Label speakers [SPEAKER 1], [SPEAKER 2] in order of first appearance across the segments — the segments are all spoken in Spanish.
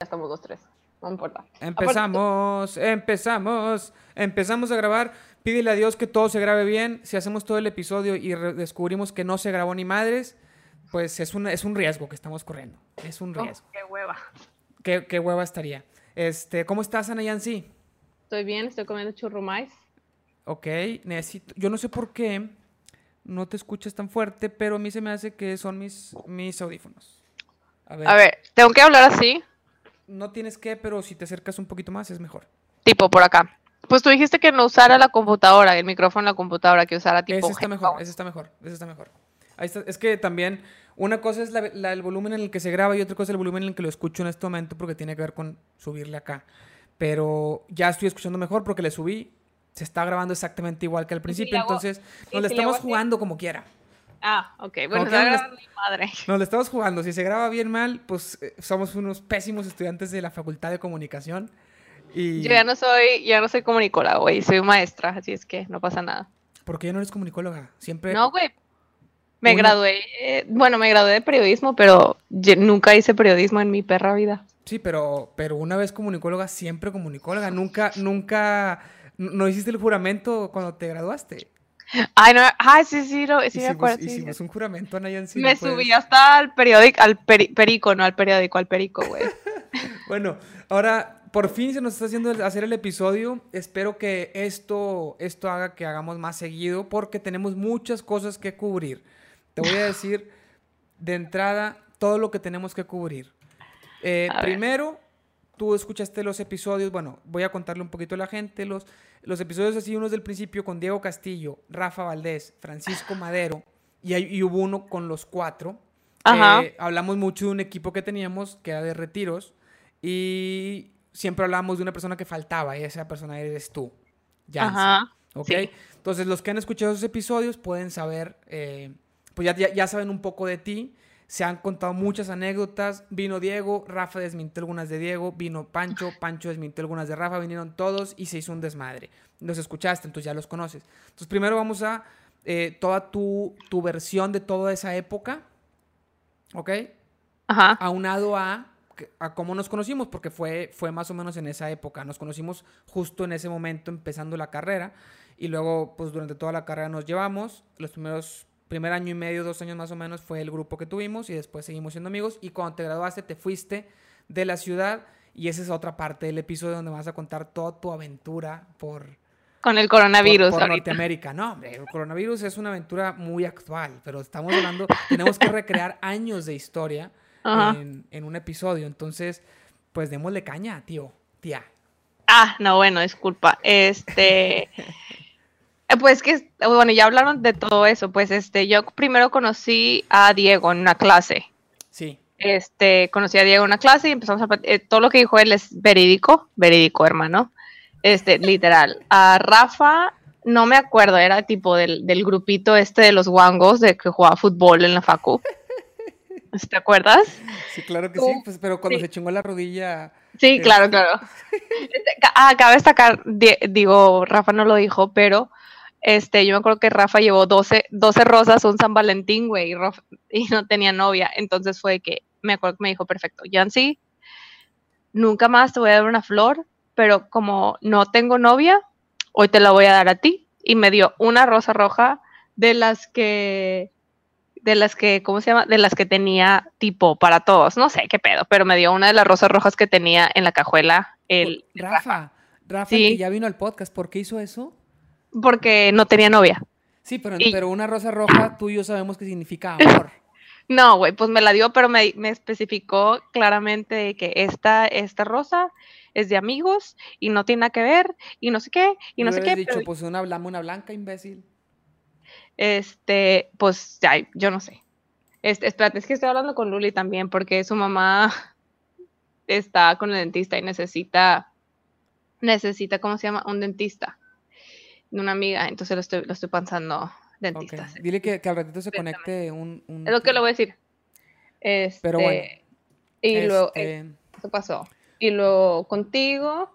[SPEAKER 1] estamos los tres. No importa.
[SPEAKER 2] Empezamos, empezamos, empezamos a grabar. Pídele a Dios que todo se grabe bien. Si hacemos todo el episodio y re- descubrimos que no se grabó ni madres, pues es, una- es un riesgo que estamos corriendo. Es un
[SPEAKER 1] Aparte-
[SPEAKER 2] riesgo.
[SPEAKER 1] Oh, qué hueva.
[SPEAKER 2] ¿Qué, qué hueva estaría? Este, ¿Cómo estás, Ana Yancy?
[SPEAKER 1] Estoy bien, estoy comiendo churrumais.
[SPEAKER 2] Ok, necesito. Yo no sé por qué no te escuchas tan fuerte, pero a mí se me hace que son mis, mis audífonos.
[SPEAKER 1] A ver, tengo que hablar así,
[SPEAKER 2] No tienes que, pero si te acercas un poquito más es mejor.
[SPEAKER 1] tipo por acá. Pues tú dijiste que no usara la computadora, el micrófono en la computadora, que usara tipo.
[SPEAKER 2] ese está mejor, ese está mejor, ese está mejor. Ahí está. Es que también una cosa es la- la- el volumen en el que se graba y otra cosa el volumen en el que lo escucho en este momento porque tiene que ver con subirle acá. Pero ya estoy escuchando mejor porque le subí. Se está grabando exactamente igual que al principio,
[SPEAKER 1] le hago-
[SPEAKER 2] entonces
[SPEAKER 1] si
[SPEAKER 2] nos le
[SPEAKER 1] le hago
[SPEAKER 2] estamos
[SPEAKER 1] así.
[SPEAKER 2] jugando como quiera.
[SPEAKER 1] Ah, ok.
[SPEAKER 2] Como
[SPEAKER 1] Bueno,
[SPEAKER 2] que
[SPEAKER 1] está
[SPEAKER 2] hablas-
[SPEAKER 1] grabando mi madre.
[SPEAKER 2] Nos lo estamos jugando. Si se graba bien mal, pues eh, somos unos pésimos estudiantes de la Facultad de Comunicación. Y
[SPEAKER 1] Yo ya no soy, ya no soy comunicóloga, güey, soy maestra, así es que no pasa nada.
[SPEAKER 2] ¿Por qué ya no eres comunicóloga? Siempre
[SPEAKER 1] No, güey. Me
[SPEAKER 2] Una-
[SPEAKER 1] gradué, eh, bueno, me gradué de periodismo, pero yo nunca hice periodismo en mi perra vida.
[SPEAKER 2] Sí, pero, pero una vez comunicóloga, siempre comunicóloga. Nunca, nunca, n- no hiciste el juramento cuando te graduaste.
[SPEAKER 1] Ay, no, ay, sí, sí, lo- sí me
[SPEAKER 2] hicimos,
[SPEAKER 1] acuerdo. sí, sí.
[SPEAKER 2] hicimos un juramento, Ana Yancy,
[SPEAKER 1] me
[SPEAKER 2] no puedes-
[SPEAKER 1] subí hasta al periódico, al peri- perico, no al periódico, al perico, güey.
[SPEAKER 2] Bueno, ahora por fin se nos está haciendo el- hacer el episodio. Espero que esto, esto haga que hagamos más seguido porque tenemos muchas cosas que cubrir. Te voy a decir de entrada todo lo que tenemos que cubrir. Eh,
[SPEAKER 1] A ver.
[SPEAKER 2] primero, tú escuchaste los episodios. Bueno, voy a contarle un poquito a la gente. Los, los episodios así, unos del principio con Diego Castillo, Rafa Valdés, Francisco Madero. Y, hay- y hubo uno con los cuatro.
[SPEAKER 1] Ajá.
[SPEAKER 2] Eh, hablamos mucho de un equipo que teníamos que era de retiros y siempre hablábamos de una persona que faltaba y esa persona eres tú. Ya.
[SPEAKER 1] Ajá.
[SPEAKER 2] ¿Ok?
[SPEAKER 1] sí.
[SPEAKER 2] Entonces, los que han escuchado esos episodios pueden saber, eh, pues ya, ya- ya saben un poco de ti. Se han contado muchas anécdotas. Vino Diego, Rafa desmintió algunas de Diego, vino Pancho, Pancho desmintió algunas de Rafa, vinieron todos y se hizo un desmadre. Los escuchaste, entonces ya los conoces. Entonces, primero vamos a eh, toda tu, tu versión de toda esa época, ¿ok?
[SPEAKER 1] Ajá.
[SPEAKER 2] Ah, aunado a, que- a cómo nos conocimos, porque fue, fue más o menos en esa época. Nos conocimos justo en ese momento, empezando la carrera, y luego, pues durante toda la carrera nos llevamos. Los primeros, primer año y medio, dos años más o menos, fue el grupo que tuvimos, y después seguimos siendo amigos. Y cuando te graduaste, te fuiste de la ciudad, y esa es otra parte del episodio donde vas a contar toda tu aventura por,
[SPEAKER 1] Con el
[SPEAKER 2] por-
[SPEAKER 1] coronavirus
[SPEAKER 2] por,
[SPEAKER 1] ahorita.
[SPEAKER 2] Norteamérica. No, hombre, el coronavirus es una aventura muy actual, pero estamos hablando, tenemos que recrear años de historia
[SPEAKER 1] Ajá.
[SPEAKER 2] en, en un episodio. Entonces, pues démosle caña, tío, tía.
[SPEAKER 1] Ah, no, bueno, disculpa. Este. eh, Pues que, bueno, ya hablaron de todo eso. Pues este, yo primero conocí a Diego en una clase.
[SPEAKER 2] Sí,
[SPEAKER 1] Este, conocí a Diego en una clase y empezamos a plat- eh, todo lo que dijo él es verídico, verídico, hermano. Este, literal. A Rafa, no me acuerdo, era tipo del, del grupito este de los guangos de que jugaba fútbol en la facu. ¿Te acuerdas?
[SPEAKER 2] sí, claro que
[SPEAKER 1] Tú,
[SPEAKER 2] sí. Pues, pero cuando
[SPEAKER 1] sí.
[SPEAKER 2] se chingó la rodilla,
[SPEAKER 1] Sí,
[SPEAKER 2] Es-
[SPEAKER 1] claro, claro. Este, ca- Ah, cabe destacar, di- digo, Rafa no lo dijo, pero este, yo me acuerdo que Rafa llevó 12, 12 rosas un San Valentín, güey, y, Raf- y no tenía novia. Entonces fue que, me acuerdo que me dijo, perfecto, Yancy, nunca más te voy a dar una flor, pero como no tengo novia, hoy te la voy a dar a ti. Y me dio una rosa roja de las que, de las que, ¿cómo se llama? De las que tenía tipo para todos. No sé qué pedo, pero me dio una de las rosas rojas que tenía en la cajuela, el,
[SPEAKER 2] por- Rafa, Rafa
[SPEAKER 1] Sí.
[SPEAKER 2] que ya vino al podcast, ¿por qué hizo eso?
[SPEAKER 1] porque no tenía novia.
[SPEAKER 2] Sí, pero,
[SPEAKER 1] Y-
[SPEAKER 2] pero una rosa roja tú y yo sabemos que significa amor.
[SPEAKER 1] No, güey, pues me la dio, pero me, me especificó claramente de que esta, esta rosa es de amigos y no tiene nada que ver y no sé qué y no sé
[SPEAKER 2] hubieras
[SPEAKER 1] qué.
[SPEAKER 2] dicho,
[SPEAKER 1] pero,
[SPEAKER 2] pues una, blama, una blanca, imbécil.
[SPEAKER 1] este, pues ya, yo no sé. Este, espérate, es que estoy hablando con Luli también porque su mamá está con el dentista y necesita, necesita, ¿cómo se llama? Un dentista, de una amiga. Entonces lo estoy, lo estoy pensando,
[SPEAKER 2] Ok,
[SPEAKER 1] dentista. sí.
[SPEAKER 2] Dile que, que al ratito se
[SPEAKER 1] Espérame.
[SPEAKER 2] conecte un... un-
[SPEAKER 1] Es lo que le voy a decir.
[SPEAKER 2] Pero bueno,
[SPEAKER 1] Este, y luego, eh.
[SPEAKER 2] este,
[SPEAKER 1] Eso pasó. Y luego contigo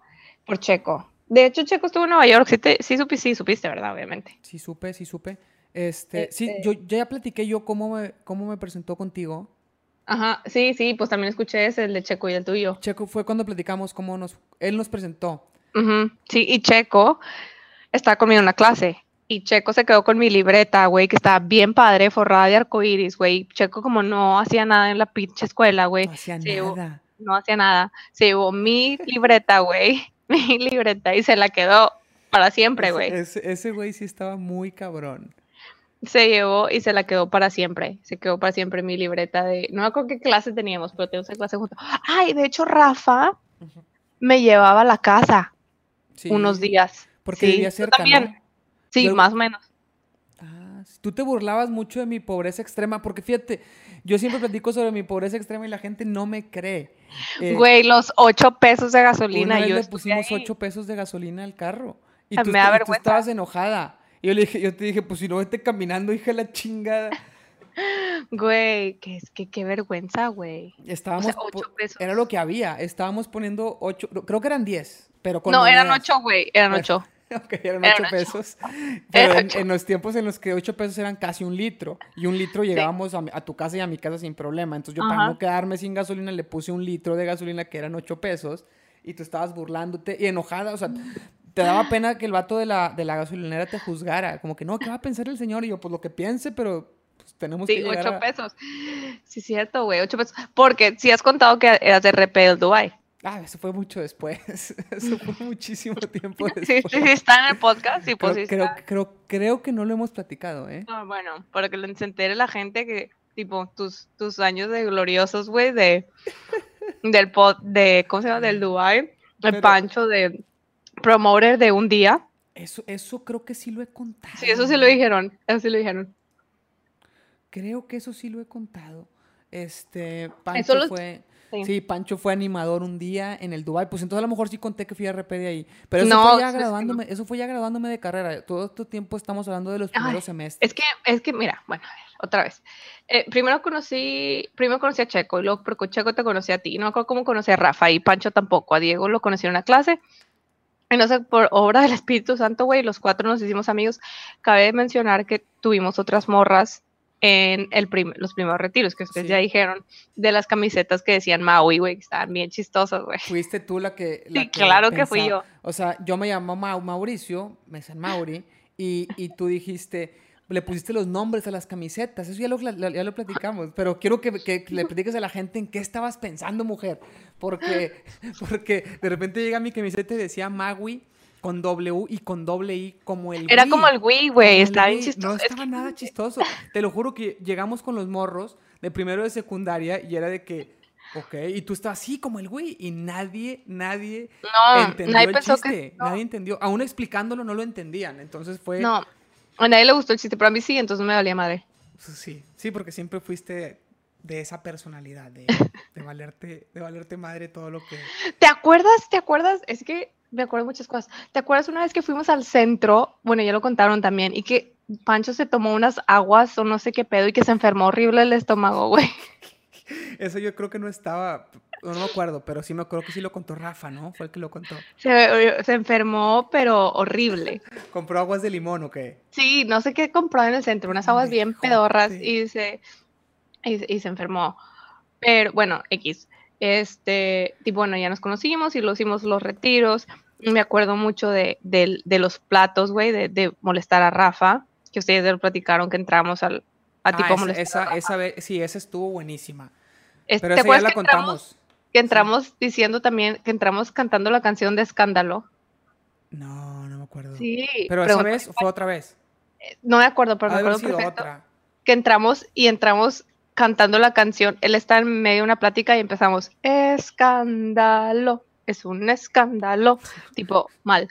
[SPEAKER 1] por Checo. De hecho, Checo estuvo en Nueva York. Sí, te- sí, supi- sí supiste, ¿verdad? Obviamente.
[SPEAKER 2] Sí, supe, sí, supe. Este, sí,
[SPEAKER 1] Este-
[SPEAKER 2] yo yo ya platiqué yo cómo me, cómo me presentó contigo.
[SPEAKER 1] Ajá, sí, sí, pues también escuché ese, el de Checo y el tuyo.
[SPEAKER 2] Checo fue cuando platicamos cómo nos, él nos presentó.
[SPEAKER 1] Ujú, Sí, y Checo estaba conmigo en una clase. Y Checo se quedó con mi libreta, güey, que estaba bien padre, forrada de arcoíris, güey. Checo como no hacía nada en la pinche escuela, güey.
[SPEAKER 2] No hacía
[SPEAKER 1] Sí, o-
[SPEAKER 2] nada.
[SPEAKER 1] no hacía nada. Se llevó mi libreta, güey, mi libreta y se la quedó para siempre,
[SPEAKER 2] Ese-
[SPEAKER 1] güey.
[SPEAKER 2] Ese ese güey sí estaba muy cabrón.
[SPEAKER 1] Se llevó y se la quedó para siempre. Se quedó para siempre mi libreta de, no me acuerdo qué clase teníamos, pero teníamos una clase juntos. Ay, de hecho Rafa
[SPEAKER 2] Ujú.
[SPEAKER 1] me llevaba a la casa
[SPEAKER 2] Sí,
[SPEAKER 1] unos días.
[SPEAKER 2] Porque
[SPEAKER 1] Sí,
[SPEAKER 2] vivía
[SPEAKER 1] tú
[SPEAKER 2] cerca,
[SPEAKER 1] también.
[SPEAKER 2] ¿no?
[SPEAKER 1] Sí,
[SPEAKER 2] Luego-
[SPEAKER 1] más o menos.
[SPEAKER 2] Ah, sí. tú te burlabas mucho de mi pobreza extrema, porque fíjate, yo siempre platico sobre mi pobreza extrema y la gente no me cree. Eh,
[SPEAKER 1] Güey, los ocho pesos de
[SPEAKER 2] Una
[SPEAKER 1] gasolina.
[SPEAKER 2] vez
[SPEAKER 1] Yo
[SPEAKER 2] le
[SPEAKER 1] estuve
[SPEAKER 2] pusimos
[SPEAKER 1] ahí.
[SPEAKER 2] ocho pesos de gasolina al carro. Y
[SPEAKER 1] Ah,
[SPEAKER 2] tú,
[SPEAKER 1] me da
[SPEAKER 2] esta- y tú
[SPEAKER 1] vergüenza.
[SPEAKER 2] estabas enojada. Y yo le dije, yo te dije, pues si no vete caminando, hija de la chingada.
[SPEAKER 1] Güey, que es que qué vergüenza, güey.
[SPEAKER 2] Estábamos.
[SPEAKER 1] ocho
[SPEAKER 2] po-
[SPEAKER 1] pesos.
[SPEAKER 2] Era lo que había. Estábamos poniendo ocho. no, Creo que eran diez, pero con
[SPEAKER 1] No, eran
[SPEAKER 2] monedas.
[SPEAKER 1] ocho, güey, eran
[SPEAKER 2] Bueno.
[SPEAKER 1] ocho.
[SPEAKER 2] Ok, eran
[SPEAKER 1] Eran
[SPEAKER 2] ocho
[SPEAKER 1] ocho.
[SPEAKER 2] pesos. Pero
[SPEAKER 1] Eran
[SPEAKER 2] en,
[SPEAKER 1] ocho.
[SPEAKER 2] en los tiempos en los que ocho pesos eran casi un litro. Y un litro llegábamos a, mi- a tu casa y a mi casa sin problema. Entonces yo, para
[SPEAKER 1] Ajá.
[SPEAKER 2] no quedarme sin gasolina, le puse un litro de gasolina que eran ocho pesos. Y tú estabas burlándote y enojada. O sea, te daba pena que el vato de la, de la gasolinera te juzgara. Como que no, ¿qué va a pensar el señor? Y yo, pues lo que piense, pero pues, tenemos que
[SPEAKER 1] Sí,
[SPEAKER 2] llegar
[SPEAKER 1] ocho
[SPEAKER 2] a-
[SPEAKER 1] pesos. Sí, cierto, güey, ocho pesos. Porque si has contado que eras de RP del Dubai.
[SPEAKER 2] Ah, eso fue mucho después. eso fue muchísimo tiempo después.
[SPEAKER 1] Sí, sí, sí, está en el podcast. Sí,
[SPEAKER 2] Creo,
[SPEAKER 1] pues sí
[SPEAKER 2] creo,
[SPEAKER 1] está.
[SPEAKER 2] creo, creo que no lo hemos platicado, ¿eh?
[SPEAKER 1] Ah, bueno, para que lo se entere la gente que, tipo, tus, tus años de gloriosos, güey, de, del pod, de, ¿cómo se llama? Del Dubai. El
[SPEAKER 2] Pero-
[SPEAKER 1] Pancho de promoter de un día.
[SPEAKER 2] Eso, eso creo que sí lo he contado.
[SPEAKER 1] Sí, eso sí lo dijeron, eso sí lo dijeron.
[SPEAKER 2] Creo que eso sí lo he contado. Este, Pancho
[SPEAKER 1] Eso lo-
[SPEAKER 2] fue.
[SPEAKER 1] sí.
[SPEAKER 2] Sí, Pancho fue animador un día en el Dubai. Pues entonces a lo mejor sí conté que fui a RP de ahí. Pero eso
[SPEAKER 1] No,
[SPEAKER 2] fue ya
[SPEAKER 1] eso sí no.
[SPEAKER 2] graduándome, eso fue ya graduándome de carrera. Todo este tiempo estamos hablando de los
[SPEAKER 1] Ay,
[SPEAKER 2] primeros semestres.
[SPEAKER 1] Es que, es que, mira, bueno, a ver, otra vez. Eh, primero conocí, primero conocí a Checo, y luego porque Checo te conocí a ti. No me acuerdo cómo conocí a Rafa y Pancho tampoco. A Diego lo conocí en una clase. Y no sé, por obra del Espíritu Santo, güey, los cuatro nos hicimos amigos. Cabe de mencionar que tuvimos otras morras en el prim- los primeros retiros, que ustedes
[SPEAKER 2] Sí.
[SPEAKER 1] ya dijeron, de las camisetas que decían Maui, güey, que estaban bien chistosas, güey.
[SPEAKER 2] Fuiste tú la que. la
[SPEAKER 1] Sí, claro que fui
[SPEAKER 2] pensaba-
[SPEAKER 1] yo.
[SPEAKER 2] O sea, yo me llamo Mau- Mauricio, me dicen Mauri, y, y tú dijiste, le pusiste los nombres a las camisetas. Eso ya lo, pla- ya lo platicamos, pero quiero que, que le platiques a la gente en qué estabas pensando, mujer. Porque, porque de repente llega mi camiseta y decía Maui con W y con doble I, como el.
[SPEAKER 1] Era
[SPEAKER 2] Wii.
[SPEAKER 1] como el güey, güey,
[SPEAKER 2] Como
[SPEAKER 1] estaba
[SPEAKER 2] el
[SPEAKER 1] bien
[SPEAKER 2] Wii.
[SPEAKER 1] chistoso.
[SPEAKER 2] No
[SPEAKER 1] Es
[SPEAKER 2] estaba
[SPEAKER 1] que-
[SPEAKER 2] nada chistoso. Te lo juro que llegamos con los morros de primero de secundaria y era de que, ok, y tú estabas así como el güey y nadie, nadie
[SPEAKER 1] no,
[SPEAKER 2] entendió
[SPEAKER 1] Ah, nadie
[SPEAKER 2] el
[SPEAKER 1] pensó
[SPEAKER 2] chiste.
[SPEAKER 1] que... no.
[SPEAKER 2] Nadie entendió. Aún explicándolo no lo entendían. Entonces fue,
[SPEAKER 1] No, a nadie le gustó el chiste, pero a mí sí, entonces me valía madre.
[SPEAKER 2] pues, sí, sí, porque siempre fuiste de esa personalidad, de, de valerte, de valerte madre todo lo que...
[SPEAKER 1] ¿Te acuerdas? ¿Te acuerdas? Es que me acuerdo de muchas cosas. ¿Te acuerdas una vez que fuimos al centro? Bueno, ya lo contaron también, y que Pancho se tomó unas aguas o no sé qué pedo y que se enfermó horrible el estómago, güey.
[SPEAKER 2] Eso yo creo que no estaba, no me acuerdo, pero sí me acuerdo que sí lo contó Rafa, ¿no? Fue el que lo contó.
[SPEAKER 1] Se, se enfermó, pero horrible.
[SPEAKER 2] ¿Compró aguas de limón o qué?
[SPEAKER 1] Sí, no sé qué compró en el centro, unas aguas bien
[SPEAKER 2] Híjole.
[SPEAKER 1] pedorras y se, y, y se enfermó. Pero bueno, X. Este, y bueno, ya nos conocimos y lo hicimos los retiros. Me acuerdo mucho de, del- de los platos, güey, de, de molestar a Rafa, que ustedes ya lo platicaron que entramos al, a tipo
[SPEAKER 2] Ah, esa,
[SPEAKER 1] molestar.
[SPEAKER 2] esa, esa vez, sí, esa estuvo buenísima.
[SPEAKER 1] Es-
[SPEAKER 2] Pero
[SPEAKER 1] ¿Te
[SPEAKER 2] esa ya
[SPEAKER 1] acuerdas
[SPEAKER 2] la
[SPEAKER 1] que entramos,
[SPEAKER 2] contamos.
[SPEAKER 1] que entramos diciendo también, que entramos cantando la canción de Escándalo?
[SPEAKER 2] No, no me acuerdo.
[SPEAKER 1] Sí,
[SPEAKER 2] Ah. Pero esa
[SPEAKER 1] pregunta-
[SPEAKER 2] vez fue otra vez.
[SPEAKER 1] no me acuerdo, pero
[SPEAKER 2] Ha
[SPEAKER 1] me
[SPEAKER 2] de haber
[SPEAKER 1] acuerdo
[SPEAKER 2] sido
[SPEAKER 1] perfecto.
[SPEAKER 2] otra.
[SPEAKER 1] que entramos y entramos cantando la canción. Él está en medio de una plática y empezamos, escándalo, es un escándalo, tipo mal.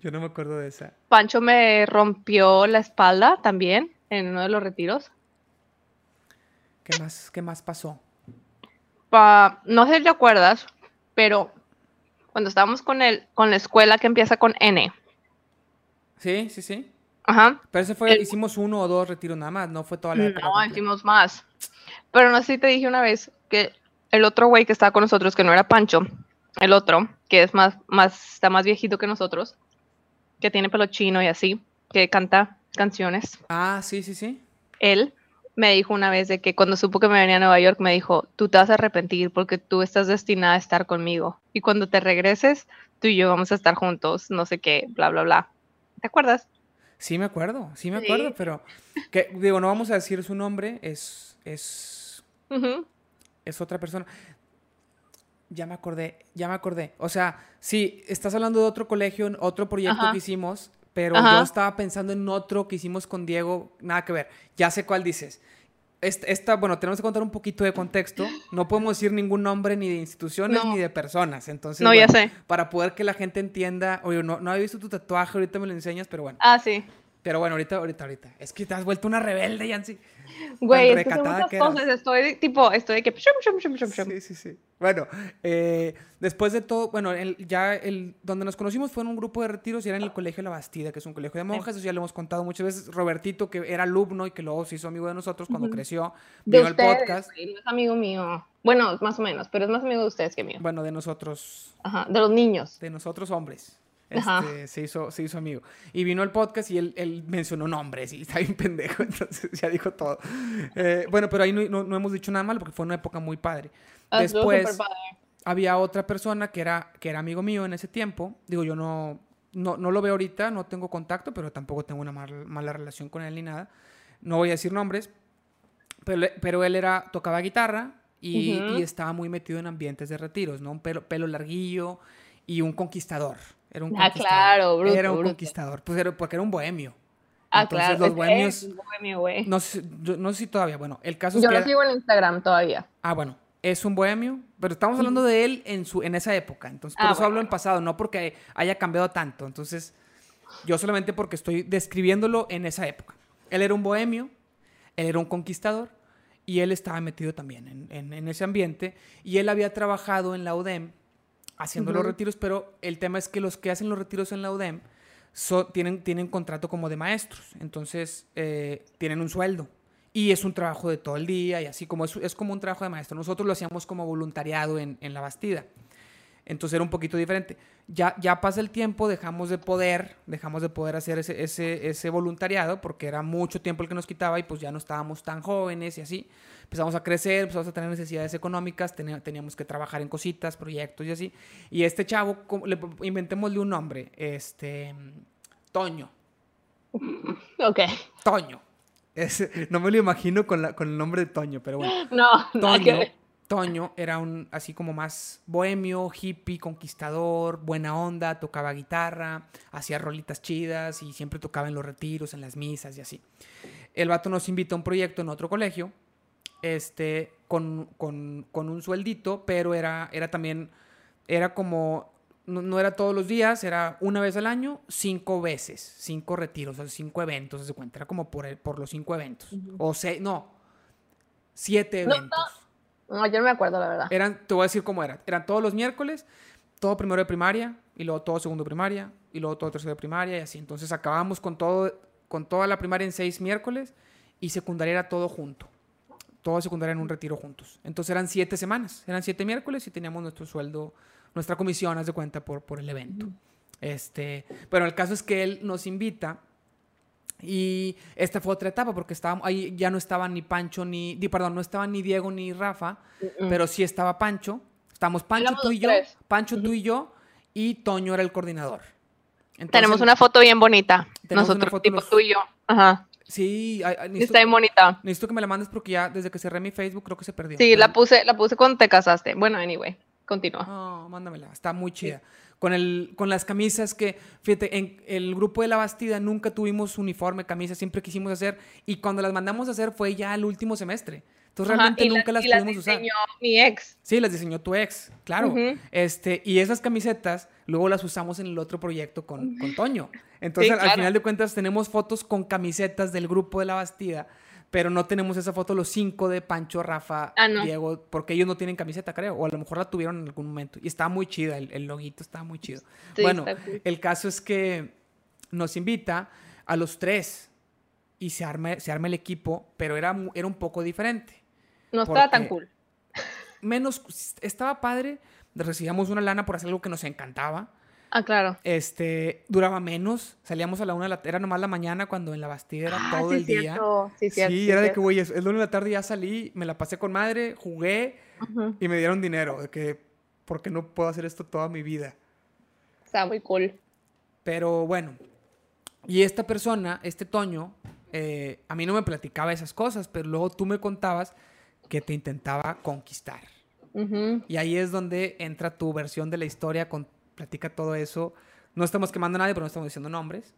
[SPEAKER 2] Yo no me acuerdo de esa.
[SPEAKER 1] Pancho me rompió la espalda también en uno de los retiros.
[SPEAKER 2] ¿Qué más, qué más pasó?
[SPEAKER 1] Pa- no sé si te acuerdas, pero cuando estábamos con, el, con la escuela que empieza con N,
[SPEAKER 2] Sí, sí, sí.
[SPEAKER 1] ajá,
[SPEAKER 2] Pero ese fue,
[SPEAKER 1] El-
[SPEAKER 2] hicimos uno o dos retiros nada más, no fue toda la época.
[SPEAKER 1] no
[SPEAKER 2] completa.
[SPEAKER 1] hicimos más. Pero no sé si te dije una vez que el otro güey que estaba con nosotros, que no era Pancho, el otro, que es más, más, está más viejito que nosotros, que tiene pelo chino y así, que canta canciones,
[SPEAKER 2] Ah, sí, sí, sí.
[SPEAKER 1] él, me dijo una vez de que cuando supo que me venía a Nueva York, me dijo, tú te vas a arrepentir porque tú estás destinada a estar conmigo. Y cuando te regreses, tú y yo vamos a estar juntos, no sé qué, bla, bla, bla. ¿Te acuerdas?
[SPEAKER 2] Sí, me acuerdo, sí me acuerdo, sí. pero que, digo, no vamos a decir su nombre, es, es, uh -huh. es otra persona. Ya me acordé, ya me acordé. O sea, sí, estás hablando de otro colegio, otro proyecto Ajá. que hicimos, pero Ajá. yo estaba pensando en otro que hicimos con Diego, nada que ver, ya sé cuál dices. Esta, esta bueno, tenemos que contar un poquito de contexto, no podemos decir ningún nombre ni de instituciones no. ni de personas, entonces,
[SPEAKER 1] no,
[SPEAKER 2] bueno,
[SPEAKER 1] ya sé.
[SPEAKER 2] para poder que la gente entienda, oye, no, no había visto tu tatuaje, ahorita me lo enseñas, pero bueno.
[SPEAKER 1] Ah, sí.
[SPEAKER 2] Pero bueno, ahorita, ahorita, ahorita. Es que te has vuelto una rebelde, Yancy.
[SPEAKER 1] Güey, es que son muchas que cosas. Estoy tipo, estoy de que... Sí,
[SPEAKER 2] sí, sí. Bueno, eh, después de todo, bueno, el, ya el, donde nos conocimos fue en un grupo de retiros y era en el Colegio La Bastida, que es un colegio de monjas, eso ya lo hemos contado muchas veces. Robertito, que era alumno y que luego se hizo amigo de nosotros cuando uh -huh. creció,
[SPEAKER 1] de vino ustedes, al podcast. Wey, no es amigo mío. Bueno, más o menos, pero es más amigo de ustedes que mío.
[SPEAKER 2] Bueno, de nosotros.
[SPEAKER 1] Ajá, de los niños.
[SPEAKER 2] De nosotros hombres. Este, se, hizo, se hizo amigo. Y vino el podcast y él, él, mencionó nombres y está bien pendejo, entonces ya dijo todo. Eh, bueno, pero ahí no, no, no, hemos dicho nada mal porque fue una época muy padre.
[SPEAKER 1] Ah,
[SPEAKER 2] Después padre. había otra persona que era, que era amigo mío en ese tiempo. Digo, yo no, no, no lo veo ahorita, no tengo contacto, pero tampoco tengo una mal, mala relación con él ni nada. No voy a decir nombres, pero, pero él era, tocaba guitarra y, uh -huh. y estaba muy metido en ambientes de retiros, ¿no? Un pelo, pelo larguillo y un conquistador. Era un
[SPEAKER 1] ah, claro, bruto,
[SPEAKER 2] Era un
[SPEAKER 1] bruto.
[SPEAKER 2] conquistador, pues era, porque era un bohemio.
[SPEAKER 1] Ah, Entonces, claro. Los bohemios, es bohemio, güey.
[SPEAKER 2] No, sé, yo, no sé si todavía, bueno, el caso
[SPEAKER 1] yo
[SPEAKER 2] es
[SPEAKER 1] lo
[SPEAKER 2] que
[SPEAKER 1] sigo en Instagram todavía.
[SPEAKER 2] Ah, bueno, es un bohemio, pero estamos hablando de él en, su, en esa época. Entonces, por ah, eso bueno. hablo en pasado, no porque haya cambiado tanto. Entonces, yo solamente porque estoy describiéndolo en esa época. Él era un bohemio, él era un conquistador, y él estaba metido también en, en, en ese ambiente. Y él había trabajado en la UDEM, haciendo uh -huh. los retiros, pero el tema es que los que hacen los retiros en la UDEM so, tienen, tienen contrato como de maestros, entonces eh, tienen un sueldo y es un trabajo de todo el día y así como es, es como un trabajo de maestro. Nosotros lo hacíamos como voluntariado en, en, la Bastida, entonces era un poquito diferente. Ya, ya pasa el tiempo, dejamos de poder, dejamos de poder hacer ese, ese, ese voluntariado porque era mucho tiempo el que nos quitaba y pues ya no estábamos tan jóvenes y así. Empezamos a crecer, empezamos a tener necesidades económicas, teníamos que trabajar en cositas, proyectos y así. Y este chavo, le, inventémosle un nombre, este, Toño.
[SPEAKER 1] Ok.
[SPEAKER 2] Toño. Es, no me lo imagino con, la, con el nombre de Toño, pero bueno.
[SPEAKER 1] No,
[SPEAKER 2] Toño. No Toño era un así como más bohemio, hippie, conquistador, buena onda, tocaba guitarra, hacía rolitas chidas y siempre tocaba en los retiros, en las misas y así. El vato nos invitó a un proyecto en otro colegio, este, con, con, con, un sueldito, pero era, era también, era como, no, no, era todos los días, era una vez al año, cinco veces, cinco retiros, o sea, cinco eventos, se cuenta, era como por, el, por los cinco eventos, uh -huh. o seis, no, siete
[SPEAKER 1] no,
[SPEAKER 2] eventos.
[SPEAKER 1] No, no, yo no me acuerdo, la verdad.
[SPEAKER 2] Eran, te voy a decir cómo era, eran todos los miércoles, todo primero de primaria, y luego todo segundo de primaria, y luego todo tercero de primaria, y así, entonces acabamos con todo, con toda la primaria en seis miércoles, y secundaria era todo junto toda secundaria en un retiro juntos. Entonces eran siete semanas, eran siete miércoles y teníamos nuestro sueldo, nuestra comisión, haz de cuenta, por, por el evento. Este, pero el caso es que él nos invita y esta fue otra etapa porque estábamos, ahí ya no estaban ni Pancho ni, di, perdón, no estaban ni Diego ni Rafa,
[SPEAKER 1] Mm,
[SPEAKER 2] uh -uh. pero sí estaba Pancho. Estamos Pancho, Éramos tú y yo, tres. Pancho, uh -huh. tú y yo, y Toño era el coordinador.
[SPEAKER 1] Entonces, tenemos una foto bien bonita, nosotros, foto tipo los... tú y yo. Ajá.
[SPEAKER 2] Sí, ay, ay,
[SPEAKER 1] está bien bonita.
[SPEAKER 2] Necesito que me la mandes porque ya desde que cerré mi Facebook creo que se perdió.
[SPEAKER 1] Sí, Pero... la puse, la puse cuando te casaste. Bueno, anyway, continúa.
[SPEAKER 2] No, oh, mándamela, está muy chida. Sí. Con, el, con las camisas que, fíjate, en el grupo de la Bastida nunca tuvimos uniforme, camisa, siempre quisimos hacer. Y cuando las mandamos a hacer fue ya el último semestre. Entonces Ajá, pues realmente nunca la, las, pudimos usar.
[SPEAKER 1] Las diseñó usar. mi ex.
[SPEAKER 2] Sí, las diseñó tu ex, claro. Uh -huh. este, y esas camisetas luego las usamos en el otro proyecto con, con Toño. Entonces, sí, claro. al final de cuentas, tenemos fotos con camisetas del grupo de la Bastida, pero no tenemos esa foto los cinco de Pancho, Rafa, ah, no. Diego, porque ellos no tienen camiseta, creo. O a lo mejor la tuvieron en algún momento. Y estaba muy chida, el, el loguito estaba muy chido. Sí, bueno, cool. el caso es que nos invita a los tres y se arma, se arma el equipo, pero era, era un poco diferente.
[SPEAKER 1] No estaba tan cool.
[SPEAKER 2] Menos, estaba padre, recibíamos una lana por hacer algo que nos encantaba,
[SPEAKER 1] Ah, claro.
[SPEAKER 2] Este, duraba menos, salíamos a la una de la era nomás la mañana cuando en la Bastida era
[SPEAKER 1] Ah,
[SPEAKER 2] todo
[SPEAKER 1] sí,
[SPEAKER 2] el día.
[SPEAKER 1] cierto, Sí,
[SPEAKER 2] Sí,
[SPEAKER 1] cierto, sí,
[SPEAKER 2] era de que,
[SPEAKER 1] cierto.
[SPEAKER 2] güey, es, es la una de la tarde ya salí, me la pasé con madre, jugué
[SPEAKER 1] Ujú,
[SPEAKER 2] y me dieron dinero. De que, ¿por qué no puedo hacer esto toda mi vida?
[SPEAKER 1] Está muy cool.
[SPEAKER 2] Pero bueno, y esta persona, este Toño, eh, a mí no me platicaba esas cosas, pero luego tú me contabas que te intentaba conquistar.
[SPEAKER 1] Ujú.
[SPEAKER 2] Y ahí es donde entra tu versión de la historia, con, platica todo eso. No estamos quemando a nadie, pero no estamos diciendo nombres.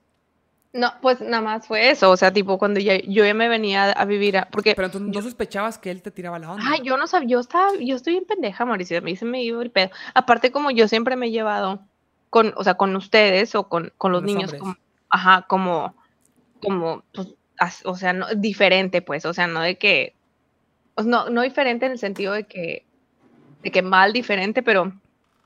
[SPEAKER 1] No, pues nada más fue eso, o sea, tipo cuando ya, yo ya me venía a vivir, a- porque,
[SPEAKER 2] Pero entonces no sospechabas que él te tiraba la onda.
[SPEAKER 1] ah, yo no sabía, yo estaba, yo estoy bien pendeja, Mauricio, a mí se me iba el pedo. Aparte, como yo siempre me he llevado con, o sea, con ustedes o con, con los,
[SPEAKER 2] los
[SPEAKER 1] niños,
[SPEAKER 2] hombres.
[SPEAKER 1] como, ajá, como, como, pues, as- o sea, no, diferente, pues, o sea, no de que, o sea, no, no diferente en el sentido de que, de que mal diferente, pero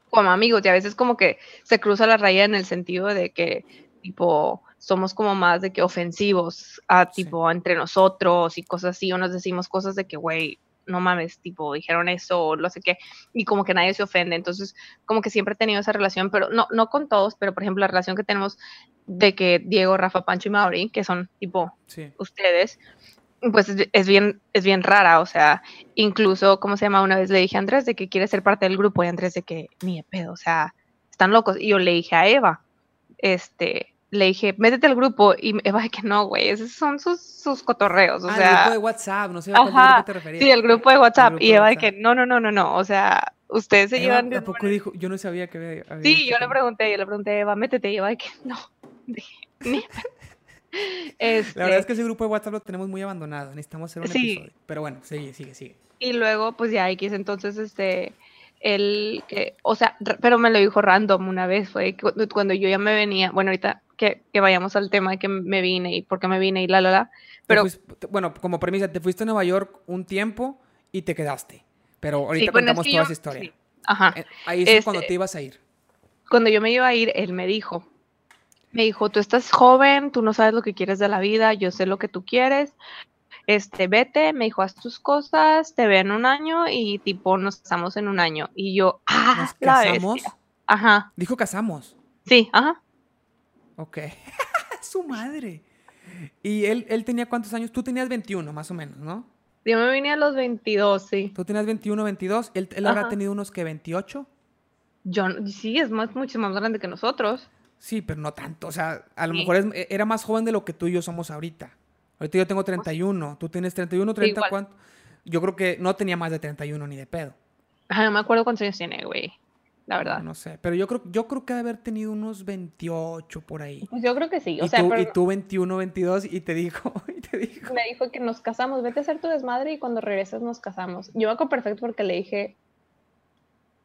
[SPEAKER 1] como amigos, y a veces como que se cruza la raya en el sentido de que, tipo, somos como más de que ofensivos, a,
[SPEAKER 2] Sí.
[SPEAKER 1] tipo, entre nosotros y cosas así, o nos decimos cosas de que, güey, no mames, tipo, dijeron eso, o no sé qué, y como que nadie se ofende, entonces, como que siempre he tenido esa relación, pero no, no con todos, pero por ejemplo, la relación que tenemos de que Diego, Rafa, Pancho y Mauri, que son, tipo,
[SPEAKER 2] Sí.
[SPEAKER 1] ustedes, pues es, es bien, es bien rara, o sea, incluso, ¿cómo se llama? Una vez le dije a Andrés de que quiere ser parte del grupo y Andrés de que, ni de pedo, o sea, están locos. Y yo le dije a Eva, este, le dije, métete al grupo y Eva de que no, güey, esos son sus, sus cotorreos, o
[SPEAKER 2] ah, el
[SPEAKER 1] sea,
[SPEAKER 2] grupo de WhatsApp, no sé a cuál
[SPEAKER 1] ajá,
[SPEAKER 2] grupo te referías.
[SPEAKER 1] sí, el grupo de WhatsApp.
[SPEAKER 2] grupo
[SPEAKER 1] y
[SPEAKER 2] de
[SPEAKER 1] Eva de que
[SPEAKER 2] WhatsApp.
[SPEAKER 1] no, no, no, no, no, o sea, ustedes se
[SPEAKER 2] Eva,
[SPEAKER 1] llevan... de
[SPEAKER 2] ¿a
[SPEAKER 1] una
[SPEAKER 2] poco
[SPEAKER 1] manera-
[SPEAKER 2] dijo? Yo no sabía que había, había
[SPEAKER 1] Sí,
[SPEAKER 2] dicho
[SPEAKER 1] yo
[SPEAKER 2] que
[SPEAKER 1] le
[SPEAKER 2] no.
[SPEAKER 1] pregunté, yo le pregunté, Eva, métete y Eva de que no. Dije, "Ni de pedo". Este,
[SPEAKER 2] La verdad es que ese grupo de WhatsApp lo tenemos muy abandonado. Necesitamos hacer un
[SPEAKER 1] Sí.
[SPEAKER 2] episodio. Pero bueno, sigue, sigue, sigue.
[SPEAKER 1] Y luego, pues ya X, entonces, este, él, que, o sea, r- pero me lo dijo random una vez, fue cu- cuando yo ya me venía, bueno, ahorita que, que vayamos al tema de que me vine y por qué me vine y la, la, la,
[SPEAKER 2] Te
[SPEAKER 1] pero
[SPEAKER 2] fuis- te- bueno, como premisa, te fuiste a Nueva York un tiempo y te quedaste. Pero ahorita
[SPEAKER 1] bueno, es
[SPEAKER 2] contamos
[SPEAKER 1] que yo-
[SPEAKER 2] toda esa historia.
[SPEAKER 1] sí, ajá,
[SPEAKER 2] Eh, Ahí es
[SPEAKER 1] Este-
[SPEAKER 2] cuando te ibas a ir.
[SPEAKER 1] cuando yo me iba a ir, él me dijo, me dijo, tú estás joven, tú no sabes lo que quieres de la vida, yo sé lo que tú quieres, este, vete, me dijo, haz tus cosas, te veo en un año y tipo, nos casamos en un año. Y yo, ah,
[SPEAKER 2] Nos
[SPEAKER 1] la
[SPEAKER 2] casamos.
[SPEAKER 1] bestia. Ajá,
[SPEAKER 2] Dijo casamos.
[SPEAKER 1] sí, ajá.
[SPEAKER 2] Ok. Su madre. Y él, él tenía cuántos años? Tú tenías 21, más o menos, ¿no?
[SPEAKER 1] Yo me vine a los 22, sí.
[SPEAKER 2] Tú tenías 21, 22. Él, él habrá
[SPEAKER 1] Ajá.
[SPEAKER 2] tenido unos que 28.
[SPEAKER 1] Yo, n- sí, es más, mucho más grande que nosotros.
[SPEAKER 2] Sí, pero no tanto. O sea, a lo
[SPEAKER 1] Sí.
[SPEAKER 2] mejor es- e- era más joven de lo que tú y yo somos ahorita. Ahorita yo tengo 31. Tú tienes 31, 30,
[SPEAKER 1] igual.
[SPEAKER 2] ¿cuánto? Yo creo que no tenía más de 31 ni de pedo.
[SPEAKER 1] Ay, no me acuerdo cuántos años tiene, güey. La verdad.
[SPEAKER 2] No sé. Pero yo creo, yo creo que ha de haber tenido unos 28 por ahí.
[SPEAKER 1] Pues yo creo que sí. O
[SPEAKER 2] Y
[SPEAKER 1] sea,
[SPEAKER 2] tú,
[SPEAKER 1] pero
[SPEAKER 2] y tú 21, 22 y te dijo, y te dijo.
[SPEAKER 1] me dijo que nos casamos. Vete a hacer tu desmadre y cuando regreses nos casamos. Yo me acuerdo perfecto porque le dije,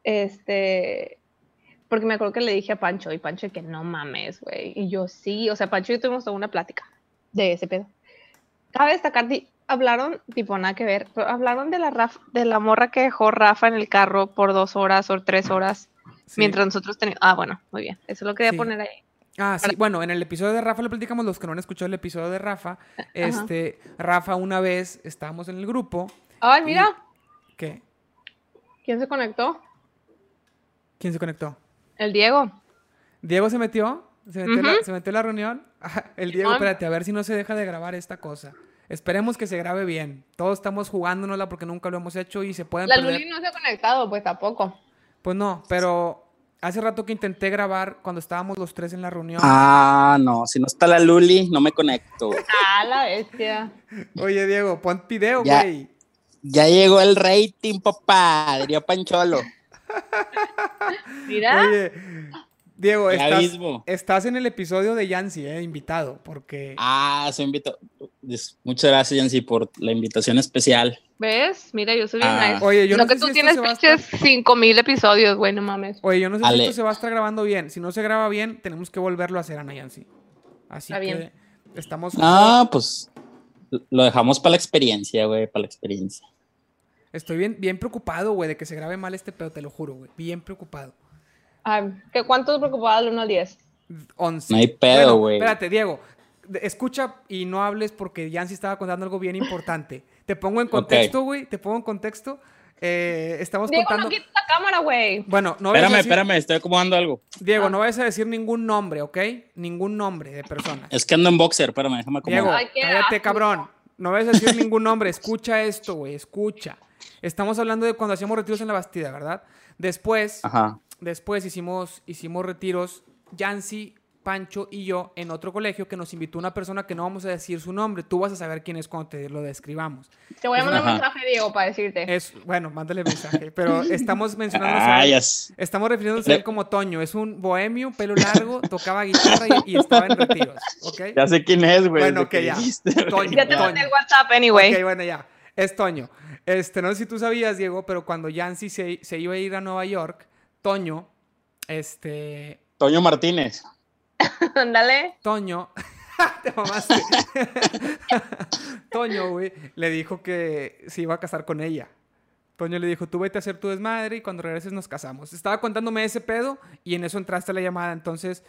[SPEAKER 1] este, porque me acuerdo que le dije a Pancho y Pancho que no mames, güey. Y yo sí, o sea, Pancho y yo tuvimos toda una plática de ese pedo. Cabe destacar, di- hablaron, tipo nada que ver, pero hablaron de la, Raf- de la morra que dejó Rafa en el carro por dos horas o tres horas.
[SPEAKER 2] Sí.
[SPEAKER 1] Mientras nosotros teníamos. Ah, bueno, muy bien. Eso lo quería
[SPEAKER 2] Sí.
[SPEAKER 1] poner ahí.
[SPEAKER 2] Ah, sí, bueno, en el episodio de Rafa lo platicamos, los que no han escuchado el episodio de Rafa, este, Rafa una vez estábamos en el grupo,
[SPEAKER 1] Ay,
[SPEAKER 2] Y-
[SPEAKER 1] mira,
[SPEAKER 2] que,
[SPEAKER 1] ¿quién se conectó?
[SPEAKER 2] ¿quién se conectó?
[SPEAKER 1] El Diego.
[SPEAKER 2] Diego se metió, se metió, a la-
[SPEAKER 1] Ujú.
[SPEAKER 2] se metió a la reunión, Ah, el Diego,
[SPEAKER 1] Simón.
[SPEAKER 2] espérate, a ver si no se deja de grabar esta cosa, esperemos que se grabe bien, todos estamos jugándonosla porque nunca lo hemos hecho y se pueden
[SPEAKER 1] La
[SPEAKER 2] perder,
[SPEAKER 1] Luli no se ha conectado, pues tampoco.
[SPEAKER 2] pues no, pero hace rato que intenté grabar cuando estábamos los tres en la reunión,
[SPEAKER 3] Ah, no, si no está la Luli, no me conecto.
[SPEAKER 1] Ah, la bestia.
[SPEAKER 2] oye Diego, pon video,
[SPEAKER 3] Ya.
[SPEAKER 2] güey,
[SPEAKER 3] Ya llegó el rating, papá, diría Pancholo.
[SPEAKER 1] Mira.
[SPEAKER 2] Oye, Diego,
[SPEAKER 3] Qué
[SPEAKER 2] estás,
[SPEAKER 3] abismo.
[SPEAKER 2] estás en el episodio de Yancy, eh, invitado, porque
[SPEAKER 3] Ah, se invitó. Dis- Muchas gracias, Yancy, por la invitación especial.
[SPEAKER 1] ¿Ves? Mira, yo soy bien
[SPEAKER 3] Ah.
[SPEAKER 1] nice.
[SPEAKER 2] Oye, yo
[SPEAKER 1] Lo
[SPEAKER 2] no
[SPEAKER 1] que
[SPEAKER 2] sé
[SPEAKER 1] tú
[SPEAKER 2] si esto
[SPEAKER 1] tienes
[SPEAKER 2] se va a estar-
[SPEAKER 1] pinches 5000 episodios, güey, no mames.
[SPEAKER 2] oye, yo no sé si
[SPEAKER 3] Ale.
[SPEAKER 2] esto se va a estar grabando bien. Si no se graba bien, tenemos que volverlo a hacer Ana Yancy. Así
[SPEAKER 1] Está
[SPEAKER 2] que
[SPEAKER 1] bien.
[SPEAKER 2] estamos
[SPEAKER 3] Ah, pues lo dejamos para la experiencia, güey, para la experiencia.
[SPEAKER 2] estoy bien bien preocupado, güey, de que se grabe mal este pedo, te lo juro, güey, bien preocupado.
[SPEAKER 1] Ay, ¿qué, ¿Cuánto preocupada del 1 al 10?
[SPEAKER 2] 11.
[SPEAKER 3] No hay pedo, güey.
[SPEAKER 2] espérate, Diego. de- Escucha y no hables porque Yancy estaba contando algo bien importante. Te pongo en contexto, güey. Te pongo en contexto. Eh, estamos
[SPEAKER 1] Diego, no
[SPEAKER 2] contando.
[SPEAKER 1] quites la cámara, güey.
[SPEAKER 2] Bueno, no vayas a
[SPEAKER 3] Espérame,
[SPEAKER 2] decir-
[SPEAKER 3] espérame, estoy acomodando algo.
[SPEAKER 2] Diego,
[SPEAKER 1] Ah.
[SPEAKER 2] no vayas a decir ningún nombre, ¿ok? Ningún nombre de persona.
[SPEAKER 3] Es que ando en boxer, espérame, déjame
[SPEAKER 2] Diego,
[SPEAKER 3] acomodar.
[SPEAKER 1] Ay, qué
[SPEAKER 2] cállate,
[SPEAKER 1] asco.
[SPEAKER 2] cabrón. No vayas a decir ningún nombre. Escucha esto, güey. Escucha. Estamos hablando de cuando hacíamos retiros en la Bastida, ¿verdad? Después,
[SPEAKER 3] Ajá.
[SPEAKER 2] después hicimos, hicimos retiros, Yancy, Pancho y yo, en otro colegio que nos invitó una persona que no vamos a decir su nombre. Tú vas a saber quién es cuando te lo describamos.
[SPEAKER 1] Te voy a mandar un
[SPEAKER 3] Ajá.
[SPEAKER 1] mensaje, Diego, para decirte.
[SPEAKER 2] Es, bueno, mándale mensaje. Pero estamos mencionándonos a
[SPEAKER 3] Ah,
[SPEAKER 2] él.
[SPEAKER 3] ya sé.
[SPEAKER 2] Estamos refiriéndonos a él como Toño. Es un bohemio, pelo largo, tocaba guitarra y, y estaba en retiros. ¿Ok?
[SPEAKER 3] Ya sé quién es, güey.
[SPEAKER 2] Bueno,
[SPEAKER 3] desde
[SPEAKER 2] que ya.
[SPEAKER 3] dijiste,
[SPEAKER 2] Toño,
[SPEAKER 3] güey.
[SPEAKER 1] Ya te mandé el WhatsApp, anyway.
[SPEAKER 2] Ok, bueno, ya. Es Toño. Este, no sé si tú sabías, Diego, pero cuando Yancy se, se iba a ir a Nueva York, Toño, este,
[SPEAKER 3] Toño Martínez.
[SPEAKER 1] Ándale.
[SPEAKER 2] Toño, te mamaste. Toño, güey, le dijo que se iba a casar con ella. Toño le dijo, tú vete a hacer tu desmadre y cuando regreses nos casamos. Estaba contándome ese pedo y en eso entraste a la llamada. Entonces,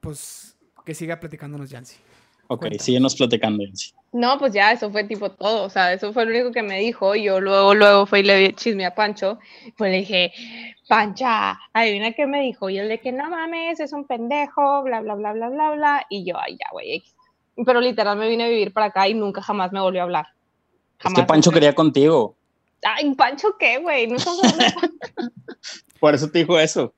[SPEAKER 2] pues, que siga platicándonos, Yancy.
[SPEAKER 3] Ok,
[SPEAKER 2] Cuéntame.
[SPEAKER 3] síguenos platicando. Yancy.
[SPEAKER 1] No, pues ya, eso fue tipo todo, o sea, eso fue lo único que me dijo, y yo luego, luego fue y le di el chisme a Pancho, pues le dije, Pancha, adivina qué me dijo, y él de que no mames, es un pendejo, bla, bla, bla, bla, bla, bla, y yo, ay, ya, güey, X". pero literal me vine a vivir para acá y nunca jamás me volvió a hablar.
[SPEAKER 3] Es
[SPEAKER 1] Jamás.
[SPEAKER 3] que Pancho quería contigo.
[SPEAKER 1] Ay, Pancho, ¿qué, güey? No estamos hablando de Pancho.
[SPEAKER 3] Por eso te dijo eso.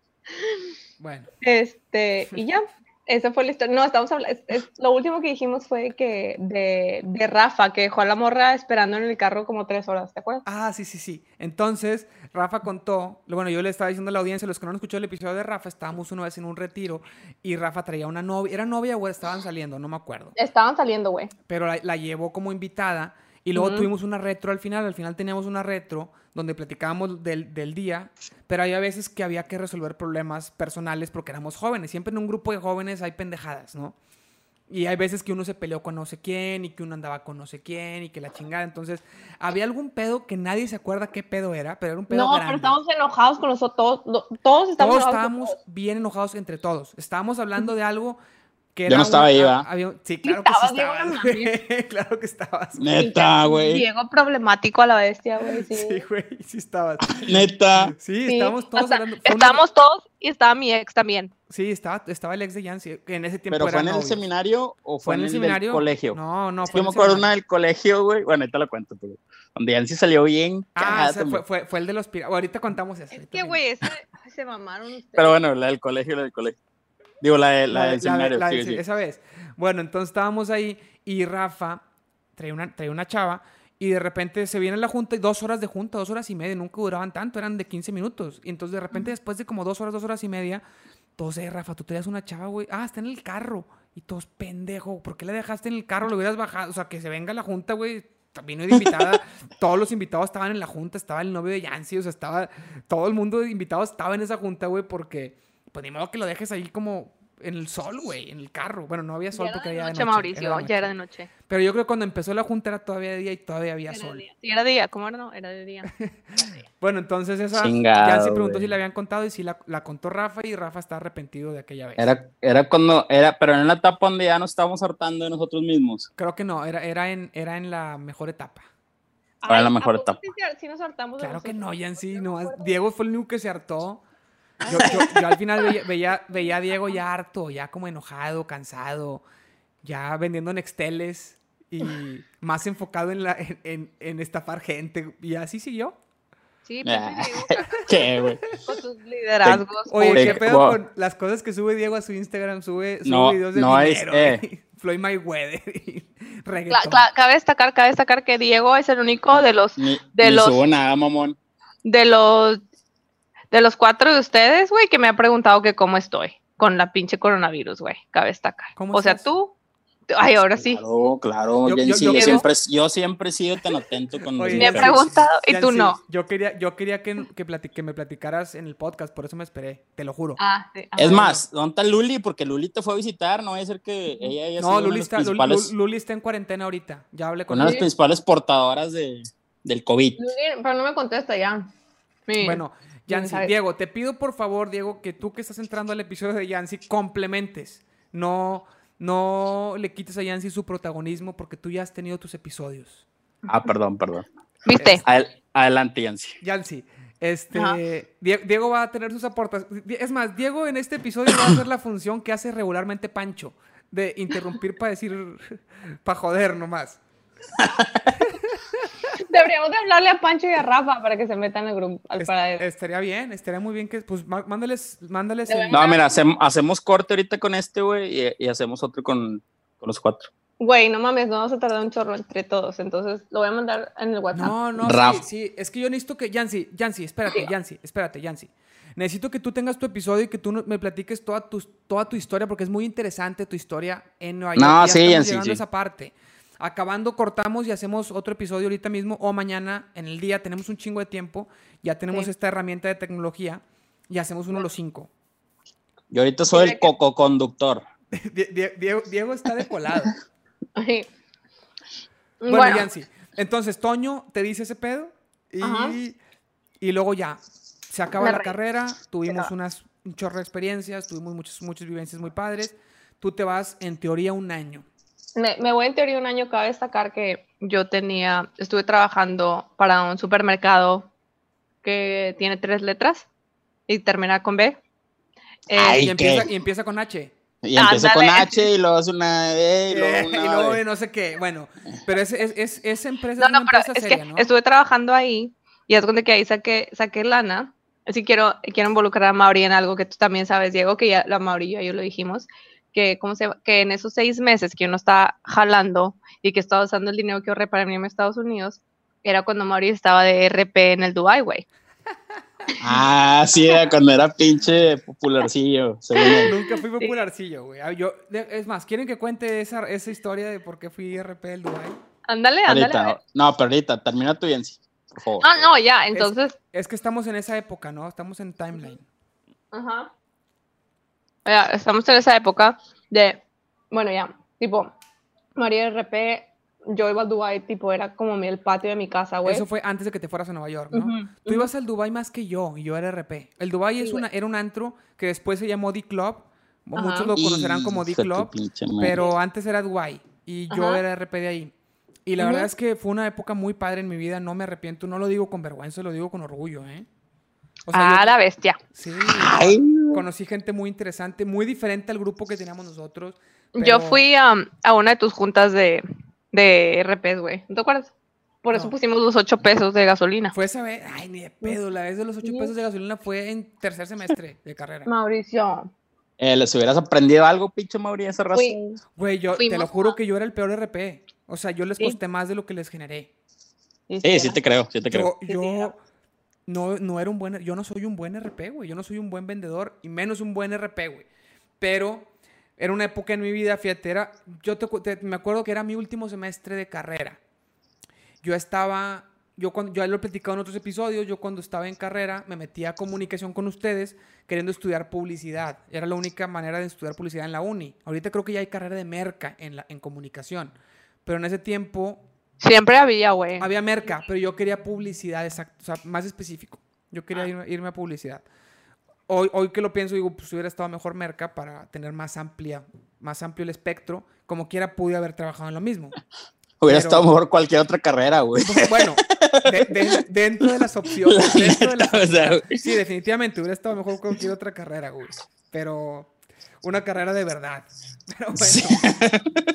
[SPEAKER 2] Bueno,
[SPEAKER 1] Este, y ya, esa fue la historia. No, estamos hablando, lo último que dijimos fue que de, de Rafa, que dejó a la morra esperando en el carro como tres horas, ¿te acuerdas?
[SPEAKER 2] Ah, sí, sí, sí. Entonces, Rafa contó, lo- bueno, yo le estaba diciendo a la audiencia, los que no han escuchado el episodio de Rafa, estábamos una vez en un retiro y Rafa traía una novia, era novia o estaban saliendo, no me acuerdo,
[SPEAKER 1] Estaban saliendo, güey.
[SPEAKER 2] pero la, la llevó como invitada y luego
[SPEAKER 1] Ujú.
[SPEAKER 2] tuvimos una retro al final, al final teníamos una retro donde platicábamos del, del día, pero había veces que había que resolver problemas personales porque éramos jóvenes, siempre en un grupo de jóvenes hay pendejadas, ¿no? Y hay veces que uno se peleó con no sé quién y que uno andaba con no sé quién y que la chingada. Entonces, había algún pedo que nadie se acuerda qué pedo era, pero era un pedo
[SPEAKER 1] No,
[SPEAKER 2] grande.
[SPEAKER 1] pero estamos enojados con nosotros. Todos, lo- todos estamos
[SPEAKER 2] todos
[SPEAKER 1] enojados. con
[SPEAKER 2] estábamos bien enojados entre todos. Estábamos hablando de algo que
[SPEAKER 3] Yo
[SPEAKER 2] era
[SPEAKER 3] no estaba
[SPEAKER 2] una-
[SPEAKER 3] ahí,
[SPEAKER 2] a-
[SPEAKER 3] ¿va?
[SPEAKER 2] había- sí,
[SPEAKER 1] Sí
[SPEAKER 2] claro que sí
[SPEAKER 1] estabas, Diego,
[SPEAKER 2] estabas.
[SPEAKER 1] no
[SPEAKER 2] güey. claro que estabas.
[SPEAKER 3] Neta, güey.
[SPEAKER 1] Diego problemático a la bestia, güey. Sí.
[SPEAKER 2] Sí, güey, sí estabas.
[SPEAKER 3] Neta.
[SPEAKER 2] Sí,
[SPEAKER 1] Sí,
[SPEAKER 2] estábamos todos
[SPEAKER 1] o sea,
[SPEAKER 2] hablando. fue una-
[SPEAKER 1] estábamos todos y estaba mi ex también.
[SPEAKER 2] Sí, estaba, estaba el ex de Yancy, que en ese tiempo
[SPEAKER 3] ¿Pero
[SPEAKER 2] era
[SPEAKER 3] fue en el
[SPEAKER 2] novio.
[SPEAKER 3] seminario o fue en el del colegio?
[SPEAKER 2] No, no,
[SPEAKER 3] Es que
[SPEAKER 2] fue
[SPEAKER 3] yo
[SPEAKER 2] en
[SPEAKER 3] me
[SPEAKER 2] el
[SPEAKER 3] acuerdo
[SPEAKER 2] seminario.
[SPEAKER 3] una del colegio, güey. Bueno, ahorita lo cuento, pero donde Yancy salió bien.
[SPEAKER 2] Ah,
[SPEAKER 3] cagada
[SPEAKER 2] o sea, fue,
[SPEAKER 3] también.
[SPEAKER 2] fue, fue el de los piratas. Ahorita contamos eso.
[SPEAKER 1] Es
[SPEAKER 2] ahorita
[SPEAKER 1] que,
[SPEAKER 2] viene.
[SPEAKER 1] güey, ese- ay, se mamaron ustedes.
[SPEAKER 3] Pero bueno, la del colegio, la del colegio. Digo, la, de- la
[SPEAKER 2] La-
[SPEAKER 3] del
[SPEAKER 2] la-
[SPEAKER 3] seminario.
[SPEAKER 2] la
[SPEAKER 3] sí,
[SPEAKER 2] del se-
[SPEAKER 3] sí.
[SPEAKER 2] Esa vez. Bueno, entonces estábamos ahí y Rafa traía una, traía una chava y de repente se viene la junta y dos horas de junta, dos horas y media, nunca duraban tanto, eran de 15 minutos. Y entonces de repente después de como dos horas, dos horas y media, todos, eh, Rafa, tú traías una chava, güey. Ah, está en el carro. Y todos, pendejo, ¿por qué la dejaste en el carro? Lo hubieras bajado. O sea, que se venga la junta, güey. Vino de invitada. todos los invitados estaban en la junta. Estaba el novio de Yancy. O sea, estaba... Todo el mundo de invitados estaba en esa junta, güey, porque... Pues ni modo que lo dejes ahí como en el sol, güey, en el carro. Bueno, no había
[SPEAKER 1] ya
[SPEAKER 2] sol
[SPEAKER 1] era
[SPEAKER 2] porque
[SPEAKER 1] de
[SPEAKER 2] había
[SPEAKER 1] noche,
[SPEAKER 2] de noche,
[SPEAKER 1] Mauricio,
[SPEAKER 2] era de
[SPEAKER 1] ya era de
[SPEAKER 2] noche.
[SPEAKER 1] noche.
[SPEAKER 2] Pero yo creo que cuando empezó la junta era todavía de día y todavía había
[SPEAKER 1] Era de
[SPEAKER 2] sol.
[SPEAKER 1] día. Sí, era de día, ¿cómo era? No, era de día.
[SPEAKER 2] Bueno, entonces esa...
[SPEAKER 3] Chingado,
[SPEAKER 2] Yancy preguntó
[SPEAKER 3] güey.
[SPEAKER 2] si la habían contado y si la, la contó Rafa y Rafa está arrepentido de aquella vez.
[SPEAKER 3] Era, era cuando, era, pero en la etapa donde ya nos estábamos hartando de nosotros mismos.
[SPEAKER 2] Creo que no, era, era, en, era en la mejor etapa.
[SPEAKER 3] Ahora
[SPEAKER 1] Ay,
[SPEAKER 3] la mejor
[SPEAKER 1] ¿a poco
[SPEAKER 3] etapa.
[SPEAKER 1] sí se- sí nos hartamos de
[SPEAKER 2] Claro que
[SPEAKER 1] nosotros?
[SPEAKER 2] no, Yancy.
[SPEAKER 1] Yo
[SPEAKER 2] No,
[SPEAKER 1] me acuerdo.
[SPEAKER 2] Diego fue el único que se hartó. Yo, yo- yo al final veía, veía, veía a Diego ya harto, ya como enojado, cansado, ya vendiendo nexteles y más enfocado en, la, en, en- en estafar gente. Y así siguió.
[SPEAKER 1] Sí,
[SPEAKER 3] Ah.
[SPEAKER 1] pinche Diego, caca,
[SPEAKER 3] ¿Qué, güey?
[SPEAKER 1] con tus liderazgos.
[SPEAKER 2] Oye,
[SPEAKER 1] pobre.
[SPEAKER 2] ¿qué
[SPEAKER 3] Te-
[SPEAKER 2] pedo
[SPEAKER 3] wow.
[SPEAKER 2] con las cosas que sube Diego a su Instagram? Sube, sube
[SPEAKER 3] No,
[SPEAKER 2] videos de
[SPEAKER 3] no es-
[SPEAKER 2] dinero.
[SPEAKER 3] eh.
[SPEAKER 2] y Floyd Mayweather y
[SPEAKER 1] Cla-
[SPEAKER 2] reggaetón.
[SPEAKER 1] cla- cabe destacar, cabe destacar que Diego es el único de los
[SPEAKER 3] Ni,
[SPEAKER 1] De
[SPEAKER 3] ni
[SPEAKER 1] los-
[SPEAKER 3] subo nada, mamón.
[SPEAKER 1] de los de los cuatro de ustedes, güey, que me ha preguntado que cómo estoy con la pinche coronavirus, güey. Cabe destacar.
[SPEAKER 2] ¿Cómo
[SPEAKER 1] O sea,
[SPEAKER 2] estás?
[SPEAKER 1] tú, ay, ahora sí.
[SPEAKER 3] Claro, claro.
[SPEAKER 2] Yo-
[SPEAKER 3] Yancy,
[SPEAKER 2] yo-
[SPEAKER 3] Yo,
[SPEAKER 2] yo quiero-
[SPEAKER 3] siempre, yo siempre he sido tan atento con los
[SPEAKER 2] Oye,
[SPEAKER 1] Me ha
[SPEAKER 2] Yancy,
[SPEAKER 3] Instagrams.
[SPEAKER 1] preguntado y tú
[SPEAKER 2] Yancy,
[SPEAKER 1] no.
[SPEAKER 2] Yo quería, yo quería que, que, plati- que me platicaras en el podcast, por eso me esperé, te lo juro.
[SPEAKER 1] Ah, sí, ah,
[SPEAKER 3] Es
[SPEAKER 1] bueno.
[SPEAKER 3] más, ¿dónde está Luli? Porque Luli te fue a visitar, no vaya a ser que ella haya sido
[SPEAKER 2] no,
[SPEAKER 3] una de
[SPEAKER 2] Luli
[SPEAKER 3] las
[SPEAKER 2] está, Luli-
[SPEAKER 3] principales, Ah,
[SPEAKER 2] Lul- Luli está en cuarentena ahorita. Ya hablé con
[SPEAKER 3] una de las
[SPEAKER 2] ella.
[SPEAKER 1] Sí.
[SPEAKER 3] principales portadoras de, del COVID.
[SPEAKER 1] Lulín, Pero no me contesta ya. Sí.
[SPEAKER 2] Bueno, Yancy,
[SPEAKER 1] sabe.
[SPEAKER 2] Diego, te pido por favor, Diego, que tú que estás entrando al episodio de Yancy, complementes. No, no le quites a Yancy su protagonismo porque tú ya has tenido tus episodios.
[SPEAKER 3] Ah, perdón, perdón.
[SPEAKER 1] ¿Viste?
[SPEAKER 3] A él, Adelante, Yancy.
[SPEAKER 2] Yancy. Este, Die- Diego va a tener sus aportas. Es más, Diego en este episodio va a hacer la función que hace regularmente Pancho, de interrumpir para decir, para joder nomás.
[SPEAKER 4] Deberíamos de hablarle a Pancho y a Rafa para que se metan al grupo. Al
[SPEAKER 2] Es-
[SPEAKER 4] para
[SPEAKER 2] estaría bien, estaría muy bien que, pues, má- mándales, mándales.
[SPEAKER 4] Le
[SPEAKER 2] el-
[SPEAKER 4] voy
[SPEAKER 3] No, mira, hacem- hacemos corte ahorita con este, güey, y, y hacemos otro con, con los cuatro.
[SPEAKER 4] Güey, no mames, no vamos a tardar un chorro entre todos. Entonces lo voy a mandar en el WhatsApp.
[SPEAKER 2] No, no,
[SPEAKER 3] Raf.
[SPEAKER 2] sí, sí, es que yo necesito que, Yancy, Yancy, espérate, Yancy, espérate, Yancy. Necesito que tú tengas tu episodio y que tú no- me platiques toda tu, toda tu historia, porque es muy interesante tu historia en Nueva York.
[SPEAKER 3] No,
[SPEAKER 2] Ya
[SPEAKER 3] sí,
[SPEAKER 2] estamos
[SPEAKER 3] Yancy,
[SPEAKER 2] llegando
[SPEAKER 3] sí.
[SPEAKER 2] a esa parte. Acabando, cortamos y hacemos otro episodio ahorita mismo o mañana en el día. Tenemos un chingo de tiempo, ya tenemos
[SPEAKER 4] Sí.
[SPEAKER 2] esta herramienta de tecnología y hacemos uno a los cinco.
[SPEAKER 3] Yo ahorita soy el
[SPEAKER 4] Mira que-
[SPEAKER 3] coco-conductor.
[SPEAKER 2] Die- Die- Diego, Diego está de colado.
[SPEAKER 4] Ay.
[SPEAKER 2] Bueno,
[SPEAKER 4] Bueno,
[SPEAKER 2] Yancy, entonces Toño te dice ese pedo
[SPEAKER 4] Ajá.
[SPEAKER 2] y, y luego ya se acaba
[SPEAKER 4] Me
[SPEAKER 2] la
[SPEAKER 4] reí.
[SPEAKER 2] carrera, tuvimos
[SPEAKER 4] acaba.
[SPEAKER 2] unas un chorro de experiencias, tuvimos muchas, muchas vivencias muy padres. Tú te vas en teoría un año.
[SPEAKER 4] me, me voy en teoría un año. Cabe destacar que
[SPEAKER 1] Yo tenía, estuve trabajando para un supermercado que tiene tres letras y termina con B. Eh,
[SPEAKER 3] Ay,
[SPEAKER 2] Y
[SPEAKER 3] ¿qué?
[SPEAKER 2] empieza, y empieza con H.
[SPEAKER 3] Y empiezo con
[SPEAKER 1] Ándale.
[SPEAKER 3] H, y luego hace una E, y
[SPEAKER 2] Eh,
[SPEAKER 3] luego
[SPEAKER 2] Y
[SPEAKER 3] una
[SPEAKER 2] luego
[SPEAKER 3] B.
[SPEAKER 2] no sé qué. Bueno, pero es, es, es- esa empresa
[SPEAKER 1] No,
[SPEAKER 2] es una
[SPEAKER 1] no, pero
[SPEAKER 2] empresa
[SPEAKER 1] es
[SPEAKER 2] seria,
[SPEAKER 1] que
[SPEAKER 2] ¿no?
[SPEAKER 1] estuve trabajando ahí y es donde que ahí saqué, saqué lana. Así quiero, quiero involucrar a Mauri en algo que tú también sabes, Diego, que ya la Mauri y yo, ya lo dijimos, que, ¿cómo se, llama? que en esos seis meses que uno está jalando y que estaba usando el dinero que ahorré para venirme a Estados Unidos, era cuando Mauri estaba de RP en el Dubai, güey.
[SPEAKER 3] Ah, sí, era cuando era pinche popularcillo, según él.
[SPEAKER 2] Nunca fui popularcillo, güey. Ah, Yo, de- es más, ¿quieren que cuente esa, esa historia de por qué fui RP del Dubai?
[SPEAKER 1] Ándale, ándale. a ver.
[SPEAKER 3] Ahorita, no, pero ahorita, termina tu Yancy, por favor.
[SPEAKER 2] Ah,
[SPEAKER 1] No, no, ya, entonces.
[SPEAKER 2] Es que estamos en esa época, ¿no? Estamos en timeline.
[SPEAKER 4] Ajá.
[SPEAKER 1] Ya, estamos en esa época de,
[SPEAKER 4] bueno, ya, tipo, María RP, yo iba a Dubai, tipo, era como mi- el patio de mi casa, güey.
[SPEAKER 2] Eso fue antes de que te fueras a Nueva York, ¿no?
[SPEAKER 4] Ujú,
[SPEAKER 2] Tú ibas al Dubai más que yo, y yo era RP. El Dubai es
[SPEAKER 4] Sí, güey.
[SPEAKER 2] una, era un antro que después se llamó D-Club.
[SPEAKER 4] Ajá.
[SPEAKER 2] Muchos lo conocerán como
[SPEAKER 3] Hijo de tu
[SPEAKER 2] D-Club,
[SPEAKER 3] pinche madre.
[SPEAKER 2] pero antes era Dubai. Y yo
[SPEAKER 4] Ajá.
[SPEAKER 2] era RP de ahí. Y la
[SPEAKER 4] Ujú.
[SPEAKER 2] verdad es que fue una época muy padre en mi vida, no me arrepiento, no lo digo con vergüenza, lo digo con orgullo, ¿eh? O sea,
[SPEAKER 1] ah,
[SPEAKER 2] yo-
[SPEAKER 1] la bestia.
[SPEAKER 2] Sí,
[SPEAKER 3] Ay,
[SPEAKER 2] conocí gente muy interesante, muy diferente al grupo que teníamos nosotros.
[SPEAKER 1] Yo
[SPEAKER 2] pero-
[SPEAKER 1] fui am, a una de tus juntas de, de RPs, güey. ¿No te acuerdas? Por eso
[SPEAKER 2] No.
[SPEAKER 1] pusimos los ocho pesos de gasolina.
[SPEAKER 2] Fue esa vez, ay, ni de pedo, la vez de los 8 pesos de gasolina fue en tercer semestre de carrera.
[SPEAKER 4] Mauricio.
[SPEAKER 3] eh, les hubieras aprendido algo, pinche Mauri, esa raza.
[SPEAKER 4] Fui-
[SPEAKER 2] Güey, yo te lo
[SPEAKER 1] Fuimos
[SPEAKER 2] juro
[SPEAKER 1] a-
[SPEAKER 2] que yo era el peor RP. O sea, yo les
[SPEAKER 1] Sí.
[SPEAKER 2] costé más de lo que les generé.
[SPEAKER 3] Sí, sí te creo, sí te creo.
[SPEAKER 2] Yo, yo no, no era un buen, yo no soy un buen RP, güey. Yo no soy un buen vendedor y menos un buen RP, güey. Pero era una época en mi vida, fíjate, era, yo te cu- te- me acuerdo que era mi último semestre de carrera. Yo estaba, yo cuando, yo ya lo he platicado en otros episodios, yo cuando estaba en carrera me metía a comunicación con ustedes queriendo estudiar publicidad. Era la única manera de estudiar publicidad en la uni. Ahorita creo que ya hay carrera de merca en, la, en comunicación. Pero en ese tiempo
[SPEAKER 1] Siempre había, güey.
[SPEAKER 2] había merca, pero yo quería publicidad, exacto, o sea, más específico. Yo quería irme, irme a publicidad. Hoy, hoy que lo pienso, digo, pues hubiera estado mejor merca para tener más amplia, más amplio el espectro. Como quiera, pude haber trabajado en lo mismo.
[SPEAKER 3] Hubiera
[SPEAKER 2] pero-
[SPEAKER 3] estado mejor cualquier otra carrera, güey.
[SPEAKER 2] Bueno, de- de- dentro de las opciones, dentro de las
[SPEAKER 3] O sea, güey.
[SPEAKER 2] Sí, definitivamente hubiera estado mejor cualquier otra carrera, güey. Pero una carrera de verdad. Pero bueno.
[SPEAKER 3] Sí.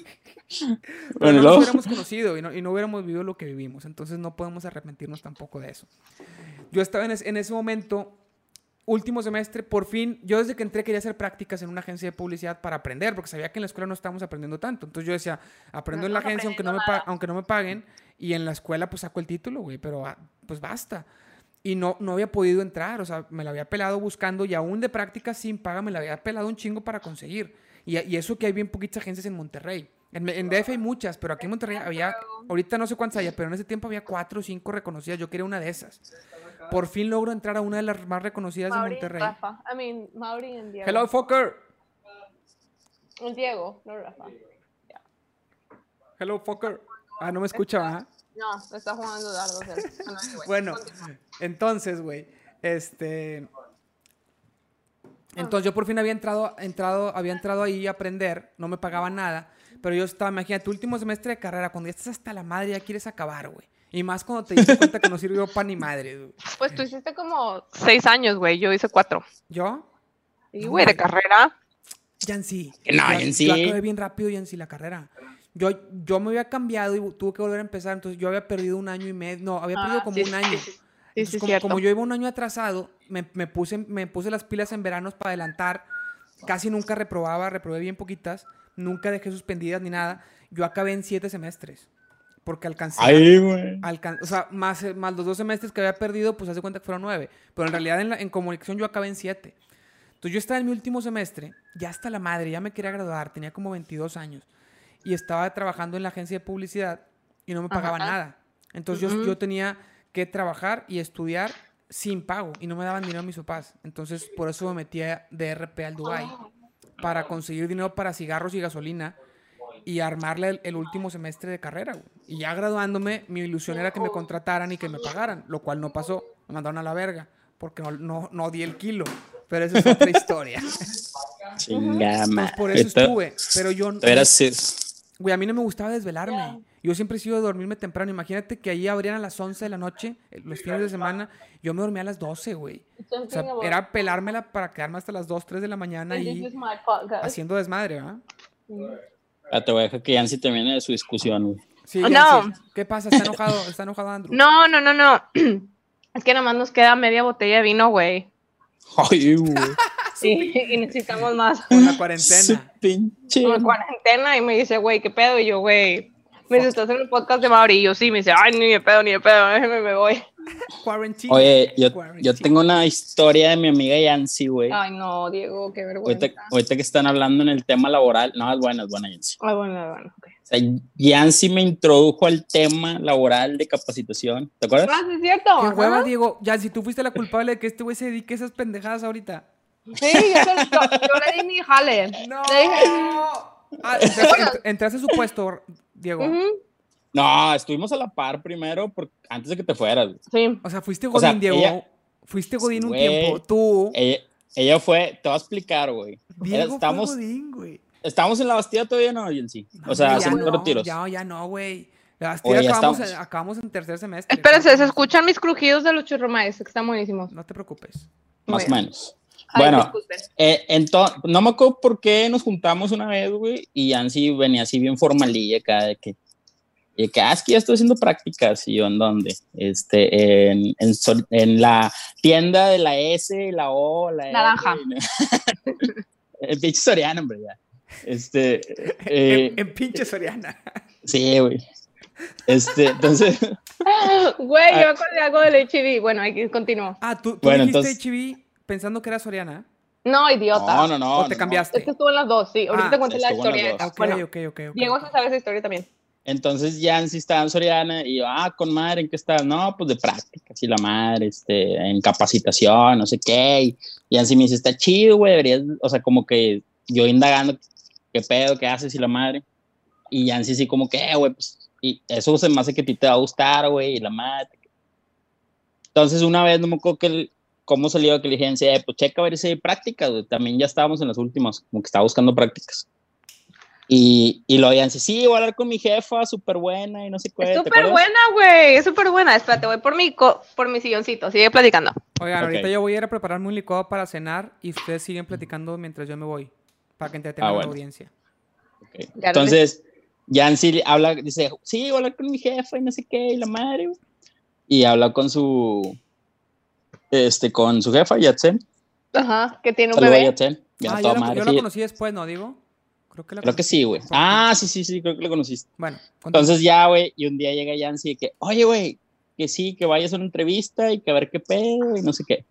[SPEAKER 2] Pero
[SPEAKER 3] Bueno,
[SPEAKER 2] no nos
[SPEAKER 3] luego.
[SPEAKER 2] hubiéramos conocido y no, y no hubiéramos vivido lo que vivimos. Entonces no podemos arrepentirnos tampoco de eso. Yo estaba en, es- en ese momento, último semestre, por fin, yo desde que entré quería hacer prácticas en una agencia de publicidad para aprender, porque sabía que en la escuela no estábamos aprendiendo tanto. Entonces yo decía, aprendo en la
[SPEAKER 1] estamos
[SPEAKER 2] agencia aunque no, me pa- aunque no me paguen y en la escuela pues saco el título, güey, pero ah, pues basta. Y no, no había podido entrar, o sea, me la había pelado buscando y aún de práctica sin paga me la había pelado un chingo para conseguir. Y, y eso que hay bien poquitas agencias en Monterrey. En, en DF hay muchas, pero aquí en Monterrey había, ahorita no sé cuántas hay, pero en ese tiempo había cuatro o cinco reconocidas. Yo quería una de esas. Por fin logro entrar a una de las más reconocidas de
[SPEAKER 4] Mauri y
[SPEAKER 2] Monterrey.
[SPEAKER 4] Rafa. I mean, Mauri y Diego.
[SPEAKER 2] Hello, fucker.
[SPEAKER 4] El Diego, no Rafa.
[SPEAKER 2] Hello, fucker. Ah, no me escucha, ¿verdad?
[SPEAKER 4] No, me está jugando dardos. él. Bueno, anyway,
[SPEAKER 1] pues,
[SPEAKER 2] Bueno,
[SPEAKER 4] continúa.
[SPEAKER 2] entonces, güey, este... Entonces yo por fin había entrado, entrado, había entrado ahí a aprender, no me pagaba nada, Pero yo estaba, imagínate, tu último semestre de carrera, cuando ya estás hasta la madre, ya quieres acabar, güey. Y más cuando te diste cuenta que no sirvió pan ni madre, güey.
[SPEAKER 4] Pues tú hiciste como.
[SPEAKER 1] Seis años, güey, yo hice cuatro.
[SPEAKER 2] ¿Yo?
[SPEAKER 1] Y, güey, de carrera.
[SPEAKER 2] Yancy.
[SPEAKER 3] No,
[SPEAKER 2] Yo-
[SPEAKER 3] Yancy.
[SPEAKER 2] Yo acabé bien rápido, Yancy, la carrera. Yo, yo me había cambiado y tuve que volver a empezar, entonces yo había perdido un año y medio, no, había perdido
[SPEAKER 1] Ah,
[SPEAKER 2] como
[SPEAKER 1] sí,
[SPEAKER 2] un
[SPEAKER 1] sí,
[SPEAKER 2] año.
[SPEAKER 1] sí, sí, Sí,
[SPEAKER 2] Entonces,
[SPEAKER 1] sí,
[SPEAKER 2] como,
[SPEAKER 1] cierto.
[SPEAKER 2] como yo iba un año atrasado, me, me puse, me puse las pilas en veranos para adelantar. Casi nunca reprobaba, reprobé bien poquitas. Nunca dejé suspendidas ni nada. Yo acabé en siete semestres. Porque alcancé.
[SPEAKER 3] Ay, güey.
[SPEAKER 2] alcan- o sea, más, eh, más los dos semestres que había perdido, pues hace cuenta que fueron nueve. Pero en realidad en, la- en comunicación yo acabé en siete. Entonces yo estaba en mi último semestre, ya hasta la madre, ya me quería graduar, tenía como 22 años. Y estaba trabajando en la agencia de publicidad y no me pagaban
[SPEAKER 1] Ajá.
[SPEAKER 2] nada. Entonces yo,
[SPEAKER 1] Ujú.
[SPEAKER 2] yo tenía que trabajar y estudiar sin pago y no me daban dinero a mis papás. Entonces por eso me metía de RP al Dubai para conseguir dinero para cigarros y gasolina y armarle el, el último semestre de carrera. güey. Y ya graduándome, mi ilusión era que me contrataran y que me pagaran, lo cual no pasó. Me mandaron a la verga porque no, no, no di el kilo. Pero esa es otra historia.
[SPEAKER 3] Chingada,
[SPEAKER 2] Pues
[SPEAKER 3] madre.
[SPEAKER 2] por eso
[SPEAKER 3] Tú-
[SPEAKER 2] estuve. Pero yo,
[SPEAKER 3] tú eras, eh,
[SPEAKER 2] güey, a mí no me gustaba desvelarme. Yo siempre he sido de dormirme temprano. Imagínate que ahí abrían a las 11 de la noche, eh, los fines de semana. Yo me dormía a las 12, güey. O sea, era pelármela para quedarme hasta las 2, 3 de la mañana ahí haciendo desmadre, ¿verdad?
[SPEAKER 3] ah, te voy a dejar que Yancy termine de su discusión, güey.
[SPEAKER 2] Sí,
[SPEAKER 1] Oh,
[SPEAKER 2] Yancy,
[SPEAKER 1] no.
[SPEAKER 2] ¿Qué pasa? ¿Está enojado? ¿Está enojado Andrew?
[SPEAKER 1] No, no, no, no. Es que nomás nos queda media botella de vino, güey.
[SPEAKER 3] Ay, güey.
[SPEAKER 2] Ah,
[SPEAKER 4] Sí, y necesitamos más.
[SPEAKER 2] Por la
[SPEAKER 3] Su
[SPEAKER 2] cuarentena.
[SPEAKER 3] pinche.
[SPEAKER 4] Por cuarentena y me dice, güey, ¿qué pedo? Y yo, güey, me dice, ¿estás en el podcast de Mauri? Y yo, sí, me dice, ay, ni de pedo, ni de pedo, déjeme, me voy.
[SPEAKER 2] Cuarentena.
[SPEAKER 3] Oye, yo, yo
[SPEAKER 2] Cuarentena.
[SPEAKER 3] tengo una historia de mi amiga Yancy, güey.
[SPEAKER 2] Ah,
[SPEAKER 4] Ay, no, Diego, qué vergüenza.
[SPEAKER 3] Ahorita, ahorita que están hablando en el tema laboral. No, es buena, es buena, Yancy.
[SPEAKER 4] Ay, Ah, bueno, bueno. ok.
[SPEAKER 3] O sea, Yancy me introdujo al tema laboral de capacitación. ¿Te acuerdas?
[SPEAKER 4] Ah, sí, es cierto.
[SPEAKER 2] Qué
[SPEAKER 4] ajá.
[SPEAKER 2] hueva, Diego. Ya, si tú fuiste la culpable de que este güey se dedique a esas pendejadas ahorita.
[SPEAKER 4] Sí, yo, se- yo, yo le di mi jale.
[SPEAKER 2] ¡No!
[SPEAKER 4] Le dije,
[SPEAKER 2] Ah, entraste, entr- entraste a su puesto, Diego.
[SPEAKER 4] "Ujú".
[SPEAKER 3] No, estuvimos a la par primero por- antes de que te fueras. güey.
[SPEAKER 4] Sí,
[SPEAKER 2] O sea, fuiste
[SPEAKER 3] O sea,
[SPEAKER 2] Godín, Diego.
[SPEAKER 3] ella-
[SPEAKER 2] Fuiste Godín un
[SPEAKER 3] Güey.
[SPEAKER 2] tiempo. Tú.
[SPEAKER 3] Ella, ella fue, te voy a explicar, güey. Era-
[SPEAKER 2] Diego
[SPEAKER 3] estamos-
[SPEAKER 2] fue Godín, güey.
[SPEAKER 3] Estamos en la Bastida todavía no, Yancy. O
[SPEAKER 2] Ya
[SPEAKER 3] sea, haciendo
[SPEAKER 2] no,
[SPEAKER 3] retiros.
[SPEAKER 2] Ya, ya no, güey. Ya,
[SPEAKER 3] Oye, ya
[SPEAKER 2] acabamos, en,
[SPEAKER 3] estamos.
[SPEAKER 2] acabamos en tercer semestre.
[SPEAKER 1] Espérense, se
[SPEAKER 2] Creo que-
[SPEAKER 1] escuchan mis crujidos de los
[SPEAKER 4] churromaes, que están buenísimos.
[SPEAKER 2] No te preocupes.
[SPEAKER 3] Más o
[SPEAKER 4] Bueno.
[SPEAKER 3] menos.
[SPEAKER 4] Ay,
[SPEAKER 3] Bueno,
[SPEAKER 4] disculpen.
[SPEAKER 3] entonces, no me acuerdo por qué nos juntamos una vez, güey, y Yancy venía así bien formalilla acá de que, y de que, ah, es que ya estoy haciendo prácticas, y yo, ¿en dónde? Este, en, en, Sol- en la tienda de la S, la O, la R,
[SPEAKER 4] Naranja.
[SPEAKER 3] y- El Eh, pinche Soriano, hombre, ya. Este, eh,
[SPEAKER 2] En, en pinche Soriana.
[SPEAKER 3] sí, güey. Este, entonces,
[SPEAKER 4] Güey, yo
[SPEAKER 3] Ah.
[SPEAKER 4] me acordé de algo del HIV. Bueno, aquí continúo.
[SPEAKER 2] Ah, tú, tú
[SPEAKER 3] Bueno,
[SPEAKER 2] dijiste
[SPEAKER 3] entonces-
[SPEAKER 2] HIV pensando que era Soriana.
[SPEAKER 4] No, idiota.
[SPEAKER 3] no, no, no.
[SPEAKER 2] o te
[SPEAKER 3] no.
[SPEAKER 2] cambiaste.
[SPEAKER 4] Es que estuvo en las dos, sí. Ahorita
[SPEAKER 2] Ah,
[SPEAKER 4] te cuento la
[SPEAKER 3] estuvo en las
[SPEAKER 4] historia.
[SPEAKER 3] dos.
[SPEAKER 2] Ok,
[SPEAKER 4] Bueno,
[SPEAKER 2] ok, ok, ok.
[SPEAKER 4] Diego se sabe esa historia también.
[SPEAKER 3] Entonces Yancy estaba en Soriana y yo, ah, con madre, ¿en qué estás? No, pues de prácticas y la madre, este, en capacitación, no sé qué. Y Yancy me dice, está chido, güey, deberías, o sea, como que yo indagando, ¿qué pedo, qué haces y la madre? Y Yancy sí como que, "Eh, güey, pues, y eso se me hace que a ti te va a gustar, güey, y la madre. Entonces una vez no me acuerdo que el- cómo salió que le dije, "Eh, pues checa a ver si hay prácticas, güey. También ya estábamos en las últimas, como que estaba buscando prácticas. Y, y lo veían, sí, voy a hablar con mi jefa, súper buena y no sé qué.
[SPEAKER 1] Es
[SPEAKER 3] ¿te
[SPEAKER 1] súper
[SPEAKER 3] acuerdas?
[SPEAKER 1] buena, güey. Es súper buena. Espérate, voy por mi, co- por mi silloncito. Sigue platicando.
[SPEAKER 2] Oigan,
[SPEAKER 3] Ok.
[SPEAKER 2] ahorita yo voy a ir a prepararme un licuado para cenar y ustedes siguen platicando mientras yo me voy para que entretengan a
[SPEAKER 3] Ah,
[SPEAKER 2] la
[SPEAKER 3] bueno.
[SPEAKER 2] audiencia.
[SPEAKER 3] Ok.
[SPEAKER 1] Ya lo
[SPEAKER 3] Entonces, Yancy habla, dice, sí, voy a hablar con mi jefa y no sé qué, y la madre. güey". Y habla con su, este, con su jefa, Yatsen.
[SPEAKER 4] Ajá, que tiene un
[SPEAKER 3] Saluda a
[SPEAKER 4] bebé.
[SPEAKER 3] Yatsen. Bien,
[SPEAKER 2] ah,
[SPEAKER 3] a
[SPEAKER 2] yo
[SPEAKER 3] toda
[SPEAKER 2] la,
[SPEAKER 3] madre,
[SPEAKER 2] yo la
[SPEAKER 3] sí.
[SPEAKER 2] conocí después, ¿no, Diego? Creo que la
[SPEAKER 3] Creo que sí, güey.
[SPEAKER 2] Porque-
[SPEAKER 3] Ah, sí, sí, sí, creo que lo conociste.
[SPEAKER 2] Bueno, continúa.
[SPEAKER 3] Entonces ya, güey, y un día llega Yancy y que, oye, güey, que sí, que vayas a una entrevista y que a ver qué pedo y no sé qué.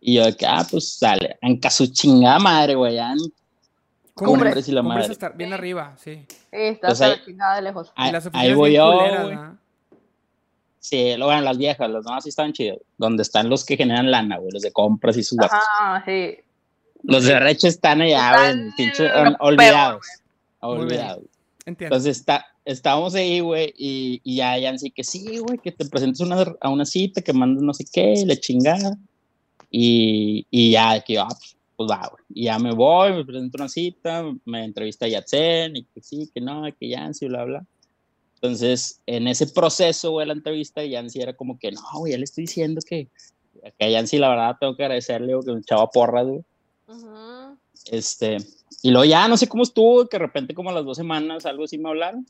[SPEAKER 3] Y yo de que, ah, pues sale, anca su chingada madre, güey, ya en-
[SPEAKER 2] Cumbres,
[SPEAKER 3] Cumbres y la
[SPEAKER 2] Cumbres
[SPEAKER 3] madre.
[SPEAKER 2] hasta bien arriba, sí.
[SPEAKER 4] Sí, está
[SPEAKER 3] Pues
[SPEAKER 4] hasta
[SPEAKER 3] ahí-
[SPEAKER 4] la chingada de lejos.
[SPEAKER 2] y
[SPEAKER 3] ahí,
[SPEAKER 2] las oficinas
[SPEAKER 3] ahí voy
[SPEAKER 2] bien
[SPEAKER 3] yo,
[SPEAKER 2] culeras, ¿ah?
[SPEAKER 3] güey.
[SPEAKER 2] ¿verdad?
[SPEAKER 3] Sí, lo bueno, las viejas, las nuevas sí están chidas. Donde están los que generan lana, güey, los de compras y sus datos.
[SPEAKER 4] Ajá, sí.
[SPEAKER 3] Los de reche están allá, güey,
[SPEAKER 1] Están
[SPEAKER 3] en pinche-
[SPEAKER 1] en lo
[SPEAKER 3] olvidados.
[SPEAKER 2] güey. Muy bien.
[SPEAKER 3] Olvidados.
[SPEAKER 2] Entiendo.
[SPEAKER 3] Entonces está, estábamos ahí, güey, y, y ya Yancy que sí, güey, que te presentes una- a una cita, que mandas no sé qué, y la chingada. Y, y ya, que yo, ah, pues, pues va, güey. Y ya me voy, me presento una cita, me entrevista Yatsen, y que sí, que no, que Yancy, bla, bla. Entonces, en ese proceso, güey, la entrevista, Yancy era como que, no, güey, ya le estoy diciendo que, que a Yancy, la verdad, tengo que agradecerle, güey, que me echaba porras, güey.
[SPEAKER 4] Ajá.
[SPEAKER 3] Este, y luego ya, no sé cómo estuvo, que de repente, como a las dos semanas, algo así me hablaron.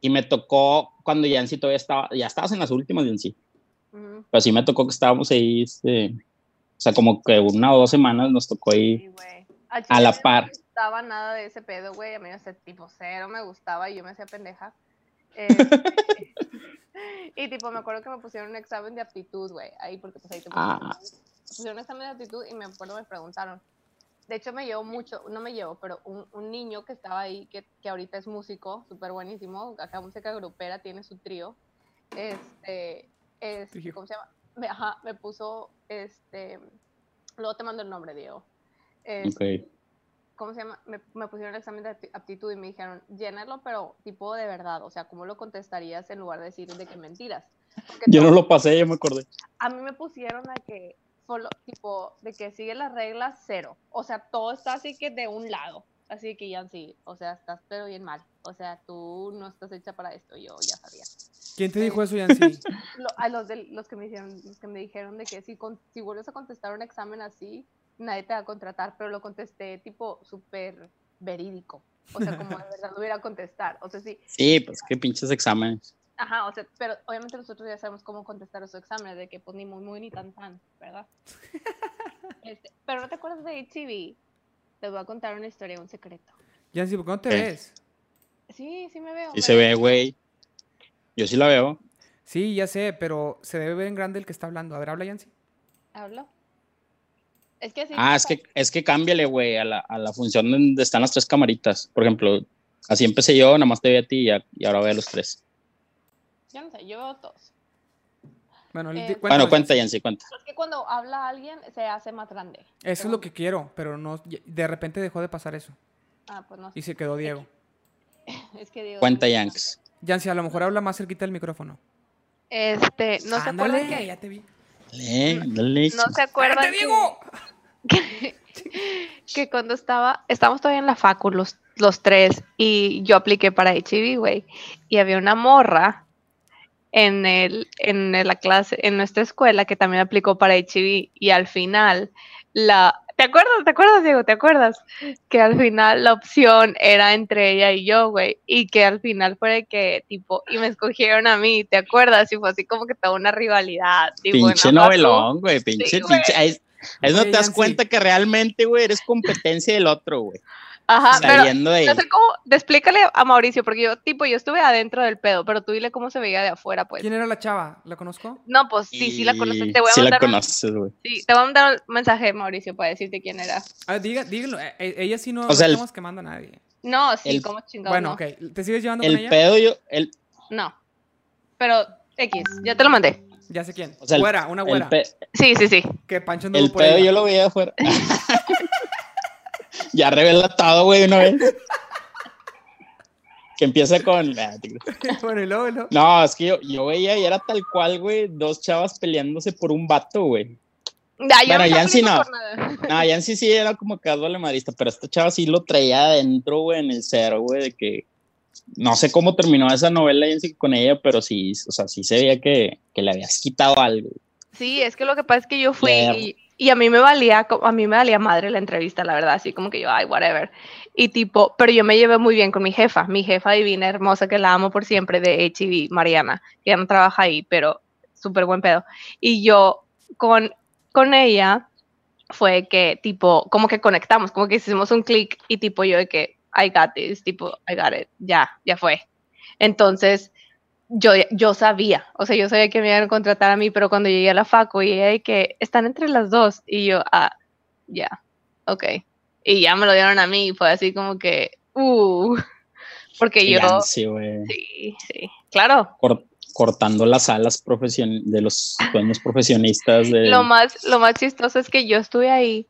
[SPEAKER 3] Y me tocó cuando Yancy todavía estaba, ya estabas en las últimas, Yancy.
[SPEAKER 4] Ujú.
[SPEAKER 3] Pero sí me tocó que estábamos ahí, este, o sea, como que una o dos semanas nos tocó ahí.
[SPEAKER 4] Sí, güey. A,
[SPEAKER 3] A la
[SPEAKER 4] Chile No
[SPEAKER 3] par.
[SPEAKER 4] me gustaba nada de ese pedo, güey. A mí ese tipo cero me gustaba y yo me hacía pendeja. Este, y tipo, me acuerdo que me pusieron un examen de aptitud, güey. Ahí, porque pues ahí te ponen-
[SPEAKER 3] Ah.
[SPEAKER 4] me pusieron un examen de aptitud y me acuerdo me preguntaron. De hecho, me llevó mucho, no me llevó, pero un, un niño que estaba ahí, que, que ahorita es músico, súper buenísimo, acá música grupera, tiene su trío. Este, es-
[SPEAKER 2] Trío.
[SPEAKER 4] ¿cómo se llama? Me, ajá, me puso, este, luego te mando el nombre, Diego. Este,
[SPEAKER 3] Ok.
[SPEAKER 4] ¿cómo se llama? Me, me pusieron el examen de apti- aptitud y me dijeron, llénalo, pero tipo de verdad, o sea, ¿cómo lo contestarías en lugar de decir de que mentiras? Porque
[SPEAKER 3] Yo no
[SPEAKER 4] todo-
[SPEAKER 3] lo pasé, yo me acordé.
[SPEAKER 4] A mí me pusieron a que, solo, tipo, de que sigue las reglas cero, o sea, todo está así que de un lado, así que ya sí, o sea, estás pero bien mal, o sea, tú no estás hecha para esto, yo ya sabía.
[SPEAKER 2] ¿Quién te dijo eso, Yancy?
[SPEAKER 4] Lo- a los, de, los, que me hicieron, los que me dijeron de que si, con- si vuelves a contestar un examen así, nadie te va a contratar, pero lo contesté tipo súper verídico. O sea, como de verdad lo hubiera contestar. O sea, sí,
[SPEAKER 3] Sí, pues qué pinches exámenes.
[SPEAKER 4] ajá, o sea, pero obviamente nosotros ya sabemos cómo contestar esos exámenes, de que pues ni muy, muy, ni tan, tan, ¿verdad? Este, pero no te acuerdas de HTV. Les voy a contar una historia, un secreto.
[SPEAKER 2] Yancy, ¿por qué no te
[SPEAKER 3] ¿Qué?
[SPEAKER 2] ves?
[SPEAKER 4] Sí, sí me veo.
[SPEAKER 3] Sí
[SPEAKER 4] me
[SPEAKER 3] se
[SPEAKER 4] veo.
[SPEAKER 3] ve, güey. Yo sí la veo.
[SPEAKER 2] Sí, ya sé, pero se debe ver en grande el que está hablando. A ver, habla, Yancy.
[SPEAKER 4] ¿Hablo? Es que así.
[SPEAKER 3] Ah, es que, es que cámbiale, güey, a la, a la función donde están las tres camaritas. Por ejemplo, así empecé yo, nada más te vi a ti y, a- y ahora veo a los tres.
[SPEAKER 4] Yo no sé, yo veo todos.
[SPEAKER 2] Bueno,
[SPEAKER 4] Eh,
[SPEAKER 2] di-
[SPEAKER 3] Bueno,
[SPEAKER 2] cuéntanos,
[SPEAKER 3] cuenta,
[SPEAKER 2] Yancy.
[SPEAKER 3] Yancy, cuenta.
[SPEAKER 4] Es que cuando habla alguien se hace más grande.
[SPEAKER 2] Eso es lo que quiero, pero no, de repente dejó de pasar eso
[SPEAKER 4] Ah, pues no
[SPEAKER 2] y
[SPEAKER 4] sé.
[SPEAKER 2] se quedó Diego.
[SPEAKER 4] Es que digo.
[SPEAKER 3] Cuenta, Yanks.
[SPEAKER 2] Yancy, a lo mejor habla más cerquita del micrófono.
[SPEAKER 1] Este, no se acuerdan
[SPEAKER 2] Ándale,
[SPEAKER 1] que
[SPEAKER 2] ya te vi.
[SPEAKER 3] Dale, dale.
[SPEAKER 1] no se acuerdan
[SPEAKER 2] ¡Te
[SPEAKER 1] que-
[SPEAKER 2] digo!
[SPEAKER 1] que, que cuando estaba, estábamos todavía en la facu los, los tres y yo apliqué para HIV, güey, y había una morra en, el, en el- la clase, en nuestra escuela que también aplicó para HIV y al final la... ¿Te acuerdas? ¿Te acuerdas, Diego? ¿Te acuerdas? Que al final la opción era entre ella y yo, güey. Y que al final fue de que, tipo, y me escogieron a mí, ¿te acuerdas? Y fue así como que toda una rivalidad. tipo, en la
[SPEAKER 3] Pinche
[SPEAKER 1] facu.
[SPEAKER 3] novelón, güey. Pinche,
[SPEAKER 1] Sí, güey.
[SPEAKER 3] pinche. Ahí, es- ahí es donde
[SPEAKER 2] Güey,
[SPEAKER 3] te das
[SPEAKER 2] Yancy.
[SPEAKER 3] cuenta que realmente, güey, eres competencia del otro, güey.
[SPEAKER 1] Ajá, Ah, pero
[SPEAKER 3] Sabiendo de
[SPEAKER 1] No
[SPEAKER 3] él.
[SPEAKER 1] sé cómo, de- explícale a Mauricio, porque yo, tipo, yo estuve adentro del pedo, pero tú dile cómo se veía de afuera, pues.
[SPEAKER 2] ¿Quién era la chava? ¿La conozco?
[SPEAKER 1] No, pues sí, sí la conoces.
[SPEAKER 3] Y
[SPEAKER 1] Te voy a
[SPEAKER 3] sí la
[SPEAKER 1] mandar, un-
[SPEAKER 3] conoces, güey.
[SPEAKER 1] sí, te voy a mandar un mensaje, Mauricio, para decirte quién era.
[SPEAKER 2] Ah, diga, díganlo. eh, eh, Ella sí no,
[SPEAKER 3] O sea,
[SPEAKER 2] no
[SPEAKER 3] el-
[SPEAKER 2] estamos quemando a nadie.
[SPEAKER 1] No, sí,
[SPEAKER 3] El-
[SPEAKER 1] cómo chingado.
[SPEAKER 2] Bueno,
[SPEAKER 1] no.
[SPEAKER 2] ok. ¿Te sigues llevando con
[SPEAKER 3] El
[SPEAKER 2] ella?
[SPEAKER 3] pedo yo, el,
[SPEAKER 1] No. Pero X, ya te lo mandé.
[SPEAKER 2] Ya sé quién.
[SPEAKER 3] O sea, el-
[SPEAKER 2] güera, una
[SPEAKER 3] el,
[SPEAKER 2] güera.
[SPEAKER 3] pe-
[SPEAKER 1] Sí, sí, sí.
[SPEAKER 2] que Pancho anduvo
[SPEAKER 3] el
[SPEAKER 2] por
[SPEAKER 3] pedo
[SPEAKER 2] ella.
[SPEAKER 3] yo lo veía afuera. ya revela todo, güey, una vez. que empieza con. Ah, te creo.
[SPEAKER 2] bueno, y luego, y luego.
[SPEAKER 3] No, es que yo, yo veía y era tal cual, güey, dos chavas peleándose por un vato, güey.
[SPEAKER 1] Ya, yo
[SPEAKER 3] Bueno,
[SPEAKER 1] no
[SPEAKER 3] ya en sí
[SPEAKER 1] aplico
[SPEAKER 3] no.
[SPEAKER 1] por nada.
[SPEAKER 3] No, ya en sí sí era como casual de madrista, pero esta chava sí lo traía adentro, güey, en el cero, güey, de que. No sé cómo terminó esa novela Yancy, con ella, pero sí, o sea, sí se veía que, que le habías quitado algo.
[SPEAKER 1] Sí, es que lo que pasa es que yo fui
[SPEAKER 3] Claro.
[SPEAKER 1] y, y a mí me valía, co- a mí me valía madre la entrevista, la verdad, así como que yo, ay, whatever. Y tipo, pero yo me llevé muy bien con mi jefa, mi jefa divina, hermosa, que la amo por siempre, de HIV, Mariana, que ya no trabaja ahí, pero súper buen pedo. Y yo con, con ella fue que tipo, como que conectamos, como que hicimos un clic y tipo yo de que, I got this, tipo, I got it, ya, ya fue. Entonces, yo, yo sabía, o sea, yo sabía que me iban a contratar a mí, pero cuando llegué a la facu y ella de que están entre las dos y yo, ah, ya, ok. Y ya me lo dieron a mí y fue así como que, uh, porque yo,
[SPEAKER 3] Yancy, güey.
[SPEAKER 1] sí, sí, claro.
[SPEAKER 3] cor- cortando las alas profesion- de los sueños profesionistas de
[SPEAKER 1] Lo más, lo más chistoso es que yo estuve ahí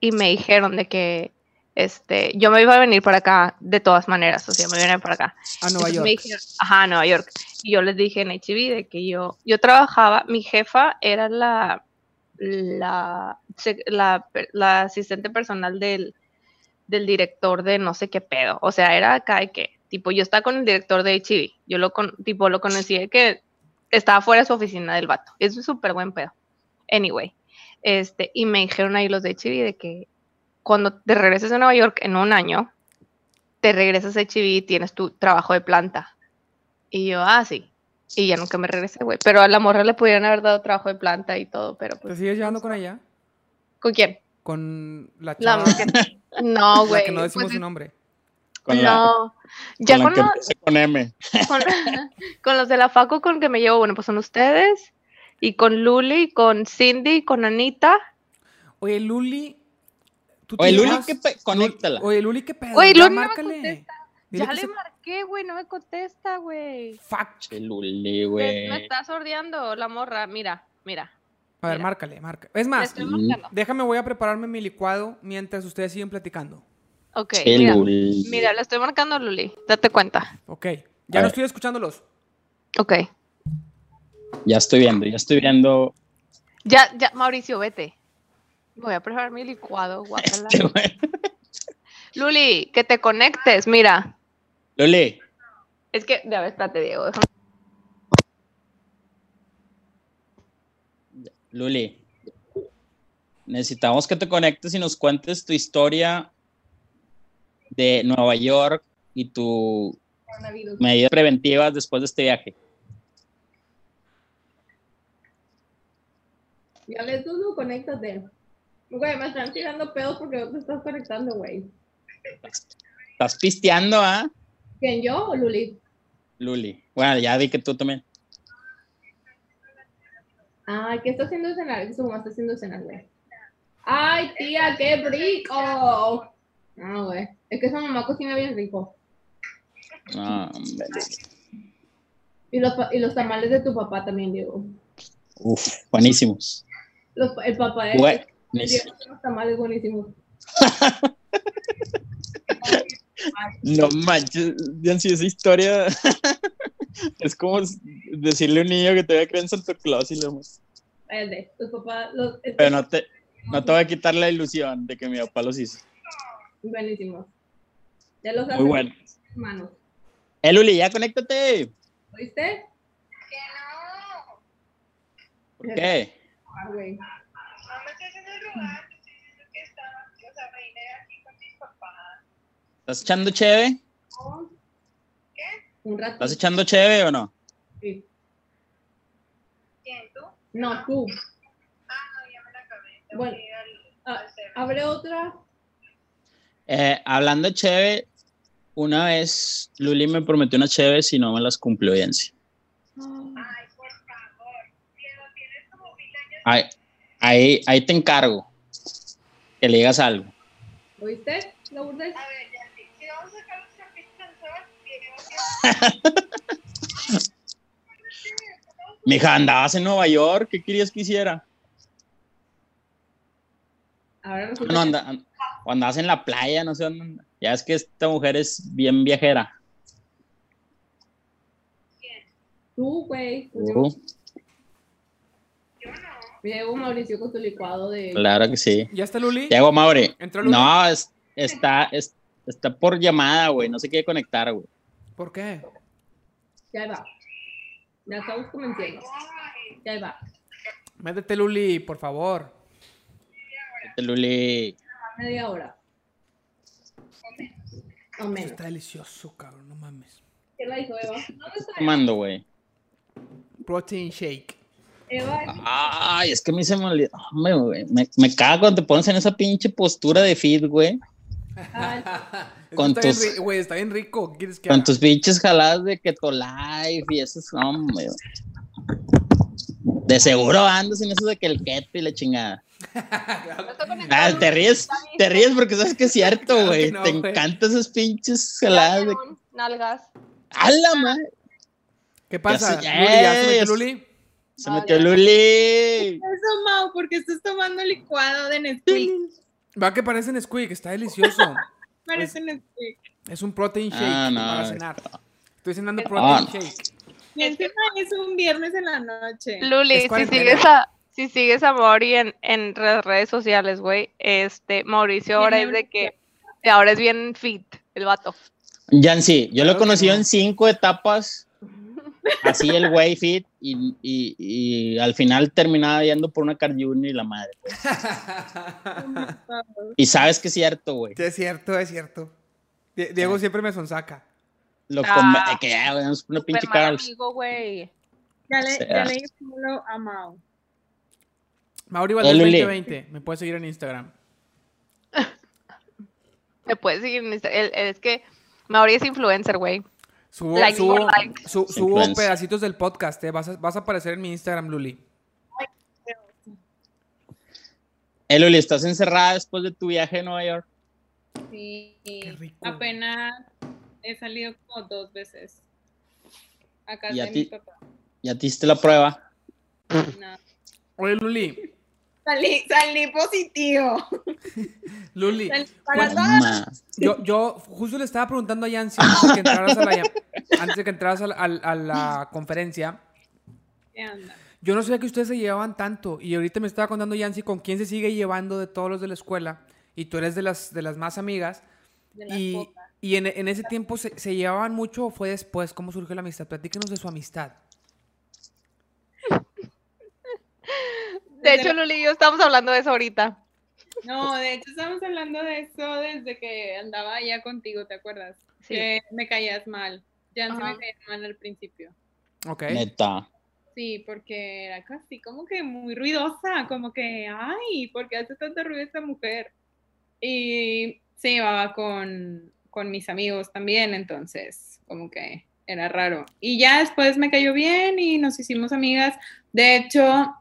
[SPEAKER 1] y me dijeron de que, este, yo me iba a venir para acá de todas maneras, o sea, me iba a venir para acá.
[SPEAKER 2] A Nueva
[SPEAKER 1] Entonces
[SPEAKER 2] York.
[SPEAKER 1] me dijeron, ajá, a Nueva York. Y yo les dije en HIV de que yo, yo trabajaba, mi jefa era la, la, se- la, la asistente personal del, del director de no sé qué pedo. O sea, era acá de que, tipo, yo estaba con el director de HD. Yo lo, con, tipo, lo conocí de que estaba fuera de su oficina del vato. Es un súper buen pedo. Anyway, este, y me dijeron ahí los de HD de que cuando te regreses a Nueva York en un año, te regresas a HIV y tienes tu trabajo de planta. Y yo, ah, sí. Y ya nunca me regresé, güey. Pero a la morra le pudieron haber dado trabajo de planta y todo, pero
[SPEAKER 2] ¿Te
[SPEAKER 1] pues,
[SPEAKER 2] sigues llevando con ella?
[SPEAKER 1] ¿con quién?
[SPEAKER 2] Con la
[SPEAKER 1] La
[SPEAKER 2] chava,
[SPEAKER 1] que- no,
[SPEAKER 2] la
[SPEAKER 1] güey.
[SPEAKER 2] que no decimos
[SPEAKER 1] pues,
[SPEAKER 2] su nombre.
[SPEAKER 3] Con la,
[SPEAKER 1] no. Ya
[SPEAKER 3] con la
[SPEAKER 1] con,
[SPEAKER 3] que
[SPEAKER 1] los-
[SPEAKER 3] empieza con M.
[SPEAKER 1] con- con los de la Facu con que me llevo, bueno, pues son ustedes. Y con Luli, con Cindy, con Anita.
[SPEAKER 2] Oye, Luli. ¿tú
[SPEAKER 3] Oye, Luli,
[SPEAKER 2] tenías-
[SPEAKER 3] ¿qué pe- conéctala.
[SPEAKER 2] Oye, Luli, ¿qué pedo?
[SPEAKER 1] Oye,
[SPEAKER 2] Ya
[SPEAKER 1] Luli no me
[SPEAKER 2] márcale.
[SPEAKER 1] contesta.
[SPEAKER 2] Dile
[SPEAKER 1] ya
[SPEAKER 2] que
[SPEAKER 1] le
[SPEAKER 2] se-
[SPEAKER 1] marqué, güey, no me contesta, güey.
[SPEAKER 2] Fuck.
[SPEAKER 3] Che, Luli,
[SPEAKER 1] Me- Me
[SPEAKER 3] güey.
[SPEAKER 1] está sordeando la morra, mira, mira.
[SPEAKER 2] A ver,
[SPEAKER 1] Mira.
[SPEAKER 2] márcale, marca. Es
[SPEAKER 1] Me
[SPEAKER 2] más,
[SPEAKER 1] estoy marcando.
[SPEAKER 2] déjame, voy a prepararme mi licuado mientras ustedes siguen platicando.
[SPEAKER 1] Ok,
[SPEAKER 3] Che,
[SPEAKER 1] mira,
[SPEAKER 3] Luli.
[SPEAKER 1] mira, le estoy marcando a Luli, date cuenta.
[SPEAKER 2] Ok. Ya
[SPEAKER 3] A
[SPEAKER 2] no
[SPEAKER 3] ver.
[SPEAKER 2] estoy escuchándolos.
[SPEAKER 1] Ok,
[SPEAKER 3] Ya estoy viendo, ya estoy viendo.
[SPEAKER 1] ya, ya, Mauricio, vete. Voy a preparar mi licuado, guácala.
[SPEAKER 3] Este, güey.
[SPEAKER 1] Luli, que te conectes, mira.
[SPEAKER 3] Luli,
[SPEAKER 1] Es que, de a ver, espérate, Diego. déjame-
[SPEAKER 3] Luli. Necesitamos que te conectes y nos cuentes tu historia de Nueva York y tu medidas preventivas después de este viaje.
[SPEAKER 4] Ya les dudo, conéctate. Güey, me están tirando pedos porque no te estás conectando, güey.
[SPEAKER 3] Estás pisteando, ¿ah?
[SPEAKER 4] ¿Quién, yo o Luli?
[SPEAKER 3] Luli. Bueno, ya vi que tú también.
[SPEAKER 4] Ay, ¿qué está haciendo de cenar? Su mamá está haciendo de cenar, güey. Ay, tía, qué rico. Ah, güey. Es que su mamá cocina bien rico.
[SPEAKER 3] No, hombre.
[SPEAKER 4] Y los, pa- y los tamales de tu papá también, Diego.
[SPEAKER 3] Uf, buenísimos.
[SPEAKER 4] Los pa- el papá de
[SPEAKER 3] Buenísimos.
[SPEAKER 4] los tamales buenísimos.
[SPEAKER 3] No manches, Yancy, esa historia es como decirle a un niño que todavía cree en Santa Claus y lo más.
[SPEAKER 4] Espérate, Los papás, los
[SPEAKER 3] Pero no te, no te voy a quitar la ilusión de que mi papá los hizo.
[SPEAKER 4] buenísimos. Ya los
[SPEAKER 3] Muy
[SPEAKER 4] hacen
[SPEAKER 3] bueno.
[SPEAKER 4] hermanos.
[SPEAKER 3] Eh, Luli, ya conéctate.
[SPEAKER 4] ¿Oíste?
[SPEAKER 3] ¿Por qué?
[SPEAKER 4] Ah, güey.
[SPEAKER 3] ¿Estás echando cheve?
[SPEAKER 4] Un rato.
[SPEAKER 3] ¿Estás echando cheve o no?
[SPEAKER 4] Sí. No, tú. Bueno, ah, abre otra.
[SPEAKER 3] Eh, hablando de cheve, una vez Luli me prometió una cheve si no me las cumplió, Yancy.
[SPEAKER 4] Ah,
[SPEAKER 3] Ahí, ahí, ahí te encargo que le digas algo.
[SPEAKER 4] ¿Oíste? ¿La burdes?
[SPEAKER 3] Mija, andabas en Nueva York, ¿qué querías que hiciera?
[SPEAKER 4] Ahora
[SPEAKER 3] Ah,
[SPEAKER 4] resulta
[SPEAKER 3] No,
[SPEAKER 4] que-
[SPEAKER 3] anda- an- o andabas en la playa, no sé dónde. anda- Ya es que esta mujer es bien viajera.
[SPEAKER 4] tú, güey.
[SPEAKER 3] Uh,
[SPEAKER 4] Llegó Mauricio con tu licuado de.
[SPEAKER 3] claro que sí.
[SPEAKER 2] ¿Ya está Luli?
[SPEAKER 3] Diego Maure.
[SPEAKER 2] Entró Luli.
[SPEAKER 3] No, es- está, es- está por llamada, güey. No se quiere conectar, güey.
[SPEAKER 2] ¿Por qué?
[SPEAKER 4] Ya va. Ya estamos convenciendo. Ya va.
[SPEAKER 2] Métete, Luli, por favor.
[SPEAKER 3] Este Luli.
[SPEAKER 4] A media hora. O
[SPEAKER 2] Eso
[SPEAKER 4] menos.
[SPEAKER 2] está delicioso, cabrón, no mames.
[SPEAKER 4] ¿Qué la dijo Eva?
[SPEAKER 3] tomando, güey?
[SPEAKER 2] Protein shake.
[SPEAKER 4] Eva es
[SPEAKER 3] Ay, es que a mí se me olvidó. Hombre, güey, Me, me cago cuando te pones en esa pinche postura de fit, güey.
[SPEAKER 4] Ah,
[SPEAKER 2] Eso
[SPEAKER 3] Con
[SPEAKER 2] está bien
[SPEAKER 3] tus-
[SPEAKER 2] ri- Güey, está bien rico. ¿Qué quieres que
[SPEAKER 3] Con
[SPEAKER 2] haga?
[SPEAKER 3] tus pinches jaladas de Keto Life y esos, hombre. De seguro andas en eso de que el keto y la chingada. Ah, te ríes, te ríes porque sabes que es cierto,
[SPEAKER 2] Claro
[SPEAKER 3] güey.
[SPEAKER 2] que no,
[SPEAKER 3] te
[SPEAKER 2] güey.
[SPEAKER 3] encantan esas pinches jaladas de.
[SPEAKER 1] Nalgas.
[SPEAKER 3] ¡A la madre!
[SPEAKER 2] ¿Qué pasa?
[SPEAKER 3] Ya sé-
[SPEAKER 2] Luli, ¿ya se metió
[SPEAKER 3] es-
[SPEAKER 2] Luli?
[SPEAKER 3] Se metió Luli.
[SPEAKER 4] Eso, Mau, porque estás tomando licuado de Nesquik.
[SPEAKER 2] Va que parece Nesquik, está delicioso.
[SPEAKER 4] Parece Nesquik.
[SPEAKER 2] es un protein shake
[SPEAKER 3] Ah, no,
[SPEAKER 2] para
[SPEAKER 3] es-
[SPEAKER 2] cenar. Estoy cenando
[SPEAKER 1] Ah,
[SPEAKER 2] protein
[SPEAKER 3] no.
[SPEAKER 2] shake.
[SPEAKER 5] Y encima es un viernes en la noche.
[SPEAKER 1] Luli,
[SPEAKER 2] Es
[SPEAKER 1] si
[SPEAKER 2] cuarentena.
[SPEAKER 1] sigues, a, Si sigues a Mauri en, en las redes sociales, güey, este, Mauricio ahora es de que ahora es bien fit, el vato.
[SPEAKER 3] Yancy, yo
[SPEAKER 2] Claro
[SPEAKER 3] lo
[SPEAKER 2] que
[SPEAKER 3] conocí
[SPEAKER 2] no.
[SPEAKER 3] en cinco etapas, así el güey fit, y, y- y al final terminaba yendo por una Carl Jr. y la madre. güey. Y sabes que es cierto, güey.
[SPEAKER 2] Sí, es cierto, es cierto. Die- Diego siempre me sonsaca.
[SPEAKER 3] Lo
[SPEAKER 1] Ah.
[SPEAKER 3] come- de que ah, güey, es una pinche
[SPEAKER 4] Superman
[SPEAKER 3] Carl.
[SPEAKER 4] amigo, güey.
[SPEAKER 5] Ya le, ya
[SPEAKER 3] sea.
[SPEAKER 5] le hice follow a Mao.
[SPEAKER 2] Mauri Valdés
[SPEAKER 3] Luli.
[SPEAKER 2] 2020. Me puedes seguir en Instagram.
[SPEAKER 1] Me puedes seguir en Insta- el- el- es que Mauri es influencer, güey.
[SPEAKER 2] Subo,
[SPEAKER 1] Like
[SPEAKER 2] subo-
[SPEAKER 1] for like.
[SPEAKER 2] su- subo
[SPEAKER 3] Influencer.
[SPEAKER 2] pedacitos del podcast. eh. Vas, a, vas a aparecer en mi Instagram, Luli.
[SPEAKER 3] Eh, Luli, ¿estás encerrada después de tu viaje a Nueva York?
[SPEAKER 5] Sí.
[SPEAKER 2] rico.
[SPEAKER 5] Apenas he salido como dos veces. A casa
[SPEAKER 3] ¿Y a
[SPEAKER 5] de
[SPEAKER 3] ti?
[SPEAKER 5] mi papá.
[SPEAKER 3] ¿Ya te hiciste la prueba?
[SPEAKER 5] No.
[SPEAKER 2] Oye, Luli.
[SPEAKER 5] Salí, salí positivo.
[SPEAKER 2] Luli.
[SPEAKER 5] Salí para
[SPEAKER 3] No,
[SPEAKER 5] todas.
[SPEAKER 3] ma.
[SPEAKER 2] Yo, yo justo le estaba preguntando a Yancy antes de que entraras a la, llam- antes de que entraras a la, a- a la conferencia.
[SPEAKER 5] ¿Qué onda?
[SPEAKER 2] Yo no sabía que ustedes se llevaban tanto. Y ahorita me estaba contando Yancy con quién se sigue llevando de todos los de la escuela. Y tú eres de las, de las más amigas.
[SPEAKER 5] De las
[SPEAKER 2] Y,
[SPEAKER 5] pocas.
[SPEAKER 2] y en, en ese tiempo se, se llevaban mucho o fue después. ¿Cómo surgió la amistad? Platíquenos de su amistad.
[SPEAKER 1] De
[SPEAKER 5] Desde
[SPEAKER 1] hecho, Luli y yo estamos hablando de eso ahorita.
[SPEAKER 5] No, de hecho estamos hablando de eso desde que andaba allá contigo, ¿te acuerdas?
[SPEAKER 1] Sí.
[SPEAKER 5] Que me caías mal. Ya no
[SPEAKER 1] Ajá.
[SPEAKER 5] me caías mal al principio.
[SPEAKER 2] Ok.
[SPEAKER 3] Neta.
[SPEAKER 5] Sí, porque era casi como que muy ruidosa, como que, ay, ¿por qué hace tanto ruido esta mujer? Y se llevaba con, con mis amigos también, entonces, como que era raro. Y ya después me cayó bien y nos hicimos amigas. De hecho,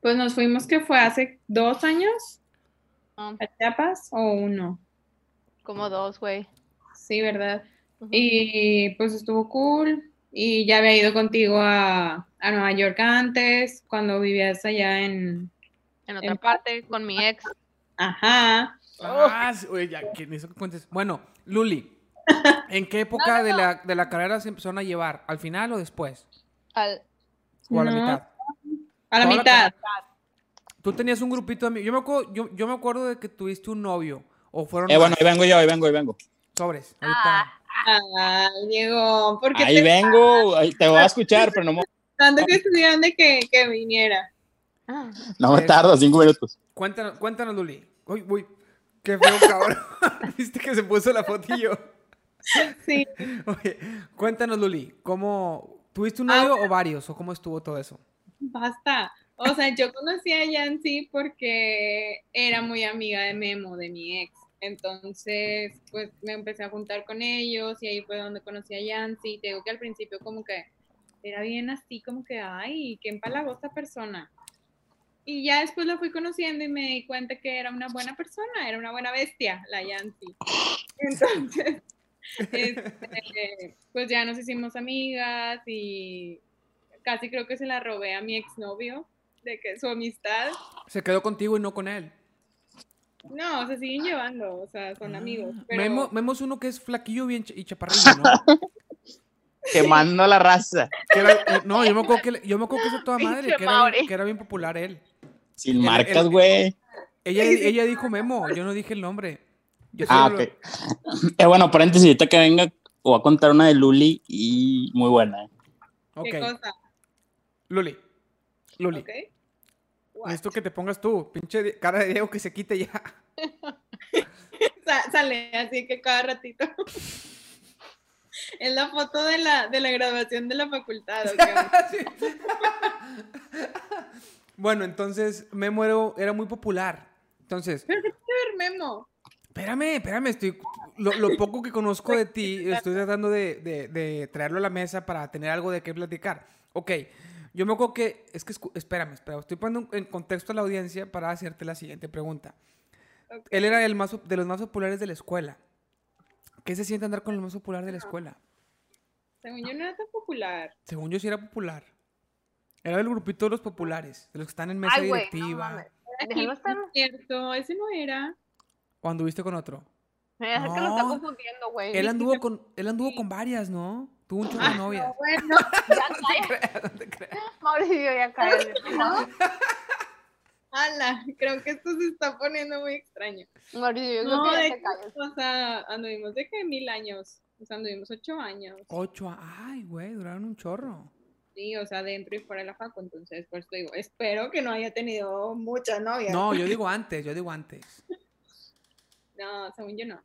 [SPEAKER 5] pues nos fuimos, que fue hace dos años,
[SPEAKER 1] Ah,
[SPEAKER 5] a Chiapas o uno.
[SPEAKER 1] Como dos, güey.
[SPEAKER 5] Sí, ¿verdad?
[SPEAKER 1] Ujú.
[SPEAKER 5] Y pues estuvo cool. Y ya había ido contigo a, a Nueva York antes, cuando vivías allá en...
[SPEAKER 1] en otra
[SPEAKER 5] en-
[SPEAKER 1] parte, con mi ex.
[SPEAKER 5] Ajá.
[SPEAKER 2] Ah, sí, oye, ya, que ni eso que cuentes. Bueno, Luli, ¿en qué época De, la, de la carrera se empezaron a llevar? ¿Al final o después?
[SPEAKER 1] Al-
[SPEAKER 2] ¿O a la
[SPEAKER 5] No,
[SPEAKER 2] mitad?
[SPEAKER 5] A
[SPEAKER 2] Toda
[SPEAKER 5] la
[SPEAKER 2] la
[SPEAKER 5] mitad.
[SPEAKER 2] Tú tenías un grupito de amigos. Yo me acuerdo, yo, yo me acuerdo de que tuviste un novio. O fueron
[SPEAKER 3] Eh, bueno,
[SPEAKER 2] más.
[SPEAKER 3] ahí vengo yo, ahí vengo, ahí vengo.
[SPEAKER 2] sobres.
[SPEAKER 5] Ah,
[SPEAKER 2] Ahorita.
[SPEAKER 5] Ay, Diego, porque
[SPEAKER 3] Ahí vengo, ahí te voy a escuchar, pero no, mo-
[SPEAKER 5] tanto que estuvieron de que, que viniera.
[SPEAKER 1] Ah,
[SPEAKER 3] no me tardo cinco minutos.
[SPEAKER 2] Cuéntanos, cuéntanos, Luli. Uy, uy, qué feo, cabrón. Viste que se puso la fotillo.
[SPEAKER 5] Sí.
[SPEAKER 2] Oye, cuéntanos, Luli, ¿cómo tuviste un
[SPEAKER 5] Ah,
[SPEAKER 2] novio o varios? ¿O cómo estuvo todo eso?
[SPEAKER 5] Basta. O sea, yo conocí a Yancy porque era muy amiga de Memo, de mi ex. Entonces, pues me empecé a juntar con ellos y ahí fue donde conocí a Yancy. Te digo que al principio como que era bien así, como que, ay, qué empalagosa esta persona. Y ya después la fui conociendo y me di cuenta que era una buena persona, era una buena bestia, la Yancy. Entonces, este, pues ya nos hicimos amigas y casi creo que se la robé a mi exnovio, de que su amistad.
[SPEAKER 2] Se quedó contigo y no con él.
[SPEAKER 5] No, se siguen llevando, o sea, son amigos.
[SPEAKER 3] Mm,
[SPEAKER 5] Pero
[SPEAKER 2] Ah, Memo, Memo es uno que es flaquillo bien ch- y chaparrillo, ¿no?
[SPEAKER 3] Quemando la raza.
[SPEAKER 2] Que era- eh, no, yo me acuerdo que, le- yo me acuerdo que es toda madre,
[SPEAKER 1] Pinche
[SPEAKER 2] que era,
[SPEAKER 1] Mauri.
[SPEAKER 2] que era bien popular él.
[SPEAKER 3] Sin
[SPEAKER 2] El-
[SPEAKER 3] marcas,
[SPEAKER 2] el-
[SPEAKER 3] güey.
[SPEAKER 2] Ella, ella dijo Memo, yo no dije el nombre. Yo
[SPEAKER 3] Ah,
[SPEAKER 2] solo
[SPEAKER 3] ok.
[SPEAKER 2] lo-
[SPEAKER 3] Eh, bueno, paréntesis, ahorita que venga, voy a contar una de Luli y muy buena. eh.
[SPEAKER 5] qué
[SPEAKER 2] ok.
[SPEAKER 5] cosa,
[SPEAKER 2] Luli, Luli,
[SPEAKER 5] ¿ok? What?
[SPEAKER 2] necesito que te pongas tú, pinche di- cara de Diego que se quite ya.
[SPEAKER 5] Sa- sale así que cada ratito. Es la foto de la, de la graduación de la facultad. ¿ok?
[SPEAKER 2] Bueno, entonces Memo era, era muy popular. Entonces,
[SPEAKER 5] Pero qué tiene que ver Memo.
[SPEAKER 2] espérame, espérame, estoy, lo, lo poco que conozco de ti, estoy tratando de, de- de traerlo a la mesa para tener algo de qué platicar. Ok, yo me acuerdo que, es que, escu- espérame, espérame, estoy poniendo en contexto a la audiencia para hacerte la siguiente pregunta.
[SPEAKER 5] Ok.
[SPEAKER 2] Él era el más, pop- de los más populares de la escuela. ¿Qué se siente andar con el más popular de la escuela?
[SPEAKER 5] Según yo no era tan popular.
[SPEAKER 2] Según yo sí era popular. Era del grupito de los populares, de los que están en mesa
[SPEAKER 1] Ay, güey, no
[SPEAKER 2] directiva.
[SPEAKER 1] mames. Déjalo estar.
[SPEAKER 5] No es Cierto, ese no era.
[SPEAKER 2] o anduviste con otro.
[SPEAKER 1] Mira, es que lo está
[SPEAKER 2] No.
[SPEAKER 1] confundiendo, güey.
[SPEAKER 2] Él
[SPEAKER 5] sí,
[SPEAKER 2] anduvo
[SPEAKER 5] sí.
[SPEAKER 2] con, él anduvo con varias, ¿no? Tuvo un chorro de novias.
[SPEAKER 5] Bueno,
[SPEAKER 1] Ya, cállate, Mauricio, ya cállate.
[SPEAKER 5] ala, creo que esto se está poniendo muy extraño.
[SPEAKER 1] Mauricio, yo creo
[SPEAKER 5] No,
[SPEAKER 1] que ya
[SPEAKER 5] de
[SPEAKER 1] te calles.
[SPEAKER 5] que, o sea, anduvimos de que mil años, o sea, anduvimos ocho años,
[SPEAKER 2] Ocho, a- ay, güey, duraron un chorro.
[SPEAKER 5] sí, o sea, dentro y fuera de la facu, entonces, por eso digo, espero que no haya tenido muchas novias.
[SPEAKER 2] No, yo digo antes, yo digo antes.
[SPEAKER 5] No, según yo no,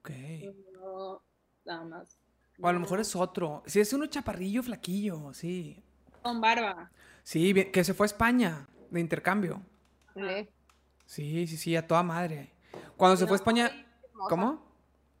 [SPEAKER 2] Ok.
[SPEAKER 5] Yo nada más.
[SPEAKER 2] O a lo mejor es otro. Si es uno chaparrillo flaquillo, sí.
[SPEAKER 5] Con barba.
[SPEAKER 2] Sí, bien- que se fue a España de intercambio.
[SPEAKER 1] Le-
[SPEAKER 2] Sí, sí, sí, a toda madre. Cuando se fue a España.
[SPEAKER 1] chismosa.
[SPEAKER 2] ¿Cómo?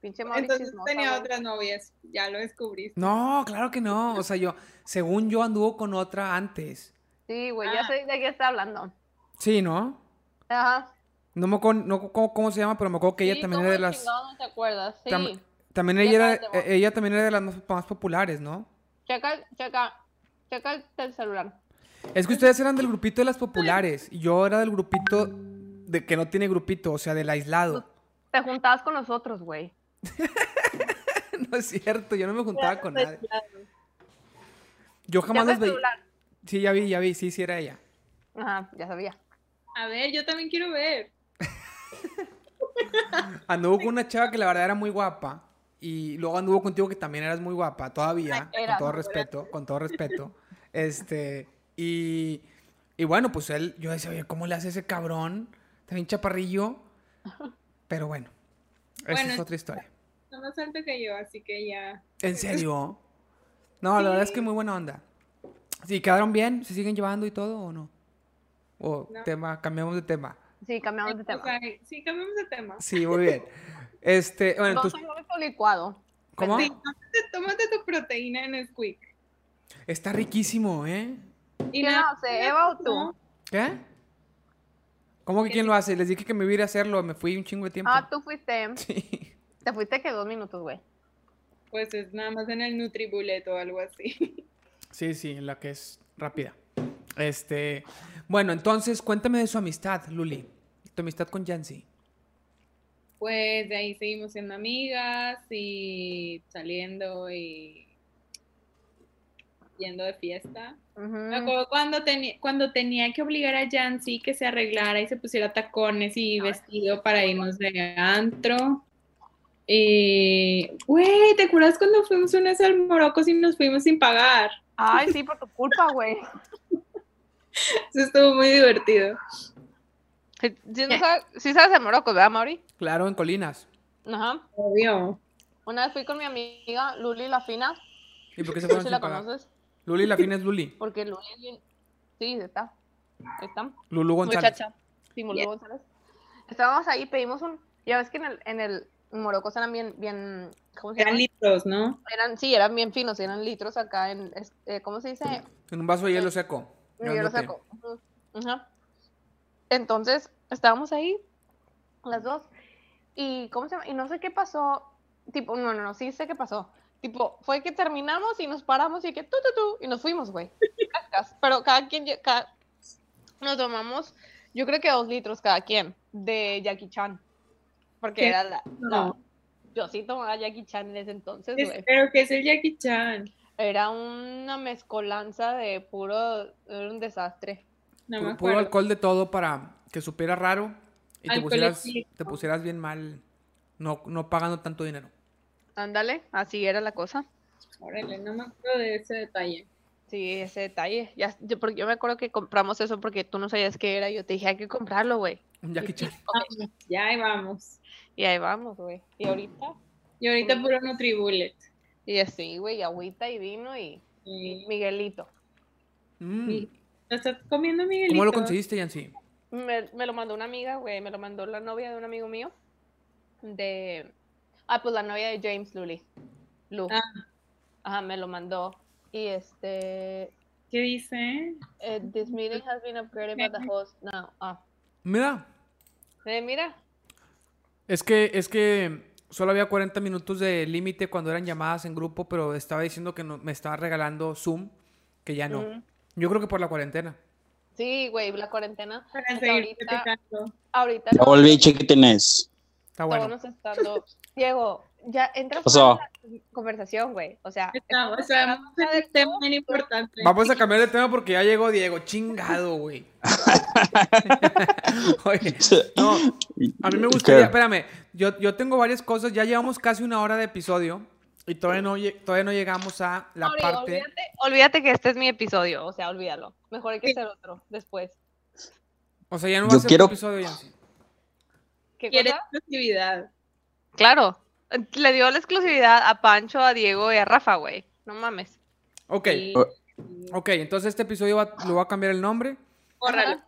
[SPEAKER 1] Pinche Mauri
[SPEAKER 5] Entonces
[SPEAKER 1] chismosa,
[SPEAKER 5] tenía
[SPEAKER 1] güey.
[SPEAKER 5] otras novias, ya lo descubriste.
[SPEAKER 2] No, claro que no. O sea, yo, según yo, anduvo con otra antes.
[SPEAKER 1] Sí, güey, ya
[SPEAKER 5] Ah.
[SPEAKER 1] sé de qué está hablando.
[SPEAKER 2] Sí, ¿no?
[SPEAKER 1] Ajá.
[SPEAKER 2] No me acuerdo, no, cómo, cómo se llama, pero me acuerdo que ella
[SPEAKER 1] Sí,
[SPEAKER 2] también
[SPEAKER 1] ¿cómo
[SPEAKER 2] era de las.
[SPEAKER 1] chingado no te acuerdas? Sí.
[SPEAKER 2] tam- también
[SPEAKER 1] Ya
[SPEAKER 2] ella, era,
[SPEAKER 1] sabes de vos.
[SPEAKER 2] eh, ella también era de las más, más populares, ¿no?
[SPEAKER 1] Checa, checa, checa el- el celular.
[SPEAKER 2] Es que ustedes eran del grupito de las populares y yo era del grupito de que no tiene grupito, o sea, del aislado.
[SPEAKER 1] Te juntabas con nosotros, güey.
[SPEAKER 2] No es cierto, yo no me juntaba con
[SPEAKER 1] Pues
[SPEAKER 2] nadie.
[SPEAKER 5] Claro.
[SPEAKER 2] Yo jamás
[SPEAKER 1] Checa
[SPEAKER 2] las
[SPEAKER 1] el
[SPEAKER 2] veía.
[SPEAKER 1] celular.
[SPEAKER 2] Sí, ya vi, ya vi, sí, sí era ella.
[SPEAKER 1] Ajá, ya sabía.
[SPEAKER 5] A ver, yo también quiero ver.
[SPEAKER 2] Anduvo con una chava que la verdad era muy guapa. Y luego anduvo contigo que también eras muy guapa, todavía,
[SPEAKER 1] Ay,
[SPEAKER 2] con
[SPEAKER 1] era,
[SPEAKER 2] todo
[SPEAKER 1] no, era.
[SPEAKER 2] respeto, con todo respeto. Este, y, y bueno, pues él, yo decía, oye, ¿cómo le hace ese cabrón? También chaparrillo. Pero bueno, esa
[SPEAKER 5] Bueno,
[SPEAKER 2] es otra historia.
[SPEAKER 5] Está más alto que yo, así que ya.
[SPEAKER 2] ¿En serio? No, la verdad es que muy buena onda. ¿Sí quedaron bien? ¿Se siguen llevando y todo o no? O
[SPEAKER 5] No.
[SPEAKER 2] tema, cambiamos de tema.
[SPEAKER 1] Sí, cambiamos de
[SPEAKER 5] O
[SPEAKER 1] tema.
[SPEAKER 5] sea, sí, cambiamos de tema.
[SPEAKER 2] Sí, muy bien. Este, bueno,
[SPEAKER 1] No
[SPEAKER 2] tus-
[SPEAKER 1] soy un licuado.
[SPEAKER 2] ¿cómo?
[SPEAKER 5] Sí, tómate, tómate tu proteína en Squeak.
[SPEAKER 2] Está riquísimo, ¿eh?
[SPEAKER 5] Y
[SPEAKER 1] ¿Quién
[SPEAKER 5] nada,
[SPEAKER 1] lo hace, Eva o tú?
[SPEAKER 2] ¿Qué? ¿Cómo que quién lo hace? Les dije que me iba a ir a hacerlo, me fui un chingo de tiempo.
[SPEAKER 1] Ah, tú fuiste.
[SPEAKER 2] Sí.
[SPEAKER 1] Te fuiste que dos minutos, güey.
[SPEAKER 5] Pues es nada más en el Nutribullet o algo así.
[SPEAKER 2] Sí, sí, la que es rápida. Este, bueno, entonces cuéntame de su amistad, Luli. Tu amistad con Yancy.
[SPEAKER 5] Pues de ahí seguimos siendo amigas y saliendo y yendo de fiesta.
[SPEAKER 2] Ah.
[SPEAKER 5] Me
[SPEAKER 1] Ujú.
[SPEAKER 5] acuerdo cuando, teni- cuando tenía que obligar a Yancy que se arreglara y se pusiera tacones
[SPEAKER 2] Ah,
[SPEAKER 5] y vestido para irnos de antro. Y, güey, ¿te acuerdas cuando fuimos una vez al Morocco y nos fuimos sin pagar?
[SPEAKER 1] Ay, sí, por tu culpa, güey.
[SPEAKER 5] Eso estuvo muy divertido.
[SPEAKER 1] Sí, Eh, no sabe- sí sabes de Morocco, ¿verdad, Mauri?
[SPEAKER 2] Claro, en Colinas.
[SPEAKER 1] Ajá.
[SPEAKER 5] Obvio.
[SPEAKER 1] Una vez fui con mi amiga Luli La Fina.
[SPEAKER 2] ¿Y por qué se
[SPEAKER 1] ¿Tú
[SPEAKER 2] fueron
[SPEAKER 1] sí
[SPEAKER 2] sin
[SPEAKER 1] la
[SPEAKER 2] pagar?
[SPEAKER 1] conoces?
[SPEAKER 2] Luli, la fina es Luli.
[SPEAKER 1] Porque Luli... Sí, está. Está.
[SPEAKER 2] Lulu González.
[SPEAKER 1] Muchacha. Sí, Lulu
[SPEAKER 5] Yeah.
[SPEAKER 1] González. Estábamos ahí, pedimos un... Ya ves que en el, en el Morocco eran bien, bien... ¿Cómo se
[SPEAKER 5] Eran
[SPEAKER 1] llama?
[SPEAKER 5] litros, ¿no?
[SPEAKER 1] Eran, sí, eran bien finos, eran litros acá en... es- eh, ¿Cómo se dice?
[SPEAKER 2] En un vaso de hielo seco.
[SPEAKER 1] Yo lo
[SPEAKER 2] grandote.
[SPEAKER 1] saco. Ujú, ajá. Entonces, estábamos ahí, las dos, y ¿cómo se llama? Y no sé qué pasó. Tipo, no, no, no, sí sé qué pasó. Tipo, fue que terminamos y nos paramos y que tú, tú, tú, y nos fuimos, güey. Cascas. Pero cada quien, lle- cada- nos tomamos, yo creo que dos litros cada quien, de Jackie Chan. Porque
[SPEAKER 5] ¿Qué?
[SPEAKER 1] era la, la-
[SPEAKER 5] No.
[SPEAKER 1] Yo sí tomaba Jackie Chan en ese entonces, güey.
[SPEAKER 5] Pero que es el Jackie Chan.
[SPEAKER 1] Era una mezcolanza de puro. Era un desastre.
[SPEAKER 5] No me
[SPEAKER 2] Puro, puro
[SPEAKER 5] acuerdo.
[SPEAKER 2] alcohol de todo para que supiera raro y te
[SPEAKER 5] Alcohol
[SPEAKER 2] pusieras,
[SPEAKER 5] etílico.
[SPEAKER 2] te pusieras bien mal, no, no pagando tanto dinero.
[SPEAKER 1] Ándale, así era la cosa.
[SPEAKER 5] Órale, no me acuerdo de ese detalle.
[SPEAKER 1] Sí, ese detalle. Ya, yo, porque yo me acuerdo que compramos eso porque tú no sabías qué era. y Yo te dije, hay que comprarlo, güey.
[SPEAKER 2] Un Jackie Chan.
[SPEAKER 5] Ah, Ya ahí vamos.
[SPEAKER 1] Y ahí vamos, güey. Y ahorita,
[SPEAKER 5] Y ahorita puro Nutribullet.
[SPEAKER 1] y así, güey, y agüita y vino y, y
[SPEAKER 5] Sí.
[SPEAKER 1] Miguelito.
[SPEAKER 2] Mm.
[SPEAKER 5] Sí. ¿Lo estás comiendo, Miguelito?
[SPEAKER 2] ¿Cómo lo conseguiste, Yancy?
[SPEAKER 1] Me, me lo mandó una amiga, güey. Me lo mandó la novia de un amigo mío. De. Ah, pues la novia de James Lully. Lu.
[SPEAKER 5] Ah.
[SPEAKER 1] Ajá, me lo mandó. Y este.
[SPEAKER 5] ¿Qué dice?
[SPEAKER 1] eh, this meeting has been upgraded by the host now. Ah.
[SPEAKER 2] Mira,
[SPEAKER 1] Eh, mira.
[SPEAKER 2] es que, es que solo había 40 minutos de límite cuando eran llamadas en grupo, pero estaba diciendo que no- me estaba regalando Zoom, que ya Ah, no.
[SPEAKER 1] Ujú.
[SPEAKER 2] Yo creo que por la cuarentena.
[SPEAKER 1] Sí, güey, la cuarentena.
[SPEAKER 5] Para
[SPEAKER 1] Hasta
[SPEAKER 5] seguir
[SPEAKER 1] ahorita-
[SPEAKER 5] platicando.
[SPEAKER 1] Ahorita
[SPEAKER 3] Ya
[SPEAKER 1] no,
[SPEAKER 3] volví, chiquitines.
[SPEAKER 2] Está
[SPEAKER 1] estamos
[SPEAKER 2] bueno.
[SPEAKER 1] estando. Diego, ya entra
[SPEAKER 3] pasó?
[SPEAKER 1] en conversación, güey. O sea,
[SPEAKER 5] No, o sea, vamos a hacer un tema bien importante.
[SPEAKER 2] Vamos a cambiar de tema porque ya llegó Diego. Chingado, güey. Oye, no, a mí me gustaría,
[SPEAKER 3] ¿Qué?
[SPEAKER 2] espérame, yo, yo tengo varias cosas, ya llevamos casi una hora de episodio y todavía no, lle- todavía no llegamos a la
[SPEAKER 1] Ori,
[SPEAKER 2] parte...
[SPEAKER 1] olvídate, olvídate que este es mi episodio, o sea, olvídalo. Mejor hay que
[SPEAKER 5] Sí.
[SPEAKER 1] hacer otro después.
[SPEAKER 2] O sea, ya no va
[SPEAKER 3] Yo
[SPEAKER 2] a ser
[SPEAKER 3] quiero-
[SPEAKER 2] un episodio ya.
[SPEAKER 1] ¿Qué
[SPEAKER 5] Quiere
[SPEAKER 1] cosa?
[SPEAKER 5] exclusividad.
[SPEAKER 1] Claro. Le dio la exclusividad a Pancho, a Diego y a Rafa, güey. No mames.
[SPEAKER 2] Ok,
[SPEAKER 5] Sí.
[SPEAKER 2] ok, entonces este episodio va- lo va a cambiar el nombre.
[SPEAKER 5] Bórralo.
[SPEAKER 1] Ajá.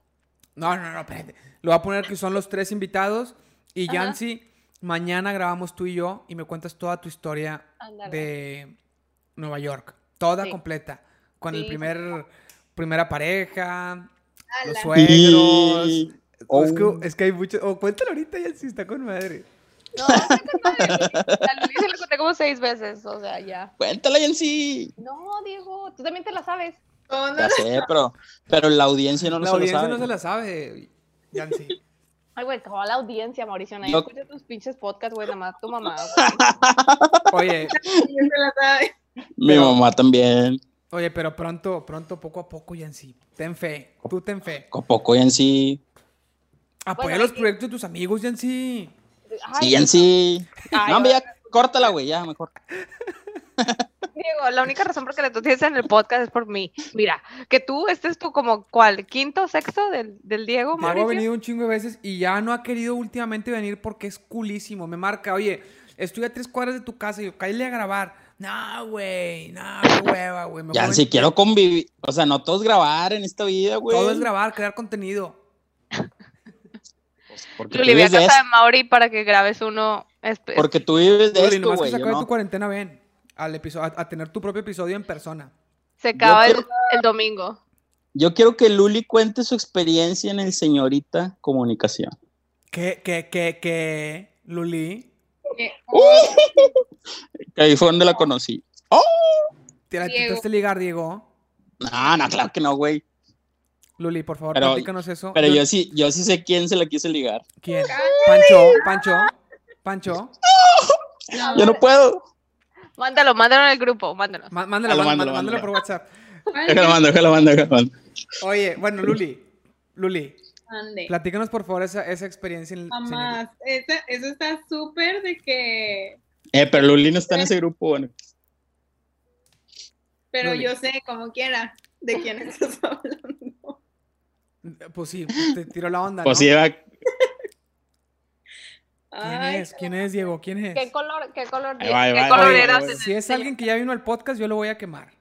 [SPEAKER 2] No, no, no, espérate. Lo va a poner que son los tres invitados y
[SPEAKER 1] Ajá.
[SPEAKER 2] Yancy, mañana grabamos tú y yo y me cuentas toda tu historia
[SPEAKER 1] Ándale.
[SPEAKER 2] de Nueva York. Toda
[SPEAKER 1] Ah, Sí.
[SPEAKER 2] completa. Con el
[SPEAKER 1] Sí. Ah,
[SPEAKER 2] primer primera pareja, los
[SPEAKER 5] Ala.
[SPEAKER 2] suegros.
[SPEAKER 3] Oh.
[SPEAKER 2] Es, que, es que hay muchos. Oh, cuéntalo ahorita ya si está con madre.
[SPEAKER 1] No, no sé cómo decir. La Lili se lo conté como seis veces, o sea, ya.
[SPEAKER 3] Cuéntala, Yancy.
[SPEAKER 1] No, Diego, tú también te la sabes.
[SPEAKER 5] No, no,
[SPEAKER 3] Ya sé, pero, pero la audiencia no lo
[SPEAKER 2] la
[SPEAKER 3] se lo
[SPEAKER 2] audiencia
[SPEAKER 3] sabe.
[SPEAKER 2] no se la sabe, Yancy.
[SPEAKER 1] Ay, güey, toda la audiencia, Mauricio. Nadie
[SPEAKER 3] No.
[SPEAKER 1] escucha tus pinches podcasts, güey, nada más tu mamá. güey.
[SPEAKER 2] Oye,
[SPEAKER 5] ¿quién se la sabe?
[SPEAKER 3] Mi
[SPEAKER 2] Pero-
[SPEAKER 3] mamá también.
[SPEAKER 2] oye, pero pronto, pronto, poco a poco, Yancy. Ten fe. Tú ten fe.
[SPEAKER 3] Con poco, Yancy.
[SPEAKER 2] Apoya
[SPEAKER 1] Bueno,
[SPEAKER 2] los
[SPEAKER 1] hay que-
[SPEAKER 2] proyectos de tus amigos, Yancy.
[SPEAKER 1] Ay,
[SPEAKER 3] Sí, Yancy.
[SPEAKER 1] Ay,
[SPEAKER 3] no, hombre, ya córtala, güey, ya mejor.
[SPEAKER 1] Diego, la única razón por la que tú tienes en el podcast es por mí. Mira, que tú, este es tu como, ¿cuál? ¿Quinto, sexto del, del Diego,
[SPEAKER 2] Diego ha
[SPEAKER 1] Mauricio?
[SPEAKER 2] venido un chingo de veces y ya no ha querido últimamente venir porque es culísimo. Me marca, oye, estoy a tres cuadras de tu casa y yo, cállale a grabar. No, güey, no, qué hueva, güey. mejor
[SPEAKER 3] Yancy,
[SPEAKER 2] ven-
[SPEAKER 3] quiero convivir. O sea, no todos grabar en esta vida, güey.
[SPEAKER 2] Todo es grabar, crear contenido.
[SPEAKER 3] Pues, Porque tú
[SPEAKER 1] Luli, ve a
[SPEAKER 3] vives de
[SPEAKER 1] casa de
[SPEAKER 3] esto.
[SPEAKER 1] Mauri para que grabes uno. espe-
[SPEAKER 3] Porque tú vives de
[SPEAKER 2] Luli,
[SPEAKER 3] esto,
[SPEAKER 2] nomás
[SPEAKER 3] güey.
[SPEAKER 2] que se
[SPEAKER 3] yo
[SPEAKER 2] acabe
[SPEAKER 3] no.
[SPEAKER 2] tu cuarentena, ven al episodio, a, a tener tu propio episodio en persona.
[SPEAKER 1] se acaba el,
[SPEAKER 3] quiero-
[SPEAKER 1] el domingo.
[SPEAKER 3] Yo quiero que Luli cuente su experiencia en el señorita comunicación.
[SPEAKER 2] ¿Qué, qué, qué, qué, Luli?
[SPEAKER 5] Que-
[SPEAKER 3] uh, Que ahí fue donde la conocí.
[SPEAKER 2] ¿Te la
[SPEAKER 5] Diego.
[SPEAKER 2] intentaste ligar, Diego?
[SPEAKER 3] No, no, claro que no, güey.
[SPEAKER 2] Luli, por favor,
[SPEAKER 3] Pero-
[SPEAKER 2] platícanos eso.
[SPEAKER 3] Pero yo sí, yo sí sé quién se la quiso ligar.
[SPEAKER 2] ¿Quién? Pancho, Pancho, Pancho.
[SPEAKER 3] Yo no puedo.
[SPEAKER 1] Mándalo, mándalo en el grupo, mándalo.
[SPEAKER 2] Má- Mándala,
[SPEAKER 3] Lo
[SPEAKER 2] mándala,
[SPEAKER 3] mando, lo
[SPEAKER 2] mándala
[SPEAKER 3] mando.
[SPEAKER 2] por WhatsApp.
[SPEAKER 3] Déjalo mando, déjalo mando, déjalo mando.
[SPEAKER 2] Oye, bueno, Luli, Luli,
[SPEAKER 5] Ande.
[SPEAKER 2] Platícanos, por favor, esa, esa experiencia en señorita.
[SPEAKER 5] Jamás. Esa- eso está súper de que.
[SPEAKER 3] Eh, pero Luli no está en ese grupo, bueno.
[SPEAKER 5] Pero
[SPEAKER 2] Loli.
[SPEAKER 5] yo sé, como quiera, de quién estás hablando.
[SPEAKER 2] Pues sí, pues te tiró la onda,
[SPEAKER 3] Pues
[SPEAKER 2] ¿no?
[SPEAKER 3] sí, va-
[SPEAKER 2] ¿Quién
[SPEAKER 5] Ay,
[SPEAKER 2] es? ¿ Quién es, Diego? ¿Quién es? pues,
[SPEAKER 1] ¿Qué color, qué color,
[SPEAKER 3] Ahí va, ahí
[SPEAKER 1] qué
[SPEAKER 3] va,
[SPEAKER 1] color
[SPEAKER 3] ahí va,
[SPEAKER 1] eras
[SPEAKER 3] ahí va.
[SPEAKER 1] en
[SPEAKER 2] Si
[SPEAKER 1] el-
[SPEAKER 2] es alguien que ya vino al podcast, yo lo voy a quemar.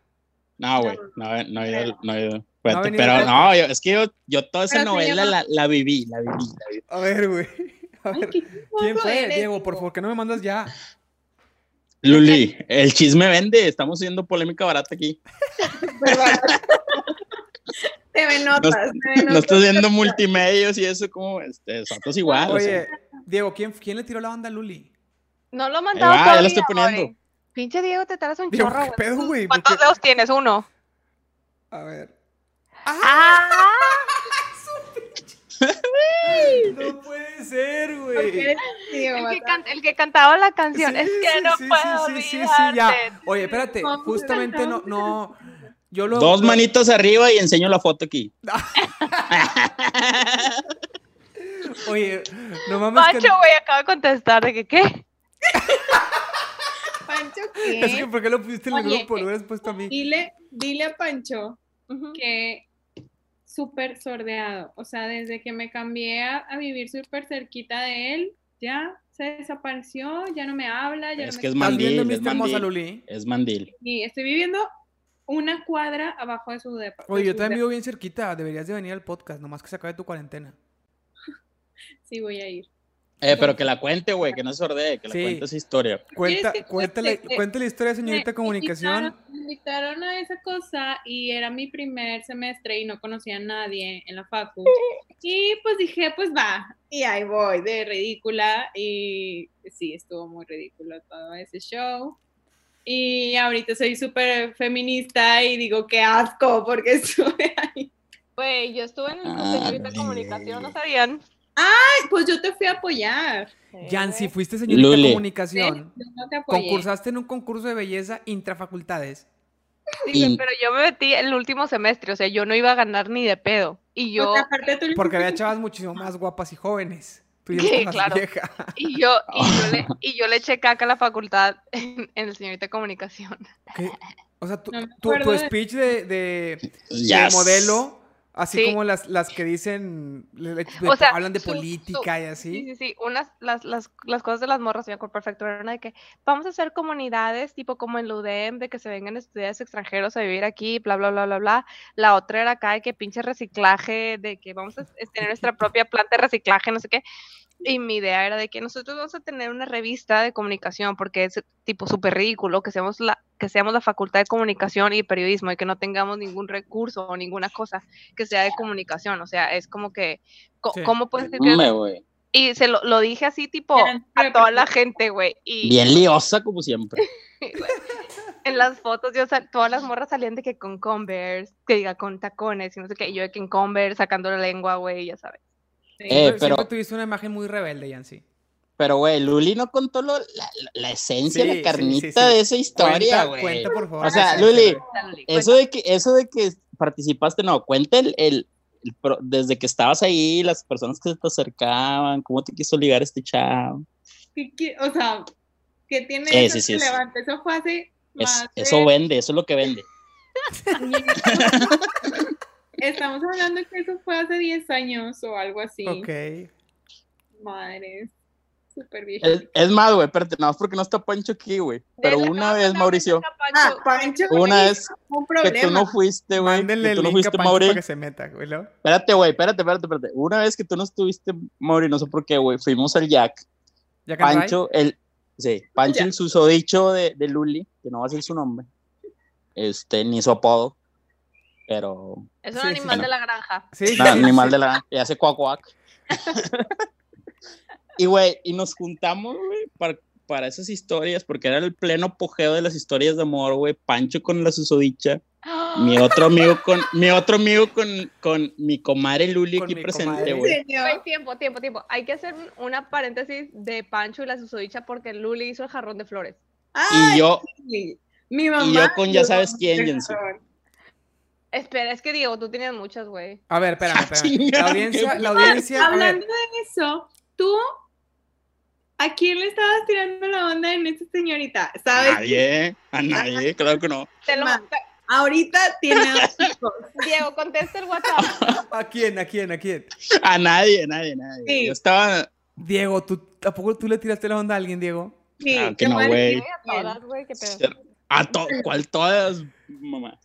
[SPEAKER 3] No, güey, no, no he ido, no he ido. Fíjate,
[SPEAKER 2] ha venido
[SPEAKER 3] pero
[SPEAKER 2] al
[SPEAKER 3] no, yo- es que yo, yo toda esa
[SPEAKER 5] Pero se
[SPEAKER 3] novela
[SPEAKER 5] llama-
[SPEAKER 3] la, la viví, la viví, la viví.
[SPEAKER 2] A ver, güey. A
[SPEAKER 5] ay,
[SPEAKER 2] ver.
[SPEAKER 5] qué
[SPEAKER 2] ¿Quién
[SPEAKER 5] chismoso
[SPEAKER 2] fue,
[SPEAKER 5] eres,
[SPEAKER 2] Diego? Por
[SPEAKER 5] Diego.
[SPEAKER 2] favor, que no me mandas ya.
[SPEAKER 3] Luli, el chisme vende, estamos haciendo polémica barata aquí.
[SPEAKER 5] Te me notas, te me
[SPEAKER 3] No
[SPEAKER 5] notas.
[SPEAKER 3] estás viendo multimedios y eso como, este, Santos igual. o sea,
[SPEAKER 2] Oye, Diego, ¿quién, ¿quién le tiró la onda a Luli?
[SPEAKER 1] No lo
[SPEAKER 3] ahí
[SPEAKER 1] mandaba
[SPEAKER 3] va, ya
[SPEAKER 1] todavía,
[SPEAKER 3] lo estoy poniendo.
[SPEAKER 1] Mauri. Pinche Diego, te tardas un
[SPEAKER 2] Diego,
[SPEAKER 1] chorro,
[SPEAKER 2] ¿qué
[SPEAKER 1] güey.
[SPEAKER 2] pedo, güey? ¿Por
[SPEAKER 1] ¿Cuántos
[SPEAKER 2] qué?
[SPEAKER 1] dedos tienes? Uno.
[SPEAKER 2] A ver.
[SPEAKER 1] ¡Ah!
[SPEAKER 2] No puede ser,
[SPEAKER 5] Porque
[SPEAKER 2] güey.
[SPEAKER 5] eres Diego,
[SPEAKER 1] El que,
[SPEAKER 5] ¿verdad?
[SPEAKER 1] can- el que cantaba la
[SPEAKER 2] Sí,
[SPEAKER 1] canción. es que
[SPEAKER 2] sí,
[SPEAKER 1] no
[SPEAKER 2] sí,
[SPEAKER 1] puedo
[SPEAKER 2] sí, sí, sí, sí, ya.
[SPEAKER 1] olvidarte.
[SPEAKER 2] Oye, espérate,
[SPEAKER 5] Vamos a
[SPEAKER 2] justamente no, no. Yo lo.
[SPEAKER 3] Dos
[SPEAKER 2] lo-
[SPEAKER 3] manitos arriba y enseño la foto aquí.
[SPEAKER 2] Oye, no mames. que-
[SPEAKER 1] Pancho, güey, acaba de contestar de que qué.
[SPEAKER 5] Pancho, ¿qué?
[SPEAKER 2] Es que, ¿por qué lo pusiste en el
[SPEAKER 5] Oye,
[SPEAKER 2] grupo? Lo hubieras puesto a mí.
[SPEAKER 5] Dile, dile a Pancho
[SPEAKER 1] Ujú.
[SPEAKER 5] que súper sordeado. O sea, desde que me cambié a, a vivir súper cerquita de él, ya se desapareció, ya no me habla, ya
[SPEAKER 3] Es
[SPEAKER 5] no
[SPEAKER 3] que
[SPEAKER 5] me
[SPEAKER 2] ¿Estás
[SPEAKER 3] es mandil,
[SPEAKER 2] viendo,
[SPEAKER 3] es
[SPEAKER 2] Mr. Hermosa
[SPEAKER 3] mandil.
[SPEAKER 2] Luli?
[SPEAKER 3] Es mandil.
[SPEAKER 5] Y estoy viviendo una cuadra abajo de su depa. de
[SPEAKER 2] Oye, yo
[SPEAKER 5] su
[SPEAKER 2] también
[SPEAKER 5] depa.
[SPEAKER 2] vivo bien cerquita. Deberías de venir al podcast, nomás que se acabe tu cuarentena.
[SPEAKER 5] Sí, voy a ir.
[SPEAKER 3] Eh, pero que la cuente, güey, que no se ordee, que la
[SPEAKER 2] Sí.
[SPEAKER 3] cuente esa historia.
[SPEAKER 2] Cuenta,
[SPEAKER 5] que
[SPEAKER 2] cuenta, la,
[SPEAKER 5] cuente? Eh,
[SPEAKER 2] cuenta la historia, señorita
[SPEAKER 5] Me
[SPEAKER 2] comunicación.
[SPEAKER 5] invitaron- Me invitaron a esa cosa y era mi primer semestre y no conocía a nadie en la facu. Y pues dije, pues va. Y ahí voy, de ridícula. Y sí, estuvo muy ridículo todo ese show. Y ahorita soy súper feminista y digo, qué asco, porque estuve ahí.
[SPEAKER 1] Güey, yo estuve en el
[SPEAKER 3] Ah,
[SPEAKER 1] Consejo de
[SPEAKER 3] sí.
[SPEAKER 1] Comunicación, ¿no sabían?
[SPEAKER 5] Ay, pues yo te fui a apoyar.
[SPEAKER 2] Yancy, fuiste señorita de
[SPEAKER 3] Lule.
[SPEAKER 2] comunicación.
[SPEAKER 5] Yo no te apoyé.
[SPEAKER 2] Concursaste en un concurso de belleza intrafacultades.
[SPEAKER 1] Dice,
[SPEAKER 3] Y-
[SPEAKER 1] Eh, pero yo me metí el último semestre, o sea, yo no iba a ganar ni de pedo. Y yo,
[SPEAKER 5] Porque aparte tú le
[SPEAKER 2] Porque había
[SPEAKER 5] hiciste-
[SPEAKER 2] chavas muchísimo más guapas y jóvenes. Tú ya
[SPEAKER 1] Sí,
[SPEAKER 2] estabas
[SPEAKER 1] claro.
[SPEAKER 2] vieja.
[SPEAKER 1] y yo, y yo le, y yo le eché caca a la facultad en, en el señorita de comunicación.
[SPEAKER 2] ¿Qué? O sea, tu,
[SPEAKER 5] No me
[SPEAKER 2] tu- tu
[SPEAKER 5] acuerdo de-
[SPEAKER 2] speech de, de- de
[SPEAKER 3] Yes.
[SPEAKER 2] modelo, así
[SPEAKER 1] Sí.
[SPEAKER 2] como las, las que dicen, le- le-
[SPEAKER 1] O sea,
[SPEAKER 2] hablan de
[SPEAKER 1] su- su-
[SPEAKER 2] política y
[SPEAKER 1] Sí,
[SPEAKER 2] así.
[SPEAKER 1] sí, sí. Unas, las, las, las cosas de las morras, me acuerdo perfecto, era una de que vamos a hacer comunidades, tipo como en la UDEM, de que se vengan estudiantes extranjeros a vivir aquí, bla, bla, bla, bla, bla. La otra era acá de que pinche reciclaje, de que vamos a es- tener nuestra propia planta de reciclaje, no sé qué. Y mi idea era de que nosotros vamos a tener una revista de comunicación, porque es tipo súper ridículo que seamos, la, que seamos la facultad de comunicación y periodismo y que no tengamos ningún recurso o ninguna cosa que sea de comunicación. O sea, es como que, co-
[SPEAKER 2] Sí.
[SPEAKER 1] ¿cómo puedes decir que
[SPEAKER 3] Hombre, güey.
[SPEAKER 1] y se lo, lo dije así, tipo,
[SPEAKER 5] Eran
[SPEAKER 1] a toda la
[SPEAKER 5] prepreparados.
[SPEAKER 1] gente, güey. Y
[SPEAKER 3] Bien liosa, como siempre.
[SPEAKER 1] en las fotos, yo sal- todas las morras salían de que con Converse, que diga con tacones, y no sé qué. y yo de que en Converse, sacando la lengua, güey, ya sabes.
[SPEAKER 3] Eh,
[SPEAKER 2] Pero
[SPEAKER 3] pero,
[SPEAKER 2] siempre tuviste una imagen muy rebelde, Yancy.
[SPEAKER 3] pero, güey, Luli no contó lo- la, la
[SPEAKER 2] Sí,
[SPEAKER 3] esencia,
[SPEAKER 2] sí,
[SPEAKER 3] la
[SPEAKER 2] sí,
[SPEAKER 3] carnita
[SPEAKER 2] sí.
[SPEAKER 3] de esa historia,
[SPEAKER 2] Cuenta-
[SPEAKER 3] güey.
[SPEAKER 2] Cuenta, por favor.
[SPEAKER 3] O sea,
[SPEAKER 2] la esencia,
[SPEAKER 3] Luli,
[SPEAKER 2] güey.
[SPEAKER 1] Dale,
[SPEAKER 3] Eso de que, eso de que participaste, no, cuenta el, el- el pro- desde que estabas ahí, las personas que se te acercaban, cómo te quiso ligar este chavo.
[SPEAKER 5] ¿Qué qui- o sea, ¿qué tiene
[SPEAKER 3] Sí,
[SPEAKER 5] eso
[SPEAKER 3] sí, sí, es-
[SPEAKER 5] relevante? Eso fue hace
[SPEAKER 3] Es-
[SPEAKER 5] más de-
[SPEAKER 3] eso vende, eso es lo que vende.
[SPEAKER 5] Estamos hablando que eso fue hace 10 años o algo así.
[SPEAKER 2] Ok.
[SPEAKER 5] Madre, súper
[SPEAKER 3] Es,
[SPEAKER 5] bien.
[SPEAKER 3] es más, güey, espérate, nada más porque no está Pancho aquí, güey. Pero
[SPEAKER 1] Dele,
[SPEAKER 3] una
[SPEAKER 1] vamos
[SPEAKER 3] vez,
[SPEAKER 1] a
[SPEAKER 3] Mauricio,
[SPEAKER 1] Verónica Pancho.
[SPEAKER 5] Ah, Pancho,
[SPEAKER 3] una
[SPEAKER 5] güey,
[SPEAKER 3] vez
[SPEAKER 5] un
[SPEAKER 3] que tú no
[SPEAKER 5] problema.
[SPEAKER 3] fuiste, güey.
[SPEAKER 2] Mándenle
[SPEAKER 3] Que tú
[SPEAKER 2] el link
[SPEAKER 3] no
[SPEAKER 2] a
[SPEAKER 3] fuiste,
[SPEAKER 2] Pancho
[SPEAKER 3] Mauri.
[SPEAKER 2] para que se meta, güey. ¿no?
[SPEAKER 3] Espérate, güey, espérate, espérate, espérate. Una vez que tú no estuviste, Mauri, no sé por qué, güey, fuimos al Jack.
[SPEAKER 2] Ya que no hay.
[SPEAKER 3] Pancho, el, sí, Pancho, el susodicho de, de Luli, que no va a ser su nombre, este, ni su apodo, pero
[SPEAKER 1] Es un
[SPEAKER 2] Sí, sí,
[SPEAKER 1] animal
[SPEAKER 3] sí.
[SPEAKER 1] de la granja.
[SPEAKER 2] Sí, sí,
[SPEAKER 3] nada,
[SPEAKER 2] sí,
[SPEAKER 3] animal
[SPEAKER 2] sí.
[SPEAKER 3] de la, y hace cuac cuac. y güey, y nos juntamos, güey, para, para esas historias, porque era el pleno apogeo de las historias de amor, güey, Pancho con la susodicha, mi otro amigo con, mi otro amigo con, con mi comadre Luli
[SPEAKER 2] Con
[SPEAKER 3] aquí
[SPEAKER 2] mi
[SPEAKER 3] presente,
[SPEAKER 2] comadre.
[SPEAKER 3] güey.
[SPEAKER 1] Güey,
[SPEAKER 5] Señor,
[SPEAKER 1] tiempo, tiempo, tiempo. Hay que hacer un- una paréntesis de Pancho y la susodicha porque Luli hizo el jarrón de flores.
[SPEAKER 5] Ay,
[SPEAKER 3] Y yo,
[SPEAKER 5] mi mamá.
[SPEAKER 3] yo con ya sabes quién,
[SPEAKER 5] por
[SPEAKER 3] Jensen.
[SPEAKER 5] favor.
[SPEAKER 1] Espera, es que Diego, tú tienes muchas, güey.
[SPEAKER 2] A ver, espérame, espérame.
[SPEAKER 3] Chingada,
[SPEAKER 2] La audiencia,
[SPEAKER 3] qué-
[SPEAKER 2] la audiencia. a ver,
[SPEAKER 5] Hablando de eso, tú, ¿a quién le estabas tirando la onda en esta señorita?
[SPEAKER 3] a
[SPEAKER 5] ¿Sabes?
[SPEAKER 3] nadie, a nadie, claro que no.
[SPEAKER 1] Te lo-
[SPEAKER 5] Ma-
[SPEAKER 1] te-
[SPEAKER 5] Ahorita tiene dos hijos.
[SPEAKER 1] Diego, contesta el WhatsApp.
[SPEAKER 2] ¿A quién? ¿A quién? ¿A quién?
[SPEAKER 3] A nadie, a nadie, a nadie.
[SPEAKER 5] Sí.
[SPEAKER 3] Yo estaba.
[SPEAKER 2] Diego, ¿tú, ¿a poco tú le tiraste la onda a alguien, Diego?
[SPEAKER 5] Sí,
[SPEAKER 3] Claro Ah, que
[SPEAKER 5] te
[SPEAKER 3] no,
[SPEAKER 5] voy a
[SPEAKER 3] güey.
[SPEAKER 5] decir
[SPEAKER 1] A
[SPEAKER 5] quién.
[SPEAKER 1] todas, güey, qué pedo.
[SPEAKER 3] A to cual todas, mamá.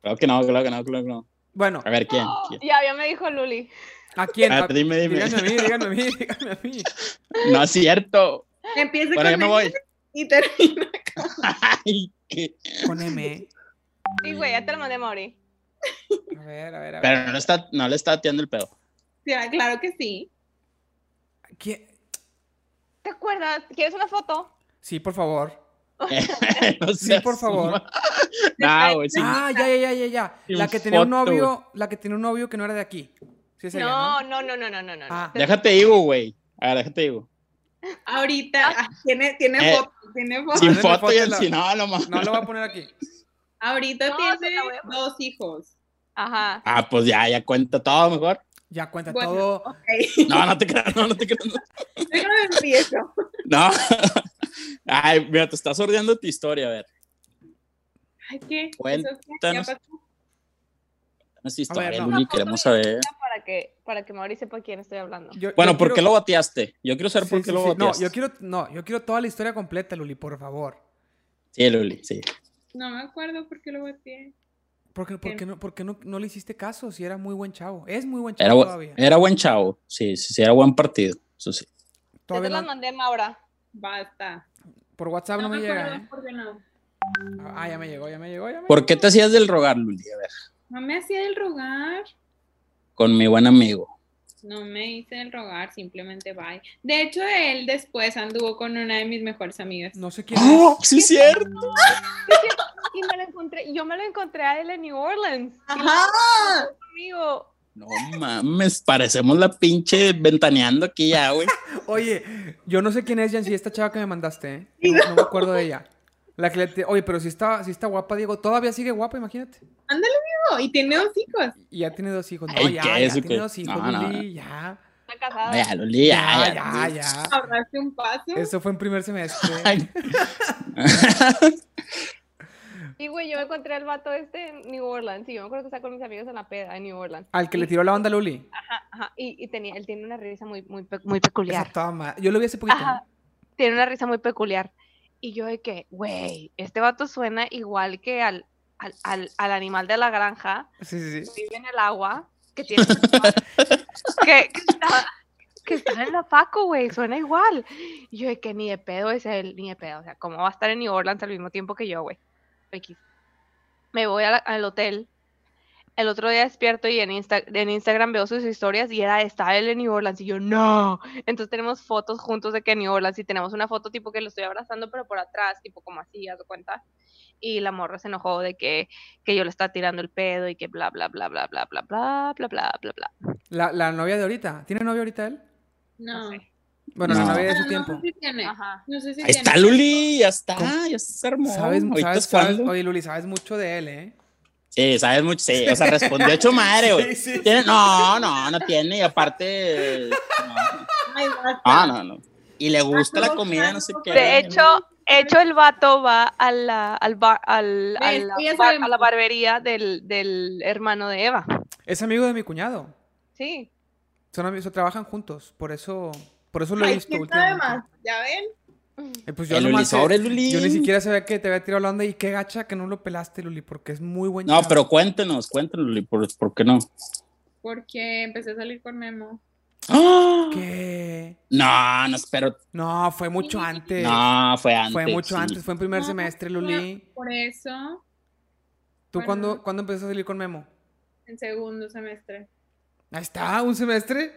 [SPEAKER 3] Claro que no, claro que no, claro que no.
[SPEAKER 2] Bueno,
[SPEAKER 3] A ver, ¿quién? ¿Quién?
[SPEAKER 1] Ya, ya me dijo Luli.
[SPEAKER 2] ¿a quién?
[SPEAKER 3] Ah,
[SPEAKER 2] A-
[SPEAKER 3] dime, dime.
[SPEAKER 2] Díganme a mí, díganme a mí, díganme a mí.
[SPEAKER 3] No es cierto.
[SPEAKER 5] Empieza
[SPEAKER 3] Bueno, ya
[SPEAKER 5] con
[SPEAKER 3] me voy.
[SPEAKER 5] ese y termina.
[SPEAKER 3] Ay, qué-
[SPEAKER 2] Con M.
[SPEAKER 1] Sí, güey, ya te lo mandé, Mauri.
[SPEAKER 2] A ver, a ver, a ver.
[SPEAKER 3] Pero no, está, no le está ateando el pedo.
[SPEAKER 5] Sí, ah, claro que sí.
[SPEAKER 2] ¿Quién?
[SPEAKER 1] ¿Te acuerdas? ¿Quieres una foto?
[SPEAKER 2] Sí, por favor.
[SPEAKER 3] Eh, No
[SPEAKER 2] Sí,
[SPEAKER 3] seas
[SPEAKER 2] por favor.
[SPEAKER 3] mamá. No, güey, sí.
[SPEAKER 2] Ah, ya, ya, ya, ya, ya.
[SPEAKER 3] Sin
[SPEAKER 2] La que tenía un
[SPEAKER 3] foto,
[SPEAKER 2] novio, la que tenía un novio que no era de aquí. Sí, es ella,
[SPEAKER 1] No,
[SPEAKER 2] ¿no?
[SPEAKER 1] no, no, no, no, no, no.
[SPEAKER 2] Ah.
[SPEAKER 1] Te-
[SPEAKER 3] Déjate digo, güey. A ver, déjate digo.
[SPEAKER 5] Ahorita ah, tiene, tiene
[SPEAKER 3] Eh,
[SPEAKER 5] foto, tiene foto.
[SPEAKER 3] Sin
[SPEAKER 2] Mándenme
[SPEAKER 3] foto
[SPEAKER 2] foto
[SPEAKER 3] y
[SPEAKER 2] de
[SPEAKER 3] el
[SPEAKER 2] la-
[SPEAKER 3] sin no, no, ma.
[SPEAKER 2] No lo voy a poner aquí.
[SPEAKER 5] Ahorita
[SPEAKER 1] No, se
[SPEAKER 5] tiene
[SPEAKER 1] la voy a-
[SPEAKER 5] dos hijos.
[SPEAKER 1] Ajá.
[SPEAKER 3] Ah, pues ya, ya cuenta todo mejor.
[SPEAKER 2] Ya cuenta
[SPEAKER 5] Bueno.
[SPEAKER 2] todo.
[SPEAKER 5] Ok.
[SPEAKER 3] No, no te creas, no, no te creas. no.
[SPEAKER 5] Déjame empiezo.
[SPEAKER 3] No. Ay, mira, te estás ordeando tu historia, a ver.
[SPEAKER 5] Ay, ¿qué?
[SPEAKER 3] Cuéntanos.
[SPEAKER 5] ¿Eso qué? ¿Ya pasó?
[SPEAKER 3] Es tu
[SPEAKER 2] A ver,
[SPEAKER 3] historia,
[SPEAKER 2] no.
[SPEAKER 3] Luli,
[SPEAKER 1] Una foto
[SPEAKER 3] queremos
[SPEAKER 1] y-
[SPEAKER 3] saber.
[SPEAKER 1] Para que, para que Mauri sepa quién estoy hablando.
[SPEAKER 2] Yo-
[SPEAKER 3] Bueno,
[SPEAKER 2] yo
[SPEAKER 3] ¿por
[SPEAKER 2] quiero-
[SPEAKER 3] qué lo bateaste? Yo quiero saber
[SPEAKER 2] Sí,
[SPEAKER 3] por qué
[SPEAKER 2] sí,
[SPEAKER 3] lo
[SPEAKER 2] sí. No,
[SPEAKER 3] bateaste.
[SPEAKER 2] yo quiero, no, yo quiero toda la historia completa, Luli, por favor.
[SPEAKER 3] Sí, Luli, sí.
[SPEAKER 5] No me acuerdo por qué lo boté.
[SPEAKER 2] Porque,
[SPEAKER 5] Sí.
[SPEAKER 2] porque, no, porque no, no le hiciste caso si era muy buen chavo. Es muy buen
[SPEAKER 3] Era,
[SPEAKER 2] chavo
[SPEAKER 3] bu-
[SPEAKER 2] todavía.
[SPEAKER 3] era buen chavo. Sí, sí, sí, era buen partido. Eso sí.
[SPEAKER 1] Yo te
[SPEAKER 2] Todavía
[SPEAKER 1] las
[SPEAKER 2] no-
[SPEAKER 1] mandé, Maura.
[SPEAKER 5] Basta.
[SPEAKER 2] por WhatsApp no, me llega.
[SPEAKER 5] acuerdo
[SPEAKER 2] ¿eh?
[SPEAKER 5] por qué no.
[SPEAKER 2] Ah, ya me llegó, ya me llegó, ya me
[SPEAKER 3] ¿Por qué te hacías del rogar, Luli? A ver,
[SPEAKER 5] No me hacía el rogar.
[SPEAKER 3] con mi buen amigo.
[SPEAKER 5] No me hice el rogar, simplemente bye. De hecho, él después anduvo con una de mis mejores amigas.
[SPEAKER 2] No sé quién Ah, es.
[SPEAKER 3] ¡Oh, sí, es cierto!
[SPEAKER 1] Y me lo encontré, yo me lo encontré a él en New Orleans.
[SPEAKER 5] Ajá.
[SPEAKER 1] Amigo,
[SPEAKER 3] No mames, parecemos la pinche ventaneando aquí ya, güey.
[SPEAKER 2] Oye, yo no sé quién es Yancy, esta chava que me mandaste, ¿eh? No, no me acuerdo de ella. La que le te- Oye, pero si está, si está guapa, Diego. Todavía sigue guapa, imagínate.
[SPEAKER 5] No, y tiene dos hijos.
[SPEAKER 2] Y ya tiene dos hijos. No,
[SPEAKER 3] Ay,
[SPEAKER 2] ya,
[SPEAKER 3] ¿qué?
[SPEAKER 2] ya
[SPEAKER 3] ¿Eso
[SPEAKER 2] tiene
[SPEAKER 3] qué?
[SPEAKER 2] dos hijos,
[SPEAKER 3] No, no,
[SPEAKER 2] Luli, ya.
[SPEAKER 1] Está casada.
[SPEAKER 3] Ya, Luli, ya,
[SPEAKER 2] Ya, ya,
[SPEAKER 3] ya.
[SPEAKER 2] ya.
[SPEAKER 5] Ahorraste un paso.
[SPEAKER 2] Eso fue en primer semestre.
[SPEAKER 3] Ay.
[SPEAKER 4] Y güey, yo encontré al vato este en New Orleans. Y yo me acuerdo que estaba con mis amigos en la peda en New Orleans.
[SPEAKER 2] Al que le tiró la onda a Luli.
[SPEAKER 4] Ajá, ajá. Y, y tenía, él tiene una risa muy, muy, pe- muy peculiar.
[SPEAKER 2] Esa toda ma- Yo lo vi hace poquito.
[SPEAKER 4] Ajá. Tiene una risa muy peculiar. Y yo de que, güey, este vato suena igual que al, al, al, al animal de la granja
[SPEAKER 2] Sí, sí,
[SPEAKER 4] que
[SPEAKER 2] sí.
[SPEAKER 4] vive en el agua, que tiene que, que está, que está en la faco, güey, suena igual. Y yo de que ni de pedo es él, ni de pedo. O sea, ¿cómo va a estar en New Orleans al mismo tiempo que yo, güey? X. Me voy a la- al hotel. El otro día despierto y en, Insta- en Instagram veo sus historias y era, está él en New Orleans y yo, no. Entonces tenemos fotos juntos de que en New Orleans y tenemos una foto tipo que lo estoy abrazando pero por atrás, tipo como así, haz de cuenta. Y la morra se enojó de que, que yo le estaba tirando el pedo y que bla, bla, bla, bla, bla, bla, bla, bla, bla, bla, bla.
[SPEAKER 2] La, la novia de ahorita. ¿Tiene novia ahorita él?
[SPEAKER 5] No.
[SPEAKER 4] sé.
[SPEAKER 2] Bueno, la
[SPEAKER 3] No.
[SPEAKER 2] novia de su
[SPEAKER 5] Bueno, Ah, no
[SPEAKER 2] tiempo.
[SPEAKER 5] sé si tiene.
[SPEAKER 4] Ajá.
[SPEAKER 5] No sé si
[SPEAKER 3] Ahí está
[SPEAKER 5] tiene.
[SPEAKER 3] Luli, ya está, ya se armó.
[SPEAKER 2] ¿Sabes,
[SPEAKER 3] Ahorita
[SPEAKER 2] sabes-
[SPEAKER 3] es cuando.
[SPEAKER 2] sabes- oye, Luli, sabes mucho de él, ¿eh?
[SPEAKER 3] Sí, sabes mucho, sí, o sea, respondió hecho madre, güey.
[SPEAKER 2] Sí, sí.
[SPEAKER 3] Tiene- No, no, no tiene, y aparte, no,
[SPEAKER 5] Ay,
[SPEAKER 3] no,
[SPEAKER 5] basta.
[SPEAKER 3] no, no. Y le gusta la comida, no sé qué.
[SPEAKER 5] Ay,
[SPEAKER 1] De hecho, hecho el vato va a la, al bar- al- a,
[SPEAKER 5] Ves,
[SPEAKER 1] la
[SPEAKER 5] ya
[SPEAKER 1] bar-
[SPEAKER 5] sabemos.
[SPEAKER 1] a la barbería del, del hermano de Eva.
[SPEAKER 2] Es amigo de mi cuñado.
[SPEAKER 1] Sí.
[SPEAKER 2] Son amigos, o trabajan juntos. Por eso, por eso lo he
[SPEAKER 5] Ay,
[SPEAKER 2] visto
[SPEAKER 5] ¿quién sabe
[SPEAKER 2] últimamente.
[SPEAKER 5] más? ¿Ya ven?
[SPEAKER 2] Eh, pues yo
[SPEAKER 3] El Luli,
[SPEAKER 2] nomás sé-
[SPEAKER 3] sobre Luli.
[SPEAKER 2] Yo ni siquiera sabía que te había tirado la onda y qué gacha que no lo pelaste, Luli, porque es muy buen
[SPEAKER 3] No,
[SPEAKER 2] chavo.
[SPEAKER 3] pero cuéntenos, cuéntenos, Luli, ¿por, por qué no?
[SPEAKER 5] Porque empecé a salir con Memo.
[SPEAKER 3] ¡Ah!
[SPEAKER 2] ¿Qué?
[SPEAKER 3] No, no, espero.
[SPEAKER 2] No, fue mucho antes.
[SPEAKER 3] No, fue antes.
[SPEAKER 2] fue mucho
[SPEAKER 3] sí.
[SPEAKER 2] antes, fue en primer
[SPEAKER 5] No,
[SPEAKER 2] semestre,
[SPEAKER 5] fue-
[SPEAKER 2] Luli.
[SPEAKER 5] Por eso,
[SPEAKER 2] ¿Tú
[SPEAKER 5] bueno.
[SPEAKER 2] cuándo, cuándo empezaste a salir con Memo?
[SPEAKER 5] en segundo semestre.
[SPEAKER 2] Ahí está, un semestre.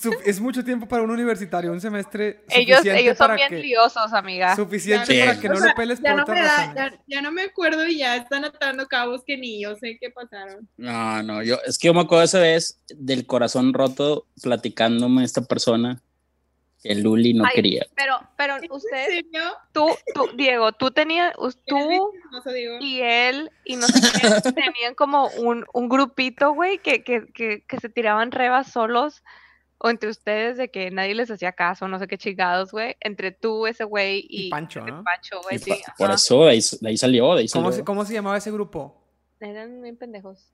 [SPEAKER 2] Su- es mucho tiempo para un universitario, un semestre.
[SPEAKER 1] Ellos,
[SPEAKER 2] suficiente
[SPEAKER 1] ellos son
[SPEAKER 2] para
[SPEAKER 1] bien
[SPEAKER 2] que-
[SPEAKER 1] liosos, amiga.
[SPEAKER 2] Suficiente
[SPEAKER 3] Sí.
[SPEAKER 2] para que no
[SPEAKER 5] O sea,
[SPEAKER 2] lo peles por
[SPEAKER 5] Ya no, me
[SPEAKER 2] otras
[SPEAKER 5] da-
[SPEAKER 2] razones.
[SPEAKER 5] ya, ya no me acuerdo y ya están atando cabos que ni yo sé qué pasaron.
[SPEAKER 3] No, no, yo, es que yo me acuerdo esa vez del corazón roto platicándome esta persona que Luli no
[SPEAKER 1] Ay,
[SPEAKER 3] quería.
[SPEAKER 1] Pero, pero
[SPEAKER 5] ¿Es en
[SPEAKER 1] ustedes,
[SPEAKER 5] serio?
[SPEAKER 1] tú, tú, Diego, tú tenías, us-
[SPEAKER 5] ¿Eres
[SPEAKER 1] tú
[SPEAKER 5] bien chismoso, digo?
[SPEAKER 1] y él y no sé quién tenían como un, un grupito, güey, que, que, que, que se tiraban rebas solos o entre ustedes de que nadie les hacía caso, no sé qué chingados, güey, entre tú, ese güey
[SPEAKER 2] Y
[SPEAKER 1] y,
[SPEAKER 2] Pancho, ¿no?
[SPEAKER 1] Pancho, güey.
[SPEAKER 3] Y
[SPEAKER 1] pues sí,
[SPEAKER 3] pa- por
[SPEAKER 1] ajá.
[SPEAKER 3] eso, de ahí, de ahí salió, de ahí salió.
[SPEAKER 2] ¿Cómo se, ¿Cómo se llamaba ese grupo?
[SPEAKER 1] Eran bien pendejos.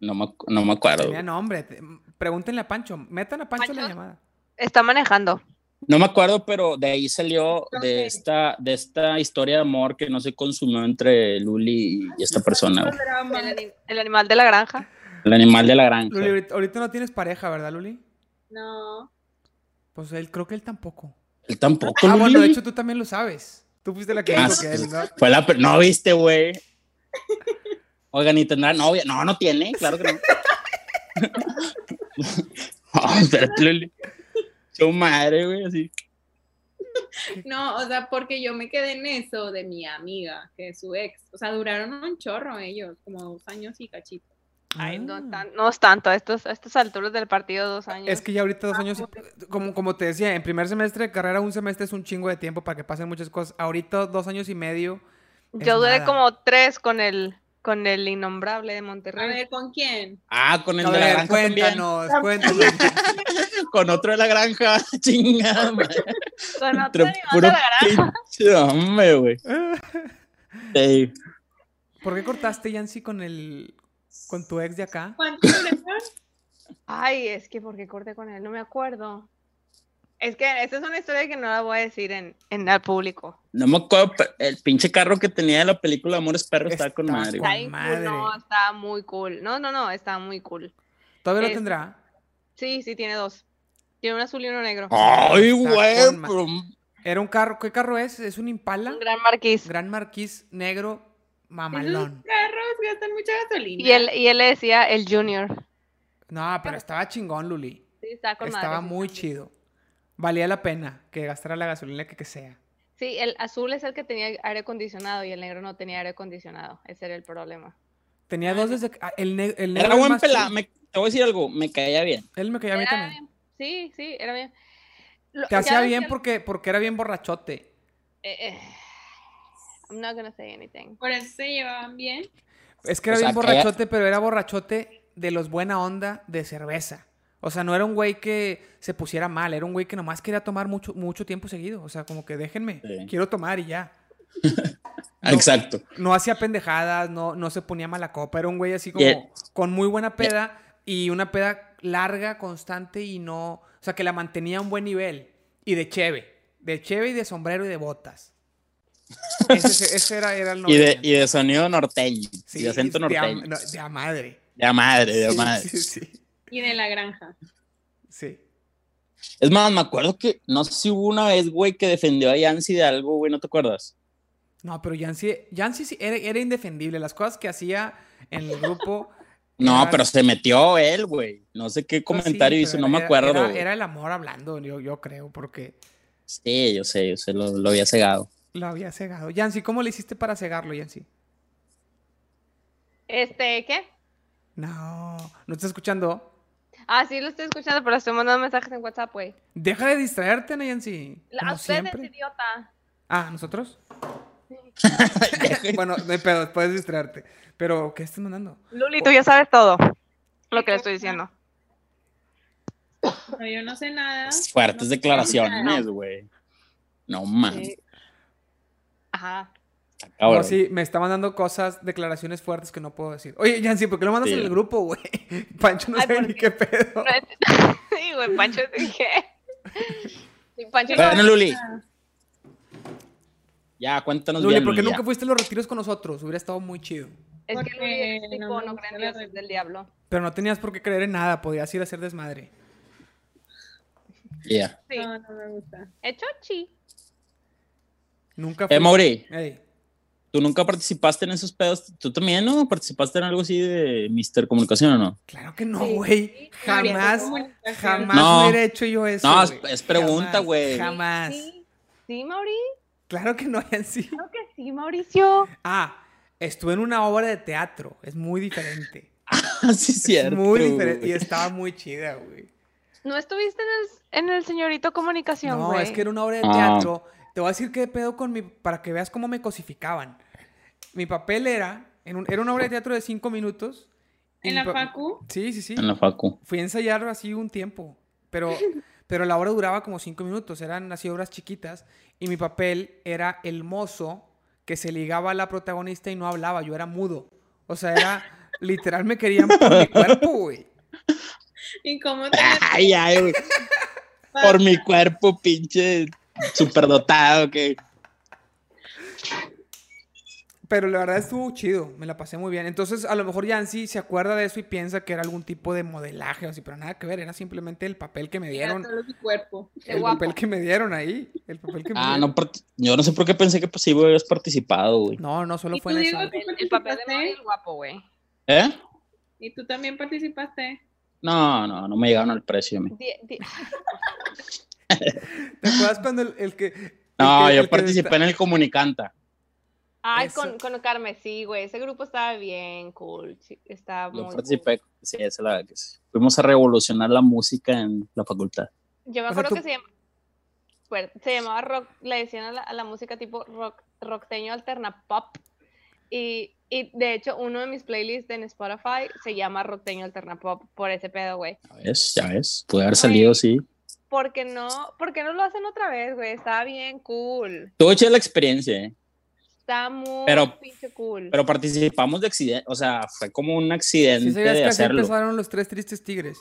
[SPEAKER 3] No, me, acu- no me acuerdo.
[SPEAKER 2] Tenía nombre. te- Pregúntenle a Pancho. Metan a Pancho, la
[SPEAKER 1] Pancho.
[SPEAKER 2] llamada.
[SPEAKER 1] Está manejando.
[SPEAKER 3] No me acuerdo, pero de ahí salió
[SPEAKER 5] Ok.
[SPEAKER 3] de esta, de esta historia de amor que no se consumió entre Luli y esta persona, güey.
[SPEAKER 5] Drama.
[SPEAKER 1] El, ani- el animal de la granja.
[SPEAKER 3] el animal de la granja.
[SPEAKER 2] Luli, ahorita, ahorita no tienes pareja, ¿verdad, Luli?
[SPEAKER 5] No.
[SPEAKER 2] Pues él, creo que él tampoco.
[SPEAKER 3] Él tampoco.
[SPEAKER 2] Ah,
[SPEAKER 3] Luli.
[SPEAKER 2] bueno, de hecho tú también lo sabes. Tú fuiste la que
[SPEAKER 3] Ah,
[SPEAKER 2] dijo
[SPEAKER 3] sí.
[SPEAKER 2] que él, ¿no?
[SPEAKER 3] Fue la, pr- no viste, güey. Oigan, ¿y tendrá novia? No, no tiene, claro que no. Ah, espérate, Luli. Su madre, güey, así.
[SPEAKER 5] No, o sea, porque yo me quedé en eso de mi amiga, que es su ex. O sea, duraron un chorro ellos, como dos años y cachito.
[SPEAKER 1] Ay, no,
[SPEAKER 2] Ah.
[SPEAKER 1] es tan- no es tanto, a estos- a estas alturas del partido, dos años.
[SPEAKER 2] Es que ya ahorita
[SPEAKER 1] Ah,
[SPEAKER 2] dos años, eh, como, como te decía, en primer semestre de carrera, un semestre es un chingo de tiempo para que pasen muchas cosas. Ahorita dos años y medio. es
[SPEAKER 1] Yo duré
[SPEAKER 2] nada.
[SPEAKER 1] como tres con el, con el innombrable de
[SPEAKER 5] A
[SPEAKER 1] Monterrey.
[SPEAKER 5] ver, ¿con quién?
[SPEAKER 3] Ah, con el
[SPEAKER 2] A
[SPEAKER 3] de la
[SPEAKER 2] ver,
[SPEAKER 3] granja
[SPEAKER 2] cuéntanos, cuéntanos.
[SPEAKER 3] también. Con otro de la granja, chingada, madre.
[SPEAKER 1] Con otro
[SPEAKER 3] Entre
[SPEAKER 1] animal de
[SPEAKER 3] puro
[SPEAKER 1] la granja.
[SPEAKER 3] pinche hombre, güey. Sí.
[SPEAKER 2] ¿Por qué cortaste, Yancy, con el con tu ex de acá?
[SPEAKER 5] ¿Cuánto duraron?
[SPEAKER 1] Ay, es que porque corté con él, no me acuerdo. Es que esta es una historia que no la voy a decir en, en al público.
[SPEAKER 3] No me acuerdo, pero el pinche carro que tenía de la película Amores Perros estaba con
[SPEAKER 2] Estaba
[SPEAKER 3] madre.
[SPEAKER 2] con-
[SPEAKER 3] güey.
[SPEAKER 1] Está bien cool, no,
[SPEAKER 2] madre.
[SPEAKER 1] está muy cool. No, no, no, está muy cool.
[SPEAKER 2] Todavía lo
[SPEAKER 1] Es-
[SPEAKER 2] tendrá.
[SPEAKER 1] Sí, sí, tiene dos. Tiene un azul y uno negro.
[SPEAKER 2] Ah.
[SPEAKER 3] Ay,
[SPEAKER 2] Está
[SPEAKER 3] güey,
[SPEAKER 2] con ma-
[SPEAKER 3] pero
[SPEAKER 2] Era un carro. ¿Qué carro es? ¿Es un Impala?
[SPEAKER 1] Un gran marquís.
[SPEAKER 2] Gran Marquis negro
[SPEAKER 5] Esos
[SPEAKER 2] mamalón.
[SPEAKER 5] carros gastan mucha gasolina.
[SPEAKER 1] Y él, y él le decía el junior.
[SPEAKER 2] No, pero estaba chingón, Luli.
[SPEAKER 1] Sí, está con madre,
[SPEAKER 2] Estaba
[SPEAKER 1] sí,
[SPEAKER 2] muy
[SPEAKER 1] está bien.
[SPEAKER 2] chido. Valía la pena que gastara la gasolina que, que sea.
[SPEAKER 1] Sí, el azul es el que tenía aire acondicionado y el negro no tenía aire acondicionado. Ese era el problema.
[SPEAKER 2] Tenía dos desde... ah, El, ne- el negro
[SPEAKER 3] Era
[SPEAKER 2] es
[SPEAKER 3] buen
[SPEAKER 2] más chido.
[SPEAKER 3] pelado. Me, te voy a decir algo, me caía bien.
[SPEAKER 2] Él me caía bien
[SPEAKER 1] Era
[SPEAKER 2] también.
[SPEAKER 1] bien. Sí, sí, era bien. Lo-
[SPEAKER 2] Te
[SPEAKER 1] ya
[SPEAKER 2] hacía
[SPEAKER 1] ves
[SPEAKER 2] bien
[SPEAKER 1] que-
[SPEAKER 2] porque, porque era bien borrachote.
[SPEAKER 1] eh, eh. I'm not gonna say anything.
[SPEAKER 5] Por eso se llevaban bien.
[SPEAKER 2] Es que era
[SPEAKER 3] O sea,
[SPEAKER 2] bien
[SPEAKER 3] que-
[SPEAKER 2] borrachote, pero era borrachote de los buena onda de cerveza. O sea, no era un güey que se pusiera mal, era un güey que nomás quería tomar mucho, mucho tiempo seguido. O sea, como que déjenme,
[SPEAKER 3] Sí.
[SPEAKER 2] quiero tomar y ya.
[SPEAKER 3] Ah, Exacto.
[SPEAKER 2] No hacía pendejadas, no, no se ponía mala copa. Era un güey así como
[SPEAKER 3] Yeah.
[SPEAKER 2] con muy buena peda y una peda larga, constante y no. O sea, que la mantenía a un buen nivel. Y de cheve. De cheve y de sombrero y de botas. Ese, ese era, era el
[SPEAKER 3] Y de,
[SPEAKER 2] noventa.
[SPEAKER 3] y de sonido norteño,
[SPEAKER 2] Sí,
[SPEAKER 3] y de acento
[SPEAKER 2] de a-
[SPEAKER 3] norteño.
[SPEAKER 2] no, de a madre.
[SPEAKER 3] De a madre, de a
[SPEAKER 2] Sí,
[SPEAKER 3] madre.
[SPEAKER 2] Sí, sí,
[SPEAKER 5] Y de la granja.
[SPEAKER 2] sí.
[SPEAKER 3] Es más, me acuerdo que no sé si hubo una vez, güey, que defendió a Yancy de algo, güey, ¿no te acuerdas?
[SPEAKER 2] No, pero Yancy, Yancy sí era, era indefendible. Las cosas que hacía en el grupo.
[SPEAKER 3] No,
[SPEAKER 2] eran-
[SPEAKER 3] pero se metió él, güey. No sé
[SPEAKER 2] pues
[SPEAKER 3] qué
[SPEAKER 2] sí,
[SPEAKER 3] comentario
[SPEAKER 2] pero
[SPEAKER 3] hizo,
[SPEAKER 2] era-
[SPEAKER 3] no me
[SPEAKER 2] era-
[SPEAKER 3] acuerdo.
[SPEAKER 2] Era,
[SPEAKER 3] güey.
[SPEAKER 2] era el amor hablando, yo, yo creo, porque
[SPEAKER 3] Sí, yo sé, yo sé, lo, lo había cegado.
[SPEAKER 2] lo había cegado. Yancy, ¿cómo le hiciste para cegarlo, Yancy?
[SPEAKER 1] Este, ¿qué?
[SPEAKER 2] No, no estás escuchando.
[SPEAKER 1] Ah, sí, lo estoy escuchando, pero estoy mandando mensajes en WhatsApp, güey.
[SPEAKER 2] Deja de distraerte, ¿no, Yancy.
[SPEAKER 1] La-
[SPEAKER 2] Como
[SPEAKER 1] a ustedes,
[SPEAKER 2] siempre.
[SPEAKER 1] idiota.
[SPEAKER 2] Ah, ¿nosotros? bueno, no hay pedo, puedes distraerte. Pero, ¿qué estás mandando?
[SPEAKER 1] Luli, tú ya sabes todo lo que le estoy diciendo.
[SPEAKER 5] No, yo no sé nada.
[SPEAKER 3] Fuertes
[SPEAKER 5] Ah, No sé
[SPEAKER 3] declaraciones,
[SPEAKER 5] nada.
[SPEAKER 3] güey. No mames.
[SPEAKER 5] Sí.
[SPEAKER 1] Ajá.
[SPEAKER 3] está cabrón.
[SPEAKER 2] No, sí, me está mandando cosas, declaraciones fuertes que no puedo decir. Oye, Yancy, ¿por qué lo mandas
[SPEAKER 3] Sí.
[SPEAKER 2] en el grupo, güey? Pancho no
[SPEAKER 1] Ay,
[SPEAKER 2] sabe
[SPEAKER 1] ¿por
[SPEAKER 2] ni
[SPEAKER 1] qué?
[SPEAKER 2] qué pedo.
[SPEAKER 1] No es- sí, güey, Pancho, sí, ¿qué? Sí, Pancho, no-
[SPEAKER 3] Bueno, Luli.
[SPEAKER 5] ah,
[SPEAKER 3] Ya, cuéntanos
[SPEAKER 2] Luli,
[SPEAKER 3] bien,
[SPEAKER 2] ¿por qué
[SPEAKER 3] Luli,
[SPEAKER 2] nunca
[SPEAKER 3] ya.
[SPEAKER 2] fuiste a los retiros con nosotros? Hubiera estado muy chido.
[SPEAKER 1] es que Luli es
[SPEAKER 5] Porque
[SPEAKER 1] tipo,
[SPEAKER 5] no me
[SPEAKER 1] no
[SPEAKER 5] gusta
[SPEAKER 1] creen
[SPEAKER 5] la
[SPEAKER 1] Dios, es
[SPEAKER 5] religión.
[SPEAKER 1] del diablo.
[SPEAKER 2] Pero no tenías por qué creer en nada, podías ir a hacer desmadre.
[SPEAKER 3] Ya.
[SPEAKER 1] Sí,
[SPEAKER 5] No, no me gusta.
[SPEAKER 1] hecho chi.
[SPEAKER 2] Nunca fui.
[SPEAKER 3] Eh, Mauri,
[SPEAKER 2] Ey,
[SPEAKER 3] ¿tú nunca participaste en esos pedos? ¿Tú también, no? ¿Participaste en algo así de Mister Comunicación o no?
[SPEAKER 2] claro que no,
[SPEAKER 1] Sí,
[SPEAKER 2] güey.
[SPEAKER 1] sí,
[SPEAKER 2] jamás,
[SPEAKER 5] Mauri, sí, sí.
[SPEAKER 2] jamás
[SPEAKER 3] No.
[SPEAKER 2] hubiera hecho yo eso.
[SPEAKER 3] No, es-
[SPEAKER 2] güey.
[SPEAKER 3] es pregunta,
[SPEAKER 2] Jamás,
[SPEAKER 3] güey.
[SPEAKER 2] Jamás.
[SPEAKER 1] Sí, sí, Mauri.
[SPEAKER 2] Claro que no, Yancy.
[SPEAKER 1] Creo que sí, Mauricio.
[SPEAKER 2] Ah, estuve en una obra de teatro. Es muy diferente.
[SPEAKER 3] Ah, sí, es cierto.
[SPEAKER 2] es muy
[SPEAKER 3] güey.
[SPEAKER 2] diferente. Y estaba muy chida, güey.
[SPEAKER 1] ¿No estuviste en el, en el señorito comunicación,
[SPEAKER 2] No,
[SPEAKER 1] güey?
[SPEAKER 2] es que era una obra de
[SPEAKER 3] Ah.
[SPEAKER 2] teatro. Te voy a decir qué pedo con mi. para que veas cómo me cosificaban. Mi papel era. en un- era una obra de teatro de cinco minutos. y
[SPEAKER 5] En
[SPEAKER 2] mi
[SPEAKER 5] la
[SPEAKER 2] pa-
[SPEAKER 5] facu,
[SPEAKER 2] Sí, sí, sí.
[SPEAKER 3] En la facu.
[SPEAKER 2] Fui a ensayar así un tiempo. Pero, pero la obra duraba como cinco minutos. Eran así obras chiquitas. Y mi papel era el mozo que se ligaba a la protagonista y no hablaba. Yo era mudo. O sea, era. literal me querían por mi cuerpo, güey.
[SPEAKER 5] ¿y cómo te
[SPEAKER 1] Ah,
[SPEAKER 3] Ay, ay, güey. Por mi cuerpo, pinche superdotado, que
[SPEAKER 2] Pero la verdad estuvo chido, me la pasé muy bien. Entonces, a lo mejor Yancy se acuerda de eso y piensa que era algún tipo de modelaje o así, pero nada que ver, era simplemente el papel que me dieron.
[SPEAKER 5] solo mi cuerpo?
[SPEAKER 1] De
[SPEAKER 2] El
[SPEAKER 1] guapo.
[SPEAKER 2] papel que me dieron ahí. El papel que me
[SPEAKER 3] Ah,
[SPEAKER 2] dieron.
[SPEAKER 3] no, part- yo no sé por qué pensé que pues, sí hubieras participado, güey.
[SPEAKER 2] No, no, solo
[SPEAKER 5] ¿Y
[SPEAKER 2] fue
[SPEAKER 5] tú,
[SPEAKER 2] en
[SPEAKER 5] Diego,
[SPEAKER 2] eso.
[SPEAKER 5] tú
[SPEAKER 1] El papel de Mauri,
[SPEAKER 5] participaste?
[SPEAKER 1] el guapo, güey.
[SPEAKER 3] ¿Eh?
[SPEAKER 5] ¿Y tú también participaste?
[SPEAKER 3] No, no, no me llegaron al precio. a mí.
[SPEAKER 1] Di- di-
[SPEAKER 2] ¿Te acuerdas cuando el, el que. el
[SPEAKER 3] No,
[SPEAKER 2] que- el
[SPEAKER 3] yo
[SPEAKER 2] que
[SPEAKER 3] participé
[SPEAKER 2] está-
[SPEAKER 3] en el Comunicanta.
[SPEAKER 1] Ay,
[SPEAKER 2] Eso.
[SPEAKER 1] con, con Carmesí, güey. Ese grupo estaba bien cool. chi- Estaba
[SPEAKER 3] Yo
[SPEAKER 1] muy cool.
[SPEAKER 3] participé, sí, esa es la verdad que sí. Fuimos a revolucionar la música en la facultad.
[SPEAKER 1] Yo me
[SPEAKER 2] O sea,
[SPEAKER 1] acuerdo
[SPEAKER 2] tú-
[SPEAKER 1] que se, llama- fuer- se llamaba rock, le decían a la, a la música tipo rock, rockteño alterna pop. Y, y de hecho, uno de mis playlists en Spotify se llama rockteño alterna pop por ese pedo, güey.
[SPEAKER 3] Ya ves, ya ves. Pude haber salido, sí.
[SPEAKER 1] ¿Por qué no, por qué no lo hacen otra vez, güey? Estaba bien cool.
[SPEAKER 3] Tuvo chida la experiencia, ¿eh?
[SPEAKER 1] Estaba muy
[SPEAKER 3] Pero-
[SPEAKER 1] pinche cool.
[SPEAKER 3] Pero participamos de accidente, o sea, fue como un accidente
[SPEAKER 2] Sí, sabías
[SPEAKER 3] de
[SPEAKER 2] que así
[SPEAKER 3] hacerlo.
[SPEAKER 2] empezaron los tres tristes tigres.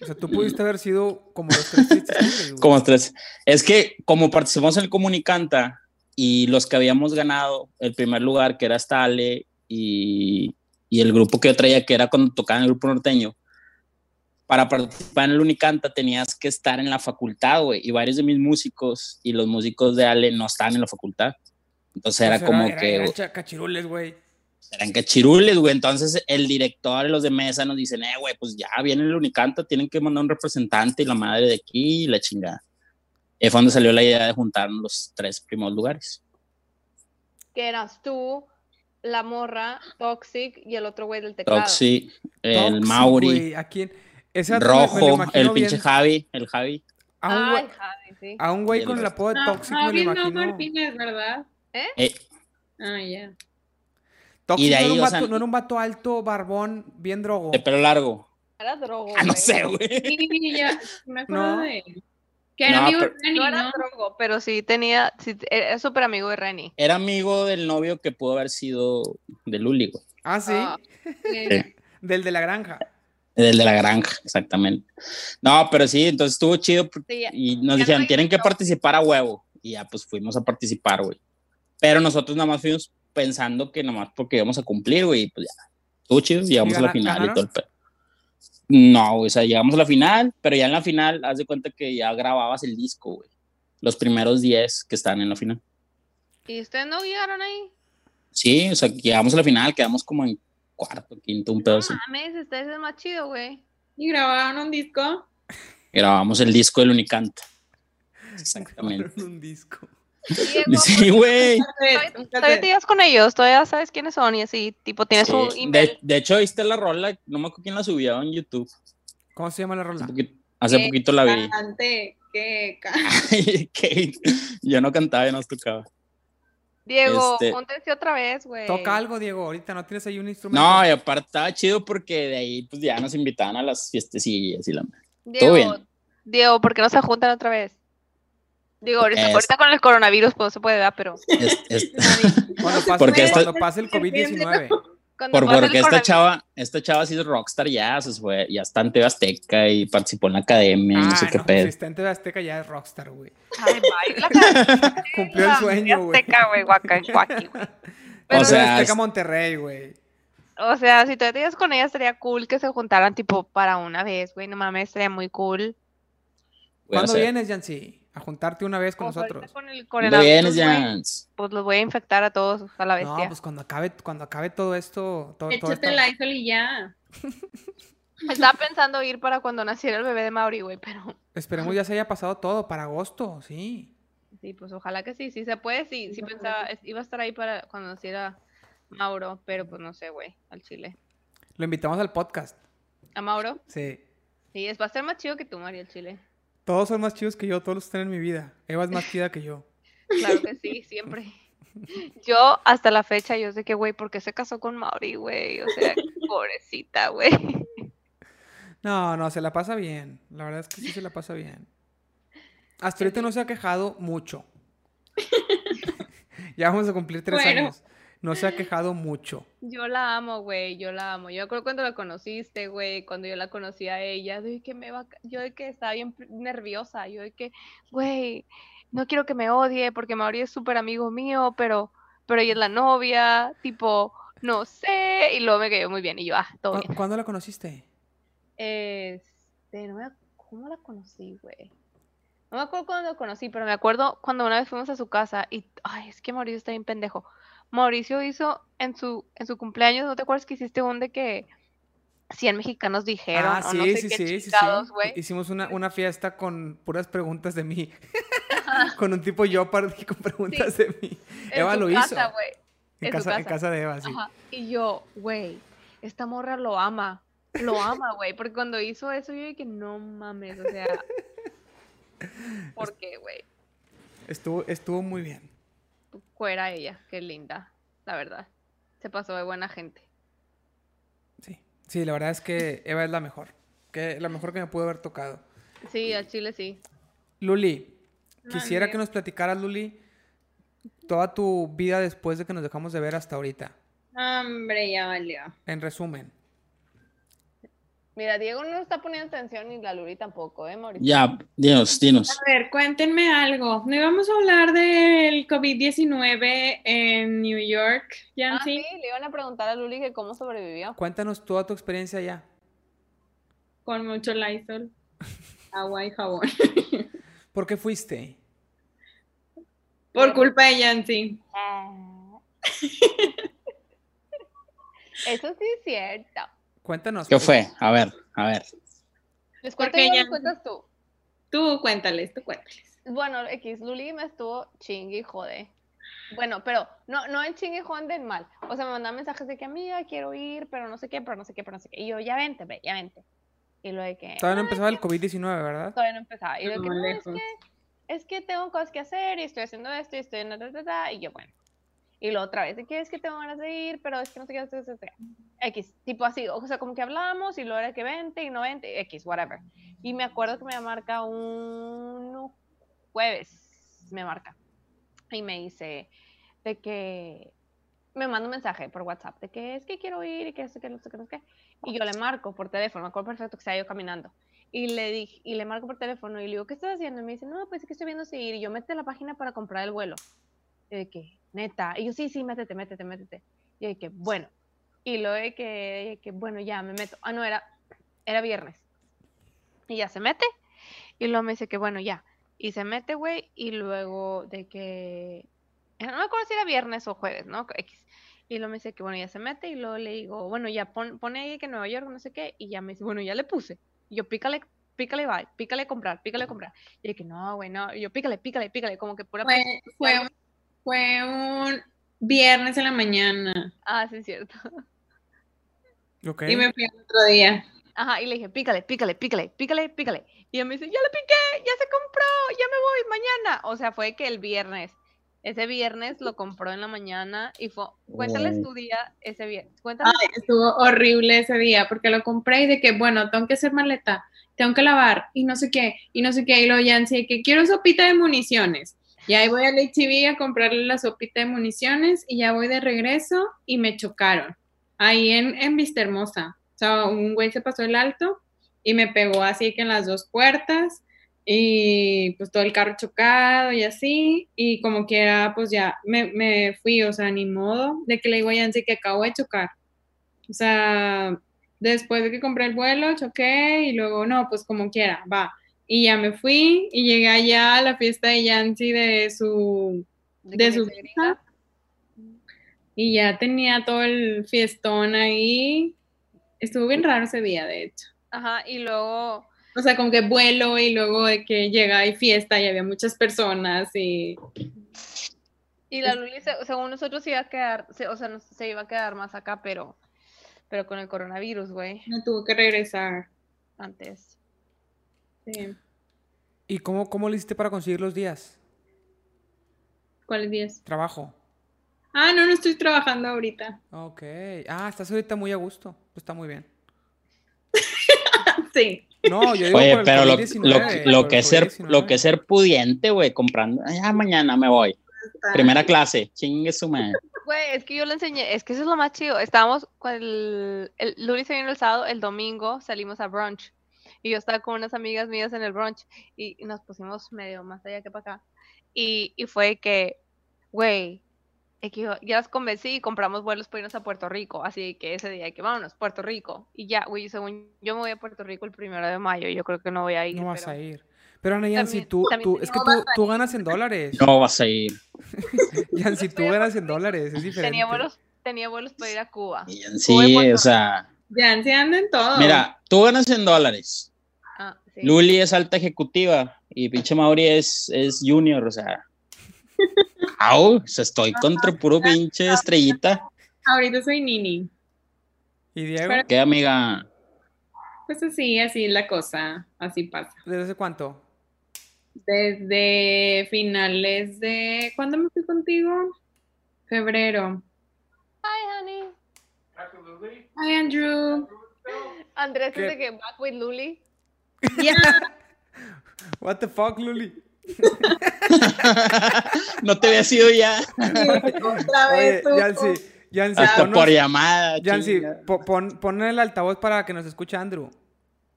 [SPEAKER 2] O sea, tú pudiste haber sido como los tres tristes tigres. güey.
[SPEAKER 3] Como tres. Es que como participamos en el Comunicanta y los que habíamos ganado el primer lugar, que era Stale y, y el grupo que yo traía, que era cuando tocaba en el grupo norteño, para participar en el Unicanta tenías que estar en la facultad, güey. Y varios de mis músicos y los músicos de Ale no estaban en la facultad. Entonces
[SPEAKER 2] O sea,
[SPEAKER 3] era como
[SPEAKER 2] era-
[SPEAKER 3] que
[SPEAKER 2] eran cha- cachirules, güey.
[SPEAKER 3] eran cachirules, güey. Entonces el director y los de mesa nos dicen, eh, güey, pues ya viene el Unicanta, tienen que mandar un representante y la madre de aquí y la chingada. Y fue donde salió la idea de juntarnos los tres primeros lugares.
[SPEAKER 1] que eras tú, la morra, Toxic y el otro güey del teclado.
[SPEAKER 3] Toxi, el
[SPEAKER 2] Toxic,
[SPEAKER 3] Mauri,
[SPEAKER 2] güey, ¿a quién? Ese vato me- me lo
[SPEAKER 3] Rojo,
[SPEAKER 2] imagino
[SPEAKER 3] el pinche
[SPEAKER 2] bien-
[SPEAKER 3] Javi, el Javi.
[SPEAKER 2] A Ah, un,
[SPEAKER 1] Ay,
[SPEAKER 2] güey-
[SPEAKER 1] Javi, sí.
[SPEAKER 2] a un
[SPEAKER 3] Y
[SPEAKER 2] güey
[SPEAKER 3] el
[SPEAKER 2] con el
[SPEAKER 3] resto.
[SPEAKER 2] apodo
[SPEAKER 5] No,
[SPEAKER 2] tóxico me
[SPEAKER 5] Javi
[SPEAKER 2] lo
[SPEAKER 5] no
[SPEAKER 2] imagino.
[SPEAKER 5] Martínez, ¿verdad?
[SPEAKER 3] Eh,
[SPEAKER 5] Ah, ya.
[SPEAKER 2] Tóxico
[SPEAKER 3] Y de ahí,
[SPEAKER 2] no, era un
[SPEAKER 3] o
[SPEAKER 2] vato,
[SPEAKER 3] sea,
[SPEAKER 2] no era un vato alto, barbón, bien drogo.
[SPEAKER 3] de pelo largo.
[SPEAKER 1] Era drogo.
[SPEAKER 3] Ah, no
[SPEAKER 1] güey.
[SPEAKER 3] sé, güey.
[SPEAKER 5] Sí, ya, me acuerdo
[SPEAKER 2] No.
[SPEAKER 5] de él. Que
[SPEAKER 3] No,
[SPEAKER 5] era amigo de
[SPEAKER 3] pero-
[SPEAKER 5] Dani,
[SPEAKER 1] No era
[SPEAKER 5] ¿no?
[SPEAKER 1] drogo, pero sí tenía. Sí, era súper amigo de Renny.
[SPEAKER 3] Era amigo del novio que pudo haber sido de Luli, güey.
[SPEAKER 2] Ah, sí,
[SPEAKER 1] Ah.
[SPEAKER 5] Sí.
[SPEAKER 2] del de la granja.
[SPEAKER 3] Del de la granja, exactamente. No, pero sí, entonces estuvo chido por-
[SPEAKER 1] Sí,
[SPEAKER 3] y nos
[SPEAKER 1] Ya
[SPEAKER 3] dijeron,
[SPEAKER 1] no
[SPEAKER 3] tienen que
[SPEAKER 1] inventó".
[SPEAKER 3] participar a huevo. Y ya, pues fuimos a participar, güey. Pero nosotros nada más fuimos pensando que nada más porque íbamos a cumplir, güey. y Pues ya, estuvo chido, llegamos a la
[SPEAKER 2] gana-
[SPEAKER 3] final y
[SPEAKER 2] ganaron?
[SPEAKER 3] todo el pedo. No, güey, o sea, llegamos a la final, pero ya en la final, haz de cuenta que ya grababas el disco, güey. Los primeros 10 que están en la final.
[SPEAKER 1] ¿Y ustedes no guiaron ahí?
[SPEAKER 3] Sí, o sea, llegamos a la final, quedamos como en cuarto, quinto, un pedo así.
[SPEAKER 1] Mames, este es el más chido, güey.
[SPEAKER 5] Y grabaron un disco.
[SPEAKER 3] Grabamos el disco del Unicanta. Exactamente.
[SPEAKER 2] Grabaron un disco.
[SPEAKER 1] Diego,
[SPEAKER 3] Sí, güey.
[SPEAKER 5] Pues,
[SPEAKER 1] todavía todavía te llevas con ellos, todavía sabes quiénes son y así, tipo, tienes
[SPEAKER 3] Sí,
[SPEAKER 1] un
[SPEAKER 3] De,
[SPEAKER 1] email.
[SPEAKER 3] de hecho, viste la rola, no me acuerdo quién la subió en YouTube.
[SPEAKER 2] ¿Cómo se llama la
[SPEAKER 3] Hace
[SPEAKER 2] rola?
[SPEAKER 3] poquito, hace
[SPEAKER 5] Eh,
[SPEAKER 3] poquito la vi.
[SPEAKER 5] Cante, que ca-
[SPEAKER 3] Kate, yo no cantaba, yo no tocaba.
[SPEAKER 1] Diego,
[SPEAKER 3] este-
[SPEAKER 1] póntese otra vez, güey.
[SPEAKER 2] Toca algo, Diego, ahorita no tienes ahí un instrumento.
[SPEAKER 3] No, y aparte estaba chido porque de ahí pues ya nos invitaban a las fiestecillas y la madre.
[SPEAKER 1] Diego,
[SPEAKER 3] bien.
[SPEAKER 1] Diego, ¿por qué no se juntan otra vez? Digo, ahorita,
[SPEAKER 3] Es-
[SPEAKER 1] ahorita con el coronavirus, pues no se puede dar, pero.
[SPEAKER 3] Es- es-
[SPEAKER 2] Cuando pase,
[SPEAKER 3] Porque esto-
[SPEAKER 2] cuando pase el COVID-19.
[SPEAKER 1] cuando
[SPEAKER 3] por-
[SPEAKER 1] pase el
[SPEAKER 3] porque esta
[SPEAKER 1] coronavirus-
[SPEAKER 3] chava, esta chava sí es rockstar ya, se fue, ya está en TV Azteca y participó en la academia y no sé
[SPEAKER 2] Ah,
[SPEAKER 3] qué
[SPEAKER 2] no,
[SPEAKER 3] pedo.
[SPEAKER 2] si está en TV Azteca ya es rockstar, güey.
[SPEAKER 1] Ay, baila, cara,
[SPEAKER 2] Cumplió el sueño, güey.
[SPEAKER 1] Azteca, güey, guaca, guaqui, güey. Pero,
[SPEAKER 2] o sea,
[SPEAKER 3] sea,
[SPEAKER 2] Azteca
[SPEAKER 3] es-
[SPEAKER 2] Monterrey, güey.
[SPEAKER 1] o sea, si todavía te llevas con ella, estaría cool que se juntaran, tipo, para una vez, güey. No mames, estaría muy cool.
[SPEAKER 3] Voy a
[SPEAKER 2] ¿Cuándo
[SPEAKER 3] hacer-
[SPEAKER 2] vienes, Yancy? A juntarte una vez con
[SPEAKER 1] Pues ahorita
[SPEAKER 2] nosotros.
[SPEAKER 1] Con el
[SPEAKER 3] ¿Cuándo
[SPEAKER 1] coronavirus,
[SPEAKER 3] vienes,
[SPEAKER 1] güey,
[SPEAKER 3] Jans?
[SPEAKER 1] Pues los voy a infectar a todos, a la
[SPEAKER 2] No,
[SPEAKER 1] bestia.
[SPEAKER 2] pues cuando acabe, cuando acabe todo esto, todo, todo
[SPEAKER 5] Échate
[SPEAKER 2] esto-
[SPEAKER 5] la isol y ya.
[SPEAKER 1] Estaba pensando ir para cuando naciera el bebé de Mauri, güey, pero
[SPEAKER 2] esperemos ya se haya pasado todo para agosto, sí.
[SPEAKER 1] sí, pues ojalá que sí, sí se puede, sí, sí
[SPEAKER 5] Ojalá
[SPEAKER 1] pensaba, es- iba a estar ahí para cuando naciera Mauro, pero pues no sé, güey, al chile.
[SPEAKER 2] Lo invitamos al podcast,
[SPEAKER 1] ¿A Mauro?
[SPEAKER 2] sí.
[SPEAKER 1] Sí, es, va a ser más chido que tú, María, al chile.
[SPEAKER 2] Todos son más chidos que yo, todos los están en mi vida. Eva es más chida que yo.
[SPEAKER 1] Claro que sí, siempre. Yo hasta la fecha, yo sé que, güey, ¿por qué se casó con Mauri, güey? O sea, pobrecita, güey.
[SPEAKER 2] No, no, se la pasa bien. La verdad es que sí se la pasa bien. Hasta ahorita no se ha quejado mucho. ya vamos a cumplir tres
[SPEAKER 5] Bueno.
[SPEAKER 2] años. No se ha quejado mucho.
[SPEAKER 1] Yo la amo, güey, yo la amo. Yo creo cuando la conociste, güey, cuando yo la conocí a ella, de que me va, a ca- yo de que estaba bien pr- nerviosa, yo de que, güey, no quiero que me odie porque Mauri es súper amigo mío, pero, pero ella es la novia, tipo, no sé, y luego me cayó muy bien y yo, ah, todo
[SPEAKER 2] ¿Cu-
[SPEAKER 1] bien.
[SPEAKER 2] ¿Cuándo la conociste?
[SPEAKER 1] Este, no me ac- ¿cómo la conocí, güey? No me acuerdo cuando la conocí, pero me acuerdo cuando una vez fuimos a su casa y, ay, es que Mauricio está bien pendejo. Mauricio hizo en su, en su cumpleaños, ¿no te acuerdas que hiciste un de que 100 mexicanos dijeron?
[SPEAKER 2] ah,
[SPEAKER 1] o
[SPEAKER 2] sí,
[SPEAKER 1] no sé
[SPEAKER 2] sí,
[SPEAKER 1] qué
[SPEAKER 2] sí, sí, E-, sí.
[SPEAKER 1] chingados, güey?
[SPEAKER 2] Hicimos una, una fiesta con puras preguntas de mí. con un tipo yo par- con preguntas de mí.
[SPEAKER 1] En
[SPEAKER 2] Eva
[SPEAKER 1] su
[SPEAKER 2] lo
[SPEAKER 1] casa,
[SPEAKER 2] hizo.
[SPEAKER 1] güey.
[SPEAKER 2] En,
[SPEAKER 1] en su
[SPEAKER 2] casa, en
[SPEAKER 1] casa.
[SPEAKER 2] casa de Eva, sí.
[SPEAKER 1] Ajá, Y yo, güey, esta morra lo ama. Lo ama, güey. Porque cuando hizo eso, yo dije, no mames, o sea. ¿Por qué, güey?
[SPEAKER 2] Estuvo, estuvo muy bien.
[SPEAKER 1] fuera ella, qué linda, la verdad. Se pasó de buena gente.
[SPEAKER 2] Sí. Sí, la verdad es que Eva es la mejor. Que, la mejor que me pudo haber tocado.
[SPEAKER 1] Sí, al Chile sí.
[SPEAKER 2] Luli, quisiera
[SPEAKER 5] Mande.
[SPEAKER 2] que nos platicaras, Luli, toda tu vida después de que nos dejamos de ver hasta ahorita.
[SPEAKER 5] Hombre, ya valió.
[SPEAKER 2] En resumen.
[SPEAKER 1] Mira, Diego no está poniendo atención y la Luri tampoco, ¿eh, Mauricio?
[SPEAKER 3] Ya, dinos, dinos.
[SPEAKER 5] A ver, cuéntenme algo. No íbamos a hablar del COVID-19 en New York,
[SPEAKER 1] Ah,
[SPEAKER 5] Yancy.
[SPEAKER 1] sí, le iban a preguntar a Luli que cómo sobrevivió.
[SPEAKER 2] Cuéntanos toda tu experiencia allá.
[SPEAKER 5] Con mucho Lysol, agua y jabón.
[SPEAKER 2] ¿Por qué fuiste?
[SPEAKER 5] Por culpa de Yancy.
[SPEAKER 1] Eso sí es cierto.
[SPEAKER 2] Cuéntanos.
[SPEAKER 3] ¿Qué
[SPEAKER 2] pues.
[SPEAKER 3] fue? A ver, a ver.
[SPEAKER 1] ¿Les cuento
[SPEAKER 5] Porque
[SPEAKER 1] yo o
[SPEAKER 5] ya-
[SPEAKER 1] les cuentas tú?
[SPEAKER 5] Tú cuéntales, tú cuéntales.
[SPEAKER 1] Bueno, X, Luli me estuvo chingui, jode. Bueno, pero no, no en chingue Juan del mal. O sea, me mandaban mensajes de que, amiga, quiero ir, pero no sé qué, pero no sé qué, pero no sé qué. Y yo, ya vente, ve, ya vente. Y lo de que.
[SPEAKER 2] Todavía
[SPEAKER 1] "Ay,
[SPEAKER 2] no empezaba el
[SPEAKER 1] que-
[SPEAKER 2] COVID-19, ¿verdad?
[SPEAKER 1] Todavía no empezaba. Y lo de que,
[SPEAKER 5] No,
[SPEAKER 1] "No, es
[SPEAKER 5] lejos.
[SPEAKER 1] que, es que tengo cosas que hacer y estoy haciendo esto y estoy en la ta, ta, ta", Y yo, bueno. Y lo otra vez, de que es que tengo ganas de ir, pero es que no sé qué, hacer, sé qué". X, tipo así. O sea, como que hablamos y luego era que 20 y no 20, X, whatever. Y me acuerdo que me marca un jueves, me marca. Y me dice de que me manda un mensaje por WhatsApp de que es que quiero ir y que esto, que no sé qué, no sé qué. Y yo le marco por teléfono, me acuerdo perfecto que se ha ido caminando. Y le dije, y le marco por teléfono y le digo, ¿qué estás haciendo? Y me dice, no, pues es que estoy viendo si ir. Y yo, métete a la página para comprar el vuelo. Y de que, neta. Y yo, sí, sí, métete, métete, métete. Y de que, bueno. Y lo de que, de que, bueno, ya me meto. Ah, no, era, era viernes. Y ya se mete. Y luego me dice que, bueno, ya. Y se mete, güey. Y luego de que, no me acuerdo si era viernes o jueves, ¿no? X. Y luego me dice que, bueno, ya se mete. Y luego le digo, bueno, ya pon, pone ahí que Nueva York, no sé qué. Y ya me dice, bueno, ya le puse. Y yo, pícale, pícale, bye, pícale comprar, pícale comprar. Y yo, que no, güey, no. Y yo, pícale, pícale, pícale. Como que pura.
[SPEAKER 5] Fue, fue, un- fue un viernes en la mañana
[SPEAKER 1] Ah, sí, es cierto.
[SPEAKER 2] Ok.
[SPEAKER 5] y me fui al otro día.
[SPEAKER 1] Ajá, y le dije, pícale, pícale, pícale, pícale, pícale. Y él me dice, ya le piqué, ya se compró, ya me voy mañana. O sea, fue que el viernes. Ese viernes lo compró en la mañana y fue. Cuéntales
[SPEAKER 3] Güey.
[SPEAKER 1] tu día ese viernes. Cuéntales.
[SPEAKER 5] Ay, estuvo horrible ese día porque lo compré y de que, bueno, tengo que hacer maleta, tengo que lavar y no sé qué, y no sé qué, y luego ya de que quiero sopita de municiones. Y ahí voy al HIV a comprarle la sopita de municiones y ya voy de regreso y me chocaron. Ahí en, en Vista Hermosa. O sea, un güey se pasó el alto y me pegó así que en las dos puertas y pues todo el carro chocado y así y como quiera pues ya me, me fui, o sea, ni modo de que le digo a Yancy que acabo de chocar. O sea, después de que compré el vuelo, choqué y luego, no, pues como quiera, va. Y ya me fui y llegué allá a la fiesta de Yancy de su...
[SPEAKER 1] que
[SPEAKER 5] de
[SPEAKER 1] me
[SPEAKER 5] su
[SPEAKER 1] dice
[SPEAKER 5] vista.
[SPEAKER 1] gringa.
[SPEAKER 5] Y ya tenía todo el fiestón ahí. Estuvo bien raro ese día, de hecho.
[SPEAKER 1] Ajá, y luego.
[SPEAKER 5] O sea, como que vuelo y luego de que llega y fiesta y había muchas personas y...
[SPEAKER 1] Y la Luli, se- según nosotros, se iba a quedar, se- o sea, no- se iba a quedar más acá, pero, pero con el coronavirus, güey,
[SPEAKER 5] Me tuvo que regresar.
[SPEAKER 1] antes.
[SPEAKER 5] Sí.
[SPEAKER 2] ¿Y cómo, cómo lo hiciste para conseguir los días?
[SPEAKER 5] ¿Cuáles días?
[SPEAKER 2] Trabajo.
[SPEAKER 5] Ah, no, no estoy trabajando ahorita.
[SPEAKER 2] Ok. Ah, estás ahorita muy a gusto. Pues está muy bien.
[SPEAKER 5] Sí.
[SPEAKER 2] No, yo digo
[SPEAKER 3] Oye,
[SPEAKER 2] por el
[SPEAKER 3] pero lo,
[SPEAKER 2] COVID-19,
[SPEAKER 3] lo- lo
[SPEAKER 2] ¿eh? por
[SPEAKER 3] que
[SPEAKER 2] el
[SPEAKER 3] es ser, lo
[SPEAKER 2] COVID-19.
[SPEAKER 3] que es ser pudiente, güey, comprando. "Ay, Ya mañana me voy.
[SPEAKER 5] está.
[SPEAKER 3] Primera clase. Chingue su madre.
[SPEAKER 1] Güey, es que yo le enseñé, es que eso es lo más chido. Estábamos con el, el Luli se vino el sábado, el domingo salimos a brunch. Y yo estaba con unas amigas mías en el brunch y y nos pusimos medio más allá que para acá. Y, y fue que, güey, es que yo- ya las convencí y compramos vuelos para irnos a Puerto Rico. Así que ese día hay que vámonos, Puerto Rico. Y ya, güey, según yo me voy a Puerto Rico el primero de mayo. Yo creo que no voy a ir.
[SPEAKER 2] No vas
[SPEAKER 1] pero-
[SPEAKER 2] a ir. Pero Ana, Yancy,
[SPEAKER 1] También-
[SPEAKER 2] tú,
[SPEAKER 1] también
[SPEAKER 2] tú-
[SPEAKER 1] tenía-
[SPEAKER 2] es que
[SPEAKER 5] No
[SPEAKER 2] tú,
[SPEAKER 5] vas
[SPEAKER 2] tú ganas en dólares.
[SPEAKER 3] No vas a ir.
[SPEAKER 2] Yancy, tú ganas en dólares. Es diferente.
[SPEAKER 1] Tenía vuelos, tenía vuelos para ir a Cuba.
[SPEAKER 3] Y
[SPEAKER 1] Voy a
[SPEAKER 3] Sí,
[SPEAKER 1] Puerto
[SPEAKER 3] o sea.
[SPEAKER 5] Ya se andan todos.
[SPEAKER 3] Mira, tú ganas en dólares.
[SPEAKER 1] Ah, sí.
[SPEAKER 3] Luli es alta ejecutiva y pinche Mauri es, es junior, o sea. Au, o sea, estoy contra puro pinche estrellita.
[SPEAKER 5] Ahorita soy Nini.
[SPEAKER 2] ¿Y Diego?
[SPEAKER 5] Pero-
[SPEAKER 3] ¿Qué, amiga?
[SPEAKER 5] Pues así, así es la cosa, así pasa.
[SPEAKER 2] ¿Desde hace cuánto?
[SPEAKER 5] Desde finales de... ¿Cuándo me fui contigo? Febrero.
[SPEAKER 1] Hi, honey.
[SPEAKER 5] Hi, Andrew.
[SPEAKER 1] Andrés
[SPEAKER 2] ¿Qué?
[SPEAKER 1] es de que back with Luli.
[SPEAKER 5] Yeah.
[SPEAKER 2] What the fuck, Luli.
[SPEAKER 3] no te había sido ya.
[SPEAKER 5] Otra
[SPEAKER 2] Oye,
[SPEAKER 5] vez tú.
[SPEAKER 2] Yancy, Yancy,
[SPEAKER 3] Hasta
[SPEAKER 2] ponnos-
[SPEAKER 3] por llamada.
[SPEAKER 2] Yancy,
[SPEAKER 3] chinga.
[SPEAKER 2] po- pon, pon el altavoz para que nos escuche Andrew.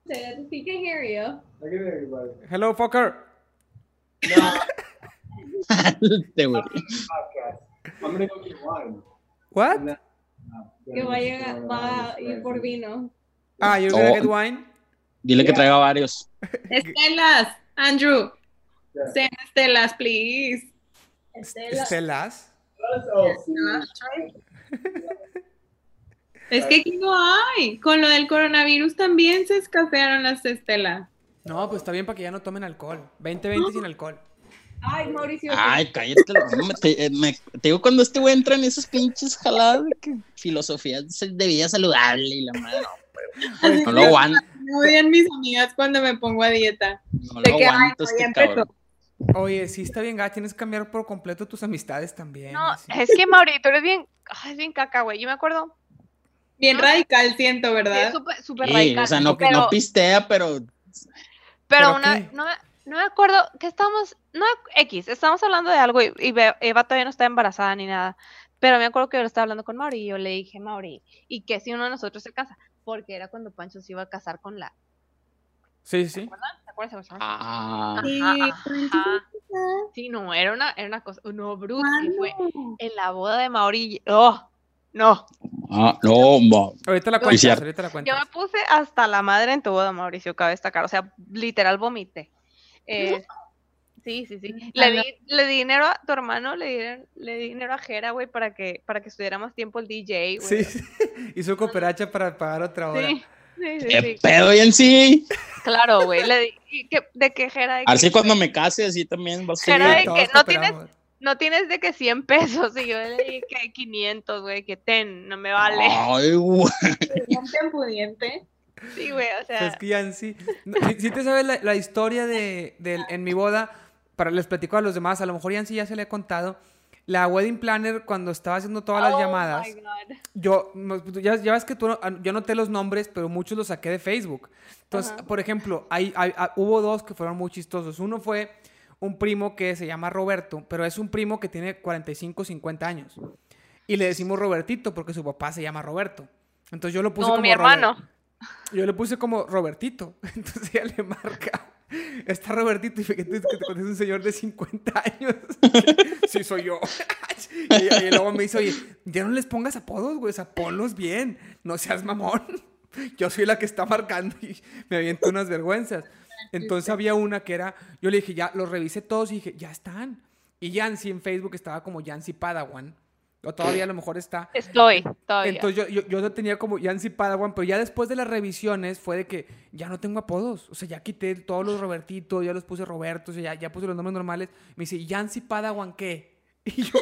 [SPEAKER 5] He can hear you.
[SPEAKER 2] Hello, fucker.
[SPEAKER 3] Te güey.
[SPEAKER 6] I'm gonna go get wine.
[SPEAKER 2] What?
[SPEAKER 6] Que vaya, va ir por vino.
[SPEAKER 2] Ah, you're gonna
[SPEAKER 3] Oh.
[SPEAKER 2] get wine?
[SPEAKER 3] Dile que traiga varios.
[SPEAKER 5] Estelas, Andrew.
[SPEAKER 6] Yeah.
[SPEAKER 5] Send Estelas, please.
[SPEAKER 2] Estelas.
[SPEAKER 5] Es que aquí no hay. Con lo del coronavirus también se escasearon las estelas.
[SPEAKER 2] No, pues está bien para que ya no tomen alcohol. 2020 sin alcohol.
[SPEAKER 7] Ay, Mauricio.
[SPEAKER 3] Ay, cállate. la- no, me- te, eh, me- te digo, cuando este güey entra en esos pinches jaladas de que filosofía de vida saludable y la madre, no,
[SPEAKER 2] Oye,
[SPEAKER 3] no lo aguanto.
[SPEAKER 5] Me odian mis amigas cuando me pongo a dieta.
[SPEAKER 3] No
[SPEAKER 5] De
[SPEAKER 3] lo
[SPEAKER 5] que, ay,
[SPEAKER 3] aguanto
[SPEAKER 5] no, ya
[SPEAKER 3] este
[SPEAKER 5] empezó.
[SPEAKER 3] cabrón.
[SPEAKER 2] Oye, sí está bien, gacha, tienes que cambiar por completo tus amistades también.
[SPEAKER 1] No, eh,
[SPEAKER 2] así.
[SPEAKER 1] es que Mauri, tú eres bien, ay, es bien caca, güey. Yo me acuerdo,
[SPEAKER 5] Bien radical siento,
[SPEAKER 1] Ah, sí, es
[SPEAKER 5] ¿verdad?
[SPEAKER 1] súper súper
[SPEAKER 3] Sí,
[SPEAKER 1] radical.
[SPEAKER 3] o sea, no,
[SPEAKER 1] pero,
[SPEAKER 3] no pistea, pero
[SPEAKER 1] pero
[SPEAKER 2] ¿pero
[SPEAKER 1] una,
[SPEAKER 2] qué?
[SPEAKER 1] no, me- no me acuerdo que estábamos, no, X, estábamos hablando de algo y, y Be- Eva todavía no estaba embarazada ni nada. Pero me acuerdo que yo lo estaba hablando con Mauri y yo le dije, Mauri, ¿y qué si uno de nosotros se casa? Porque era cuando Pancho se iba a casar con la.
[SPEAKER 2] Sí, sí.
[SPEAKER 1] ¿Te acuerdas? de esa persona?
[SPEAKER 3] ah,
[SPEAKER 5] Sí,
[SPEAKER 1] Ajá, ajá.
[SPEAKER 5] Ah,
[SPEAKER 1] Sí, no, era una, era una cosa. No, Bruce, que fue
[SPEAKER 5] mano.
[SPEAKER 1] en la boda de Mauri. Oh, no.
[SPEAKER 3] ah, no, ma.
[SPEAKER 2] Ahorita la
[SPEAKER 1] Yo-
[SPEAKER 2] cuentas,
[SPEAKER 3] cierto.
[SPEAKER 2] ahorita la
[SPEAKER 1] Yo
[SPEAKER 2] cuentas.
[SPEAKER 1] me puse hasta la madre en tu boda, Mauricio, cabe destacar. O sea, literal vomité. Eh, sí, sí, sí. Le
[SPEAKER 5] Ala.
[SPEAKER 1] di, le di dinero a tu hermano, le di, le di dinero a Jera, güey, para que, para que estuviera más tiempo el DJ, güey.
[SPEAKER 2] Sí, sí. Hizo cooperacha para pagar otra hora.
[SPEAKER 1] sí, sí, sí,
[SPEAKER 3] ¿Qué
[SPEAKER 1] sí.
[SPEAKER 3] pedo, y en sí?
[SPEAKER 1] Claro, güey. Le di, y que- de que Jera, de que,
[SPEAKER 3] Así cuando me case, así también va a ser.
[SPEAKER 1] Pero de
[SPEAKER 2] todos
[SPEAKER 1] que no tienes-
[SPEAKER 2] cooperamos.
[SPEAKER 1] no tienes de que 100 pesos. Y yo le di que 500, güey, que ten, no me vale.
[SPEAKER 3] Ay, güey.
[SPEAKER 5] Pudiente en pudiente.
[SPEAKER 1] Sí, güey, o sea.
[SPEAKER 2] Pues que ya en sí. no, si, si te sabes la, la historia de, del- en mi boda, para les platico a los demás, a lo mejor Yancy ya se le he contado. La wedding planner, cuando estaba haciendo todas las
[SPEAKER 1] oh my
[SPEAKER 2] llamadas,
[SPEAKER 1] God.
[SPEAKER 2] yo, no, tú ya, ya ves que tú, no- yo anoté los nombres, pero muchos los saqué de Facebook. Entonces,
[SPEAKER 1] Ajá.
[SPEAKER 2] por ejemplo, hay, hay- ah, hubo dos que fueron muy chistosos. Uno fue un primo que se llama Roberto, pero es un primo que tiene 45, 50 años. Y le decimos Robertito porque su papá se llama Roberto. Entonces yo lo puse
[SPEAKER 1] Como
[SPEAKER 2] como
[SPEAKER 1] mi hermano.
[SPEAKER 2] Robert- yo le puse como Robertito. Entonces ella le marca. Está Robertito y fíjate que te contesta un señor de 50 años. Sí, soy yo. Y, y luego me dice, oye, ya no les pongas apodos, güey. O sea, ponlos bien. No seas mamón. Yo soy la que está marcando y me aviento unas vergüenzas. Entonces había una que era, yo le dije, ya los revisé todos y dije, ya están. Y Yancy en Facebook estaba como Yancy Padawan. O todavía a lo mejor está.
[SPEAKER 1] Estoy, todavía.
[SPEAKER 2] Entonces yo, yo, yo lo tenía como Yancy Padawan, pero ya después de las revisiones fue de que ya no tengo apodos. O sea, ya quité todos los Robertitos, ya los puse Roberto, o sea, ya, ya puse los nombres normales. Me dice, ¿Yancy Padawan qué? Y yo,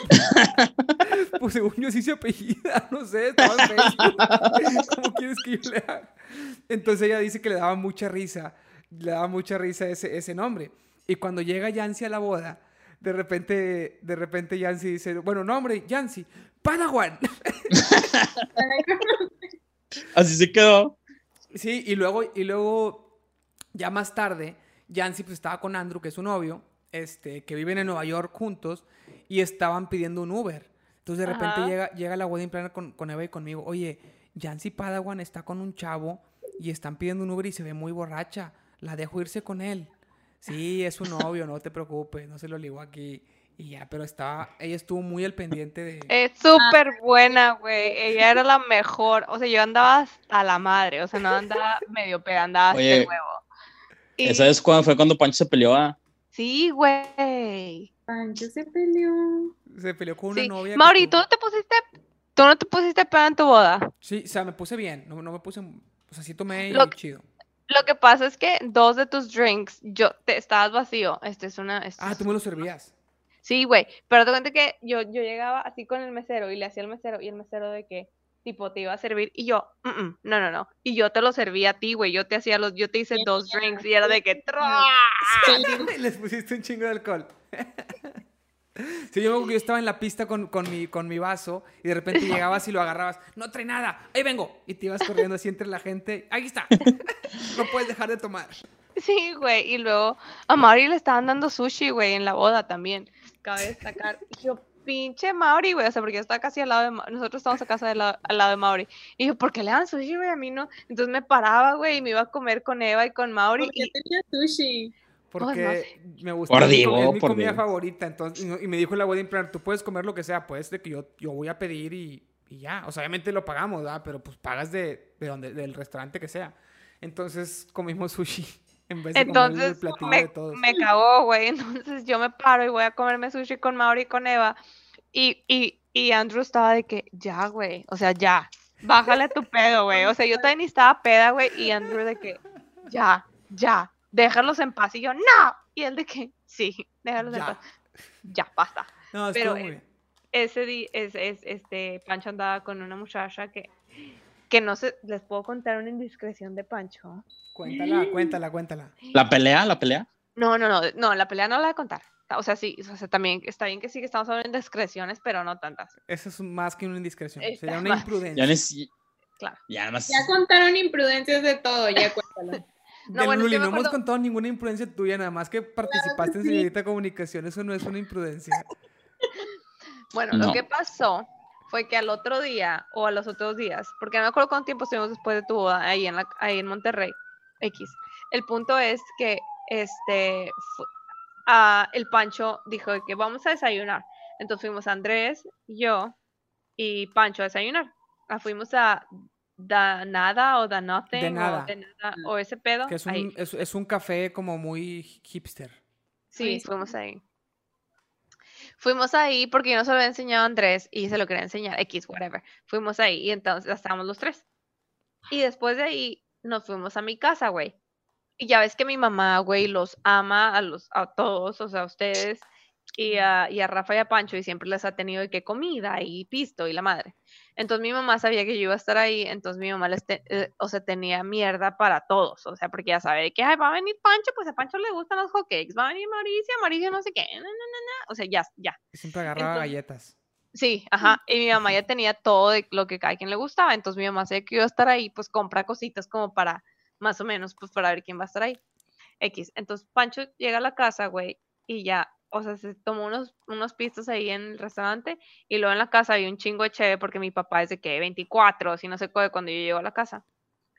[SPEAKER 2] pues según yo sí se apellida, no sé, estaba en Facebook. ¿Cómo quieres que yo le haga? Entonces ella dice que le daba mucha risa, le daba mucha risa ese, ese nombre. Y cuando llega Yancy a la boda, de repente, de repente Yancy dice, bueno, nombre, Yancy, Padawan.
[SPEAKER 3] Así se quedó.
[SPEAKER 2] Sí, y luego, y luego, ya más tarde, Yancy pues estaba con Andrew, que es su novio, este, que viven en Nueva York juntos, y estaban pidiendo un Uber. Entonces de repente
[SPEAKER 1] Ajá.
[SPEAKER 2] llega, llega la wedding planner con, con Eva y conmigo, oye, Yancy Padawan está con un chavo y están pidiendo un Uber y se ve muy borracha, la dejo irse con él. Sí, es su novio, no te preocupes, no se lo ligó aquí. Y ya, pero estaba, ella estuvo muy al pendiente de...
[SPEAKER 1] Es súper buena, güey. Ella era la mejor. O sea, yo andaba hasta la madre. O sea, no andaba medio peda, andaba hasta el
[SPEAKER 3] Oye,
[SPEAKER 1] huevo. Y-
[SPEAKER 3] Esa es cuando fue cuando Pancho se peleó ah, a.
[SPEAKER 1] Sí, güey.
[SPEAKER 5] Pancho se peleó.
[SPEAKER 2] Se peleó con una
[SPEAKER 1] Sí.
[SPEAKER 2] novia. que
[SPEAKER 1] Mauri,
[SPEAKER 2] tuvo-
[SPEAKER 1] ¿tú no te pusiste, tú no te pusiste peda en tu boda?
[SPEAKER 2] Sí, o sea, me puse bien, no, no me puse, o sea, sí tomé y
[SPEAKER 1] Lo-
[SPEAKER 2] chido.
[SPEAKER 1] Lo que pasa es que dos de tus drinks, yo, te estabas vacío. Este es una... este
[SPEAKER 2] Ah,
[SPEAKER 1] es-
[SPEAKER 2] tú me lo servías.
[SPEAKER 1] Sí, güey. Pero te cuenta que yo, yo llegaba así con el mesero y le hacía el mesero y el mesero de que, tipo, te iba a servir y yo, "Mm, mm, no, no, no. Y yo te lo serví a ti, güey. Yo te hacía los, yo te hice dos drinks y era de que, ¡tra!
[SPEAKER 2] Les pusiste un chingo de alcohol. Sí, yo me acuerdo que yo estaba en la pista con, con mi, con mi vaso y de repente llegabas y lo agarrabas. No trae nada, ahí vengo. Y te ibas corriendo así entre la gente. Ahí está. No puedes dejar de tomar.
[SPEAKER 1] Sí, güey. Y luego a Mauri le estaban dando sushi, güey, en la boda también. Cabe destacar. Y yo, pinche Mauri, güey. O sea, porque yo estaba casi al lado de Ma- Nosotros estamos a casa del lado- al lado de Mauri. Y yo, ¿por qué le dan sushi, güey? A mí no. Entonces me paraba, güey, y me iba a comer con Eva y con Mauri.
[SPEAKER 5] ¿Por qué
[SPEAKER 1] Y
[SPEAKER 5] tenía sushi?
[SPEAKER 2] Porque me gusta.
[SPEAKER 3] Por
[SPEAKER 2] es mi
[SPEAKER 3] Dios,
[SPEAKER 2] com- es mi
[SPEAKER 3] por
[SPEAKER 2] comida
[SPEAKER 3] Dios.
[SPEAKER 2] favorita. Entonces, y no- y me dijo la wedding planner, tú puedes comer lo que sea, pues, de que yo, yo voy a pedir y, y ya. O sea, obviamente lo pagamos, ¿verdad? Pero pues pagas de, de donde, del restaurante que sea. Entonces comimos sushi en vez de comer el
[SPEAKER 1] entonces
[SPEAKER 2] platillo
[SPEAKER 1] me,
[SPEAKER 2] de todos.
[SPEAKER 1] me cagó, güey. Entonces yo me paro y voy a comerme sushi con Mauri y con Eva. Y, y, y Andrew estaba de que, ya, güey. O sea, ya. Bájale tu pedo, güey. O sea, yo también estaba peda, güey. Y Andrew de que, ya, ya. Déjalos en paz. Y yo, no. Y él de que, sí, déjalos en
[SPEAKER 2] Ya.
[SPEAKER 1] paz. Ya, basta.
[SPEAKER 2] No,
[SPEAKER 1] Pero,
[SPEAKER 2] estuvo muy
[SPEAKER 1] eh,
[SPEAKER 2] bien.
[SPEAKER 1] Ese día, es, es, este, Pancho andaba con una muchacha que, que no sé, les puedo contar una indiscreción de Pancho.
[SPEAKER 2] Cuéntala, cuéntala, cuéntala.
[SPEAKER 3] ¿La pelea? ¿La pelea?
[SPEAKER 1] No, no, no, no, la pelea no la voy a contar. O sea, sí, o sea, también está bien que sí que estamos hablando de discreciones, pero no tantas.
[SPEAKER 2] Eso es más que una indiscreción.
[SPEAKER 1] Está
[SPEAKER 2] Sería una
[SPEAKER 1] mal.
[SPEAKER 2] imprudencia.
[SPEAKER 3] Ya ni
[SPEAKER 1] Claro.
[SPEAKER 3] Ya nada más.
[SPEAKER 5] Ya contaron imprudencias de todo, ya cuéntalo.
[SPEAKER 1] No,
[SPEAKER 2] Del
[SPEAKER 1] bueno, es
[SPEAKER 2] Luli,
[SPEAKER 1] que me
[SPEAKER 2] no hemos
[SPEAKER 1] acuerdo-
[SPEAKER 2] contado ninguna imprudencia tuya, nada más que participaste en Señorita Comunicación, eso no es una imprudencia.
[SPEAKER 1] Bueno,
[SPEAKER 3] No.
[SPEAKER 1] lo que pasó fue que al otro día o a los otros días, porque no me acuerdo cuánto tiempo estuvimos después de tu boda ahí en, la, ahí en Monterrey, X. El punto es que este, fu- ah, el Pancho dijo de que vamos a desayunar. Entonces fuimos Andrés, yo y Pancho a desayunar. Ah, fuimos a Da Nada o Da Nothing
[SPEAKER 2] De
[SPEAKER 1] o
[SPEAKER 2] nada.
[SPEAKER 1] de nada, o ese pedo.
[SPEAKER 2] Que es
[SPEAKER 1] ahí.
[SPEAKER 2] un, es, es un café como muy hipster.
[SPEAKER 1] Sí,
[SPEAKER 5] Ahí.
[SPEAKER 1] fuimos ahí. Fuimos ahí porque yo no se lo había enseñado a Andrés y se lo quería enseñar, X, whatever. Fuimos ahí y entonces ya estábamos los tres. Y después de ahí nos fuimos a mi casa, güey. Y ya ves que mi mamá, güey, los ama a, los, a todos, o sea, a ustedes y a, y a Rafa y a Pancho y siempre les ha tenido de qué comida y pisto y la madre. Entonces mi mamá sabía que yo iba a estar ahí, entonces mi mamá les, te- eh, o sea, tenía mierda para todos, o sea, porque ya sabe de que "Ay, va a venir Pancho, pues a Pancho le gustan los hot cakes, va a venir Mauricio, Mauricio no sé qué, na, na, na, na", o sea, ya, ya.
[SPEAKER 2] Y siempre agarraba
[SPEAKER 1] Entonces-
[SPEAKER 2] galletas.
[SPEAKER 1] Sí, ajá, y mi mamá ya tenía todo de lo que cada quien le gustaba, entonces mi mamá sabía que iba a estar ahí, pues compra cositas como para, más o menos, pues para ver quién va a estar ahí. X, entonces Pancho llega a la casa, güey, y ya, o sea, se tomó unos, unos pistos ahí en el restaurante y luego en la casa había un chingo de cheve porque mi papá es de que 24, si no sé cuál, cuando yo llego a la casa.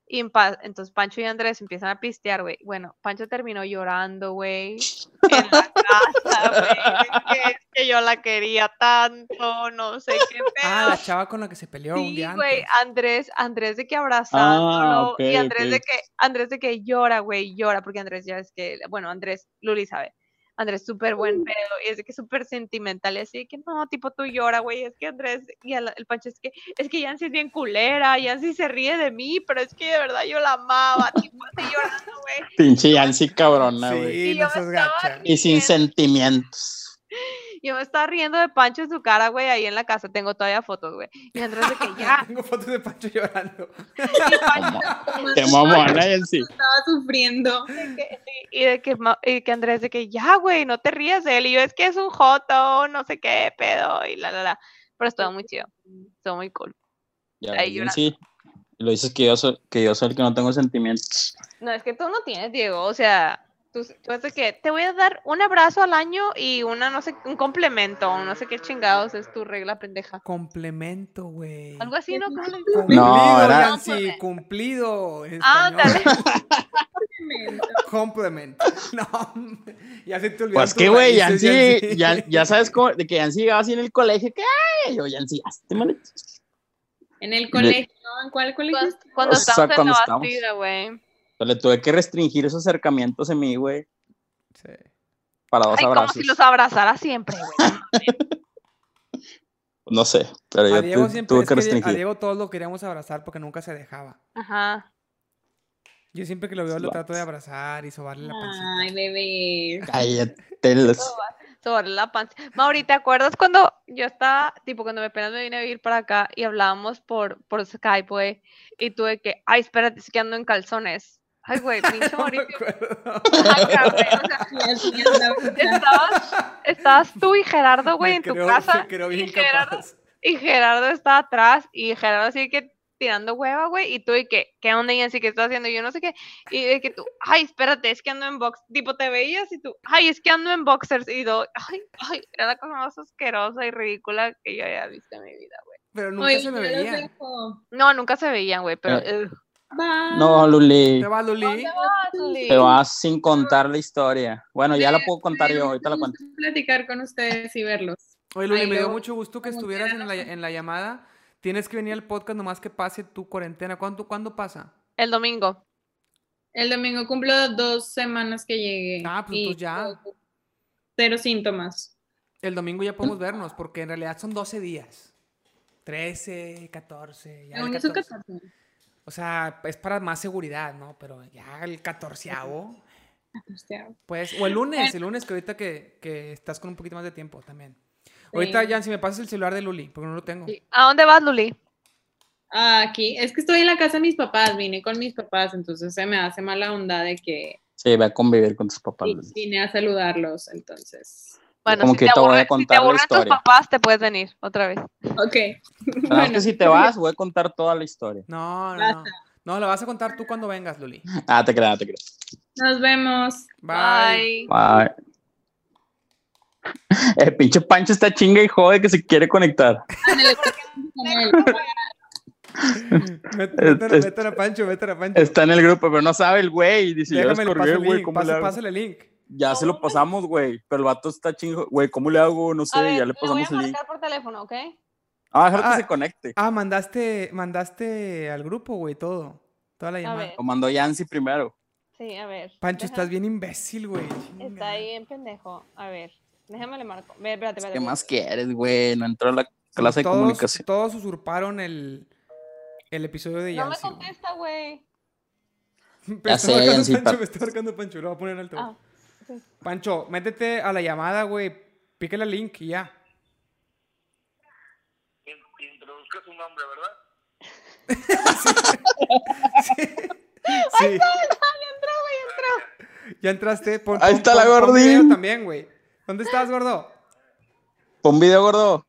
[SPEAKER 1] Y en paz, entonces Pancho y Andrés empiezan a pistear, güey. Bueno, Pancho terminó llorando, güey. En la casa, güey. Es que, es que yo la quería tanto, no sé qué
[SPEAKER 2] Ah,
[SPEAKER 1] pedo.
[SPEAKER 2] la chava con la que se peleó un
[SPEAKER 1] Sí,
[SPEAKER 2] día
[SPEAKER 1] güey, ah,
[SPEAKER 2] antes.
[SPEAKER 1] Andrés, Andrés de que abrazándolo
[SPEAKER 3] Ah, ok,
[SPEAKER 1] y Andrés de
[SPEAKER 3] ok.
[SPEAKER 1] que Andrés de que llora, güey, llora porque Andrés ya es que, bueno, Andrés, Luli sabe. Andrés súper buen
[SPEAKER 3] Uh.
[SPEAKER 1] pedo y es de que súper sentimental y así de que no, tipo tú llora, güey, es que Andrés y el, el Pancho es que es que Yancy es bien culera, Yancy se ríe de mí, pero es que de verdad yo la amaba, tipo así llorando, güey.
[SPEAKER 3] Pinche Yancy cabrona,
[SPEAKER 2] sí,
[SPEAKER 3] güey.
[SPEAKER 1] Y
[SPEAKER 2] no
[SPEAKER 1] yo me
[SPEAKER 2] seas
[SPEAKER 1] estaba
[SPEAKER 2] gacha.
[SPEAKER 3] Y sin
[SPEAKER 1] riendo.
[SPEAKER 3] sentimientos.
[SPEAKER 1] Yo me estaba riendo de Pancho en su cara, güey, ahí en la casa, tengo todavía fotos, güey. Y Andrés de que ya,
[SPEAKER 2] Tengo fotos de Pancho llorando.
[SPEAKER 3] Te mamona, Yancy.
[SPEAKER 5] Estaba sufriendo.
[SPEAKER 1] que- sí, y de que, ma- y que Andrés de que ya, güey, no te rías de él. Y yo, es que es un joto, no sé qué, pedo, y la, la, la. Pero estuvo muy chido, estuvo muy cool.
[SPEAKER 3] Ya,
[SPEAKER 1] Ahí
[SPEAKER 3] ves, Yancy. Lo dices que yo, soy, que yo soy el que no tengo sentimientos.
[SPEAKER 1] No, es que tú no tienes, Diego, o sea, tú, tú es de que te voy a dar un abrazo al año y una, no sé, un complemento, no sé qué chingados es tu regla pendeja.
[SPEAKER 2] Complemento, güey.
[SPEAKER 1] Algo así, ¿no?
[SPEAKER 2] Cumplido,
[SPEAKER 3] No, era-
[SPEAKER 2] Yancy, cumplido. en
[SPEAKER 1] Ándale.
[SPEAKER 2] español. Complement. No, hombre, ya se te olvidó.
[SPEAKER 3] Pues que, güey, Yancy, ya, ya sabes cómo, de que Yancy llegaba así en el colegio, que, ay, yo, Yancy, hazte mal.
[SPEAKER 5] En el colegio, ¿no? ¿En cuál colegio?
[SPEAKER 1] Cuando, cuando
[SPEAKER 3] O sea,
[SPEAKER 1] estamos en
[SPEAKER 3] cuando
[SPEAKER 1] la
[SPEAKER 3] estamos.
[SPEAKER 1] bastida, güey.
[SPEAKER 3] Le tuve que restringir esos acercamientos en mí, güey, para dos
[SPEAKER 1] Ay, como
[SPEAKER 3] abrazos.
[SPEAKER 1] si los abrazara siempre, güey.
[SPEAKER 3] No sé, pero
[SPEAKER 2] A
[SPEAKER 3] yo
[SPEAKER 2] Diego
[SPEAKER 3] tu-
[SPEAKER 2] siempre,
[SPEAKER 3] tuve
[SPEAKER 2] es
[SPEAKER 3] que
[SPEAKER 2] que
[SPEAKER 3] restringir.
[SPEAKER 2] a Diego todos lo queríamos abrazar porque nunca se dejaba.
[SPEAKER 1] Ajá.
[SPEAKER 2] Yo siempre que lo veo lo
[SPEAKER 3] Lo-
[SPEAKER 2] trato de abrazar y sobarle la pancita.
[SPEAKER 5] Ay, bebé.
[SPEAKER 3] Cállate, los-
[SPEAKER 1] Sobre la panza. Mauri, ¿te acuerdas cuando yo estaba, tipo, cuando me apenas me vine a vivir para acá y hablábamos por, por Skype, güey? Y tuve que, ay, espérate, es que ando en calzones. Ay, güey, pinche
[SPEAKER 2] No me
[SPEAKER 1] Mauricio.
[SPEAKER 2] acuerdo.
[SPEAKER 1] saca, güey, o sea, estabas, estabas tú y Gerardo, güey,
[SPEAKER 2] Me
[SPEAKER 1] en tu
[SPEAKER 2] creo-
[SPEAKER 1] casa.
[SPEAKER 2] me creo
[SPEAKER 1] y
[SPEAKER 2] bien
[SPEAKER 1] Gerardo,
[SPEAKER 2] capaz.
[SPEAKER 1] y Gerardo está atrás y Gerardo así que tirando hueva, güey, y tú y que, ¿qué onda? Y así que estás haciendo, Y yo no sé qué, y de que tú, ay, espérate, es que ando en box, tipo te veías y tú, ay, es que ando en boxers, y yo, ay, ay, era la cosa más asquerosa y ridícula que yo había visto en mi vida, güey.
[SPEAKER 2] Pero nunca
[SPEAKER 5] Oye,
[SPEAKER 2] se me
[SPEAKER 5] yo los
[SPEAKER 2] veía.
[SPEAKER 5] dejo.
[SPEAKER 1] No, nunca se veían, güey, pero,
[SPEAKER 3] Eh.
[SPEAKER 1] ugh,
[SPEAKER 5] Bye.
[SPEAKER 3] No, Luli,
[SPEAKER 2] Te va, Luli.
[SPEAKER 1] Luli.
[SPEAKER 3] te vas sin contar la historia. Bueno, ya la puedo contar yo, ahorita la
[SPEAKER 5] Me
[SPEAKER 3] cuento.
[SPEAKER 5] gusta platicar con ustedes y verlos.
[SPEAKER 2] Oye, Luli,
[SPEAKER 5] Ay,
[SPEAKER 2] me dio
[SPEAKER 5] luego,
[SPEAKER 2] mucho gusto que
[SPEAKER 5] como
[SPEAKER 2] estuvieras
[SPEAKER 5] quiera,
[SPEAKER 2] en la, en la llamada. Tienes que venir al podcast nomás que pase tu cuarentena. ¿Cuánto, ¿Cuándo pasa?
[SPEAKER 1] el domingo.
[SPEAKER 5] El domingo cumplo dos semanas que llegué.
[SPEAKER 2] Ah, pues
[SPEAKER 5] y
[SPEAKER 2] entonces ya.
[SPEAKER 5] pues, Cero síntomas.
[SPEAKER 2] El domingo ya podemos vernos, porque en realidad son 12 días. 13, 14, ya el
[SPEAKER 5] Aún es un
[SPEAKER 2] 14.
[SPEAKER 5] 14.
[SPEAKER 2] O sea, es para más seguridad, ¿no? Pero ya el 14
[SPEAKER 5] Hostia.
[SPEAKER 2] Pues, o el lunes, el lunes que ahorita que, que estás con un poquito más de tiempo también. Ahorita, Jan, si me pasas el celular de Luli, porque no lo tengo.
[SPEAKER 1] Sí. ¿A dónde vas, Luli?
[SPEAKER 5] Ah, Aquí, es que estoy en la casa de mis papás, vine con mis papás, entonces se me hace mala onda de que
[SPEAKER 3] Sí, va a convivir con tus papás. Luis.
[SPEAKER 5] vine a saludarlos, entonces.
[SPEAKER 1] Bueno,
[SPEAKER 3] Como
[SPEAKER 1] si,
[SPEAKER 3] que
[SPEAKER 1] te
[SPEAKER 3] te voy a
[SPEAKER 1] aburren, si te
[SPEAKER 3] contar la
[SPEAKER 1] aburren tus
[SPEAKER 3] historia.
[SPEAKER 1] papás, te puedes venir otra vez.
[SPEAKER 5] Ok.
[SPEAKER 3] Nada más que si te vas, voy a contar toda la historia.
[SPEAKER 2] No, no, no.
[SPEAKER 5] Basta.
[SPEAKER 2] No, lo vas a contar tú cuando vengas, Luli.
[SPEAKER 3] Ah, te creas, te creas.
[SPEAKER 5] Nos vemos.
[SPEAKER 2] Bye.
[SPEAKER 3] Bye. El pinche Pancho está chinga y jode que se quiere conectar.
[SPEAKER 5] Ándale, con él.
[SPEAKER 3] Este
[SPEAKER 2] Vete a Pancho, vete a Pancho.
[SPEAKER 3] Está en el grupo, pero no sabe el güey. Dice, yo
[SPEAKER 2] Déjame, le paso
[SPEAKER 3] descorgué,
[SPEAKER 2] el
[SPEAKER 3] güey,
[SPEAKER 2] link.
[SPEAKER 3] ¿cómo le
[SPEAKER 2] Pasa-
[SPEAKER 3] hago?
[SPEAKER 2] Pásale el link.
[SPEAKER 3] Ya se lo pasamos, güey. Pero el vato está chingo. Güey, ¿cómo le hago? No sé,
[SPEAKER 4] A ver,
[SPEAKER 3] ya
[SPEAKER 4] le
[SPEAKER 3] le
[SPEAKER 4] voy a
[SPEAKER 3] pasamos el link.
[SPEAKER 4] marcar por teléfono, ¿ok?
[SPEAKER 3] Ah, déjalo
[SPEAKER 2] Ah.
[SPEAKER 3] que se conecte.
[SPEAKER 2] Ah, mandaste, mandaste al grupo, güey, todo. Toda la llamada.
[SPEAKER 4] ver.
[SPEAKER 3] Lo mandó Yancy primero.
[SPEAKER 4] Sí, a ver.
[SPEAKER 2] Pancho,
[SPEAKER 4] deja-
[SPEAKER 2] estás bien imbécil, güey.
[SPEAKER 4] Está ahí en pendejo. A ver, déjame le marco. Ve, espérate, espérate.
[SPEAKER 3] ¿Qué
[SPEAKER 4] espérate.
[SPEAKER 3] más quieres, güey? No entró a la clase de
[SPEAKER 2] Todos-
[SPEAKER 3] comunicación.
[SPEAKER 2] Todos usurparon el, el episodio de
[SPEAKER 4] No me
[SPEAKER 2] Yancy. güey.
[SPEAKER 4] contesta, güey.
[SPEAKER 2] Me
[SPEAKER 3] Ya
[SPEAKER 2] está
[SPEAKER 3] sé,
[SPEAKER 2] marcando
[SPEAKER 3] Yancy,
[SPEAKER 2] Pancho,
[SPEAKER 3] pa-
[SPEAKER 2] me está marcando Pancho, lo voy a poner en alto.
[SPEAKER 4] Ah, sí.
[SPEAKER 2] Pancho, métete a la llamada, güey. Pícale al link y ya.
[SPEAKER 8] In- Introduzca su nombre, ¿verdad?
[SPEAKER 2] Sí. Ya entraste. pon- pon- pon- pon video
[SPEAKER 3] gordín.
[SPEAKER 2] también, güey. ¿Dónde estás, gordo?
[SPEAKER 3] Pon video, gordo.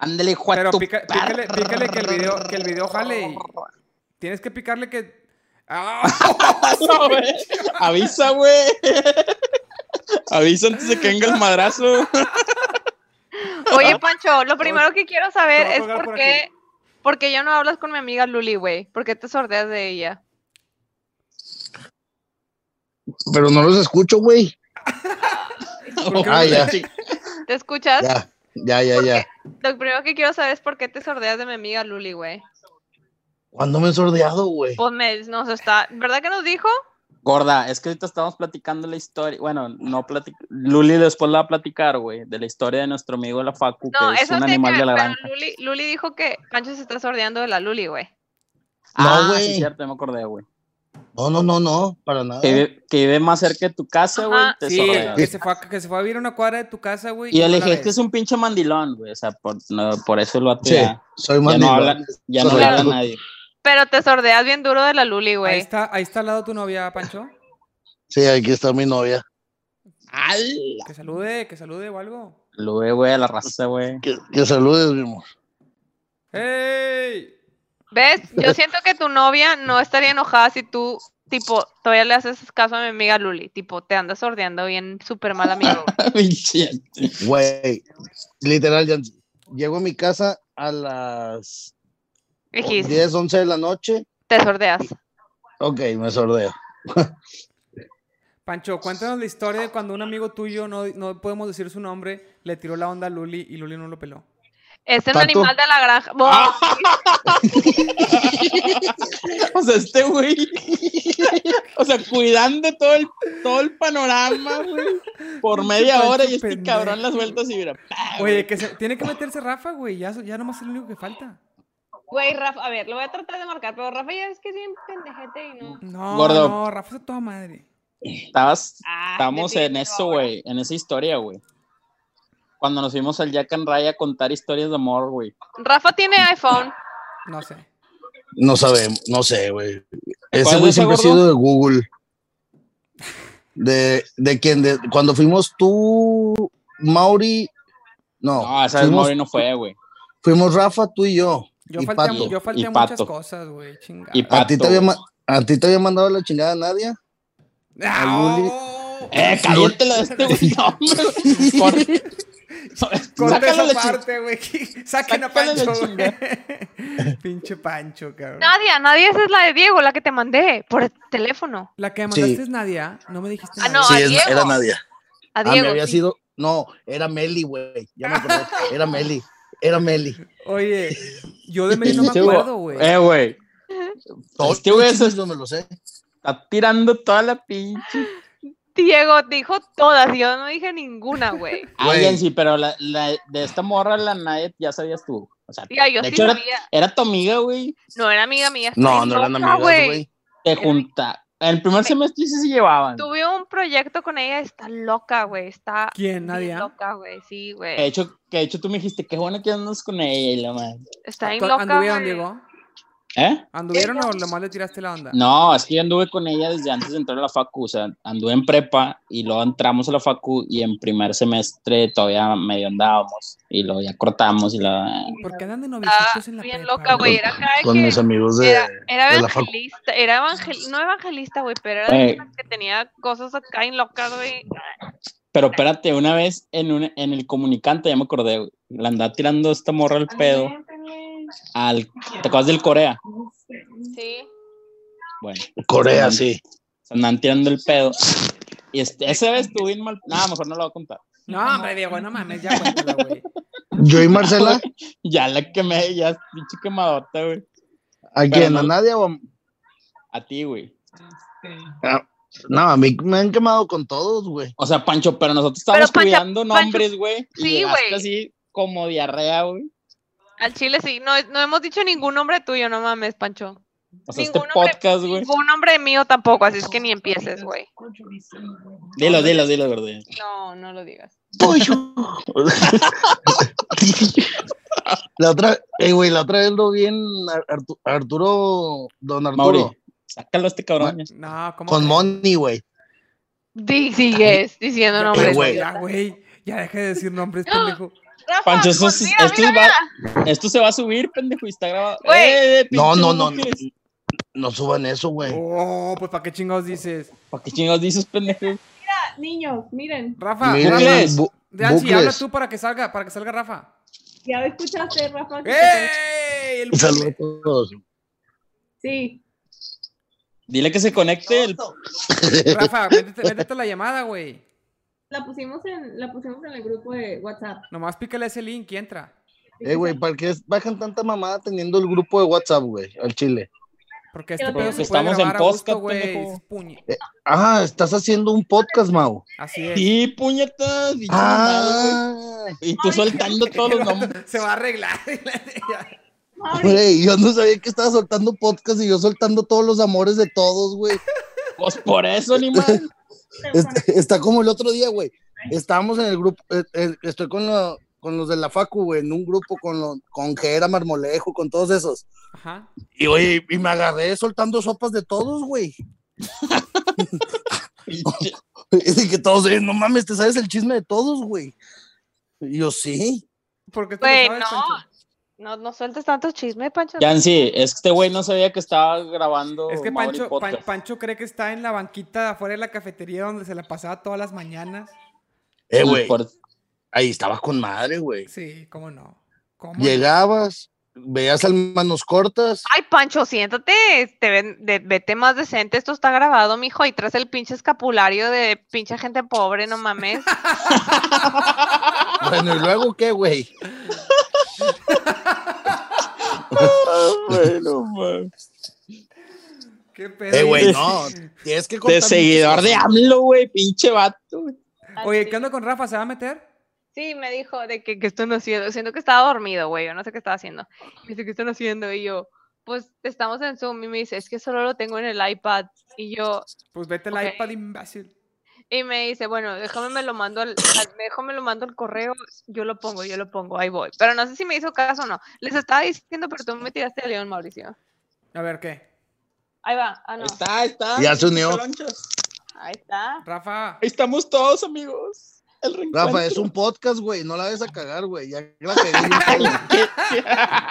[SPEAKER 3] Ándale, Juan.
[SPEAKER 2] Pero pica- pícale, pícale que el video, que el video jale. y- Tienes que picarle que. ¡Ah!
[SPEAKER 3] Avisa, güey. Avisa antes de que venga el madrazo.
[SPEAKER 1] Oye, Pancho, lo primero que quiero saber
[SPEAKER 2] Te voy a
[SPEAKER 1] es
[SPEAKER 2] colgar
[SPEAKER 1] por
[SPEAKER 2] por
[SPEAKER 1] qué, por qué ya no hablas con mi amiga Luli, güey. ¿Por qué te sordeas de ella?
[SPEAKER 9] Pero no los escucho, güey.
[SPEAKER 2] ¿Por qué no
[SPEAKER 9] Ah,
[SPEAKER 2] le-
[SPEAKER 9] ya,
[SPEAKER 1] ¿Te escuchas?
[SPEAKER 9] ya, ya, ya, ya.
[SPEAKER 1] Lo primero que quiero saber es por qué te sordeas de mi amiga Luli, güey.
[SPEAKER 9] ¿Cuándo me he sordeado,
[SPEAKER 3] Oh,
[SPEAKER 9] güey?
[SPEAKER 1] Pues me- nos está, ¿verdad que nos dijo?
[SPEAKER 3] Gorda, es que ahorita estamos platicando la historia. Bueno, no platic... Luli después la va a platicar, güey, de la historia de nuestro amigo la Facu,
[SPEAKER 1] No,
[SPEAKER 3] que es
[SPEAKER 1] eso
[SPEAKER 3] un
[SPEAKER 1] sí,
[SPEAKER 3] animal
[SPEAKER 1] que-
[SPEAKER 3] de la
[SPEAKER 1] pero
[SPEAKER 3] granja.
[SPEAKER 1] Luli, Luli dijo que Pancho se está sordeando de la Luli, güey.
[SPEAKER 3] Ah,
[SPEAKER 9] No,
[SPEAKER 3] sí,
[SPEAKER 9] güey.
[SPEAKER 3] cierto, ya me acordé, güey.
[SPEAKER 9] No, no, no, no, para nada.
[SPEAKER 3] Que, vive- que vive más cerca de tu casa, güey.
[SPEAKER 1] Ajá.
[SPEAKER 3] te
[SPEAKER 2] Sí,
[SPEAKER 3] sordeas.
[SPEAKER 2] que se, fue a, que se fue a vivir a una cuadra de tu casa, güey.
[SPEAKER 3] Y yo le
[SPEAKER 2] no la
[SPEAKER 3] dije, "Este es que
[SPEAKER 2] ves".
[SPEAKER 3] es un pinche mandilón, güey. O sea, por, no, por eso lo
[SPEAKER 9] Sí,
[SPEAKER 3] atía.
[SPEAKER 9] soy
[SPEAKER 3] Ya, no habla,
[SPEAKER 9] mandilón.
[SPEAKER 3] ya no le
[SPEAKER 9] Sordeado.
[SPEAKER 3] habla a nadie.
[SPEAKER 1] Pero te sordeas bien duro de la Luli,
[SPEAKER 2] Ahí
[SPEAKER 1] güey.
[SPEAKER 2] está, ahí está al lado tu novia, Pancho.
[SPEAKER 9] Sí, aquí está mi novia.
[SPEAKER 3] ¡Al!
[SPEAKER 2] Que salude, que salude o algo.
[SPEAKER 3] Lube, güey, a la raza, güey.
[SPEAKER 9] Que, que saludes, mi amor.
[SPEAKER 2] ¡Ey!
[SPEAKER 1] ¿Ves? Yo siento que tu novia no estaría enojada si tú, tipo, todavía le haces caso a mi amiga Luli. Tipo, te andas sordeando bien súper mal amigo.
[SPEAKER 3] Pinche-
[SPEAKER 9] Güey, literal, ya- llego a mi casa a las
[SPEAKER 1] Dijiste,
[SPEAKER 9] 10, 11 de la noche.
[SPEAKER 1] te sordeas.
[SPEAKER 9] Ok, me sordeo.
[SPEAKER 2] Pancho, cuéntanos la historia de cuando un amigo tuyo, no, no podemos decir su nombre, le tiró la onda a Luli y Luli no lo peló.
[SPEAKER 1] Es el
[SPEAKER 9] Pato.
[SPEAKER 1] animal de la granja. Bo-
[SPEAKER 3] O sea, este güey. O sea, cuidando todo el, todo el panorama, güey. Por media
[SPEAKER 2] Pinche
[SPEAKER 3] hora y este
[SPEAKER 2] pendejo.
[SPEAKER 3] cabrón las vueltas y mira.
[SPEAKER 2] Oye, que se- tiene que meterse Rafa, güey. Ya, ya nomás es lo único que falta.
[SPEAKER 4] Güey, Rafa, a ver, lo voy a tratar de marcar, pero Rafa ya es que es bien pendejete y no.
[SPEAKER 2] No,
[SPEAKER 3] Gordo.
[SPEAKER 2] no, Rafa es a toda madre.
[SPEAKER 3] Estabas,
[SPEAKER 4] Ah,
[SPEAKER 3] estamos
[SPEAKER 4] me pide
[SPEAKER 3] en
[SPEAKER 4] que
[SPEAKER 3] eso,
[SPEAKER 4] ahora.
[SPEAKER 3] güey. En esa historia, güey. Cuando nos fuimos al Jack and Raya a contar historias de amor, güey.
[SPEAKER 1] Rafa tiene iPhone.
[SPEAKER 2] No sé.
[SPEAKER 9] No sabemos, no sé, güey. Ese
[SPEAKER 3] acuerdas
[SPEAKER 9] güey
[SPEAKER 3] de
[SPEAKER 9] siempre ha
[SPEAKER 3] gordo?
[SPEAKER 9] sido de Google. De, de quien, de, cuando fuimos tú, Mauri. No,
[SPEAKER 3] No, esa vez
[SPEAKER 9] fuimos,
[SPEAKER 3] Mauri no fue, güey.
[SPEAKER 9] fuimos Rafa, tú y yo.
[SPEAKER 2] Yo
[SPEAKER 9] y
[SPEAKER 2] falté, a,
[SPEAKER 9] Pato.
[SPEAKER 2] yo falté
[SPEAKER 3] Y
[SPEAKER 2] a muchas
[SPEAKER 3] Pato.
[SPEAKER 2] cosas, güey. Chingada.
[SPEAKER 3] Y
[SPEAKER 9] ¿A ti, te
[SPEAKER 3] Pato,
[SPEAKER 9] había,
[SPEAKER 3] güey.
[SPEAKER 9] ma- ¿A ti te había mandado la chingada Nadia?
[SPEAKER 2] Ah, ¡No!
[SPEAKER 3] Eh, cállate la de este güey. No, hombre, güey. Cor-
[SPEAKER 2] Corta
[SPEAKER 3] Sácalo
[SPEAKER 2] esa
[SPEAKER 3] la chingada.
[SPEAKER 2] parte, güey. Saquen a
[SPEAKER 3] Sácale la
[SPEAKER 2] Pancho, güey. Pinche Pancho, cabrón.
[SPEAKER 1] Nadia, Nadia, esa es la de Diego, la que te mandé por el teléfono.
[SPEAKER 2] La que
[SPEAKER 9] Sí.
[SPEAKER 2] mandaste es Nadia. No me dijiste
[SPEAKER 1] Ah,
[SPEAKER 2] nada.
[SPEAKER 1] no, a
[SPEAKER 9] es-
[SPEAKER 1] Diego.
[SPEAKER 9] era Nadia.
[SPEAKER 1] A
[SPEAKER 9] Ah, me
[SPEAKER 1] Diego.
[SPEAKER 9] había
[SPEAKER 1] sí.
[SPEAKER 9] sido. No, era Meli, güey. Ya me acordé. Era Meli. Era Meli.
[SPEAKER 2] Oye, yo de medio no me
[SPEAKER 3] Este güey-
[SPEAKER 2] acuerdo, güey.
[SPEAKER 3] Eh, güey.
[SPEAKER 9] Todo
[SPEAKER 3] Este güey es-
[SPEAKER 9] chismes yo me lo sé.
[SPEAKER 3] Está tirando toda la pinche.
[SPEAKER 1] Diego dijo todas, y yo no dije ninguna, güey.
[SPEAKER 3] Ay,
[SPEAKER 9] Güey.
[SPEAKER 3] Yancy, pero la, la- de esta morra, la Nadia, ya sabías tú. O sea,
[SPEAKER 1] Tía, yo
[SPEAKER 3] De
[SPEAKER 1] sí
[SPEAKER 3] hecho, era-
[SPEAKER 1] sabía.
[SPEAKER 3] era tu amiga, güey.
[SPEAKER 1] No era amiga mía.
[SPEAKER 9] No,
[SPEAKER 1] estoy
[SPEAKER 9] no eran
[SPEAKER 1] loca,
[SPEAKER 9] amigas, güey.
[SPEAKER 3] Te
[SPEAKER 1] Era mi-
[SPEAKER 3] junta. En el primer semestre sí se llevaban.
[SPEAKER 1] Tuve un proyecto con ella, está loca, güey. Está
[SPEAKER 2] ¿Quién?
[SPEAKER 1] bien
[SPEAKER 2] Nadia.
[SPEAKER 1] loca, güey. Sí,
[SPEAKER 3] Que de
[SPEAKER 9] Eh,
[SPEAKER 1] güey.
[SPEAKER 3] hecho, que de hecho tú me dijiste, qué bueno que andas con ella y la madre.
[SPEAKER 1] Está bien
[SPEAKER 2] ¿Cu-
[SPEAKER 1] loca.
[SPEAKER 2] ¿Anduvieron,
[SPEAKER 1] güey.
[SPEAKER 2] Diego?
[SPEAKER 3] ¿Eh?
[SPEAKER 2] ¿Anduvieron o nomás le tiraste la onda?
[SPEAKER 3] No, es que yo anduve con ella desde antes de entrar a la facu, o sea, anduve en prepa y luego entramos a la facu y en primer semestre todavía medio andábamos y luego ya cortamos y la...
[SPEAKER 2] ¿Por qué andan de
[SPEAKER 1] Está
[SPEAKER 2] noviecitos en la
[SPEAKER 1] Ah, bien
[SPEAKER 2] prepa,
[SPEAKER 1] loca, güey. Era cada
[SPEAKER 9] Con
[SPEAKER 1] que-
[SPEAKER 9] mis amigos de.
[SPEAKER 1] era, era
[SPEAKER 9] de la Eh. facu.
[SPEAKER 1] evangelista, era evangel- no evangelista, güey, pero era
[SPEAKER 3] Güey.
[SPEAKER 1] de esas que tenía cosas acá en locas, güey.
[SPEAKER 3] Pero espérate, una vez en, un, en el comunicante, ya me acordé, güey, la andaba tirando esta morra al pedo, al... ¿Te acuerdas del Corea?
[SPEAKER 4] Sí.
[SPEAKER 3] Bueno,
[SPEAKER 9] Corea, sí.
[SPEAKER 3] se andaban tirando el pedo. Y este, esa vez estuve bien mal... Nada, mejor no lo voy a contar.
[SPEAKER 2] No, hombre, Diego, no mames, ya cuéntala, güey.
[SPEAKER 9] Yo y Marcela,
[SPEAKER 3] Ya la quemé, ya pinche quemadota, güey.
[SPEAKER 9] ¿a
[SPEAKER 3] Pero
[SPEAKER 9] quién?
[SPEAKER 3] no-
[SPEAKER 9] ¿A Nadia o a-
[SPEAKER 3] A ti, güey.
[SPEAKER 9] a- No, a mí me han quemado con todos, güey.
[SPEAKER 3] O sea, Pancho, pero nosotros estábamos
[SPEAKER 1] Pero, Pancho,
[SPEAKER 3] cuidando
[SPEAKER 1] Pancho,
[SPEAKER 3] nombres, güey. y
[SPEAKER 1] sí,
[SPEAKER 3] llegaste
[SPEAKER 1] güey.
[SPEAKER 3] así como diarrea, güey.
[SPEAKER 1] Al chile sí, no, no hemos dicho ningún nombre tuyo, no mames, Pancho.
[SPEAKER 3] O sea, este
[SPEAKER 1] Ningún hombre-
[SPEAKER 3] podcast, güey.
[SPEAKER 1] Ningún nombre mío tampoco, así es que ni empieces, güey.
[SPEAKER 3] Dilo, dilo, dilo, verdad.
[SPEAKER 4] No, no lo digas.
[SPEAKER 9] La otra, eh, güey, la otra vez lo vi en Ar- Artu- Arturo, don Arturo,
[SPEAKER 3] Mauri, sácalo a este cabrón.
[SPEAKER 1] Ah,
[SPEAKER 3] ya.
[SPEAKER 2] No, ¿cómo?
[SPEAKER 9] con
[SPEAKER 2] crees?
[SPEAKER 9] Money, güey.
[SPEAKER 1] Di, sigues diciendo
[SPEAKER 2] Ya,
[SPEAKER 1] nombres.
[SPEAKER 9] güey.
[SPEAKER 2] Ya, güey. Ya deja de decir nombres, pendejo.
[SPEAKER 1] Rafa,
[SPEAKER 3] Pancho, esto,
[SPEAKER 1] pues
[SPEAKER 3] es-
[SPEAKER 1] mira,
[SPEAKER 3] esto,
[SPEAKER 1] mira,
[SPEAKER 3] es va- esto se va a subir, pendejo, y está grabado.
[SPEAKER 1] Güey.
[SPEAKER 3] Eh, eh,
[SPEAKER 9] No,
[SPEAKER 3] pinches
[SPEAKER 9] no, no, no,
[SPEAKER 3] mujeres.
[SPEAKER 9] no suban eso, güey.
[SPEAKER 2] Oh, pues ¿para qué chingados dices?
[SPEAKER 3] ¿Para qué chingados dices, pendejo?
[SPEAKER 7] Niños, miren,
[SPEAKER 2] Rafa,
[SPEAKER 9] Miren,
[SPEAKER 2] Rafa.
[SPEAKER 9] bu-
[SPEAKER 2] Yancy,
[SPEAKER 9] bucles.
[SPEAKER 2] habla tú para que salga, para que salga Rafa.
[SPEAKER 7] ya escuchaste, Rafa.
[SPEAKER 2] ¡Eh!
[SPEAKER 7] que te-
[SPEAKER 2] ¡Ey! El
[SPEAKER 9] Saludos
[SPEAKER 2] bucle.
[SPEAKER 9] a todos.
[SPEAKER 7] Sí,
[SPEAKER 3] Dile que se conecte. el-
[SPEAKER 2] Rafa, métete, métete la llamada, güey.
[SPEAKER 7] la pusimos, en, la pusimos en el grupo de WhatsApp.
[SPEAKER 2] Nomás pícale ese link y entra.
[SPEAKER 9] Eh, güey, ¿para qué bajan tanta mamada teniendo el grupo de WhatsApp, güey? Al chile.
[SPEAKER 2] Porque este
[SPEAKER 7] Porque
[SPEAKER 2] pedo se puede
[SPEAKER 3] estamos en
[SPEAKER 2] grabar a gusto,
[SPEAKER 3] podcast,
[SPEAKER 2] güey.
[SPEAKER 3] pendejo.
[SPEAKER 2] Es puñe-
[SPEAKER 9] Ah, estás haciendo un podcast, Mau.
[SPEAKER 2] Así es.
[SPEAKER 3] Sí, puñetas. y
[SPEAKER 9] Ah,
[SPEAKER 3] chingada, güey. Y tú soltando todos los nombres.
[SPEAKER 2] Se va a arreglar.
[SPEAKER 9] Ah, güey, yo no sabía que estaba soltando podcast y yo soltando todos los amores de todos, güey.
[SPEAKER 3] Pues por eso, animal.
[SPEAKER 9] Este- está como el otro día, güey. Estábamos en el grupo, eh, eh, estoy con, lo- con los de la Facu, güey, en un grupo con, lo- con Jera, Marmolejo, con todos esos.
[SPEAKER 2] Ajá.
[SPEAKER 9] Y oye, y me agarré soltando sopas de todos, güey.
[SPEAKER 3] Pinche-
[SPEAKER 9] Y de que todos, eh, no mames, te sabes el chisme de todos, güey. Y yo sí.
[SPEAKER 2] Porque
[SPEAKER 1] Güey, no.
[SPEAKER 4] No, no sueltes tantos chismes, Pancho.
[SPEAKER 3] Yancy, es que este güey no sabía que estaba grabando.
[SPEAKER 2] Es que
[SPEAKER 3] Mauri
[SPEAKER 2] Pancho, Pan-
[SPEAKER 3] Podcast.
[SPEAKER 2] Pancho cree que está en la banquita de afuera de la cafetería donde se la pasaba todas las mañanas.
[SPEAKER 9] Eh,
[SPEAKER 3] Y
[SPEAKER 9] güey,
[SPEAKER 3] por-
[SPEAKER 9] ahí estabas con madre, güey.
[SPEAKER 2] Sí, cómo no. ¿Cómo no?
[SPEAKER 9] Llegabas, veías al manos cortas.
[SPEAKER 1] Ay, Pancho, siéntate, te ven- de- vete más decente, esto está grabado, mijo, y traes el pinche escapulario de pinche gente pobre, no mames.
[SPEAKER 9] Bueno, ¿y luego qué, güey?
[SPEAKER 3] Ah, bueno, man.
[SPEAKER 2] ¿Qué pedo?
[SPEAKER 9] Eh, güey, no. Tienes que
[SPEAKER 3] De
[SPEAKER 9] contar
[SPEAKER 3] seguidor
[SPEAKER 9] muchas
[SPEAKER 3] de AMLO, güey, pinche vato. güey.
[SPEAKER 4] Ah,
[SPEAKER 2] Oye, ¿qué onda con Rafa? ¿Se va a meter?
[SPEAKER 1] Sí, me dijo de que, que están haciendo, siento que estaba dormido, güey, yo no sé qué estaba haciendo. Me dice, ¿qué están haciendo? Y yo, pues estamos en Zoom y me dice, es que solo lo tengo en el iPad. Y yo,
[SPEAKER 2] Pues vete al
[SPEAKER 1] Ok.
[SPEAKER 2] iPad, imbécil.
[SPEAKER 1] y me dice, bueno, déjame me lo mando al, al- déjame lo mando al correo, yo lo pongo, yo lo pongo, ahí voy. Pero no sé si me hizo caso o no. Les estaba diciendo, pero tú me tiraste de león, Mauricio.
[SPEAKER 2] A ver, ¿qué?
[SPEAKER 1] Ahí va, ah,
[SPEAKER 3] Ahí
[SPEAKER 1] no,
[SPEAKER 3] Está, ahí está.
[SPEAKER 9] Ya se unió.
[SPEAKER 3] Ahí
[SPEAKER 4] Ahí está.
[SPEAKER 2] Rafa.
[SPEAKER 3] estamos todos, amigos. El reencuentro.
[SPEAKER 9] Rafa, es un podcast, güey. No la vayas a cagar, güey. Ya la pegué yo solo.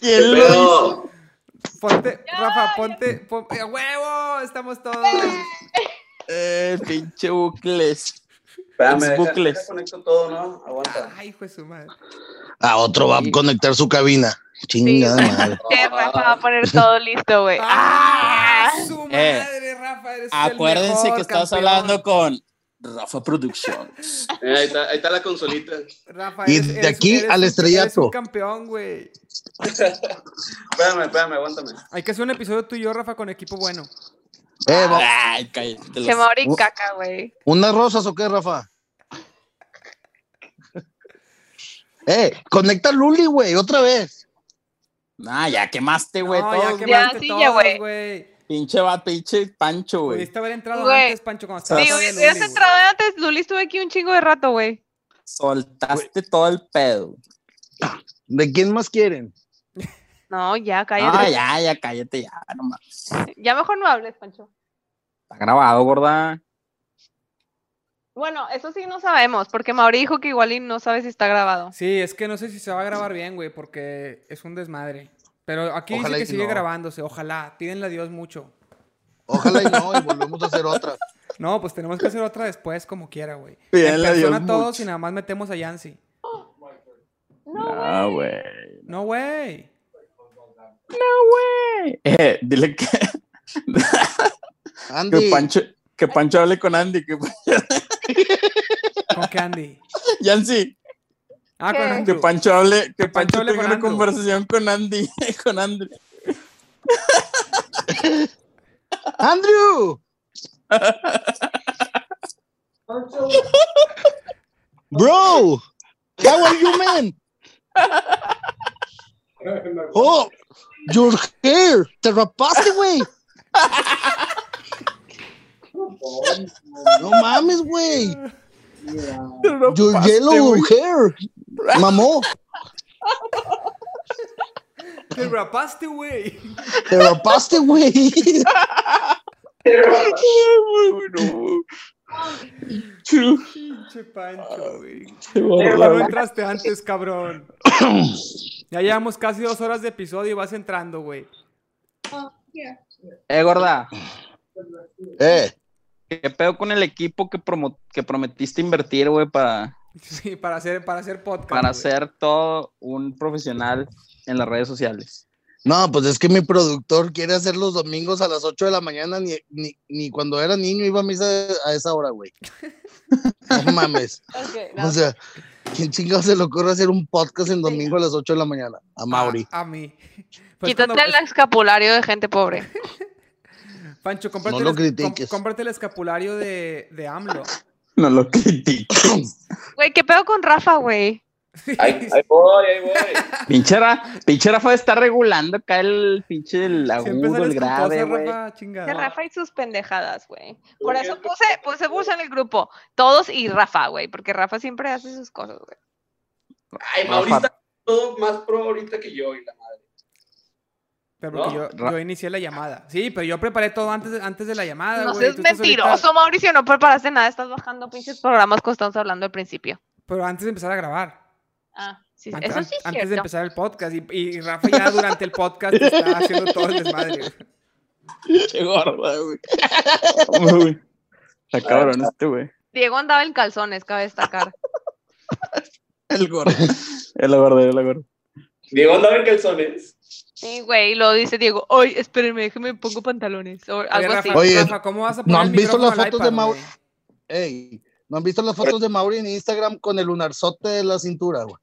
[SPEAKER 3] ¿Quién lo hizo?
[SPEAKER 7] Pero,
[SPEAKER 2] Ponte, Rafa, ponte, pon- ¡A huevo, estamos todos.
[SPEAKER 3] Eh, pinche bucles.
[SPEAKER 6] Espérame, deja-
[SPEAKER 3] bucles.
[SPEAKER 6] deja conecto todo, ¿no? Aguanta.
[SPEAKER 2] Ay, hijo de su madre.
[SPEAKER 9] Ah, otro va a conectar su cabina. Chingada
[SPEAKER 1] Sí.
[SPEAKER 9] madre.
[SPEAKER 1] Eh, Rafa va a poner todo listo, güey. ¡Ah!
[SPEAKER 2] ¡Ah! Su
[SPEAKER 3] Eh,
[SPEAKER 2] madre, Rafa, eres el
[SPEAKER 3] Acuérdense
[SPEAKER 2] mejor,
[SPEAKER 3] que estás
[SPEAKER 2] campeón.
[SPEAKER 3] hablando con Rafa Productions.
[SPEAKER 6] Eh, ahí, está, ahí está la consolita.
[SPEAKER 2] Rafa,
[SPEAKER 9] Y
[SPEAKER 2] eres-
[SPEAKER 9] de
[SPEAKER 2] eres-
[SPEAKER 9] aquí
[SPEAKER 2] eres
[SPEAKER 9] al
[SPEAKER 2] un- Eres un
[SPEAKER 9] estrellato.
[SPEAKER 2] campeón, güey.
[SPEAKER 6] Espérame, espérame, aguántame.
[SPEAKER 2] Hay que hacer un episodio tú y yo, Rafa, con equipo bueno.
[SPEAKER 9] Eh, va-
[SPEAKER 3] Ay, cállate.
[SPEAKER 1] Se
[SPEAKER 3] los-
[SPEAKER 1] me abre
[SPEAKER 9] Uh.
[SPEAKER 1] caca, güey.
[SPEAKER 9] ¿Unas rosas o qué, Rafa? Eh, conecta a Luli, güey, otra vez.
[SPEAKER 3] Ah, ya quemaste, güey.
[SPEAKER 2] No,
[SPEAKER 3] todos,
[SPEAKER 2] ya
[SPEAKER 3] güey.
[SPEAKER 2] quemaste
[SPEAKER 1] sí, ya,
[SPEAKER 2] todos,
[SPEAKER 1] güey.
[SPEAKER 2] güey.
[SPEAKER 3] Pinche va, pinche Pancho, güey.
[SPEAKER 2] Pudiste haber entrado
[SPEAKER 1] Güey.
[SPEAKER 2] antes, Pancho, cuando
[SPEAKER 3] Sí,
[SPEAKER 2] estaba
[SPEAKER 1] Si
[SPEAKER 2] todavía
[SPEAKER 1] hubieras
[SPEAKER 2] Luli, güey.
[SPEAKER 1] entrado antes, Luli estuve aquí un chingo de rato, güey.
[SPEAKER 3] Soltaste todo el pedo.
[SPEAKER 9] ¿De quién más quieren?
[SPEAKER 1] No, ya,
[SPEAKER 3] Ah,
[SPEAKER 1] cállate.
[SPEAKER 3] ya, ya, cállate, ya, no mames.
[SPEAKER 1] ya. mejor no hables, Pancho.
[SPEAKER 3] Está grabado, gorda.
[SPEAKER 1] Bueno, eso sí no sabemos, porque Mauri dijo que igual y no sabe si está grabado.
[SPEAKER 2] Sí, es que no sé si se va a grabar bien, güey, porque es un desmadre. Pero aquí dice
[SPEAKER 9] Ojalá y
[SPEAKER 2] que sigue
[SPEAKER 9] no.
[SPEAKER 2] grabándose, ojalá. Pídenle a Dios mucho.
[SPEAKER 9] Ojalá y no, y volvemos a hacer otra.
[SPEAKER 2] No, pues tenemos que hacer otra después, como quiera, güey.
[SPEAKER 3] Pídenle a
[SPEAKER 2] en persona
[SPEAKER 3] Dios
[SPEAKER 2] todos
[SPEAKER 3] mucho.
[SPEAKER 2] y nada más metemos a Yancy.
[SPEAKER 3] No, güey.
[SPEAKER 2] No, güey.
[SPEAKER 3] Eh, dile que, que
[SPEAKER 9] Andy,
[SPEAKER 3] Pancho, que Pancho hable con Andy. Que,
[SPEAKER 2] Con Candy.
[SPEAKER 3] Yancy,
[SPEAKER 2] Ah, con
[SPEAKER 1] ¿Qué?
[SPEAKER 3] que
[SPEAKER 2] Andrew.
[SPEAKER 3] Pancho hable, que,
[SPEAKER 2] Que Pancho
[SPEAKER 3] Pancho
[SPEAKER 2] hable
[SPEAKER 3] tenga
[SPEAKER 2] con
[SPEAKER 3] una
[SPEAKER 2] Andrew.
[SPEAKER 3] conversación con Andy, con Andy.
[SPEAKER 9] Andrew. Bro, how are you, man? Oh, your hair, te rapaste, güey. No mames, güey. Your yellow hair, mamó,
[SPEAKER 2] Te rapaste, güey.
[SPEAKER 9] te rapaste, güey.
[SPEAKER 2] Pinche
[SPEAKER 9] Ah.
[SPEAKER 2] Pancho, güey. ¿Por qué no
[SPEAKER 3] Gorda,
[SPEAKER 2] entraste antes, cabrón? Ya llevamos casi dos horas de episodio y vas entrando, güey.
[SPEAKER 3] eh, gorda,
[SPEAKER 9] Eh,
[SPEAKER 3] ¿qué pedo con el equipo que, promo- que prometiste invertir, güey, para,
[SPEAKER 2] Sí, para hacer, para hacer podcast.
[SPEAKER 3] para
[SPEAKER 2] güey.
[SPEAKER 3] ser todo un profesional en las redes sociales?
[SPEAKER 9] no, pues es que mi productor quiere hacer los domingos a las 8 de la mañana, ni, ni, ni cuando era niño iba a misa a esa hora, güey. No mames.
[SPEAKER 4] Ok, no.
[SPEAKER 9] O sea, ¿quién chingado se le ocurre hacer un podcast en domingo a las 8 de la mañana? A Mauri.
[SPEAKER 2] A, a mí. Pues
[SPEAKER 1] Quítate
[SPEAKER 2] cuando-
[SPEAKER 1] el escapulario de gente pobre.
[SPEAKER 2] Pancho, cómprate,
[SPEAKER 9] No lo
[SPEAKER 2] el, es- com-
[SPEAKER 9] critiques.
[SPEAKER 2] cómprate el escapulario de, de AMLO.
[SPEAKER 3] No lo critico.
[SPEAKER 1] Güey, ¿qué pedo con Rafa, güey?
[SPEAKER 6] Ahí, ahí voy, ahí voy.
[SPEAKER 3] Pinchera, pinchera fue estar regulando acá el pinche el
[SPEAKER 2] Siempre
[SPEAKER 3] agudo,
[SPEAKER 2] sales
[SPEAKER 3] el
[SPEAKER 2] con cosas,
[SPEAKER 3] grave, güey.
[SPEAKER 2] Rafa,
[SPEAKER 1] De
[SPEAKER 2] chingada.
[SPEAKER 1] Rafa y sus pendejadas, güey. Por
[SPEAKER 6] Oye,
[SPEAKER 1] eso
[SPEAKER 6] pero-
[SPEAKER 1] puse, puse puse en el grupo todos y Rafa, güey, porque Rafa siempre hace sus cosas, güey.
[SPEAKER 6] Ay, Mauri está todo más pro ahorita que yo y la madre.
[SPEAKER 2] Pero porque
[SPEAKER 6] No,
[SPEAKER 2] yo, yo inicié la llamada. Sí, pero yo preparé todo antes, antes de la llamada,
[SPEAKER 1] No
[SPEAKER 2] Ah, güey.
[SPEAKER 1] seas
[SPEAKER 2] Tú estás ahorita-
[SPEAKER 1] mentiroso, Mauricio, no preparaste nada, estás bajando pinches programas que estamos hablando al principio.
[SPEAKER 2] Pero antes de empezar a grabar.
[SPEAKER 1] Ah, sí,
[SPEAKER 2] Ant-
[SPEAKER 1] eso
[SPEAKER 2] an-
[SPEAKER 1] sí es
[SPEAKER 2] antes de
[SPEAKER 1] cierto.
[SPEAKER 2] empezar el podcast. Y, y Rafa ya durante el podcast está haciendo todo el desmadre.
[SPEAKER 3] Pinche gorda, güey. Vamos, güey. Está cabrón este, güey.
[SPEAKER 1] Diego andaba en calzones, cabe destacar.
[SPEAKER 3] El gordo. El gordo, el gordo.
[SPEAKER 6] Diego andaba en calzones.
[SPEAKER 1] Sí, güey, y lo dice Diego, oye, espérenme, déjeme pongo pantalones o
[SPEAKER 2] Oye,
[SPEAKER 1] algo así.
[SPEAKER 2] Rafa,
[SPEAKER 9] Oye,
[SPEAKER 2] Rafa, ¿cómo vas a poner
[SPEAKER 9] ¿no han
[SPEAKER 2] el
[SPEAKER 9] visto
[SPEAKER 2] micrófono
[SPEAKER 9] las
[SPEAKER 2] al
[SPEAKER 9] fotos
[SPEAKER 2] iPad,
[SPEAKER 9] de Mau-
[SPEAKER 2] güey?
[SPEAKER 9] Ey, ¿no han visto las fotos de Mauri en Instagram con el lunarzote de la cintura, güey?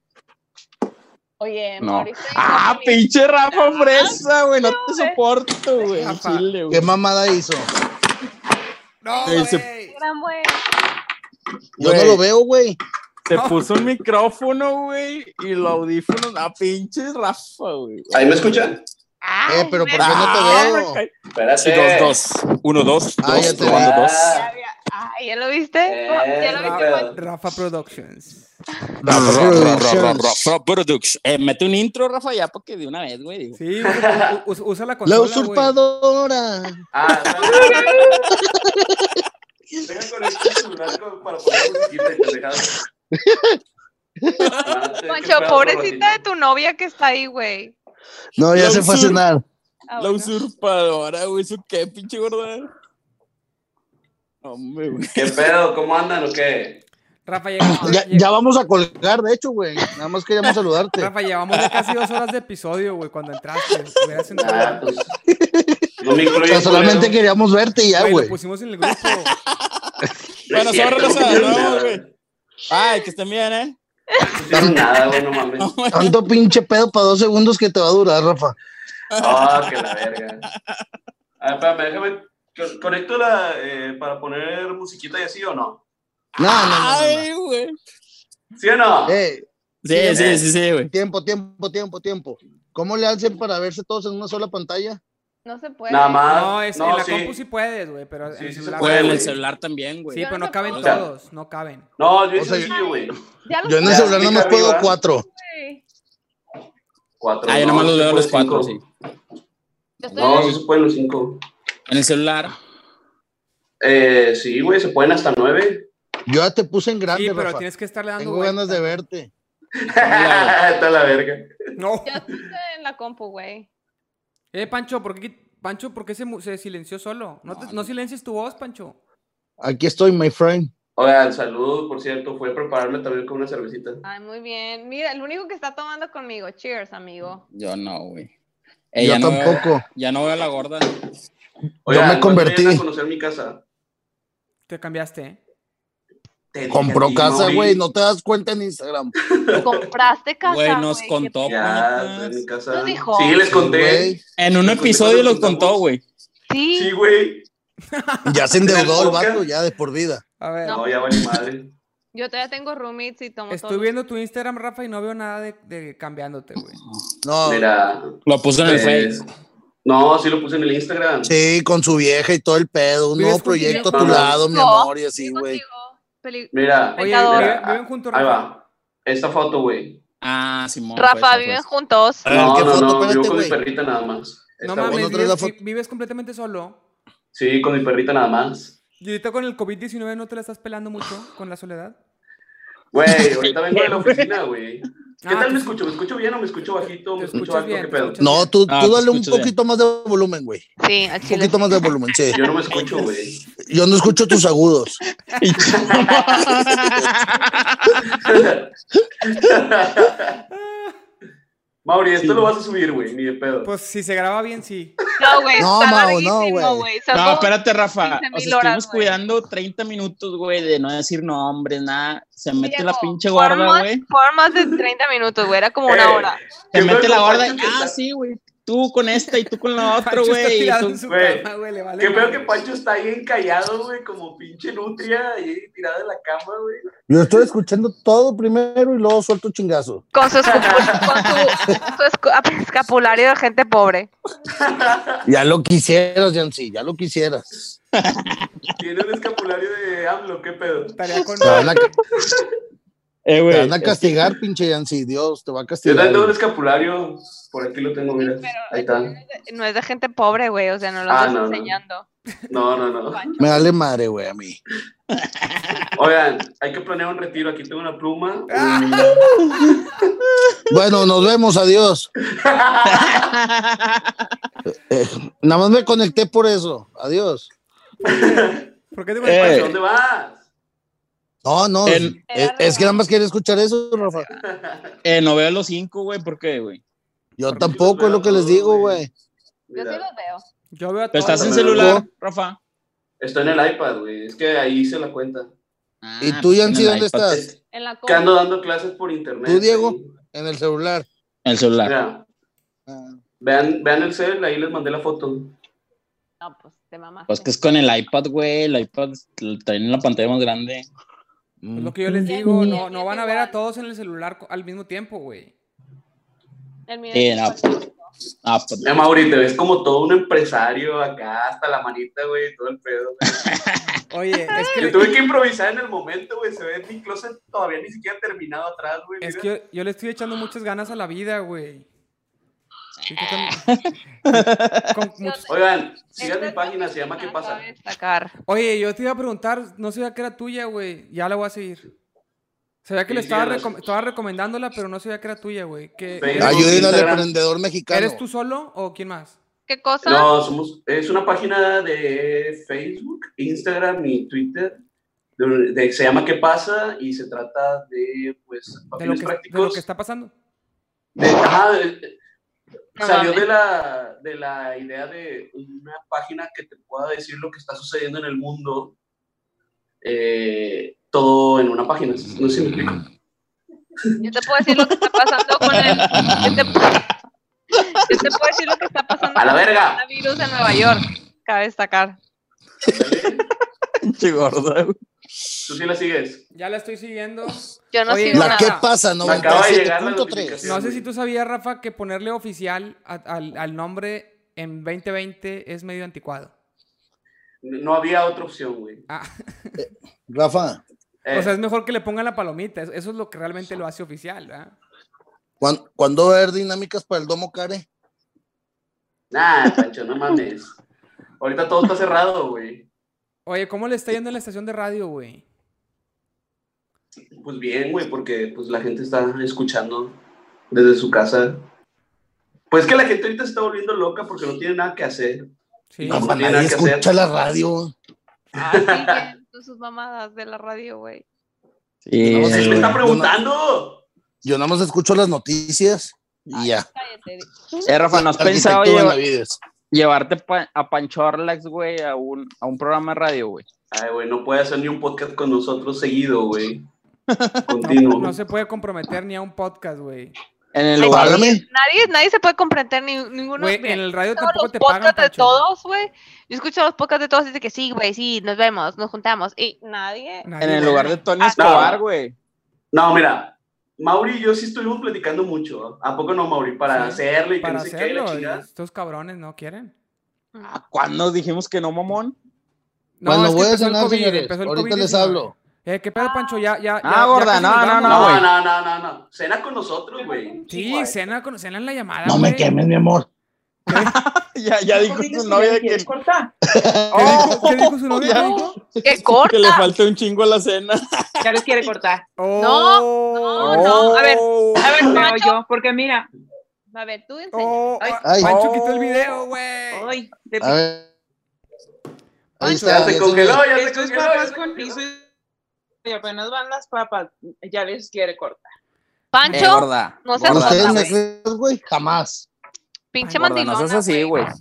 [SPEAKER 4] Oye,
[SPEAKER 3] No.
[SPEAKER 4] Mauricio. dijo
[SPEAKER 3] Ah,
[SPEAKER 4] que-
[SPEAKER 3] pinche Rafa Fresa, güey. No te
[SPEAKER 4] güey.
[SPEAKER 3] soporto, güey. al
[SPEAKER 2] Rafa.
[SPEAKER 3] Chile,
[SPEAKER 9] ¿Qué
[SPEAKER 3] güey.
[SPEAKER 9] mamada hizo?
[SPEAKER 2] No,
[SPEAKER 3] Sí, se-
[SPEAKER 2] güey.
[SPEAKER 4] Gran güey.
[SPEAKER 9] Yo
[SPEAKER 3] Güey.
[SPEAKER 9] no lo veo, güey.
[SPEAKER 3] Te puso un micrófono, güey. Y los audífonos. Ah, pinche Rafa, güey.
[SPEAKER 6] ¿Ahí me escuchan?
[SPEAKER 1] Ay,
[SPEAKER 9] Eh, pero ¿por qué
[SPEAKER 1] güey,
[SPEAKER 9] no
[SPEAKER 3] Ah,
[SPEAKER 9] te
[SPEAKER 3] me
[SPEAKER 9] veo? Eh.
[SPEAKER 3] caí.
[SPEAKER 6] Espérate.
[SPEAKER 3] dos. Uno, dos.
[SPEAKER 9] Ah, ya te
[SPEAKER 3] probando
[SPEAKER 6] veo.
[SPEAKER 1] ya había- Ay, ¿ya lo viste?
[SPEAKER 6] Eh,
[SPEAKER 1] ¿Ya lo viste?
[SPEAKER 6] Rafa.
[SPEAKER 1] Juan?
[SPEAKER 2] Ra- Rafa Productions.
[SPEAKER 9] Ra, ra, ra, ra, ra, ra,
[SPEAKER 3] Productions. Eh, mete un intro, Rafa, ya, porque de una vez, güey. digo.
[SPEAKER 2] Sí, usa, u- u- usa la
[SPEAKER 9] La
[SPEAKER 2] consola, güey.
[SPEAKER 9] usurpadora.
[SPEAKER 6] Ah, no. Deja con el celular como para poner musiquita y pendejadas. Ah, sí, qué
[SPEAKER 1] Poncho,
[SPEAKER 6] pedo,
[SPEAKER 1] pobrecita de
[SPEAKER 6] Rorrito.
[SPEAKER 1] tu novia que está ahí, güey.
[SPEAKER 9] No,
[SPEAKER 3] La
[SPEAKER 9] ya se fue a
[SPEAKER 3] usur-
[SPEAKER 9] cenar.
[SPEAKER 1] Ah,
[SPEAKER 3] La
[SPEAKER 1] bueno.
[SPEAKER 3] usurpadora, güey. ¿Eso qué, pinche gorda? Hombre, güey.
[SPEAKER 6] ¿Qué pedo? ¿Cómo andan o qué?
[SPEAKER 2] Rafa, llegamos,
[SPEAKER 9] Ya,
[SPEAKER 2] lleg-
[SPEAKER 9] ya vamos a colgar, de hecho, güey. Nada más queríamos saludarte.
[SPEAKER 2] Rafa, llevamos ya casi dos horas de episodio, güey, cuando entraste. Hubieras
[SPEAKER 6] Ah,
[SPEAKER 2] entrado.
[SPEAKER 6] pues, no me
[SPEAKER 9] O
[SPEAKER 6] incluye.
[SPEAKER 9] sea, solamente
[SPEAKER 6] culero.
[SPEAKER 9] queríamos verte y ya,
[SPEAKER 2] Güey,
[SPEAKER 9] güey.
[SPEAKER 6] pues,
[SPEAKER 2] lo pusimos en el grupo.
[SPEAKER 3] Bueno,
[SPEAKER 6] es
[SPEAKER 3] sobre
[SPEAKER 6] cierto,
[SPEAKER 3] los
[SPEAKER 6] no
[SPEAKER 3] no,
[SPEAKER 6] nada,
[SPEAKER 3] güey. Ay, que estén bien, ¿eh?
[SPEAKER 6] No hicieron nada, güey, no mames.
[SPEAKER 9] Tanto pinche pedo para dos segundos que te va a durar, Rafa.
[SPEAKER 6] Ah, que la verga. A ver, espérame, déjame. co- ¿Conecto la, eh, para poner musiquita y así o no?
[SPEAKER 9] No, no, no, no,
[SPEAKER 3] Ay, güey.
[SPEAKER 6] ¿Sí o no?
[SPEAKER 9] no. Eh,
[SPEAKER 3] Sí, sí, sí, sí, güey.
[SPEAKER 9] tiempo, tiempo, tiempo, tiempo. ¿Cómo le hacen para verse todos en una sola pantalla?
[SPEAKER 4] No se puede.
[SPEAKER 6] Nada más.
[SPEAKER 2] No, es,
[SPEAKER 6] No,
[SPEAKER 2] en la
[SPEAKER 6] sí.
[SPEAKER 2] compu sí puedes, güey, pero
[SPEAKER 6] Sí,
[SPEAKER 2] en el
[SPEAKER 6] sí se
[SPEAKER 2] celular-
[SPEAKER 6] puede,
[SPEAKER 3] Ah, Güey, en el
[SPEAKER 6] güey.
[SPEAKER 3] celular también,
[SPEAKER 2] Sí,
[SPEAKER 3] güey.
[SPEAKER 4] Yo
[SPEAKER 2] pero
[SPEAKER 4] no
[SPEAKER 2] no caben
[SPEAKER 4] puedo.
[SPEAKER 2] todos, no caben.
[SPEAKER 6] No, yo
[SPEAKER 9] O sea,
[SPEAKER 6] hice sí, güey.
[SPEAKER 4] Ya los
[SPEAKER 9] Yo en el
[SPEAKER 6] Ya,
[SPEAKER 9] celular
[SPEAKER 6] clic
[SPEAKER 9] nomás puedo
[SPEAKER 6] arriba.
[SPEAKER 9] cuatro.
[SPEAKER 4] güey.
[SPEAKER 6] Cuatro.
[SPEAKER 3] Ah, yo nomás
[SPEAKER 6] no,
[SPEAKER 3] los
[SPEAKER 6] sí
[SPEAKER 3] veo
[SPEAKER 6] se
[SPEAKER 3] los
[SPEAKER 6] pueden
[SPEAKER 3] cuatro, sí.
[SPEAKER 6] cinco.
[SPEAKER 4] Yo estoy
[SPEAKER 6] No,
[SPEAKER 4] en
[SPEAKER 6] sí se pueden los cinco.
[SPEAKER 3] En el celular.
[SPEAKER 6] Eh, sí, güey, se pueden hasta nueve.
[SPEAKER 9] Yo ya te puse en grande,
[SPEAKER 2] Sí, pero
[SPEAKER 9] Rafa.
[SPEAKER 2] tienes que estarle dando
[SPEAKER 9] Tengo
[SPEAKER 2] vuelta.
[SPEAKER 9] ganas de verte.
[SPEAKER 6] Está la verga.
[SPEAKER 2] No.
[SPEAKER 4] yo estoy en la compu, güey.
[SPEAKER 2] Eh, Pancho, ¿por qué, Pancho, ¿por qué se, mu- se silenció solo? No, te- no silencies tu voz, Pancho.
[SPEAKER 9] Aquí estoy, my friend.
[SPEAKER 6] Oigan, saludos, por cierto. Fue prepararme también con una cervecita.
[SPEAKER 4] Ay, muy bien. Mira, el único que está tomando conmigo. Cheers, amigo.
[SPEAKER 3] Yo no, güey. Eh,
[SPEAKER 9] yo
[SPEAKER 3] ya no veo-
[SPEAKER 9] tampoco.
[SPEAKER 3] ya no veo a la gorda.
[SPEAKER 6] Oigan,
[SPEAKER 9] me
[SPEAKER 6] no
[SPEAKER 9] convertí.
[SPEAKER 6] vayan a conocer mi casa.
[SPEAKER 2] Te cambiaste, ¿eh?
[SPEAKER 6] Te dije a
[SPEAKER 9] Compró
[SPEAKER 6] ti,
[SPEAKER 9] casa,
[SPEAKER 6] Mauri.
[SPEAKER 9] güey. No te das cuenta en Instagram.
[SPEAKER 4] Compraste casa.
[SPEAKER 3] Güey, nos
[SPEAKER 4] ¿qué
[SPEAKER 3] contó.
[SPEAKER 6] Ya,
[SPEAKER 3] puñetas.
[SPEAKER 6] estoy en mi casa.
[SPEAKER 4] Lo dijo.
[SPEAKER 6] Sí, les
[SPEAKER 9] Güey,
[SPEAKER 6] conté.
[SPEAKER 3] En un
[SPEAKER 6] Nos contó
[SPEAKER 3] episodio
[SPEAKER 6] los
[SPEAKER 3] lo contó,
[SPEAKER 6] contamos.
[SPEAKER 3] güey.
[SPEAKER 4] Sí,
[SPEAKER 6] Sí, güey.
[SPEAKER 9] ya se endeudó el vato,
[SPEAKER 6] podcast?
[SPEAKER 9] ya de por vida.
[SPEAKER 2] A ver.
[SPEAKER 4] No.
[SPEAKER 6] No, ya vale madre.
[SPEAKER 4] yo todavía tengo roommates y tomo
[SPEAKER 2] Estoy
[SPEAKER 4] todo.
[SPEAKER 2] viendo tu Instagram, Rafa, y no veo nada de, de cambiándote, güey.
[SPEAKER 9] No,
[SPEAKER 6] Mira.
[SPEAKER 3] Lo puso en el
[SPEAKER 6] pues,
[SPEAKER 3] Face.
[SPEAKER 6] No, sí lo puse en el Instagram.
[SPEAKER 9] sí, con su vieja y todo el pedo. Un
[SPEAKER 2] Vives con
[SPEAKER 9] nuevo
[SPEAKER 2] tu
[SPEAKER 9] proyecto a
[SPEAKER 6] vieja.
[SPEAKER 9] tu
[SPEAKER 6] No,
[SPEAKER 9] lado, mi
[SPEAKER 4] no.
[SPEAKER 9] amor, y así,
[SPEAKER 4] Estoy
[SPEAKER 9] güey.
[SPEAKER 4] contigo. Peli-
[SPEAKER 6] Mira,
[SPEAKER 2] Oye, ah,
[SPEAKER 4] Pecador.
[SPEAKER 2] ¿viven,
[SPEAKER 6] mira,
[SPEAKER 2] viven juntos,
[SPEAKER 6] ahí
[SPEAKER 2] Rafa?
[SPEAKER 6] va. Esta foto, güey.
[SPEAKER 3] Ah, Simón. pues,
[SPEAKER 1] Rafa,
[SPEAKER 3] pues,
[SPEAKER 1] viven
[SPEAKER 3] pues.
[SPEAKER 1] juntos.
[SPEAKER 9] A ver,
[SPEAKER 6] no,
[SPEAKER 9] ¿qué
[SPEAKER 6] no,
[SPEAKER 9] foto?
[SPEAKER 6] no,
[SPEAKER 9] Espérate,
[SPEAKER 6] vivo con
[SPEAKER 9] güey.
[SPEAKER 6] mi perrita nada más.
[SPEAKER 2] No
[SPEAKER 6] Esta, güey.
[SPEAKER 2] mames,
[SPEAKER 9] ¿Vos no traes la
[SPEAKER 2] vives,
[SPEAKER 9] foto?
[SPEAKER 2] vi- vives completamente solo.
[SPEAKER 6] Sí, con mi perrita nada más.
[SPEAKER 2] Y ahorita con el COVID-19 no te la estás pelando mucho con la soledad.
[SPEAKER 6] Güey, ahorita vengo de la oficina, güey. ¿Qué
[SPEAKER 2] Ah,
[SPEAKER 6] tal me
[SPEAKER 2] tú-
[SPEAKER 6] escucho? ¿Me escucho bien o me escucho bajito?
[SPEAKER 2] Te
[SPEAKER 6] ¿Me escucho
[SPEAKER 2] escuchas
[SPEAKER 6] alto?
[SPEAKER 2] bien,
[SPEAKER 6] ¿Qué
[SPEAKER 2] te
[SPEAKER 6] pedo?
[SPEAKER 2] escuchas bien.
[SPEAKER 9] No, tú,
[SPEAKER 3] Ah,
[SPEAKER 9] tú
[SPEAKER 3] te
[SPEAKER 9] dale un
[SPEAKER 3] escucho bien.
[SPEAKER 9] poquito más de volumen, güey.
[SPEAKER 1] Sí, al
[SPEAKER 9] Un
[SPEAKER 1] chile.
[SPEAKER 9] poquito más de volumen, sí.
[SPEAKER 6] Yo no me escucho, güey.
[SPEAKER 9] Yo no escucho tus agudos.
[SPEAKER 6] Mauri, esto lo vas a subir, güey, ni de pedo.
[SPEAKER 2] Pues si se graba bien, sí.
[SPEAKER 1] No, güey,
[SPEAKER 9] No,
[SPEAKER 1] está
[SPEAKER 9] Mau, no,
[SPEAKER 1] larguísimo,
[SPEAKER 9] güey.
[SPEAKER 1] güey. Son
[SPEAKER 3] No,
[SPEAKER 1] como-
[SPEAKER 3] espérate,
[SPEAKER 1] 15,000
[SPEAKER 3] Rafa. O sea, estuvimos
[SPEAKER 1] horas, güey.
[SPEAKER 3] cuidando 30 minutos, güey, de no decir nombres, nada. Se mete la
[SPEAKER 1] Diego,
[SPEAKER 3] pinche
[SPEAKER 1] fueron
[SPEAKER 3] gorda,
[SPEAKER 1] más-
[SPEAKER 3] güey.
[SPEAKER 1] Fueron más de 30 minutos, güey. Era como una
[SPEAKER 6] Eh,
[SPEAKER 1] hora.
[SPEAKER 3] Se
[SPEAKER 6] Yo
[SPEAKER 3] mete
[SPEAKER 6] creo
[SPEAKER 3] la
[SPEAKER 6] que
[SPEAKER 3] gorda.
[SPEAKER 6] Pancho que
[SPEAKER 3] Ah,
[SPEAKER 6] está-
[SPEAKER 3] sí, güey. Tú con esta y tú con la otra,
[SPEAKER 2] Pancho está
[SPEAKER 3] güey. y
[SPEAKER 2] tirado
[SPEAKER 3] tú-
[SPEAKER 2] en su
[SPEAKER 6] Güey,
[SPEAKER 2] cama, güey. Le vale
[SPEAKER 6] Qué peor
[SPEAKER 2] madre.
[SPEAKER 6] que Pancho está ahí encallado, güey, como pinche nutria, ahí tirada en la cama, güey.
[SPEAKER 9] Yo estoy escuchando todo primero y luego suelto chingazo.
[SPEAKER 1] Con su, escu- con su- su escu- ah, pues, escapulario de gente pobre.
[SPEAKER 9] Ya lo quisieras, Yancy, ya lo quisieras.
[SPEAKER 6] Tiene un escapulario de AMLO, qué pedo.
[SPEAKER 2] Estaría con...
[SPEAKER 9] Te van a, te
[SPEAKER 3] Eh, güey.
[SPEAKER 9] van a castigar, pinche Yancy. Dios, te va a
[SPEAKER 6] Yo
[SPEAKER 9] castigar.
[SPEAKER 6] también tengo un escapulario, por aquí lo tengo, mira. Ahí está.
[SPEAKER 1] No es de gente pobre, güey. O sea, no lo
[SPEAKER 6] Ah,
[SPEAKER 1] estás
[SPEAKER 6] no, no.
[SPEAKER 1] enseñando.
[SPEAKER 6] No, no, no.
[SPEAKER 9] Me vale madre, güey, a mí.
[SPEAKER 6] Oigan, hay que planear un retiro. Aquí tengo una pluma.
[SPEAKER 9] Eh.
[SPEAKER 6] un-
[SPEAKER 9] Bueno, nos vemos, adiós. Eh, nada más me conecté por eso. Adiós.
[SPEAKER 2] ¿Por qué te
[SPEAKER 3] Eh.
[SPEAKER 6] Pancho, ¿Dónde vas?
[SPEAKER 9] No, no.
[SPEAKER 3] En-
[SPEAKER 9] es, es que nada más quería escuchar eso, Rafa.
[SPEAKER 3] Eh, no veo los cinco, güey. ¿Por qué, güey?
[SPEAKER 9] Yo tampoco es lo que les digo, güey.
[SPEAKER 4] Yo sí
[SPEAKER 6] Mira,
[SPEAKER 4] los veo.
[SPEAKER 2] Yo veo a
[SPEAKER 3] ¿Pero
[SPEAKER 2] todos.
[SPEAKER 3] estás en
[SPEAKER 6] no.
[SPEAKER 3] celular, Rafa?
[SPEAKER 6] Está en el iPad, güey. Es que ahí hice la cuenta.
[SPEAKER 9] ¿Y
[SPEAKER 3] Ah,
[SPEAKER 9] tú,
[SPEAKER 3] pues,
[SPEAKER 9] Yancy,
[SPEAKER 3] en el
[SPEAKER 9] dónde
[SPEAKER 3] iPad.
[SPEAKER 9] estás?
[SPEAKER 6] Es
[SPEAKER 4] En la
[SPEAKER 6] que ando
[SPEAKER 4] compu.
[SPEAKER 6] dando clases por internet.
[SPEAKER 9] ¿Tú, Diego?
[SPEAKER 6] ahí.
[SPEAKER 9] En el celular.
[SPEAKER 3] En el celular.
[SPEAKER 6] Mira,
[SPEAKER 9] Ah,
[SPEAKER 6] vean, vean el cel, ahí les mandé la foto.
[SPEAKER 4] No, pues te mamaste.
[SPEAKER 3] Pues que es con el iPad, güey. El iPad tiene la pantalla más grande.
[SPEAKER 2] Es
[SPEAKER 9] mm.
[SPEAKER 2] lo que yo les digo,
[SPEAKER 4] Sí,
[SPEAKER 2] no,
[SPEAKER 4] sí,
[SPEAKER 2] no
[SPEAKER 4] es
[SPEAKER 2] van a ver
[SPEAKER 4] igual.
[SPEAKER 2] a todos en el celular co- al mismo tiempo, güey.
[SPEAKER 4] El mío
[SPEAKER 3] Sí,
[SPEAKER 4] es
[SPEAKER 3] no, pues. Ah, pues.
[SPEAKER 6] Ya, Mauri, te ves como todo un empresario acá, hasta la manita, güey, todo el pedo. güey.
[SPEAKER 2] Oye, es que,
[SPEAKER 6] Yo tuve que improvisar en el momento, güey. Se ve mi closet todavía ni siquiera terminado atrás, güey.
[SPEAKER 2] es
[SPEAKER 6] mira.
[SPEAKER 2] que yo, yo le estoy echando muchas ganas a la vida, güey. Estoy tratando- con muchos-
[SPEAKER 6] Oigan,
[SPEAKER 4] Esta
[SPEAKER 6] sigan mi
[SPEAKER 4] es
[SPEAKER 6] página,
[SPEAKER 4] tu
[SPEAKER 6] se llama ¿Qué
[SPEAKER 4] oficina,
[SPEAKER 6] pasa?
[SPEAKER 4] cabe destacar.
[SPEAKER 2] Oye, yo te iba a preguntar, no sabía que era tuya, güey. Ya la voy a seguir. Sabía que
[SPEAKER 6] Sí,
[SPEAKER 2] le estaba,
[SPEAKER 6] síguenos.
[SPEAKER 2] recom- estaba recomendándola, pero no sabía que era tuya, güey. ¿Qué-
[SPEAKER 6] Facebook,
[SPEAKER 2] eres-
[SPEAKER 9] Ayuden al
[SPEAKER 6] Instagram.
[SPEAKER 9] emprendedor mexicano.
[SPEAKER 2] ¿Eres tú solo o quién más?
[SPEAKER 1] ¿Qué cosa?
[SPEAKER 6] No, somos, es una página de Facebook, Instagram y Twitter. de- de- se llama ¿Qué pasa? Y se trata de, pues,
[SPEAKER 2] De lo,
[SPEAKER 6] papeles
[SPEAKER 2] que, de lo
[SPEAKER 6] prácticos.
[SPEAKER 2] que está pasando.
[SPEAKER 6] de- ajá, de-
[SPEAKER 1] No
[SPEAKER 6] salió
[SPEAKER 1] mames.
[SPEAKER 6] de la, de la idea de una página que te pueda decir lo que está sucediendo en el mundo. eh, todo en una página, no sé si me explico.
[SPEAKER 1] Yo te puedo decir lo que está pasando con el. Yo te, pu- yo te puedo decir lo que está pasando
[SPEAKER 6] ¡A la
[SPEAKER 1] con el
[SPEAKER 6] verga!
[SPEAKER 1] coronavirus en Nueva York. Cabe destacar.
[SPEAKER 3] Pinche gorda, güey.
[SPEAKER 6] ¿Tú sí la sigues?
[SPEAKER 2] Ya la estoy siguiendo.
[SPEAKER 1] Yo no
[SPEAKER 2] Oye,
[SPEAKER 1] sigo
[SPEAKER 9] La
[SPEAKER 1] nada.
[SPEAKER 9] que pasa,
[SPEAKER 6] Me acaba de llegar la
[SPEAKER 9] 97.3.
[SPEAKER 6] notificación.
[SPEAKER 2] No sé si tú sabías, Rafa, que ponerle oficial a- al, al nombre en 2020 es medio anticuado.
[SPEAKER 6] No había otra opción, güey.
[SPEAKER 2] Ah,
[SPEAKER 9] Rafa,
[SPEAKER 6] Eh,
[SPEAKER 2] o sea, es mejor que le pongan la palomita. es- Eso es lo que realmente lo hace oficial, ¿verdad?
[SPEAKER 9] ¿cuán- ¿cuándo va a haber dinámicas para el domo care?
[SPEAKER 6] Nah, Pancho, no mames. Ahorita todo está cerrado, güey.
[SPEAKER 2] Oye, ¿cómo le está yendo en la estación de radio, güey?
[SPEAKER 6] Pues bien, güey, porque pues la gente está escuchando desde su casa. Pues que la gente ahorita se está volviendo loca porque no tiene nada que hacer.
[SPEAKER 2] Sí.
[SPEAKER 6] No,
[SPEAKER 9] Rafa,
[SPEAKER 6] tiene
[SPEAKER 9] nadie
[SPEAKER 6] nada que hacer.
[SPEAKER 9] escucha la radio.
[SPEAKER 1] Ay, sí, que sus mamadas de la radio, güey.
[SPEAKER 3] Sí,
[SPEAKER 9] No,
[SPEAKER 6] Él
[SPEAKER 9] sí,
[SPEAKER 6] me
[SPEAKER 9] güey.
[SPEAKER 6] está preguntando.
[SPEAKER 9] Yo nada más escucho las noticias y ya.
[SPEAKER 4] Cállate.
[SPEAKER 3] Eh, Rafa, ¿no has pensado
[SPEAKER 9] Arquitectura en la
[SPEAKER 3] llevar-
[SPEAKER 9] vida es-
[SPEAKER 3] llevarte pa- a Panchorlax, güey, a un, a un programa de radio, güey?
[SPEAKER 6] Ay, güey, no puede hacer ni un podcast con nosotros seguido, güey.
[SPEAKER 2] No,
[SPEAKER 6] Continuo.
[SPEAKER 2] no se puede comprometer ni a un podcast, güey.
[SPEAKER 3] En
[SPEAKER 1] Ay,
[SPEAKER 3] el lugar
[SPEAKER 9] Págame.
[SPEAKER 1] Nadie, nadie se puede comprender ni, ninguno.
[SPEAKER 2] Güey,
[SPEAKER 1] mira,
[SPEAKER 2] en el
[SPEAKER 1] yo
[SPEAKER 2] radio
[SPEAKER 1] escuchaba
[SPEAKER 2] tampoco
[SPEAKER 1] los
[SPEAKER 2] te pagan.
[SPEAKER 1] podcasts de
[SPEAKER 2] Pancho.
[SPEAKER 1] todos, güey. Yo escucho los podcasts de todos y dice que sí, güey, sí, nos vemos, nos juntamos. Y
[SPEAKER 4] Nadie.
[SPEAKER 2] Nadie,
[SPEAKER 3] en el
[SPEAKER 2] güey.
[SPEAKER 3] lugar de Tony
[SPEAKER 1] Ah,
[SPEAKER 3] Escobar,
[SPEAKER 6] no.
[SPEAKER 3] güey.
[SPEAKER 6] No, mira, Mauri y yo sí estuvimos platicando mucho. ¿A poco no, Mauri? Para
[SPEAKER 2] Sí,
[SPEAKER 6] hacerle y que
[SPEAKER 2] Para
[SPEAKER 6] no sé qué, la
[SPEAKER 2] hacerlo, y
[SPEAKER 6] chingada.
[SPEAKER 2] estos cabrones no quieren.
[SPEAKER 3] ¿A ¿Cuándo dijimos que no, mamón?
[SPEAKER 2] No,
[SPEAKER 9] Bueno,
[SPEAKER 2] es que
[SPEAKER 9] voy a
[SPEAKER 2] empezó el
[SPEAKER 9] cenar,
[SPEAKER 2] COVID,
[SPEAKER 9] señores.
[SPEAKER 2] empezó el
[SPEAKER 9] Ahorita les
[SPEAKER 2] COVID-19.
[SPEAKER 9] hablo.
[SPEAKER 2] Eh, ¿Qué pedo, Pancho? Ya, ya.
[SPEAKER 3] Ah,
[SPEAKER 2] ya- ya
[SPEAKER 3] gorda,
[SPEAKER 2] casi
[SPEAKER 3] no,
[SPEAKER 2] nos
[SPEAKER 3] no,
[SPEAKER 2] vamos.
[SPEAKER 3] no,
[SPEAKER 6] No,
[SPEAKER 3] güey.
[SPEAKER 6] no, no, no, no. Cena con nosotros, güey.
[SPEAKER 2] Sí, cena, con, cena en la llamada.
[SPEAKER 9] No me
[SPEAKER 2] Ah, güey.
[SPEAKER 9] quemes, mi amor.
[SPEAKER 3] ya, ya dijo su novia que,
[SPEAKER 7] cortar.
[SPEAKER 2] ¿Qué dijo, qué dijo su novia?
[SPEAKER 3] Ya.
[SPEAKER 2] ¿Qué dijo?
[SPEAKER 1] que
[SPEAKER 3] que le
[SPEAKER 1] corta.
[SPEAKER 3] falta un chingo a la cena.
[SPEAKER 7] Ya los quiere cortar.
[SPEAKER 1] No, no, a ver, a ver,
[SPEAKER 7] Creo
[SPEAKER 1] Pancho,
[SPEAKER 7] yo, porque mira,
[SPEAKER 4] A ver, tú enseña.
[SPEAKER 2] Oh,
[SPEAKER 7] Ay.
[SPEAKER 2] ah, Pancho
[SPEAKER 3] Oh.
[SPEAKER 2] quitó el video, güey.
[SPEAKER 7] hoy, de
[SPEAKER 9] A ver. Ahí
[SPEAKER 1] Ay,
[SPEAKER 9] está,
[SPEAKER 6] Ya se
[SPEAKER 9] ya
[SPEAKER 6] congeló,
[SPEAKER 9] se-
[SPEAKER 6] ya se
[SPEAKER 7] sus
[SPEAKER 6] congeló. ya
[SPEAKER 7] papas
[SPEAKER 6] se
[SPEAKER 7] con
[SPEAKER 6] congeló.
[SPEAKER 7] piso y apenas van las papas, ya les quiere cortar.
[SPEAKER 3] Eh,
[SPEAKER 1] Pancho,
[SPEAKER 3] gorda.
[SPEAKER 1] no seas
[SPEAKER 3] gorda,
[SPEAKER 1] gorda,
[SPEAKER 9] ¿Ustedes me
[SPEAKER 1] güey.
[SPEAKER 9] creen, güey? Jamás.
[SPEAKER 1] Pinche
[SPEAKER 3] gorda, no seas
[SPEAKER 1] mandilona,
[SPEAKER 3] así,
[SPEAKER 1] güey.
[SPEAKER 3] güey.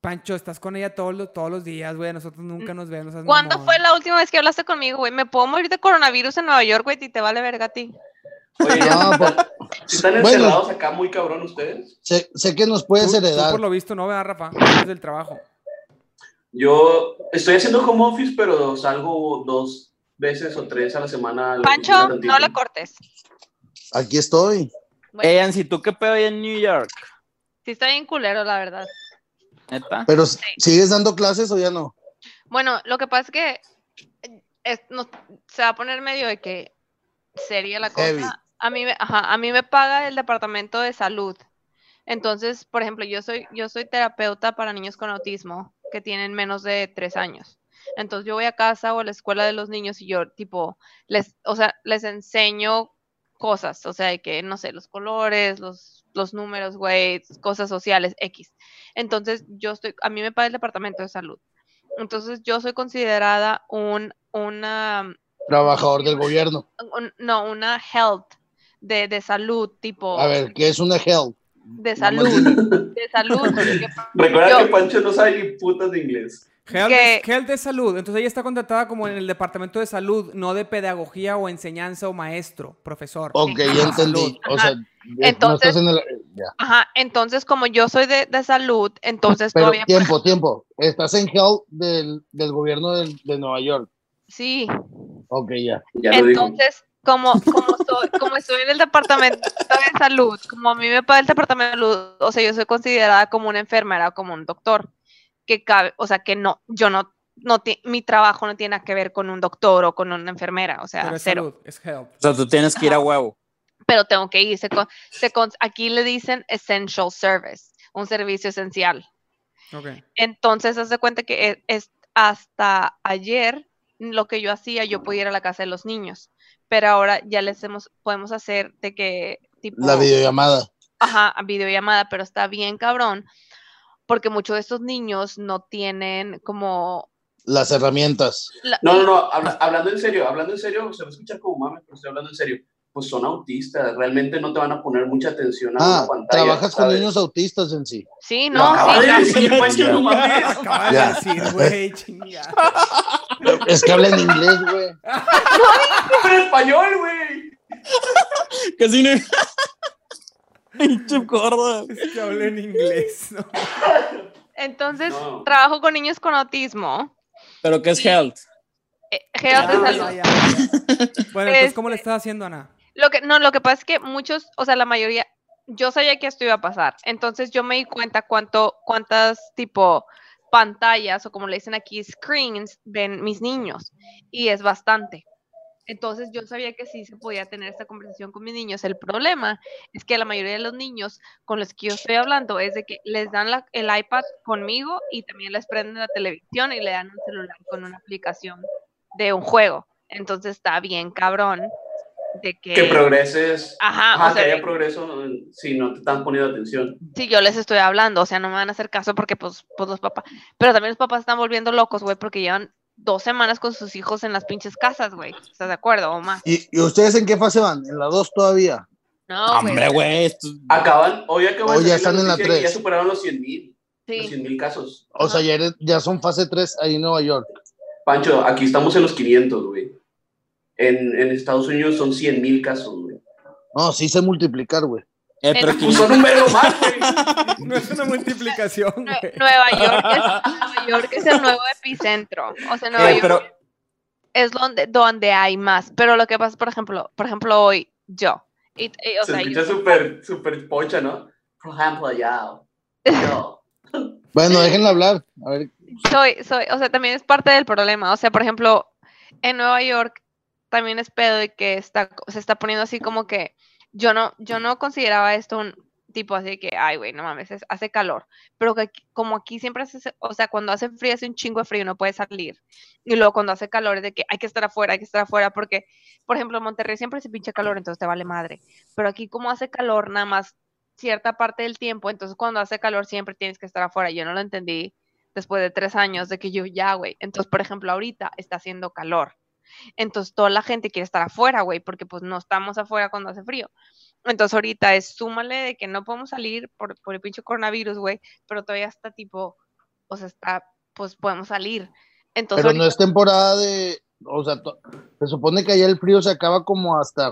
[SPEAKER 2] Pancho, estás con ella todos los, todos los días, güey. Nosotros nunca nos vemos. no seas
[SPEAKER 1] ¿Cuándo
[SPEAKER 2] mamón.
[SPEAKER 1] fue la última vez que hablaste conmigo, güey? Me puedo morir de coronavirus en Nueva York, güey, y te vale verga a ti.
[SPEAKER 6] Oye,
[SPEAKER 9] No, pues,
[SPEAKER 6] si están
[SPEAKER 9] Bueno.
[SPEAKER 6] encerrados acá muy cabrón ustedes.
[SPEAKER 9] sé, sé que nos puedes
[SPEAKER 2] Tú- tú
[SPEAKER 9] heredar.
[SPEAKER 2] por lo visto no, ¿verdad, Rafa? Es del trabajo.
[SPEAKER 6] Yo estoy haciendo home office, pero salgo dos veces o tres a la semana. a la oficina
[SPEAKER 1] Pancho,
[SPEAKER 6] tantito.
[SPEAKER 1] no le cortes.
[SPEAKER 9] Aquí estoy.
[SPEAKER 1] Bueno.
[SPEAKER 3] Eh, Ansi, ¿tú qué pedo ahí en New York?
[SPEAKER 1] Sí está bien culero, la verdad.
[SPEAKER 3] ¿Neta?
[SPEAKER 9] Pero, ¿sigues dando clases o ya no?
[SPEAKER 1] Bueno, lo que pasa es que eh, es- no- se va a poner medio de que sería la cosa.
[SPEAKER 9] Heavy.
[SPEAKER 1] A mí, me- ajá, a mí me paga el departamento de salud. Entonces, por ejemplo, yo soy, yo soy terapeuta para niños con autismo que tienen menos de tres años. Entonces yo voy a casa o a la escuela de los niños y yo tipo, les, o sea, les enseño cosas, o sea, de que, no sé, los colores, los, los números, güey, cosas sociales, X. Entonces yo estoy, a mí me paga el departamento de salud. Entonces yo soy considerada un, una,
[SPEAKER 9] Trabajador del gobierno.
[SPEAKER 1] un- no, una health de, de salud, tipo,
[SPEAKER 9] A ver, ¿qué es una help?
[SPEAKER 1] de
[SPEAKER 9] nada más
[SPEAKER 1] salud, de salud. porque-
[SPEAKER 6] Recuerda
[SPEAKER 1] Yo-
[SPEAKER 6] que Pancho no sabe ni putas de inglés.
[SPEAKER 2] Health,
[SPEAKER 1] Que-
[SPEAKER 2] de- Health de salud. Entonces ella está contratada como en el departamento de salud, no de pedagogía o enseñanza o maestro, profesor.
[SPEAKER 9] Ok, ya entendí. O sea, no
[SPEAKER 1] Entonces-
[SPEAKER 9] estás en el... ya.
[SPEAKER 1] Ajá, entonces como yo soy de, de salud, entonces
[SPEAKER 9] Pero
[SPEAKER 1] todavía... por ejemplo,
[SPEAKER 9] tiempo, tiempo. Estás en help del, del gobierno de, de Nueva York.
[SPEAKER 1] sí,
[SPEAKER 9] Ok, ya.
[SPEAKER 6] Ya lo digo.
[SPEAKER 1] entonces como, como, soy, como estoy en el departamento de salud, como a mí me paga el departamento de salud, o sea, yo soy considerada como una enfermera, como un doctor, que cabe, o sea, que no, yo no, no ti- mi trabajo no tiene nada que ver con un doctor o con una enfermera, o sea,
[SPEAKER 2] Pero es
[SPEAKER 1] cero.
[SPEAKER 2] salud, es health.
[SPEAKER 3] O sea, tú tienes que ir a huevo.
[SPEAKER 1] pero tengo que ir. se con- se con- aquí le dicen essential service, un servicio esencial.
[SPEAKER 2] Ok.
[SPEAKER 1] Entonces, haz de cuenta que e- es, hasta ayer lo que yo hacía, yo podía ir a la casa de los niños, pero ahora ya les hemos, podemos hacer de que tipo,
[SPEAKER 9] La videollamada.
[SPEAKER 1] ajá, videollamada, pero está bien cabrón, porque muchos de estos niños no tienen como...
[SPEAKER 9] Las herramientas.
[SPEAKER 1] la-
[SPEAKER 6] No, no, no, habla- hablando en serio, hablando en serio, se va a escuchar como mames, pero estoy hablando en serio. Pues son autistas, realmente no te van a poner mucha atención a
[SPEAKER 9] Ah,
[SPEAKER 6] una pantalla.
[SPEAKER 9] trabajas con
[SPEAKER 6] ¿sabes?
[SPEAKER 9] niños autistas en sí.
[SPEAKER 1] Sí,
[SPEAKER 6] Lo
[SPEAKER 1] no,
[SPEAKER 6] acabas
[SPEAKER 1] sí,
[SPEAKER 6] de decir, Pancho, no mames.
[SPEAKER 2] Acaba de
[SPEAKER 9] Ya.
[SPEAKER 2] decir, güey, chingada.
[SPEAKER 9] Es que hablan inglés, güey.
[SPEAKER 6] Pero en español, güey.
[SPEAKER 3] Casi no. Pinche gorda.
[SPEAKER 2] Es que habla en inglés. ¿no?
[SPEAKER 1] entonces
[SPEAKER 6] No.
[SPEAKER 1] trabajo con niños con autismo.
[SPEAKER 3] Pero que es health.
[SPEAKER 1] Eh, Geo te
[SPEAKER 2] Ya,
[SPEAKER 1] saluda.
[SPEAKER 2] ya, ya. Bueno, entonces,
[SPEAKER 1] Este-
[SPEAKER 2] ¿cómo le estás haciendo, Ana?
[SPEAKER 1] Lo que, no, lo que pasa es que muchos, o sea, la mayoría, yo sabía que esto iba a pasar. Entonces yo me di cuenta cuánto, cuántas tipo pantallas o como le dicen aquí, screens ven mis niños. Y es bastante. Entonces yo sabía que sí se podía tener esta conversación con mis niños. El problema es que la mayoría de los niños con los que yo estoy hablando es de que les dan la- el iPad conmigo y también les prenden la televisión y le dan un celular con una aplicación de un juego. Entonces está bien cabrón de que...
[SPEAKER 6] Que progreses.
[SPEAKER 1] Ajá,
[SPEAKER 6] Ajá,
[SPEAKER 1] Ah, o sea,
[SPEAKER 6] que haya
[SPEAKER 1] de-
[SPEAKER 6] progreso eh, si no te están poniendo atención.
[SPEAKER 1] si yo les estoy hablando, o sea, no me van a hacer caso porque pues, pues los papás, pero también los papás están volviendo locos, güey, porque llevan dos semanas con sus hijos en las pinches casas, güey, ¿estás de acuerdo o más?
[SPEAKER 9] ¿Y, y ustedes en qué fase van? ¿En la 2 todavía?
[SPEAKER 1] No, güey,
[SPEAKER 3] Hombre, güey. esto-
[SPEAKER 6] Acaban, hoy acaban
[SPEAKER 9] Hoy ya
[SPEAKER 6] salir
[SPEAKER 9] están en la
[SPEAKER 6] noticia de que
[SPEAKER 9] tres.
[SPEAKER 6] Ya superaron los 100 mil, los
[SPEAKER 1] sí.
[SPEAKER 6] 100 mil casos.
[SPEAKER 9] O sea,
[SPEAKER 1] Ajá.
[SPEAKER 9] ya, eres- ya son fase 3 ahí en Nueva York.
[SPEAKER 6] Pancho, aquí estamos en los 500, güey. En, en Estados Unidos son 100 mil casos, güey.
[SPEAKER 9] No, sí sé multiplicar, güey.
[SPEAKER 3] Eh, pero
[SPEAKER 1] En-
[SPEAKER 6] Pues son un verbo más, güey.
[SPEAKER 2] No es una multiplicación,
[SPEAKER 1] Nue-
[SPEAKER 2] güey.
[SPEAKER 1] Nueva York, es, Nueva York es el nuevo epicentro. O sea, Nueva
[SPEAKER 3] Eh,
[SPEAKER 1] York
[SPEAKER 3] pero-
[SPEAKER 1] es donde, donde hay más. Pero lo que pasa, por ejemplo, por ejemplo, hoy yo. y- y, o
[SPEAKER 6] Se
[SPEAKER 1] sea, yo-
[SPEAKER 6] escucha súper, súper pocha, ¿no? Por ejemplo, ya. No.
[SPEAKER 9] Bueno, déjenla hablar. A ver,
[SPEAKER 1] soy, soy, o sea, también es parte del problema. O sea, por ejemplo, en Nueva York también es pedo de que está, se está poniendo así como que yo no, yo no consideraba esto un tipo así de que, ay, güey, no mames, es- hace calor. Pero que aquí- como aquí siempre hace, se- o sea, cuando hace frío hace un chingo de frío, no puede salir. Y luego cuando hace calor es de que hay que estar afuera, hay que estar afuera, porque, por ejemplo, en Monterrey siempre se pinche calor, entonces te vale madre. Pero aquí como hace calor nada más cierta parte del tiempo, entonces cuando hace calor siempre tienes que estar afuera. Yo no lo entendí después de tres años de que yo ya, güey. Entonces, por ejemplo, ahorita está haciendo calor. Entonces, toda la gente quiere estar afuera, güey, porque pues no estamos afuera cuando hace frío. Entonces, ahorita es súmale de que no podemos salir por, por el pinche coronavirus, güey, pero todavía está tipo, o sea, está, pues podemos salir. Entonces,
[SPEAKER 9] pero no
[SPEAKER 1] ahorita-
[SPEAKER 9] es temporada de. O sea, to- se supone que allá el frío se acaba como hasta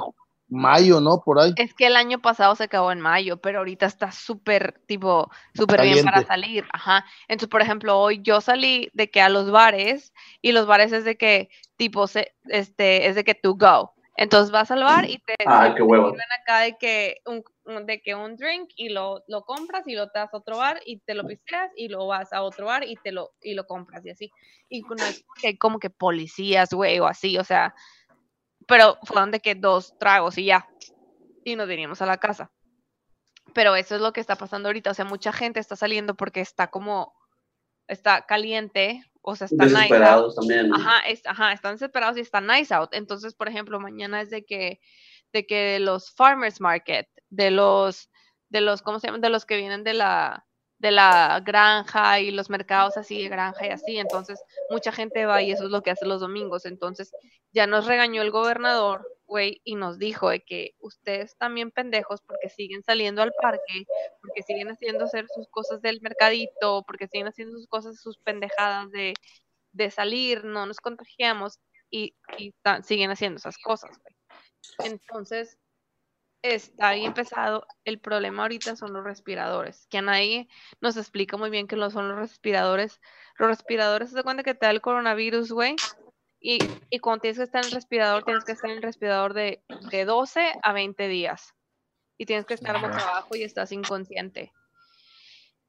[SPEAKER 9] mayo, ¿no? Por ahí.
[SPEAKER 1] Es que el año pasado se acabó en mayo, pero ahorita está súper, tipo, súper bien para
[SPEAKER 9] Caliente.
[SPEAKER 1] salir. Ajá. Entonces, por ejemplo, hoy yo salí de que a los bares, y los bares es de que, tipo, se, este, es de que to go. Entonces vas al bar y te
[SPEAKER 6] Ah,
[SPEAKER 1] te
[SPEAKER 6] qué huevo.
[SPEAKER 1] sirven acá de que un, un- de que un drink y lo, lo compras y lo te das a otro bar y te lo pisteas y lo vas a otro bar y te lo, y lo compras y así. Y no es como que hay como que policías, güey, o así, o sea, pero fueron de que dos tragos y ya. Y nos vinimos a la casa. Pero eso es lo que está pasando ahorita. O sea, mucha gente está saliendo porque está como, está caliente, o sea, está nice out.
[SPEAKER 6] Desesperados también. ¿no?
[SPEAKER 1] Ajá, es- ajá, están desesperados y están nice out. Entonces, por ejemplo, mañana es de que, de que los farmers market, de los, de los, ¿cómo se llaman? De los que vienen de la, de la granja y los mercados así de granja y así. Entonces, mucha gente va y eso es lo que hace los domingos. Entonces, ya nos regañó el gobernador, güey, y nos dijo de que ustedes también pendejos porque siguen saliendo al parque, porque siguen haciendo hacer sus cosas del mercadito, porque siguen haciendo sus cosas, sus pendejadas de de salir, no nos contagiamos y, y ta- siguen haciendo esas cosas. güey. Entonces, está bien pesado. El problema ahorita son los respiradores, que a nadie nos explica muy bien qué lo son los respiradores. Los respiradores, se cuenta que te da el coronavirus, güey. Y, y cuando tienes que estar en el respirador, tienes que estar en el respirador de, de 12 a 20 días. Y tienes que estar boca abajo y estás inconsciente.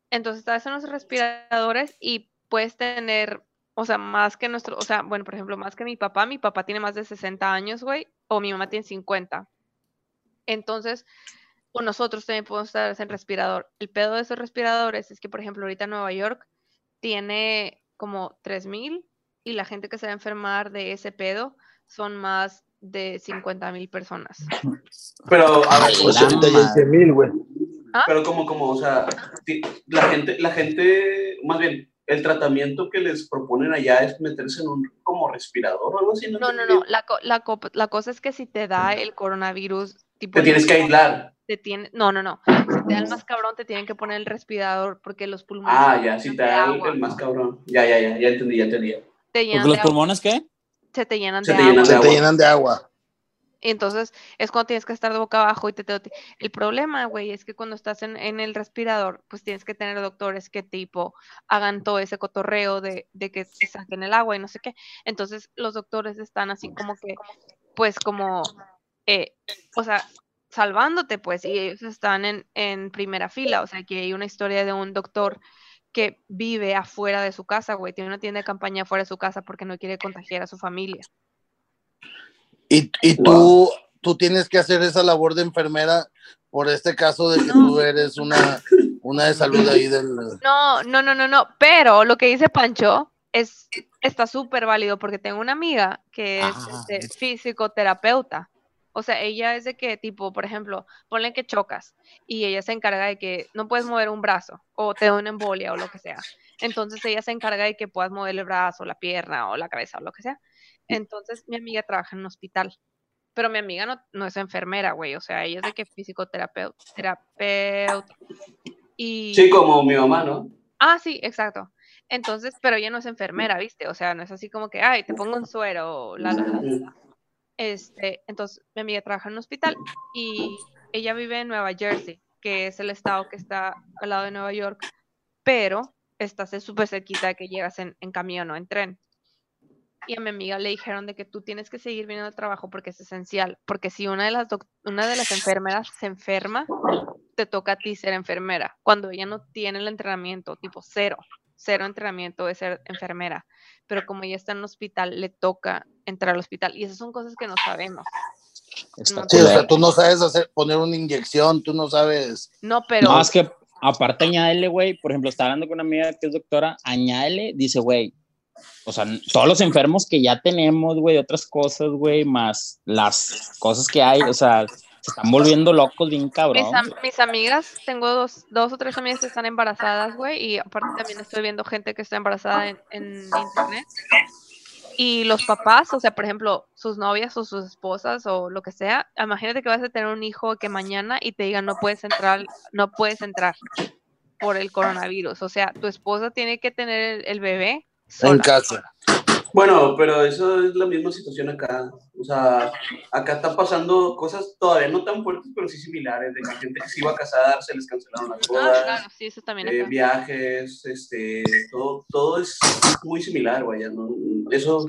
[SPEAKER 1] Entonces, estás en los respiradores y puedes tener o sea, más que nuestro, o sea, bueno, por ejemplo, más que mi papá, mi papá tiene más de 60 años, güey, o mi mamá tiene 50. Entonces, o nosotros también podemos estar en respirador. El pedo de esos respiradores es que, por ejemplo, ahorita Nueva York tiene como 3000 y la gente que se va a enfermar de ese pedo son más de 50 mil personas.
[SPEAKER 6] Pero, a ver,
[SPEAKER 3] Ay,
[SPEAKER 6] ¿cómo
[SPEAKER 3] la
[SPEAKER 6] se-
[SPEAKER 3] madre.
[SPEAKER 9] mil, güey.
[SPEAKER 6] pero como, como, o sea, ti- la gente, la gente, más bien, el tratamiento que les proponen allá es meterse en un como respirador o algo así.
[SPEAKER 1] No, no, no. La, co- la, co- la cosa es que si te da el coronavirus, tipo.
[SPEAKER 6] Te
[SPEAKER 1] en
[SPEAKER 6] tienes
[SPEAKER 1] el
[SPEAKER 6] que aislar.
[SPEAKER 1] te tiene- no, no, no, si te da el más cabrón te tienen que poner el respirador porque los pulmones
[SPEAKER 6] Ah,
[SPEAKER 1] se
[SPEAKER 6] ya, si te
[SPEAKER 1] llenan de
[SPEAKER 6] da el,
[SPEAKER 1] agua,
[SPEAKER 6] el más cabrón. Ya, ya, ya, ya entendí, ya entendí.
[SPEAKER 1] te
[SPEAKER 3] ¿Porque
[SPEAKER 1] llenan de
[SPEAKER 3] los
[SPEAKER 1] agua,
[SPEAKER 3] pulmones qué?
[SPEAKER 1] se te llenan
[SPEAKER 6] se
[SPEAKER 1] de
[SPEAKER 6] te llenan
[SPEAKER 1] agua,
[SPEAKER 9] Se
[SPEAKER 6] de
[SPEAKER 9] te
[SPEAKER 6] agua.
[SPEAKER 9] llenan de agua.
[SPEAKER 1] Y entonces es cuando tienes que estar de boca abajo y te, te, te- El problema, güey, es que cuando estás en, en el respirador, pues tienes que tener doctores que tipo hagan todo ese cotorreo de, de que te saquen el agua y no sé qué. Entonces los doctores están así como que, pues como, eh, o sea, salvándote, pues, y ellos están en, en primera fila. O sea, que hay una historia de un doctor que vive afuera de su casa, güey, tiene una tienda de campaña afuera de su casa porque no quiere contagiar a su familia.
[SPEAKER 9] Y, y tú,
[SPEAKER 6] Wow.
[SPEAKER 9] tú tienes que hacer esa labor de enfermera por este caso de que tú eres una, una de salud ahí del...
[SPEAKER 1] No, no, no, no, no. Pero lo que dice Pancho es está súper válido porque tengo una amiga que es
[SPEAKER 9] Ah.
[SPEAKER 1] este, fisicoterapeuta. O sea, ella es de que tipo, por ejemplo, ponle que chocas y ella se encarga de que no puedes mover un brazo o te da una embolia o lo que sea. Entonces ella se encarga de que puedas mover el brazo, la pierna o la cabeza o lo que sea. Entonces mi amiga trabaja en un hospital, pero mi amiga no, no es enfermera, güey. O sea, ella es de que fisicoterapeuta. terapeuta. Y...
[SPEAKER 6] Sí, como mi mamá, ¿no?
[SPEAKER 1] Ah, sí, exacto. Entonces, pero ella no es enfermera, ¿viste? O sea, no es así como que, ay, te pongo un suero, la, la, la. Este, entonces, mi amiga trabaja en un hospital y ella vive en Nueva Jersey, que es el estado que está al lado de Nueva York, pero está se- súper cerquita de que llegas en, en camión o en tren. Y a mi amiga le dijeron de que tú tienes que seguir viniendo al trabajo porque es esencial, porque si una de las, doc- una de las enfermeras se enferma, te toca a ti ser enfermera, cuando ella no tiene el entrenamiento, tipo cero, cero entrenamiento de ser enfermera, pero como ella está en un hospital, le toca entrar al hospital y esas son cosas que no sabemos.
[SPEAKER 3] Está
[SPEAKER 1] No,
[SPEAKER 9] Sí, o
[SPEAKER 3] culero.
[SPEAKER 9] sea, tú no sabes hacer, poner una inyección, tú no sabes...
[SPEAKER 1] No, pero
[SPEAKER 3] No, es que aparte añádele, güey, por ejemplo, está hablando con una amiga que es doctora, añádele, dice, güey, o sea, todos los enfermos que ya tenemos, güey, otras cosas, güey, más las cosas que hay, o sea, se están volviendo locos bien cabrón.
[SPEAKER 1] mis, am- mis amigas, tengo dos, dos o tres amigas que están embarazadas, güey, y aparte también estoy viendo gente que está embarazada en, en internet. Y los papás, o sea, por ejemplo, sus novias o sus esposas o lo que sea, imagínate que vas a tener un hijo que mañana y te digan no puedes entrar, no puedes entrar por el coronavirus. O sea, tu esposa tiene que tener el, el bebé
[SPEAKER 9] En
[SPEAKER 1] sola.
[SPEAKER 9] casa.
[SPEAKER 6] Bueno, pero eso es la misma situación acá. O sea, acá está pasando cosas todavía no tan fuertes, pero sí similares, de que gente que se iba a casar, se les cancelaron las
[SPEAKER 1] Ah,
[SPEAKER 6] bodas,
[SPEAKER 1] claro, sí, eso también
[SPEAKER 6] eh,
[SPEAKER 1] acá.
[SPEAKER 6] viajes, este, todo, todo es muy similar, vaya, ¿no? Eso,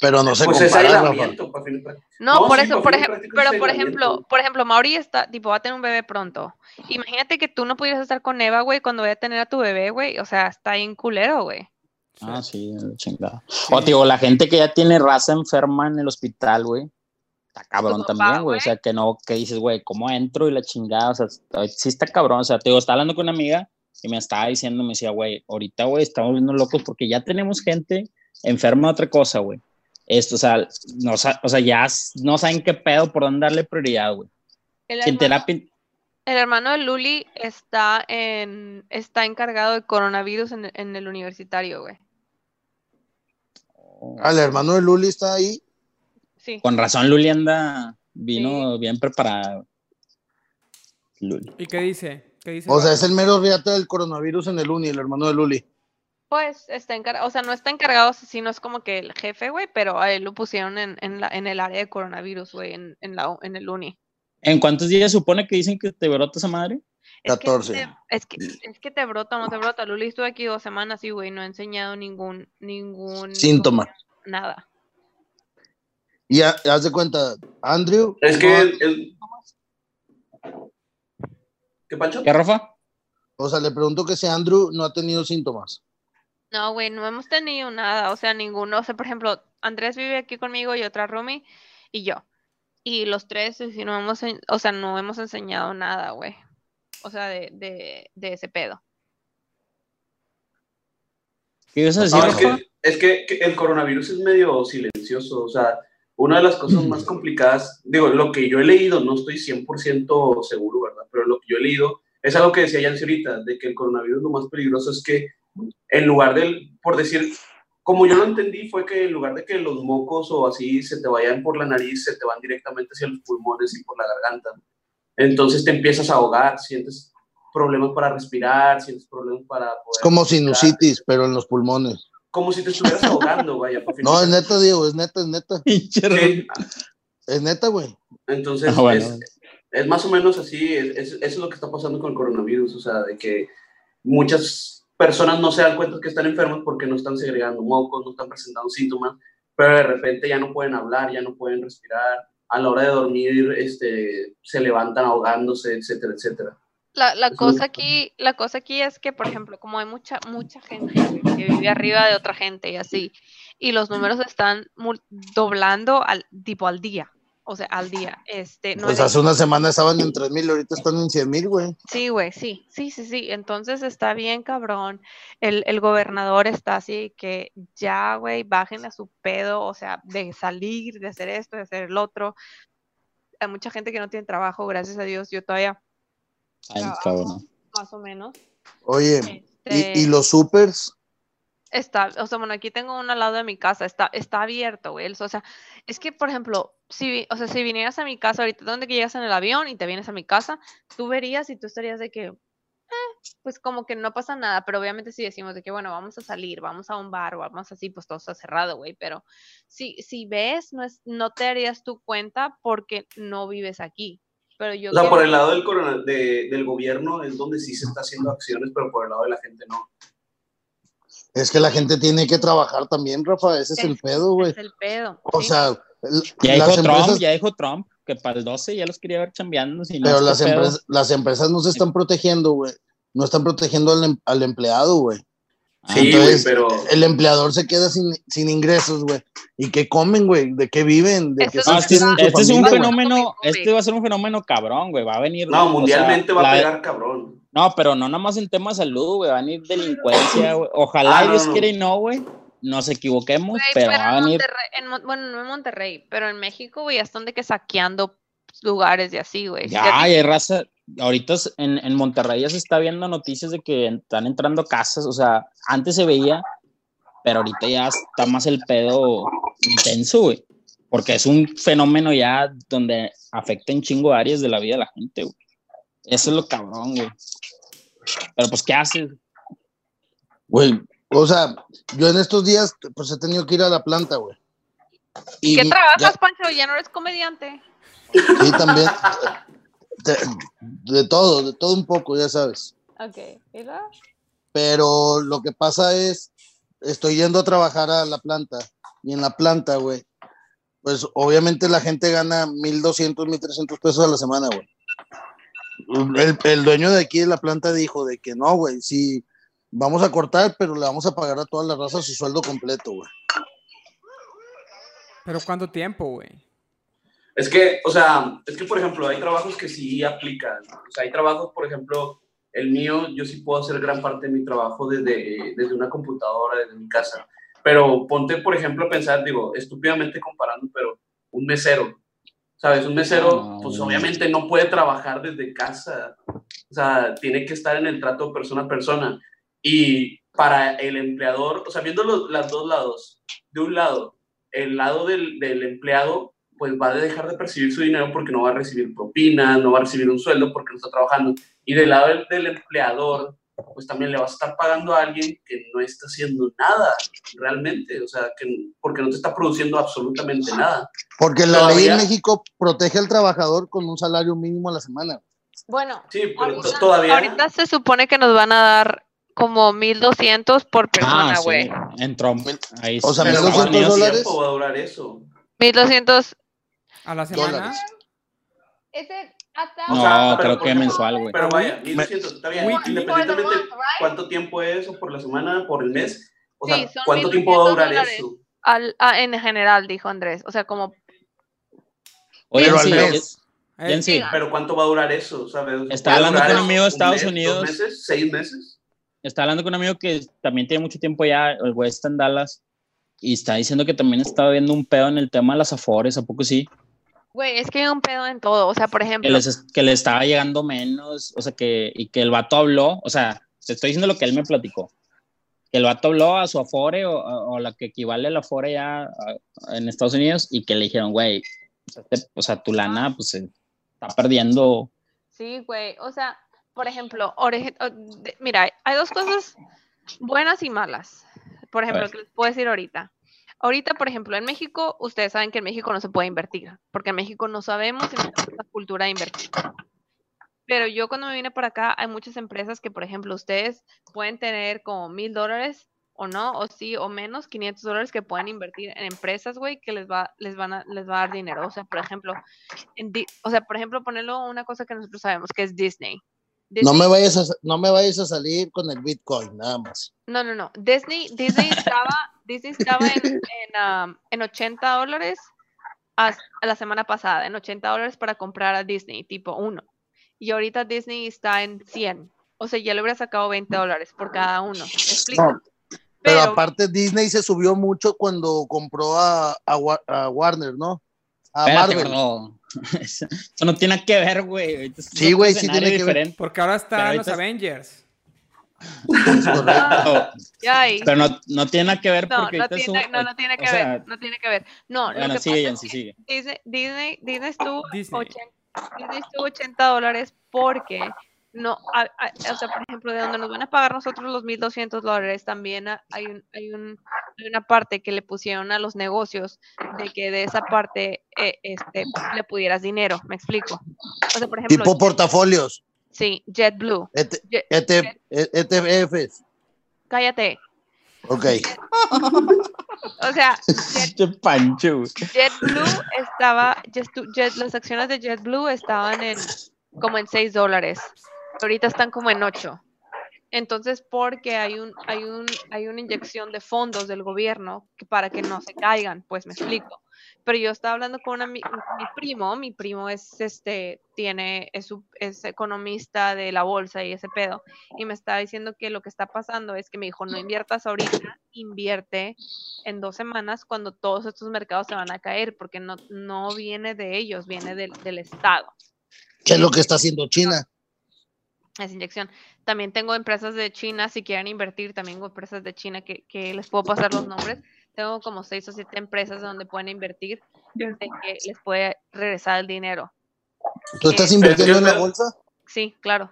[SPEAKER 9] Pero no se
[SPEAKER 6] pues es
[SPEAKER 9] compara, Rafa.
[SPEAKER 6] aislamiento, para fin de prácticas.
[SPEAKER 1] No,
[SPEAKER 6] No,
[SPEAKER 1] por
[SPEAKER 6] sí,
[SPEAKER 1] eso,
[SPEAKER 6] por
[SPEAKER 1] por
[SPEAKER 6] fin de
[SPEAKER 1] ejemplo,
[SPEAKER 6] prácticas
[SPEAKER 1] pero
[SPEAKER 6] es
[SPEAKER 1] por
[SPEAKER 6] aislamiento.
[SPEAKER 1] ejemplo, por ejemplo, Mauri está, tipo, va a tener un bebé pronto. Imagínate que tú no pudieras estar con Eva, güey, cuando vaya a tener a tu bebé, güey. O sea, está bien culero, güey.
[SPEAKER 3] Ah, sí, la chingada. O digo, la gente que ya tiene raza enferma en el hospital, güey. Está cabrón
[SPEAKER 1] Tu papá,
[SPEAKER 3] también, güey.
[SPEAKER 1] güey.
[SPEAKER 3] O sea, que no, que dices, güey, ¿cómo entro? Y la chingada, o sea, está- sí está cabrón. O sea, te digo, estaba hablando con una amiga y me estaba diciendo, me decía, güey, ahorita, güey, estamos viendo locos porque ya tenemos gente enferma de otra cosa, güey. Esto, o sea, no, sa- o sea, ya s- no saben qué pedo, por dónde darle prioridad, güey.
[SPEAKER 1] El
[SPEAKER 3] Sin
[SPEAKER 1] hermano,
[SPEAKER 3] terapia,
[SPEAKER 1] el hermano de Luli está en, está encargado de coronavirus en, en el universitario, güey.
[SPEAKER 9] Al hermano de Luli está ahí.
[SPEAKER 1] Sí.
[SPEAKER 3] con razón, Luli anda, vino bien preparada. Luli.
[SPEAKER 2] ¿Y qué dice? ¿Qué dice?
[SPEAKER 9] O sea,
[SPEAKER 2] vato?
[SPEAKER 9] es el mero riata del coronavirus en el uni, el hermano de Luli.
[SPEAKER 1] Pues está encargado, o sea, no está encargado, sino es como que el jefe, güey, pero a él lo pusieron en, en la, en el área de coronavirus, güey, en, en, la, en el uni.
[SPEAKER 3] ¿En cuántos días supone que dicen que te brota esa madre?
[SPEAKER 1] Es que
[SPEAKER 9] 14.
[SPEAKER 1] te- Es que, es que te brota o no te brota. Luli estuve aquí dos semanas y, güey, no he enseñado ningún, ningún
[SPEAKER 9] Síntoma.
[SPEAKER 1] Nada.
[SPEAKER 9] Y ha- haz de cuenta, Andrew.
[SPEAKER 6] Es que,
[SPEAKER 9] no-
[SPEAKER 6] el- ¿qué Pancho?
[SPEAKER 3] ¿Qué, Rafa?
[SPEAKER 9] o sea, le pregunto que si Andrew no ha tenido síntomas.
[SPEAKER 1] No, güey, no hemos tenido nada. O sea, ninguno. O sea, por ejemplo, Andrés vive aquí conmigo y otra roomie y yo. Y los tres, y si no hemos, en- o sea, no hemos enseñado nada, güey. O sea, de, de, de ese pedo.
[SPEAKER 3] ¿Qué ibas a decir,
[SPEAKER 6] No, es
[SPEAKER 3] Rafa?
[SPEAKER 6] que, es que- que el coronavirus es medio silencioso, o sea, una de las cosas más complicadas, digo, lo que yo he leído, no estoy 100% seguro, ¿verdad? Pero lo que yo he leído es algo que decía Yancy ahorita, de que el coronavirus lo más peligroso es que en lugar del, por decir, como yo lo entendí, fue que en lugar de que los mocos o así se te vayan por la nariz, se te van directamente hacia los pulmones y por la garganta. Entonces te empiezas a ahogar, sientes problemas para respirar, sientes problemas para poder...
[SPEAKER 9] Es como
[SPEAKER 6] respirar
[SPEAKER 9] sinusitis, pero en los pulmones.
[SPEAKER 6] como si te estuvieras ahogando, vaya. por fin.
[SPEAKER 9] No, es neta, Diego, es neta, es neta.
[SPEAKER 3] Pinche
[SPEAKER 6] Sí,
[SPEAKER 9] Es neta, güey.
[SPEAKER 6] Entonces,
[SPEAKER 3] Ah, bueno.
[SPEAKER 6] es, es más o menos así, es, es- eso es lo que está pasando con el coronavirus, o sea, de que muchas personas no se dan cuenta que están enfermos porque no están segregando mocos, no están presentando síntomas, pero de repente ya no pueden hablar, ya no pueden respirar, a la hora de dormir este, se levantan ahogándose, etcétera, etcétera.
[SPEAKER 1] La, la
[SPEAKER 6] Ujú.
[SPEAKER 1] cosa aquí, la cosa aquí es que, por ejemplo, como hay mucha, mucha gente güey, que vive arriba de otra gente y así, y los números están mul- doblando al tipo al día. O sea, al día. Este, no
[SPEAKER 9] Pues
[SPEAKER 1] era-
[SPEAKER 9] hace una semana estaban en 3 mil, ahorita están en 100 mil, güey.
[SPEAKER 1] Sí, güey, sí, sí, sí, sí. Entonces está bien, cabrón. El, el gobernador está así que ya, güey, bajen a su pedo, o sea, de salir, de hacer esto, de hacer el otro. Hay mucha gente que no tiene trabajo, gracias a Dios. Yo todavía,
[SPEAKER 3] Ay,
[SPEAKER 1] Trabajo.
[SPEAKER 3] cabrón.
[SPEAKER 1] más o menos.
[SPEAKER 9] Oye,
[SPEAKER 1] este,
[SPEAKER 9] y, y los supers,
[SPEAKER 1] Está, o sea, bueno, aquí tengo uno al lado de mi casa, está, está abierto, güey. O sea, es que, por ejemplo, si, vi- o sea, si vinieras a mi casa ahorita, donde que llegas en el avión y te vienes a mi casa, tú verías y tú estarías de que, "Eh, pues como que no pasa nada, pero obviamente si decimos de que, bueno, vamos a salir, vamos a un bar o vamos así, pues todo está cerrado, güey. Pero si, si ves, no, es, no te darías tu cuenta porque no vives aquí. Pero yo
[SPEAKER 6] O sea,
[SPEAKER 1] que-
[SPEAKER 6] por el lado del, corona- de- del gobierno es donde sí se está haciendo acciones, pero por el lado de la gente no.
[SPEAKER 9] es que la gente tiene que trabajar también, Rafa, ese es el
[SPEAKER 1] Es-
[SPEAKER 9] pedo, güey.
[SPEAKER 1] es el pedo.
[SPEAKER 9] O
[SPEAKER 1] sí.
[SPEAKER 9] sea, l-
[SPEAKER 3] Ya
[SPEAKER 9] las
[SPEAKER 3] dijo
[SPEAKER 9] empresas,
[SPEAKER 3] Trump, ya dijo Trump, que para el 12 ya los quería ver chambeando. si no,
[SPEAKER 9] pero
[SPEAKER 3] este
[SPEAKER 9] las,
[SPEAKER 3] pedo.
[SPEAKER 9] empresas, las empresas no se están protegiendo, güey. No están protegiendo al, em- al empleado, güey.
[SPEAKER 3] Ah,
[SPEAKER 6] Sí, güey,
[SPEAKER 9] entonces,
[SPEAKER 6] pero...
[SPEAKER 9] El empleador se queda sin, sin ingresos, güey. ¿Y qué comen, güey? ¿De qué viven? ¿De
[SPEAKER 1] Eso
[SPEAKER 9] qué
[SPEAKER 1] es-
[SPEAKER 3] No, este, es-
[SPEAKER 9] sostienen su
[SPEAKER 3] este es un
[SPEAKER 9] familia, güey?
[SPEAKER 3] fenómeno,
[SPEAKER 1] Covid.
[SPEAKER 3] este va a ser un fenómeno cabrón, güey, va a venir... o
[SPEAKER 6] No,
[SPEAKER 3] sea,
[SPEAKER 6] mundialmente va
[SPEAKER 3] la-
[SPEAKER 6] a pegar cabrón.
[SPEAKER 3] No, pero no nada más en tema de salud, güey, va a venir delincuencia, güey. Ojalá
[SPEAKER 6] Ah,
[SPEAKER 3] y
[SPEAKER 6] no,
[SPEAKER 3] Dios
[SPEAKER 6] no.
[SPEAKER 3] quiera y no, güey, nos equivoquemos,
[SPEAKER 1] Güey,
[SPEAKER 3] pero,
[SPEAKER 1] pero
[SPEAKER 3] va a
[SPEAKER 1] en
[SPEAKER 3] venir...
[SPEAKER 1] Monterrey- en Mon- bueno, no en Monterrey, pero en México, güey, ya están de que saqueando lugares y así, güey.
[SPEAKER 3] Ya,
[SPEAKER 1] Ya-
[SPEAKER 3] hay raza. Ahorita es- en, en Monterrey ya se está viendo noticias de que están entrando casas, o sea, antes se veía, pero ahorita ya está más el pedo intenso, güey. Porque es un fenómeno ya donde afecta en chingo áreas de la vida de la gente, güey. Eso es lo cabrón, güey. Pero pues, ¿qué haces?
[SPEAKER 9] Güey, o sea, yo en estos días, pues he tenido que ir a la planta, güey.
[SPEAKER 1] ¿Y qué
[SPEAKER 9] ya-
[SPEAKER 1] trabajas, Pancho? Ya no eres comediante.
[SPEAKER 9] Sí, también. De, de todo, de todo un poco, ya sabes.
[SPEAKER 4] Ok, ¿y luego?
[SPEAKER 9] Pero lo que pasa es, estoy yendo a trabajar a la planta y en la planta, güey, pues obviamente la gente gana 1.200, 1.300 pesos a la semana, güey. El, el dueño de aquí de la planta dijo de que no, güey, sí, vamos a cortar, pero le vamos a pagar a toda la raza su sueldo completo, güey.
[SPEAKER 2] Pero ¿cuánto tiempo, güey?
[SPEAKER 6] Es que, o sea, es que, por ejemplo, hay trabajos que sí aplican. ¿no? O sea, hay trabajos, por ejemplo, el mío, yo sí puedo hacer gran parte de mi trabajo desde, desde una computadora, desde mi casa. Pero ponte, por ejemplo, a pensar, digo, estúpidamente comparando, pero un mesero, ¿sabes? Un mesero,
[SPEAKER 3] No,
[SPEAKER 6] pues
[SPEAKER 3] güey.
[SPEAKER 6] obviamente no puede trabajar desde casa. O sea, tiene que estar en el trato persona a persona. Y para el empleador, o sea, viendo los las dos lados, de un lado, el lado del, del empleado, pues va a dejar de percibir su dinero porque no va a recibir propinas, no va a recibir un sueldo porque no está trabajando. Y del lado del, del empleador, pues también le va a estar pagando a alguien que no está haciendo nada realmente, o sea, que, porque no te está produciendo absolutamente nada.
[SPEAKER 9] Porque la ley
[SPEAKER 6] Todavía-
[SPEAKER 9] en México protege al trabajador con un salario mínimo a la semana.
[SPEAKER 4] Bueno,
[SPEAKER 6] Sí, pero to-
[SPEAKER 4] ahorita-
[SPEAKER 6] todavía...
[SPEAKER 1] Ahorita se supone que nos van a dar como 1200 por
[SPEAKER 3] Ah,
[SPEAKER 1] persona, güey.
[SPEAKER 3] Entró. Ahí
[SPEAKER 9] O sea,
[SPEAKER 3] en
[SPEAKER 6] pero
[SPEAKER 3] Estados
[SPEAKER 9] 1,200
[SPEAKER 6] ¿cuánto
[SPEAKER 3] Unidos.
[SPEAKER 9] dólares?
[SPEAKER 6] tiempo va a durar eso?
[SPEAKER 1] 1200
[SPEAKER 2] A la semana. ¿Eh?
[SPEAKER 9] Dólares.
[SPEAKER 4] ese hasta...
[SPEAKER 6] O
[SPEAKER 3] No,
[SPEAKER 6] sea, pero
[SPEAKER 3] creo
[SPEAKER 6] por
[SPEAKER 3] que
[SPEAKER 6] ejemplo-
[SPEAKER 3] mensual, güey.
[SPEAKER 6] Pero vaya,
[SPEAKER 2] Week-
[SPEAKER 6] 1200, está bien,
[SPEAKER 2] Week-
[SPEAKER 6] independientemente
[SPEAKER 4] For the month, right?
[SPEAKER 6] cuánto tiempo es, o por la semana, por el mes, o sea,
[SPEAKER 1] Sí, son
[SPEAKER 6] ¿cuánto tiempo va a durar
[SPEAKER 1] 1200
[SPEAKER 6] eso?
[SPEAKER 1] al, ah, en general, dijo Andrés. O sea, como
[SPEAKER 3] Oye,
[SPEAKER 9] Pero
[SPEAKER 3] sí,
[SPEAKER 9] al mes.
[SPEAKER 3] es-
[SPEAKER 2] Eh,
[SPEAKER 3] Bien, sí.
[SPEAKER 1] Diga.
[SPEAKER 6] Pero ¿cuánto va a durar eso? ¿Sabes?
[SPEAKER 3] Está
[SPEAKER 6] ¿Va a
[SPEAKER 3] hablando
[SPEAKER 6] durar
[SPEAKER 3] con un amigo de
[SPEAKER 6] un
[SPEAKER 3] Estados
[SPEAKER 6] mes,
[SPEAKER 3] Unidos.
[SPEAKER 6] ¿Dos meses? ¿Seis meses?
[SPEAKER 3] Estaba hablando con un amigo que también tiene mucho tiempo ya, el güey está en Dallas, y está diciendo que también estaba viendo un pedo en el tema de las afores, ¿a poco sí?
[SPEAKER 1] Güey, es que hay un pedo en todo. O sea, por
[SPEAKER 3] Que,
[SPEAKER 1] ejemplo,
[SPEAKER 3] les, que le estaba llegando menos, o sea, que, y que el vato habló, o sea, te estoy diciendo lo que él me platicó, que el vato habló a su afore o, o la que equivale a la afore ya a- en Estados Unidos y que le dijeron, güey, o sea, te- o sea, tu lana, pues, se está perdiendo.
[SPEAKER 1] Sí, güey. O sea, por ejemplo, ore- o- de- mira, hay dos cosas buenas y malas. Por ejemplo,
[SPEAKER 3] ver.
[SPEAKER 1] que les puedo decir ahorita. Ahorita, por ejemplo, en México, ustedes saben que en México no se puede invertir, porque en México no sabemos y no tenemos la cultura de invertir. Pero yo cuando me vine para acá, hay muchas empresas que, por ejemplo, ustedes pueden tener como mil dólares o no, o sí, o menos 500 dólares que puedan invertir en empresas, güey, que les va, les van a, les va a dar dinero. O sea, por ejemplo, en Di- o sea, por ejemplo, ponerlo una cosa que nosotros sabemos, que es Disney.
[SPEAKER 9] No
[SPEAKER 1] Disney
[SPEAKER 9] me, vayas a, no me vayas a salir con el Bitcoin, nada más.
[SPEAKER 1] No, no, no. Disney, Disney estaba, Disney estaba en, en, am, en 80 dólares as- a la semana pasada, en 80 dólares para comprar a Disney, tipo 1. Y ahorita Disney está en 100. O sea, ya le hubiera sacado 20 dólares por cada uno. ¿Me explico?
[SPEAKER 9] No, Pero, aparte Disney se subió mucho cuando compró a, a Wa- a Warner, ¿no? A
[SPEAKER 3] Espérate,
[SPEAKER 9] Marvel.
[SPEAKER 3] gordo. Eso eso no tiene que ver, güey. Ahorita es
[SPEAKER 9] Sí,
[SPEAKER 3] otro
[SPEAKER 9] güey, sí
[SPEAKER 3] escenario
[SPEAKER 9] tiene que ver.
[SPEAKER 3] diferente.
[SPEAKER 2] Porque ahora
[SPEAKER 3] Pero
[SPEAKER 2] están
[SPEAKER 3] ahorita
[SPEAKER 2] los
[SPEAKER 3] es-
[SPEAKER 2] Avengers.
[SPEAKER 1] Ah,
[SPEAKER 3] Pero,
[SPEAKER 1] ya ahí.
[SPEAKER 3] pero no, no tiene nada que ver
[SPEAKER 1] No,
[SPEAKER 3] porque
[SPEAKER 1] no
[SPEAKER 3] ahorita es un-
[SPEAKER 1] tiene, no, no tiene
[SPEAKER 3] o
[SPEAKER 1] que
[SPEAKER 3] sea,
[SPEAKER 1] ver, no tiene que ver. No, lo
[SPEAKER 3] Bueno,
[SPEAKER 1] que
[SPEAKER 3] sigue,
[SPEAKER 1] pasa es
[SPEAKER 3] Yancy,
[SPEAKER 1] que
[SPEAKER 3] sigue.
[SPEAKER 1] Disney, Disney, Disney estuvo
[SPEAKER 2] Disney.
[SPEAKER 1] 80, Disney estuvo 80 dólares porque no, a- a- o sea, por ejemplo, de donde nos van a pagar nosotros los 1.200 dólares, también a- hay, un, hay, un, hay una parte que le pusieron a los negocios de que de esa parte eh, este, le pudieras dinero, me explico. O sea, por ejemplo,
[SPEAKER 9] Tipo portafolios,
[SPEAKER 1] sí, JetBlue.
[SPEAKER 9] ET-
[SPEAKER 1] Jet-
[SPEAKER 9] ET- E ETFs.
[SPEAKER 1] cállate.
[SPEAKER 9] Ok.
[SPEAKER 1] O sea, Jet-
[SPEAKER 3] Che Este pancho, güey.
[SPEAKER 1] JetBlue estaba, Jetu- Jet- las acciones de JetBlue estaban en como en 6 dólares. Ahorita están como en 8. Entonces, porque hay un, hay un, hay una inyección de fondos del gobierno que- para que no se caigan, pues me explico. Pero yo estaba hablando con una ami- mi primo, mi primo es este, tiene, es, su- es economista de la bolsa y ese pedo, y me estaba diciendo que lo que está pasando es que me dijo, no inviertas ahorita, invierte en dos semanas cuando todos estos mercados se van a caer, porque no, no viene de ellos, viene del, del Estado,
[SPEAKER 9] ¿Qué es lo que está haciendo China?
[SPEAKER 1] esa inyección. También tengo empresas de China, si quieren invertir, también tengo empresas de China que, que les puedo pasar los nombres. Tengo como seis o siete empresas donde pueden invertir, de que les puede regresar el dinero.
[SPEAKER 9] ¿Tú estás
[SPEAKER 1] Eh,
[SPEAKER 9] invirtiendo
[SPEAKER 6] Pero es
[SPEAKER 9] en
[SPEAKER 6] que
[SPEAKER 9] la
[SPEAKER 6] el-
[SPEAKER 9] bolsa?
[SPEAKER 1] Sí, claro.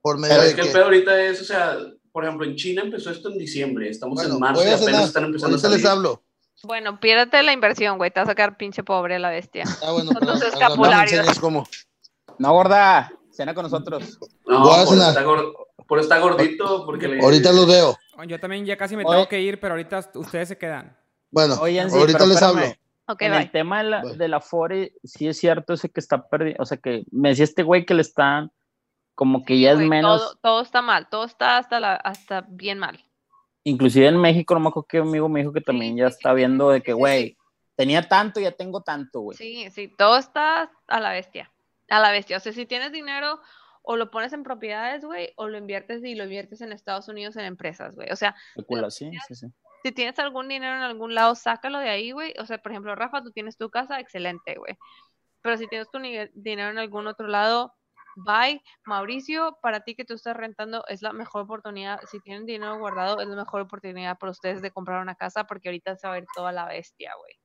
[SPEAKER 9] ¿Por medio
[SPEAKER 6] Pero es
[SPEAKER 9] de
[SPEAKER 6] que el
[SPEAKER 9] qué?
[SPEAKER 6] pedo ahorita es, o sea, por ejemplo, en China empezó esto en diciembre, estamos
[SPEAKER 9] Bueno,
[SPEAKER 6] en marzo
[SPEAKER 9] voy
[SPEAKER 6] y
[SPEAKER 9] a
[SPEAKER 6] apenas
[SPEAKER 9] cenar.
[SPEAKER 6] están empezando a
[SPEAKER 9] Ahorita les
[SPEAKER 6] salir.
[SPEAKER 9] hablo.
[SPEAKER 1] Bueno, piérdate la inversión, güey, te vas a quedar pinche pobre la bestia.
[SPEAKER 9] Ah, bueno,
[SPEAKER 1] Son
[SPEAKER 9] pero
[SPEAKER 1] tus
[SPEAKER 9] al rato me
[SPEAKER 1] escapularios.
[SPEAKER 9] enseñas cómo.
[SPEAKER 3] No, gorda. Cena con nosotros.
[SPEAKER 6] No,
[SPEAKER 9] Voy a
[SPEAKER 6] por
[SPEAKER 9] cenar.
[SPEAKER 6] estar, gor- por estar gordito, porque le-
[SPEAKER 9] Ahorita los veo.
[SPEAKER 2] Yo también ya casi me
[SPEAKER 3] Oye.
[SPEAKER 2] tengo que ir, pero ahorita ust- ustedes se quedan.
[SPEAKER 9] Bueno,
[SPEAKER 3] Oye, Yancy,
[SPEAKER 9] ahorita
[SPEAKER 3] pero
[SPEAKER 9] les
[SPEAKER 3] espérame.
[SPEAKER 9] hablo.
[SPEAKER 1] Ok,
[SPEAKER 3] en el
[SPEAKER 1] bye.
[SPEAKER 3] tema de la,
[SPEAKER 9] Bye.
[SPEAKER 3] de la Fore, sí es cierto ese que está perdido. O sea, que me decía este güey que le están como que ya es
[SPEAKER 1] Güey,
[SPEAKER 3] menos.
[SPEAKER 1] todo, todo está mal, todo está hasta, la, hasta bien mal.
[SPEAKER 3] Inclusive en México, no me acuerdo que amigo me dijo que también ya
[SPEAKER 1] sí, sí,
[SPEAKER 3] está
[SPEAKER 1] sí,
[SPEAKER 3] viendo de
[SPEAKER 1] sí,
[SPEAKER 3] que,
[SPEAKER 1] sí, sí.
[SPEAKER 3] güey, tenía tanto, ya tengo tanto,
[SPEAKER 6] pues.
[SPEAKER 3] güey.
[SPEAKER 1] Sí, sí, todo está a la bestia. A la bestia. O sea, si tienes dinero, o lo pones en propiedades, güey, o lo inviertes y lo inviertes en Estados Unidos en empresas, güey. O sea,
[SPEAKER 3] Especula, sí, sí, sí.
[SPEAKER 1] si tienes algún dinero en algún lado, sácalo de ahí, güey. O sea, por ejemplo, Rafa, tú tienes tu casa, excelente, güey. Pero si tienes tu nive- dinero en algún otro lado, bye. Mauricio, para ti que tú estás rentando, es la mejor oportunidad. Si tienen dinero guardado, es la mejor oportunidad para ustedes de comprar una casa porque ahorita se va a ir toda la bestia, güey.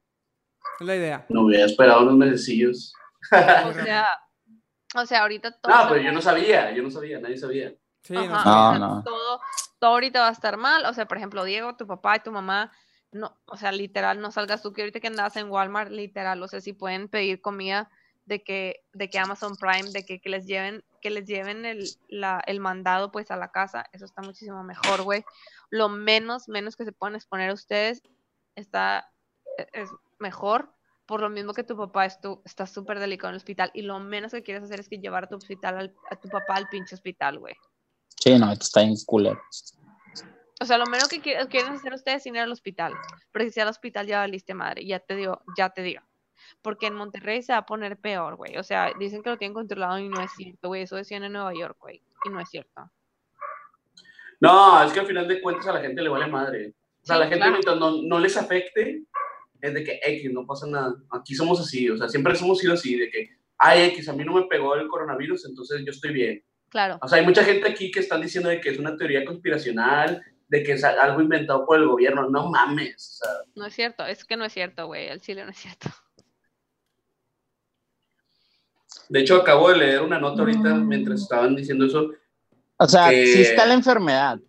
[SPEAKER 2] Es la idea.
[SPEAKER 6] No hubiera esperado unos mesecillos.
[SPEAKER 1] O
[SPEAKER 2] Muy
[SPEAKER 1] sea, o sea, ahorita todo.
[SPEAKER 6] No,
[SPEAKER 1] está
[SPEAKER 6] pero yo no sabía, yo no sabía, nadie sabía.
[SPEAKER 2] Sí, no
[SPEAKER 1] Ajá,
[SPEAKER 2] sé.
[SPEAKER 3] No,
[SPEAKER 1] o sea,
[SPEAKER 3] no.
[SPEAKER 1] Todo, todo ahorita va a estar mal. O sea, por ejemplo, Diego, tu papá y tu mamá, no, o sea, literal, no salgas tú que ahorita que andas en Walmart, literal, o sea, si pueden pedir comida de que, de que Amazon Prime, de que, que les lleven, que les lleven el, la- el mandado pues a la casa, eso está muchísimo mejor, güey. Lo menos, menos que se puedan exponer a ustedes, está, e- es mejor. Por lo mismo que tu papá estu- está súper delicado en el hospital y lo menos que quieres hacer es que llevar a tu hospital al- a tu papá al pinche hospital, güey.
[SPEAKER 3] Sí, no, esto está en culero.
[SPEAKER 1] O sea, lo menos que qui- quieren hacer ustedes es ir al hospital. Pero si sea al hospital ya valiste madre, ya te digo, ya te digo. Porque en Monterrey se va a poner peor, güey. O sea, dicen que lo tienen controlado y no es cierto, güey. Eso decían en Nueva York, güey. Y no es cierto.
[SPEAKER 6] No, es que al final de cuentas a la gente le vale madre. O sea, a
[SPEAKER 1] Sí,
[SPEAKER 6] la gente
[SPEAKER 1] claro.
[SPEAKER 6] mientras no, no les afecte, es de que X, no pasa nada. Aquí somos así, o sea, siempre hemos sido así, de que, ay, X, a mí no me pegó el coronavirus, entonces yo estoy bien.
[SPEAKER 1] Claro.
[SPEAKER 6] O sea, hay mucha gente aquí que están diciendo de que es una teoría conspiracional, de que es algo inventado por el gobierno. No mames. O sea,
[SPEAKER 1] No es cierto. Es que no es cierto, güey. El Chile no es cierto.
[SPEAKER 6] de hecho, acabo
[SPEAKER 1] Mm.
[SPEAKER 6] de leer una nota ahorita mientras estaban diciendo eso.
[SPEAKER 3] O sea,
[SPEAKER 6] Eh,
[SPEAKER 3] sí está la enfermedad.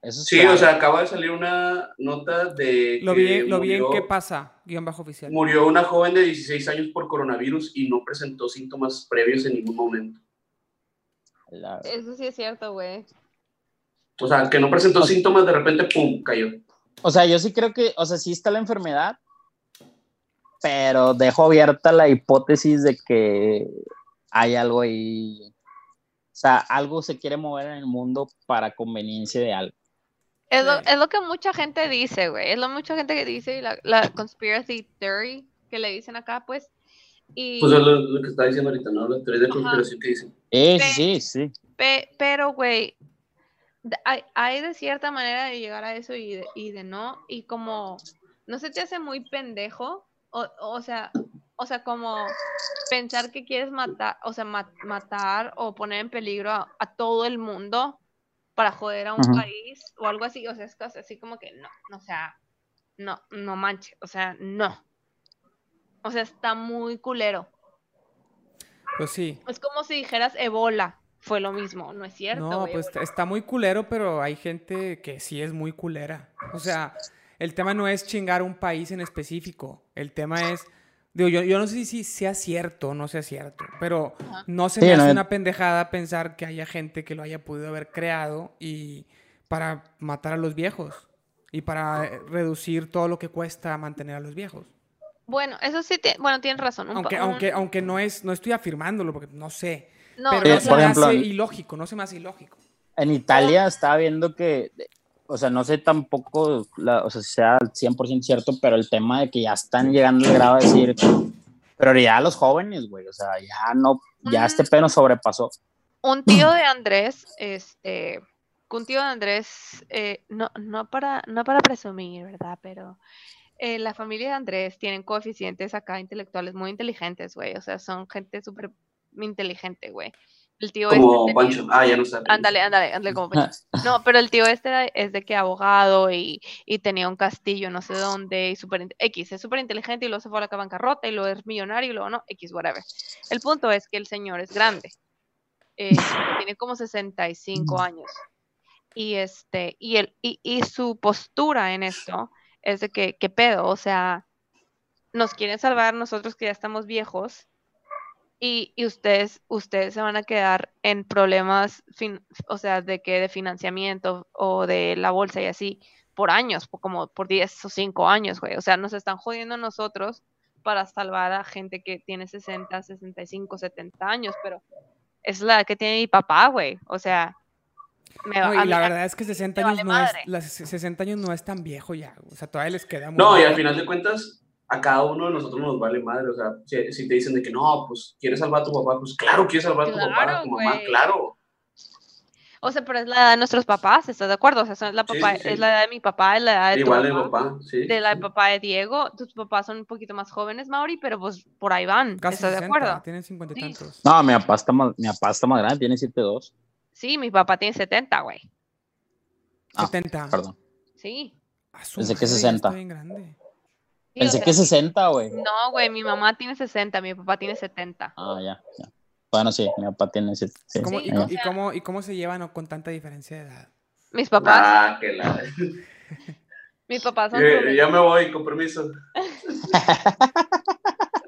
[SPEAKER 3] Eso es
[SPEAKER 6] Sí,
[SPEAKER 3] clave.
[SPEAKER 6] o sea, acaba de salir una nota de.
[SPEAKER 2] Lo
[SPEAKER 6] que
[SPEAKER 2] vi, lo vi en
[SPEAKER 6] Eh, murió-
[SPEAKER 2] qué pasa, guión bajo oficial.
[SPEAKER 6] Murió una joven de 16 años por coronavirus y no presentó síntomas previos en ningún momento.
[SPEAKER 3] La-
[SPEAKER 4] Eso sí es cierto, güey.
[SPEAKER 6] O sea, que no presentó síntomas, de repente, pum, cayó.
[SPEAKER 3] O sea, yo sí creo que, o sea, sí está la enfermedad, pero dejo abierta la hipótesis de que hay algo ahí. O sea, algo se quiere mover en el mundo para conveniencia de algo.
[SPEAKER 1] Es lo,
[SPEAKER 2] Sí.
[SPEAKER 1] es lo que mucha gente dice, güey. Es lo mucha gente que dice y la, la conspiracy theory que le dicen acá, pues. Y,
[SPEAKER 6] Pues es lo, lo que está diciendo ahorita, ¿no? Las teorías de
[SPEAKER 1] Ajá.
[SPEAKER 6] conspiración que dicen.
[SPEAKER 3] Eh, sí, sí, sí.
[SPEAKER 1] pe- pero, güey, de- hay, hay de cierta manera de llegar a eso y de, y de no. Y como, ¿no se te hace muy pendejo? O, o sea, o sea, como pensar que quieres matar, o sea, ma- matar o poner en peligro a, a todo el mundo para joder a un
[SPEAKER 3] Ajá.
[SPEAKER 1] país o algo así. O sea, es cosa así como que no, o sea, no, no manches, o sea, no. O sea, está muy culero.
[SPEAKER 2] Pues sí.
[SPEAKER 1] Es como si dijeras Ebola, fue lo mismo, ¿no es cierto?
[SPEAKER 2] No,
[SPEAKER 1] güey?
[SPEAKER 2] pues está muy culero, pero hay gente que sí es muy culera. O sea, el tema no es chingar un país en específico. El tema es. Digo, yo, yo no sé si sea cierto o no sea cierto, pero no se
[SPEAKER 3] Sí,
[SPEAKER 2] me
[SPEAKER 3] no,
[SPEAKER 2] hace
[SPEAKER 3] eh.
[SPEAKER 2] una pendejada pensar que haya gente que lo haya podido haber creado y para matar a los viejos y para eh, reducir todo lo que cuesta mantener a los viejos.
[SPEAKER 1] Bueno, eso sí, tie- bueno, tienes razón. un pa-
[SPEAKER 2] Aunque,
[SPEAKER 1] un-
[SPEAKER 2] aunque, aunque no es, no estoy afirmándolo porque no sé.
[SPEAKER 1] no,
[SPEAKER 2] pero
[SPEAKER 1] no,
[SPEAKER 2] no
[SPEAKER 3] Sí,
[SPEAKER 2] se
[SPEAKER 3] por
[SPEAKER 2] me
[SPEAKER 3] ejemplo,
[SPEAKER 2] hace
[SPEAKER 3] el-
[SPEAKER 2] ilógico, no se me hace ilógico.
[SPEAKER 3] En Italia estaba viendo que, o sea, no sé tampoco, la- o sea, si sea al 100% cierto, pero el tema de que ya están llegando al grado de decir prioridad a los jóvenes, güey. O sea, ya no, ya este pedo nos sobrepasó.
[SPEAKER 1] un tío de Andrés, este, un tío de Andrés, eh, no, no, para, no para presumir, ¿verdad? Pero eh, la familia de Andrés tienen coeficientes acá intelectuales muy inteligentes, güey. O sea, son gente súper inteligente, güey. El tío
[SPEAKER 6] Como
[SPEAKER 1] este tenía-
[SPEAKER 6] Pancho. Ah, ya no sabe.
[SPEAKER 1] Ándale, ándale, ándale como Pancho. No, pero el tío este era- es de que abogado y, y tenía un castillo no sé dónde y super X, es súper inteligente y luego se fue a la bancarrota y luego es millonario y luego no, X, whatever. El punto es que el señor es grande. eh, tiene como 65 años. Y este, y el, y, y su postura en esto es de que, ¿qué pedo? O sea, nos quieren salvar nosotros que ya estamos viejos y, y ustedes, ustedes se van a quedar en problemas, fin- o sea, de que de financiamiento o de la bolsa y así por años, por como por 10 o 5 años, güey. O sea, nos están jodiendo a nosotros para salvar a gente que tiene 60, 65, 70 años, pero es la edad que tiene mi papá, güey. O sea, me va-
[SPEAKER 2] No,
[SPEAKER 1] a
[SPEAKER 2] y
[SPEAKER 1] mí-
[SPEAKER 2] la
[SPEAKER 1] a-
[SPEAKER 2] verdad es que 60
[SPEAKER 1] me vale
[SPEAKER 2] años, no es,
[SPEAKER 1] madre.
[SPEAKER 2] las 60 años no es tan viejo ya. O sea, todavía les queda muy-
[SPEAKER 6] No, y al final de cuentas, a cada uno de nosotros nos vale madre. O sea, si, si te dicen de que no, pues quieres salvar a tu papá, pues claro, quieres salvar a tu papá, a tu
[SPEAKER 1] Claro,
[SPEAKER 6] mamá,
[SPEAKER 1] güey.
[SPEAKER 6] claro.
[SPEAKER 1] o sea, pero es la edad de nuestros papás, ¿estás de acuerdo? O sea, son la
[SPEAKER 6] Sí,
[SPEAKER 1] papá-
[SPEAKER 6] sí, sí.
[SPEAKER 1] es la edad de mi papá, es la edad de tu
[SPEAKER 6] Igual el
[SPEAKER 1] papá.
[SPEAKER 6] papá, sí.
[SPEAKER 1] de la de papá de Diego, tus papás son un poquito más jóvenes, Mauri, pero pues por ahí van,
[SPEAKER 2] Casi
[SPEAKER 1] ¿estás
[SPEAKER 2] 60,
[SPEAKER 1] de acuerdo?
[SPEAKER 2] tienen 50 y
[SPEAKER 1] Sí.
[SPEAKER 2] tantos.
[SPEAKER 3] No, mi papá está más, mi papá está más grande, tiene 7-2.
[SPEAKER 1] Sí, mi papá tiene 70, güey.
[SPEAKER 3] Ah,
[SPEAKER 2] 70.
[SPEAKER 3] Perdón.
[SPEAKER 1] Sí.
[SPEAKER 2] Ah, su
[SPEAKER 3] Pensé
[SPEAKER 2] madre,
[SPEAKER 3] que
[SPEAKER 2] ya
[SPEAKER 3] 60.
[SPEAKER 2] está bien grande.
[SPEAKER 1] Sí,
[SPEAKER 3] Pensé
[SPEAKER 1] o
[SPEAKER 3] que
[SPEAKER 1] sea,
[SPEAKER 3] 60, güey.
[SPEAKER 1] No, güey, mi mamá tiene 60, mi papá tiene 70.
[SPEAKER 3] Ah, ya, ya. Bueno, sí, mi papá tiene 7. Sí,
[SPEAKER 2] ¿Cómo-
[SPEAKER 1] Sí,
[SPEAKER 2] y,
[SPEAKER 3] ahí
[SPEAKER 2] co-
[SPEAKER 3] va.
[SPEAKER 2] y cómo, ¿Y cómo se llevan o con tanta diferencia de edad?
[SPEAKER 1] Mis papás,
[SPEAKER 6] Ah, que la.
[SPEAKER 1] mis papás son
[SPEAKER 6] Yo-
[SPEAKER 1] jóvenes,
[SPEAKER 6] ya me voy, con permiso.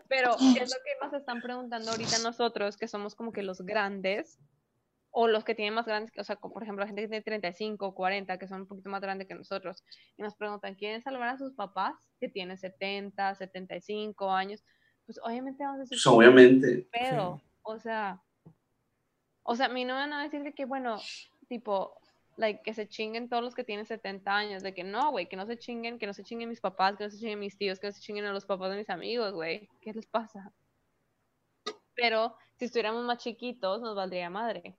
[SPEAKER 1] pero es lo que nos están preguntando ahorita nosotros, que somos como que los grandes o los que tienen más grandes, que- o sea, como por ejemplo, la gente que tiene 35, 40, que son un poquito más grandes que nosotros, y nos preguntan, ¿quieren salvar a sus papás que tienen 70, 75 años? Pues obviamente vamos a decir,
[SPEAKER 6] Pues
[SPEAKER 1] "Sí,
[SPEAKER 6] obviamente.
[SPEAKER 1] pedo. O sea, o sea, a mí no me van a decir de que, bueno, tipo, like, que se chinguen todos los que tienen 70 años, de que no, güey, que no se chinguen, que no se chinguen mis papás, que no se chinguen mis tíos, que no se chinguen a los papás de mis amigos, güey, ¿qué les pasa? Pero si estuviéramos más chiquitos, nos valdría madre.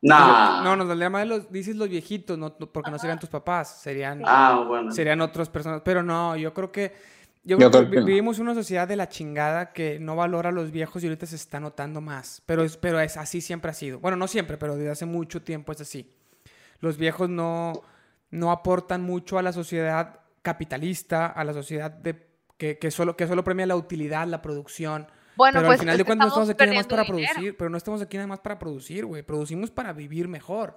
[SPEAKER 6] Nah. Ah.
[SPEAKER 2] No, nos daría más los, dices los viejitos, no, no- porque no serían tus papás, serían,
[SPEAKER 6] Ah, bueno.
[SPEAKER 2] serían otras personas. Pero no, yo creo que, yo
[SPEAKER 3] Yo
[SPEAKER 2] creo
[SPEAKER 3] creo
[SPEAKER 2] que
[SPEAKER 3] que no.
[SPEAKER 2] vivimos una sociedad de la chingada que no valora a los viejos y ahorita se está notando más. Pero es, pero es así siempre ha sido. Bueno, no siempre, pero desde hace mucho tiempo es así. los viejos no, no aportan mucho a la sociedad capitalista, a la sociedad de, que, que solo, que solo premia la utilidad, la producción.
[SPEAKER 1] Bueno,
[SPEAKER 2] pero
[SPEAKER 1] pues
[SPEAKER 2] al final
[SPEAKER 1] es
[SPEAKER 2] de
[SPEAKER 1] que
[SPEAKER 2] cuentas no estamos aquí nada más
[SPEAKER 1] perdiendo
[SPEAKER 2] para
[SPEAKER 1] dinero.
[SPEAKER 2] producir, pero no estamos aquí nada más para producir, güey. Producimos para vivir mejor.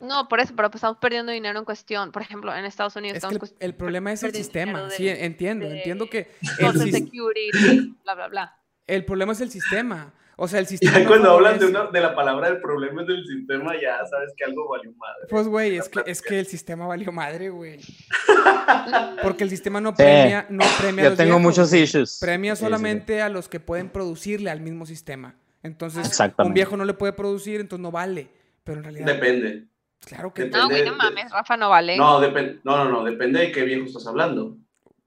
[SPEAKER 1] No, por eso, pero pues estamos perdiendo dinero en cuestión. Por ejemplo, en Estados Unidos
[SPEAKER 2] Es que
[SPEAKER 1] estamos
[SPEAKER 2] el,
[SPEAKER 1] cuest-
[SPEAKER 2] el problema es el
[SPEAKER 1] perdiendo
[SPEAKER 2] sistema.
[SPEAKER 1] dinero
[SPEAKER 2] Sí,
[SPEAKER 1] de-
[SPEAKER 2] entiendo,
[SPEAKER 1] de-
[SPEAKER 2] entiendo que el,
[SPEAKER 1] Social
[SPEAKER 2] sis-
[SPEAKER 1] Security, bla, bla, bla.
[SPEAKER 2] el problema es el sistema. O sea, el
[SPEAKER 6] Y
[SPEAKER 2] sistema.
[SPEAKER 6] ahí
[SPEAKER 2] no
[SPEAKER 6] cuando hablan de,
[SPEAKER 2] favorece-
[SPEAKER 6] una, de la palabra del problema es del sistema, ya sabes que algo valió madre.
[SPEAKER 2] Pues, güey, es que, es que el sistema valió madre, güey. Porque el sistema no premia, no premia a
[SPEAKER 3] Yo
[SPEAKER 2] los
[SPEAKER 3] tengo
[SPEAKER 2] viejos,
[SPEAKER 3] muchos
[SPEAKER 2] güey.
[SPEAKER 3] issues.
[SPEAKER 2] Premia
[SPEAKER 3] Sí, sí, sí.
[SPEAKER 2] solamente a los que pueden producirle al mismo sistema. Entonces, un
[SPEAKER 3] Exactamente.
[SPEAKER 2] viejo no le puede producir, entonces no vale. Pero en realidad,
[SPEAKER 6] Depende.
[SPEAKER 2] claro que
[SPEAKER 6] depende.
[SPEAKER 1] No, güey, no
[SPEAKER 6] de-
[SPEAKER 1] mames, Rafa no vale.
[SPEAKER 6] No, depende. No, no, no, depende de qué viejo estás hablando.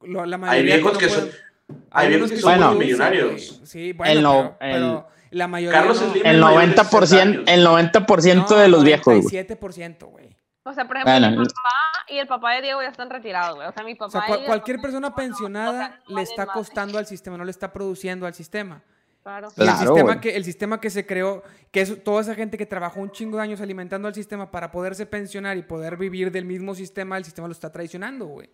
[SPEAKER 2] lo- la
[SPEAKER 6] Hay
[SPEAKER 2] mayoría
[SPEAKER 6] viejos
[SPEAKER 2] no
[SPEAKER 6] que
[SPEAKER 2] pueden-
[SPEAKER 6] son. hay
[SPEAKER 2] unos
[SPEAKER 6] viejos que
[SPEAKER 3] son
[SPEAKER 2] sí
[SPEAKER 3] muy
[SPEAKER 2] producen, güey.
[SPEAKER 6] millonarios.
[SPEAKER 2] Sí, bueno,
[SPEAKER 3] El no-
[SPEAKER 2] pero, pero la mayoría
[SPEAKER 6] Carlos
[SPEAKER 2] no.
[SPEAKER 6] Slim
[SPEAKER 3] El
[SPEAKER 6] es mayor de
[SPEAKER 3] 90%,
[SPEAKER 6] 60 años.
[SPEAKER 3] el 90%
[SPEAKER 2] No,
[SPEAKER 3] de los viejos, güey.
[SPEAKER 2] 97%, güey.
[SPEAKER 4] O sea, por ejemplo,
[SPEAKER 3] Bueno,
[SPEAKER 4] mi papá y el papá de Diego ya están retirados, güey. O sea, mi
[SPEAKER 2] O
[SPEAKER 4] papá.
[SPEAKER 2] sea,
[SPEAKER 4] y
[SPEAKER 2] cual-
[SPEAKER 4] el
[SPEAKER 2] cualquier
[SPEAKER 4] papá de
[SPEAKER 2] persona
[SPEAKER 4] Diego no, o sea,
[SPEAKER 2] pensionada
[SPEAKER 4] no
[SPEAKER 2] le
[SPEAKER 4] valen
[SPEAKER 2] está
[SPEAKER 4] madre.
[SPEAKER 2] costando al sistema, no le está produciendo al sistema.
[SPEAKER 4] Claro.
[SPEAKER 2] Y el
[SPEAKER 3] Claro,
[SPEAKER 2] sistema
[SPEAKER 3] güey.
[SPEAKER 2] que el sistema que se creó, que es toda esa gente que trabajó un chingo de años alimentando al sistema para poderse pensionar y poder vivir del mismo sistema, el sistema lo está traicionando, güey.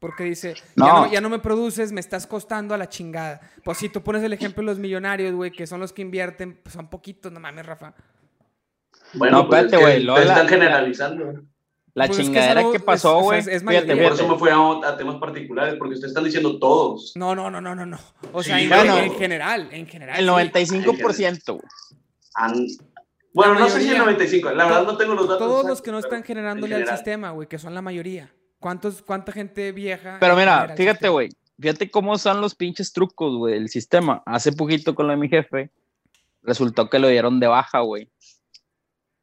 [SPEAKER 2] Porque dice, ya,
[SPEAKER 3] No.
[SPEAKER 2] no, ya no me produces, me estás costando a la chingada. Pues si tú pones el ejemplo de los millonarios, güey, que son los que invierten, pues son poquitos, no mames, Rafa.
[SPEAKER 6] Bueno,
[SPEAKER 3] No,
[SPEAKER 6] pues es
[SPEAKER 3] espérate,
[SPEAKER 6] que
[SPEAKER 3] güey,
[SPEAKER 6] te
[SPEAKER 3] Lola.
[SPEAKER 6] están generalizando.
[SPEAKER 3] La
[SPEAKER 2] Pues es que
[SPEAKER 3] chingadera
[SPEAKER 2] es
[SPEAKER 3] que,
[SPEAKER 2] algo- es-
[SPEAKER 3] pasó,
[SPEAKER 2] o sea,
[SPEAKER 3] güey.
[SPEAKER 2] es- es
[SPEAKER 3] fíjate,
[SPEAKER 2] mayoría.
[SPEAKER 6] Por eso
[SPEAKER 3] fíjate.
[SPEAKER 6] me fui a, a temas particulares, porque ustedes están diciendo todos.
[SPEAKER 2] No, no, no, no, no, no. O
[SPEAKER 6] Sí,
[SPEAKER 2] sea, en,
[SPEAKER 3] bueno.
[SPEAKER 2] en general, en general.
[SPEAKER 3] El
[SPEAKER 2] Ah, sí.
[SPEAKER 3] 95%, güey.
[SPEAKER 6] Han- Bueno,
[SPEAKER 2] La
[SPEAKER 6] no sé si el
[SPEAKER 2] mayoría.
[SPEAKER 6] 95, la verdad no tengo los datos.
[SPEAKER 2] Todos los
[SPEAKER 6] exactos,
[SPEAKER 2] que no
[SPEAKER 6] pero
[SPEAKER 2] están generándole al
[SPEAKER 6] en general.
[SPEAKER 2] sistema, güey, que son la mayoría. ¿Cuántos, ¿Cuánta gente vieja?
[SPEAKER 3] Pero
[SPEAKER 2] genera
[SPEAKER 3] mira,
[SPEAKER 2] al
[SPEAKER 3] fíjate,
[SPEAKER 2] sistema?
[SPEAKER 3] güey. Fíjate cómo son los pinches trucos, güey, del sistema. Hace poquito con lo de mi jefe, resultó que lo dieron de baja, güey.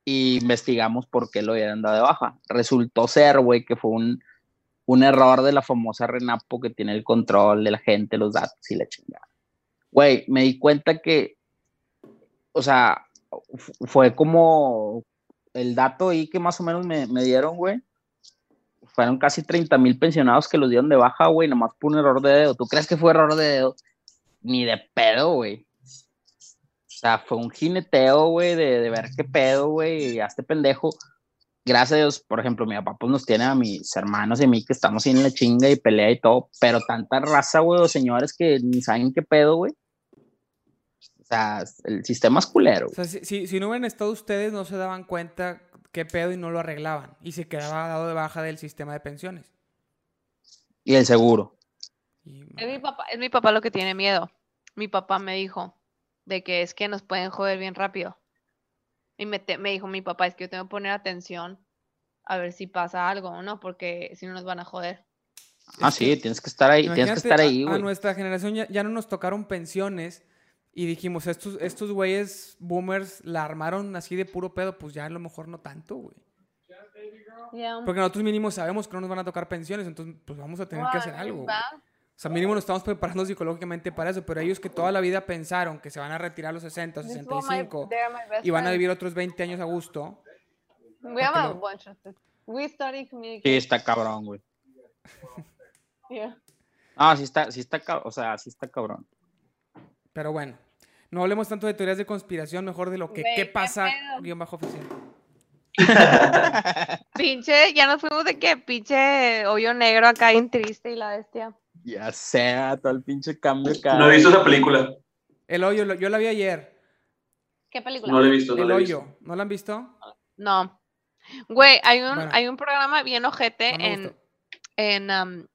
[SPEAKER 3] Y investigamos por qué lo dieron dado de baja. Resultó ser, güey, que fue un, un error de la famosa Renapo que tiene el control de la gente, los datos y la chingada. Güey, me di cuenta que, o sea, fu- fue como el dato ahí que más o menos me, me dieron, güey fueron casi 30 mil pensionados que los dieron de baja, güey, nomás por un error de dedo. ¿Tú crees que fue error de dedo? Ni de pedo, güey. O sea, fue un jineteo, güey, de, de ver qué pedo, güey, y a este pendejo. Gracias a Dios, por ejemplo, mi papá pues, nos tiene a mis hermanos y a mí que estamos en la chinga y pelea y todo, pero tanta raza, güey, o señores que ni saben qué pedo, güey. O sea, el sistema es culero.
[SPEAKER 2] O sea, si, si- si no hubieran estado ustedes, no se daban cuenta qué pedo y no lo arreglaban. Y se quedaba dado de baja del sistema de pensiones.
[SPEAKER 3] Y el seguro.
[SPEAKER 2] Y,
[SPEAKER 1] Es mi papá, es mi papá lo que tiene miedo. Mi papá me dijo de que es que nos pueden joder bien rápido. Y me, te- me dijo mi papá, es que yo tengo que poner atención a ver si pasa algo o no, porque si no nos van a joder.
[SPEAKER 3] Ah,
[SPEAKER 2] Es que-
[SPEAKER 3] sí, tienes que estar ahí, tienes que
[SPEAKER 2] Imagínate, ah,
[SPEAKER 3] estar ahí,
[SPEAKER 2] a- A,
[SPEAKER 3] güey.
[SPEAKER 2] nuestra generación ya, ya no nos tocaron pensiones y dijimos, estos, estos güeyes boomers la armaron así de puro pedo, pues ya a lo mejor no tanto, güey.
[SPEAKER 4] Yeah.
[SPEAKER 2] Porque nosotros mínimo sabemos que no nos van a tocar pensiones, entonces pues vamos a tener que hacer
[SPEAKER 4] Wow,
[SPEAKER 2] algo. güey.
[SPEAKER 4] ¿verdad?
[SPEAKER 2] O sea, mínimo nos estamos preparando psicológicamente para eso, pero ellos que toda la vida pensaron que se van a retirar a los 60,
[SPEAKER 4] This was "Oh, my-
[SPEAKER 2] 65
[SPEAKER 4] they are my best
[SPEAKER 2] y van a
[SPEAKER 4] friends.
[SPEAKER 2] vivir otros 20 años a gusto.
[SPEAKER 4] We have
[SPEAKER 2] porque
[SPEAKER 4] a
[SPEAKER 2] no-
[SPEAKER 4] bunch of this. We study
[SPEAKER 3] Sí,
[SPEAKER 4] communication.
[SPEAKER 3] está cabrón, güey.
[SPEAKER 4] Yeah.
[SPEAKER 3] Ah, sí está, sí está, cab- o sea, sí está cabrón.
[SPEAKER 2] Pero bueno, no hablemos tanto de teorías de conspiración, mejor de lo que
[SPEAKER 4] Güey,
[SPEAKER 2] qué
[SPEAKER 4] qué
[SPEAKER 2] pasa
[SPEAKER 4] pedo.
[SPEAKER 2] guión bajo oficial.
[SPEAKER 1] Pinche, ya nos fuimos de qué, pinche hoyo negro acá bien triste y la bestia.
[SPEAKER 3] Ya sea, todo el pinche cambio acá.
[SPEAKER 6] No he visto esa película.
[SPEAKER 2] El hoyo, lo- yo la vi ayer.
[SPEAKER 4] ¿Qué película?
[SPEAKER 6] No la he visto, no
[SPEAKER 2] El
[SPEAKER 6] la he visto.
[SPEAKER 2] hoyo, ¿no la han visto?
[SPEAKER 1] No. Güey, hay un,
[SPEAKER 2] Bueno.
[SPEAKER 1] hay un programa bien ojete
[SPEAKER 2] No
[SPEAKER 4] Eh,
[SPEAKER 2] me
[SPEAKER 1] en,
[SPEAKER 2] gustó.
[SPEAKER 1] en, um,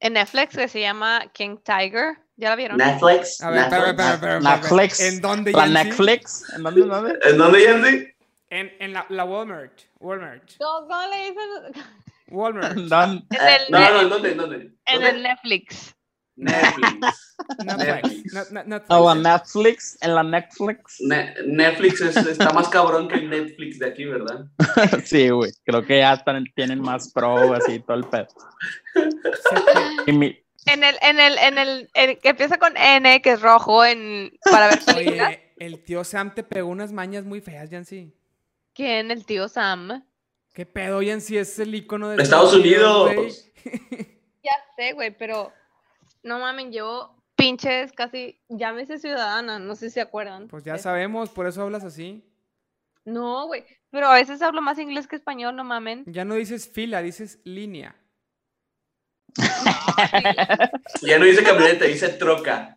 [SPEAKER 1] en Netflix que se llama King Tiger. ¿Ya la vieron?
[SPEAKER 6] Netflix.
[SPEAKER 2] A ver, espera, espera,
[SPEAKER 6] Netflix.
[SPEAKER 2] espera, espera, espera.
[SPEAKER 3] Netflix.
[SPEAKER 2] ¿En dónde
[SPEAKER 3] La
[SPEAKER 2] Yancy?
[SPEAKER 3] Netflix. ¿En dónde, dónde?
[SPEAKER 6] ¿En dónde, Yancy?
[SPEAKER 2] En, en la, la Walmart. Walmart.
[SPEAKER 4] No, ¿cómo le dices?
[SPEAKER 2] Walmart.
[SPEAKER 3] ¿Dónde?
[SPEAKER 1] En
[SPEAKER 6] Eh,
[SPEAKER 1] el,
[SPEAKER 6] No, no,
[SPEAKER 1] ne-
[SPEAKER 6] ¿en dónde? ¿En dónde?
[SPEAKER 1] en
[SPEAKER 6] ¿Dónde?
[SPEAKER 1] el Netflix.
[SPEAKER 6] Netflix.
[SPEAKER 2] pues, Netflix. Net- net- Netflix.
[SPEAKER 3] Oh, en Netflix. En la Netflix.
[SPEAKER 6] Ne- Netflix es- está más cabrón que el Netflix de aquí, ¿verdad?
[SPEAKER 3] Sí, güey. Creo que ya están, tienen más pro, así, todo el pedo. Y mi-
[SPEAKER 1] En el, en el, en el, el que empieza con N, que es rojo, en, para ver películas.
[SPEAKER 2] Oye, el tío Sam te pegó unas mañas muy feas, Yancy.
[SPEAKER 1] ¿Quién? El tío Sam.
[SPEAKER 2] ¿Qué pedo, Yancy? Es el icono de
[SPEAKER 6] De Estados Unidos.
[SPEAKER 2] güey.
[SPEAKER 1] Ya sé, güey, pero no mamen, yo pinches casi, llámese ciudadana, no sé si se acuerdan.
[SPEAKER 2] Pues ya
[SPEAKER 1] de-
[SPEAKER 2] sabemos, por eso hablas así.
[SPEAKER 1] No, güey, pero a veces hablo más inglés que español, no mamen.
[SPEAKER 2] Ya no dices fila, dices línea.
[SPEAKER 6] Ya no dice camioneta, dice troca.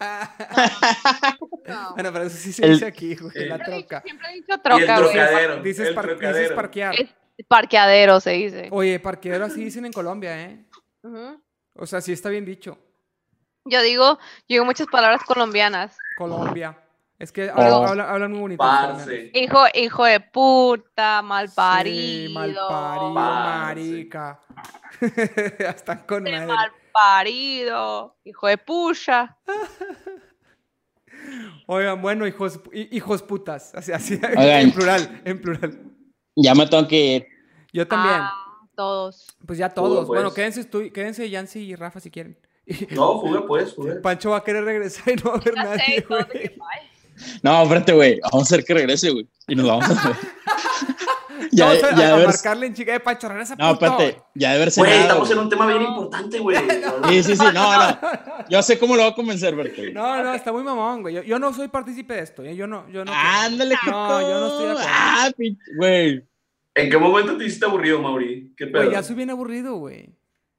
[SPEAKER 4] No.
[SPEAKER 2] Bueno, pero eso sí se
[SPEAKER 3] El-
[SPEAKER 2] dice aquí, güey,
[SPEAKER 6] El-
[SPEAKER 2] la
[SPEAKER 4] Siempre he dicho-
[SPEAKER 2] troca.
[SPEAKER 4] Siempre he dicho
[SPEAKER 6] y el
[SPEAKER 4] troca, güey.
[SPEAKER 6] trocadero.
[SPEAKER 2] Dices,
[SPEAKER 6] el
[SPEAKER 2] par- dices
[SPEAKER 6] trocadero.
[SPEAKER 2] parquear.
[SPEAKER 1] Es parqueadero se dice.
[SPEAKER 2] Oye, parqueadero así dicen en Colombia, ¿eh?
[SPEAKER 4] Ujú.
[SPEAKER 2] O sea, sí está bien dicho.
[SPEAKER 1] Yo digo, yo digo muchas palabras colombianas.
[SPEAKER 2] Colombia. Es que
[SPEAKER 3] Oh.
[SPEAKER 2] hablan, hablan- hablan muy bonito. los colombianos.
[SPEAKER 6] Parce.
[SPEAKER 1] Hijo, hijo de puta, mal parido.
[SPEAKER 2] Sí, mal parido,
[SPEAKER 6] Parce.
[SPEAKER 2] marica. Están con madre.
[SPEAKER 1] mal parido. Hijo de puya.
[SPEAKER 2] Oigan, bueno, hijos, hi- hijos putas. Así, así en
[SPEAKER 3] Oigan.
[SPEAKER 2] plural, en plural.
[SPEAKER 3] Ya me tengo que ir.
[SPEAKER 2] Yo también.
[SPEAKER 1] Ah, todos.
[SPEAKER 2] Pues ya todos.
[SPEAKER 6] Todo, pues.
[SPEAKER 2] Bueno, quédense, tú, quédense Yancy y Rafa si quieren.
[SPEAKER 6] No, fuga pues, fuga.
[SPEAKER 2] Pancho va a querer regresar y no va a haber
[SPEAKER 1] Ya sé,
[SPEAKER 2] nadie,
[SPEAKER 1] todos de
[SPEAKER 2] güey.
[SPEAKER 1] que, "Ay,
[SPEAKER 3] No, espérate, güey. Vamos a hacer que regrese, güey. Y nos vamos a ver. ya,
[SPEAKER 2] Vamos a,
[SPEAKER 3] ya de
[SPEAKER 2] a
[SPEAKER 3] haber-
[SPEAKER 2] marcarle en chica de Pancho, regresa,
[SPEAKER 3] No,
[SPEAKER 2] puto.
[SPEAKER 3] espérate. Ya de verse.
[SPEAKER 6] Güey, estamos en un tema bien importante, güey.
[SPEAKER 3] Sí, sí, sí. No, no. Yo sé cómo lo voy a convencer, Berto.
[SPEAKER 2] No, no, está muy mamón, güey. Yo, yo no soy partícipe de esto, ¿eh? Yo no, yo no.
[SPEAKER 3] Ándale,
[SPEAKER 2] No, yo no estoy de acuerdo.
[SPEAKER 3] Ah, pin- güey.
[SPEAKER 6] ¿En qué momento te hiciste aburrido, Mauri? ¿Qué pedo?
[SPEAKER 2] Güey, ya soy bien aburrido, güey.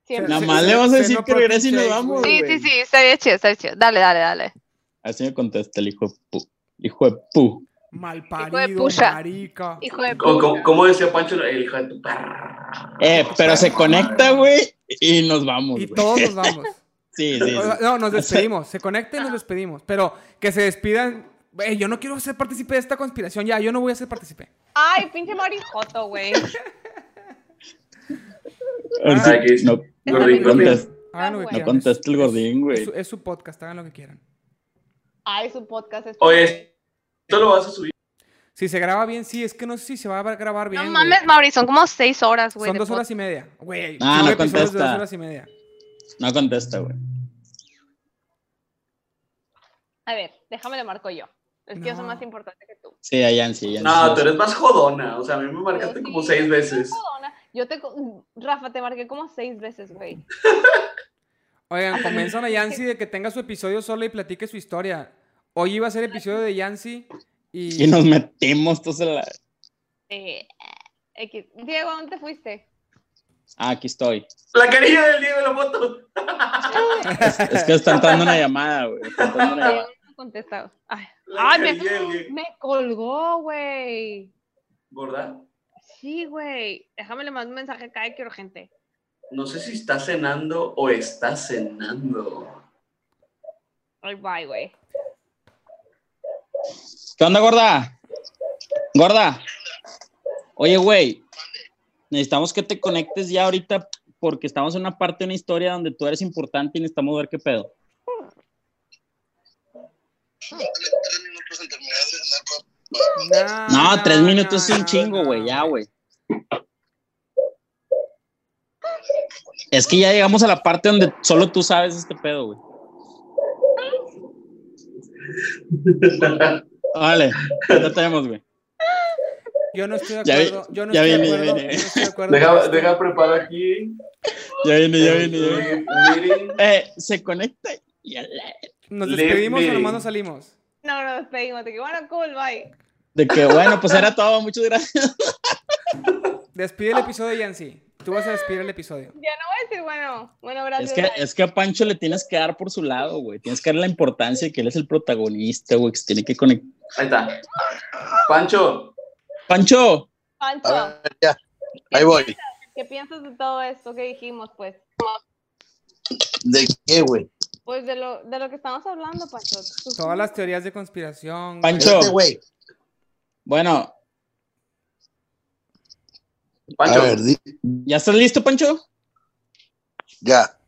[SPEAKER 4] Siempre.
[SPEAKER 3] Nada
[SPEAKER 2] Se-
[SPEAKER 3] más
[SPEAKER 2] se-
[SPEAKER 3] le vamos a
[SPEAKER 2] se
[SPEAKER 3] decir
[SPEAKER 2] no
[SPEAKER 3] que regrese y nos
[SPEAKER 2] protege,
[SPEAKER 3] vamos.
[SPEAKER 2] güey.
[SPEAKER 1] Sí,
[SPEAKER 3] güey.
[SPEAKER 1] sí, sí, estaría chido, estaría chido. Dale, dale, dale.
[SPEAKER 3] Así me contesta el hijo de pu. Hijo de pu.
[SPEAKER 2] Mal
[SPEAKER 1] de
[SPEAKER 2] parido,
[SPEAKER 1] pucha.
[SPEAKER 2] marica.
[SPEAKER 1] Hijo de
[SPEAKER 6] ¿Cómo,
[SPEAKER 1] puta.
[SPEAKER 6] cómo- cómo decía Pancho? El hijo de tu perra.
[SPEAKER 3] Eh, pero se conecta, güey, y nos vamos.
[SPEAKER 2] Y
[SPEAKER 3] güey.
[SPEAKER 2] todos nos vamos.
[SPEAKER 3] Sí, sí, sí.
[SPEAKER 2] O sea, No, nos despedimos. Se conecta y nos despedimos. Pero que se despidan. Güey, yo no quiero ser partícipe de esta conspiración. Ya, yo no voy a ser partícipe.
[SPEAKER 4] Ay, pinche marijoto, güey.
[SPEAKER 3] Ahora sí,
[SPEAKER 6] Ay, que-
[SPEAKER 3] no,
[SPEAKER 6] Gordín,
[SPEAKER 3] no
[SPEAKER 6] gordín.
[SPEAKER 3] contest-
[SPEAKER 2] Hagan lo que
[SPEAKER 4] Ah,
[SPEAKER 2] quieran.
[SPEAKER 3] no contesta el
[SPEAKER 2] Es- es-
[SPEAKER 3] gordín,
[SPEAKER 2] Es,
[SPEAKER 3] güey.
[SPEAKER 2] su- es su podcast, hagan lo que quieran.
[SPEAKER 4] Ay, su podcast es.
[SPEAKER 6] Oye, esto lo vas a subir.
[SPEAKER 2] Si se graba bien, sí, es que no sé si se va a grabar bien.
[SPEAKER 1] No
[SPEAKER 2] güey.
[SPEAKER 1] mames, Mauri, son como seis horas, güey.
[SPEAKER 2] Son
[SPEAKER 1] de
[SPEAKER 2] dos
[SPEAKER 1] pod-
[SPEAKER 2] horas y media. Güey,
[SPEAKER 3] Ah,
[SPEAKER 2] cinco
[SPEAKER 3] no
[SPEAKER 2] episodios de dos
[SPEAKER 3] contesta.
[SPEAKER 2] horas y media.
[SPEAKER 3] No contesta, güey.
[SPEAKER 4] A ver, déjame le marco yo. Es que yo soy
[SPEAKER 2] No.
[SPEAKER 4] más importante que tú.
[SPEAKER 3] Sí, a Yancy, a Yancy.
[SPEAKER 6] No, tú eres más jodona. O sea, a mí me marcaste
[SPEAKER 4] Yo
[SPEAKER 6] como
[SPEAKER 4] sí,
[SPEAKER 6] seis
[SPEAKER 4] yo soy
[SPEAKER 6] veces.
[SPEAKER 4] jodona. Yo te. co- Rafa, te marqué como seis veces, güey.
[SPEAKER 2] Oigan, convenzan a Yancy de que tenga su episodio solo y platique su historia. Hoy iba a ser episodio de Yancy y...
[SPEAKER 3] Y nos metimos todos en la...
[SPEAKER 4] Eh, X. Diego, ¿a dónde te fuiste?
[SPEAKER 3] Ah, aquí estoy.
[SPEAKER 6] La carilla del Diego de la foto.
[SPEAKER 3] Es que está entrando una llamada, güey. Está entrando una
[SPEAKER 4] Diego
[SPEAKER 3] llamada.
[SPEAKER 4] Eh, no contestado. Ay,
[SPEAKER 6] La
[SPEAKER 4] Ay,
[SPEAKER 6] carilla del
[SPEAKER 4] me,
[SPEAKER 6] Diego.
[SPEAKER 4] me colgó, güey.
[SPEAKER 6] Gorda,
[SPEAKER 4] Sí, güey. Déjame le mando un mensaje acá de que urgente.
[SPEAKER 6] no sé si está cenando o está cenando.
[SPEAKER 4] Ay, bye, güey.
[SPEAKER 3] ¿Qué onda, gorda? Gorda. Oye, güey. Necesitamos que te conectes ya ahorita porque estamos en una parte de una historia donde tú eres importante y necesitamos ver qué pedo.
[SPEAKER 2] No,
[SPEAKER 3] No, tres minutos
[SPEAKER 2] Ah, no,
[SPEAKER 3] es un
[SPEAKER 2] no,
[SPEAKER 3] chingo,
[SPEAKER 2] no,
[SPEAKER 3] güey, ya, güey. Es que ya llegamos a la parte donde solo tú sabes este pedo, güey. Vale, ya tenemos, güey.
[SPEAKER 2] Yo no estoy de
[SPEAKER 3] Ya vi-
[SPEAKER 2] acuerdo. yo no
[SPEAKER 3] ya
[SPEAKER 2] estoy de
[SPEAKER 3] viene, ya
[SPEAKER 2] acuerdo,
[SPEAKER 3] viene.
[SPEAKER 2] yo no estoy de acuerdo con
[SPEAKER 6] Deja,
[SPEAKER 2] esto.
[SPEAKER 6] deja preparo aquí.
[SPEAKER 3] Ya viene, ya viene, ya viene.
[SPEAKER 6] Meeting.
[SPEAKER 3] Eh, se conecta y ya la-
[SPEAKER 2] ¿Nos
[SPEAKER 6] Leave
[SPEAKER 2] despedimos o
[SPEAKER 6] meeting.
[SPEAKER 2] nomás nos salimos?
[SPEAKER 4] No, no, despedimos. De que, bueno, cool, bye.
[SPEAKER 3] de que bueno, pues era todo, muchas gracias.
[SPEAKER 2] Despide el episodio, Yancy. Tú vas a despedir el episodio.
[SPEAKER 4] Ya no voy a decir, bueno, bueno, gracias.
[SPEAKER 3] Es que,
[SPEAKER 4] bye.
[SPEAKER 3] es que a Pancho le tienes que dar por su lado, güey. Tienes que darle la importancia de que él es el protagonista, güey, que se tiene que conectar.
[SPEAKER 6] Ahí está. Pancho,
[SPEAKER 3] Pancho,
[SPEAKER 4] Pancho,
[SPEAKER 9] A ver, ya. Ahí voy.
[SPEAKER 4] ¿qué piensas de todo esto que dijimos, pues?
[SPEAKER 9] ¿De qué, güey?
[SPEAKER 4] Pues de lo, de lo que estamos hablando, pues, Pancho. Tú-
[SPEAKER 2] Todas las teorías de conspiración. güey.
[SPEAKER 3] Pancho.
[SPEAKER 9] Este, güey.
[SPEAKER 3] bueno,
[SPEAKER 9] A
[SPEAKER 6] Pancho.
[SPEAKER 9] ver, di-
[SPEAKER 3] ¿ya estás listo, Pancho?
[SPEAKER 9] ya.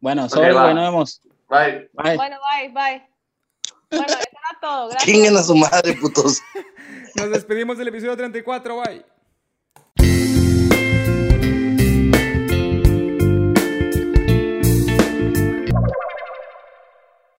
[SPEAKER 3] Bueno, sobre,
[SPEAKER 6] va.
[SPEAKER 3] güey, nos vemos.
[SPEAKER 6] Bye.
[SPEAKER 3] Bye.
[SPEAKER 4] Bueno, bye, bye. Bueno, eso era todo. Gracias.
[SPEAKER 9] Chinguen a su madre, putos.
[SPEAKER 2] Nos despedimos del episodio 34, bye.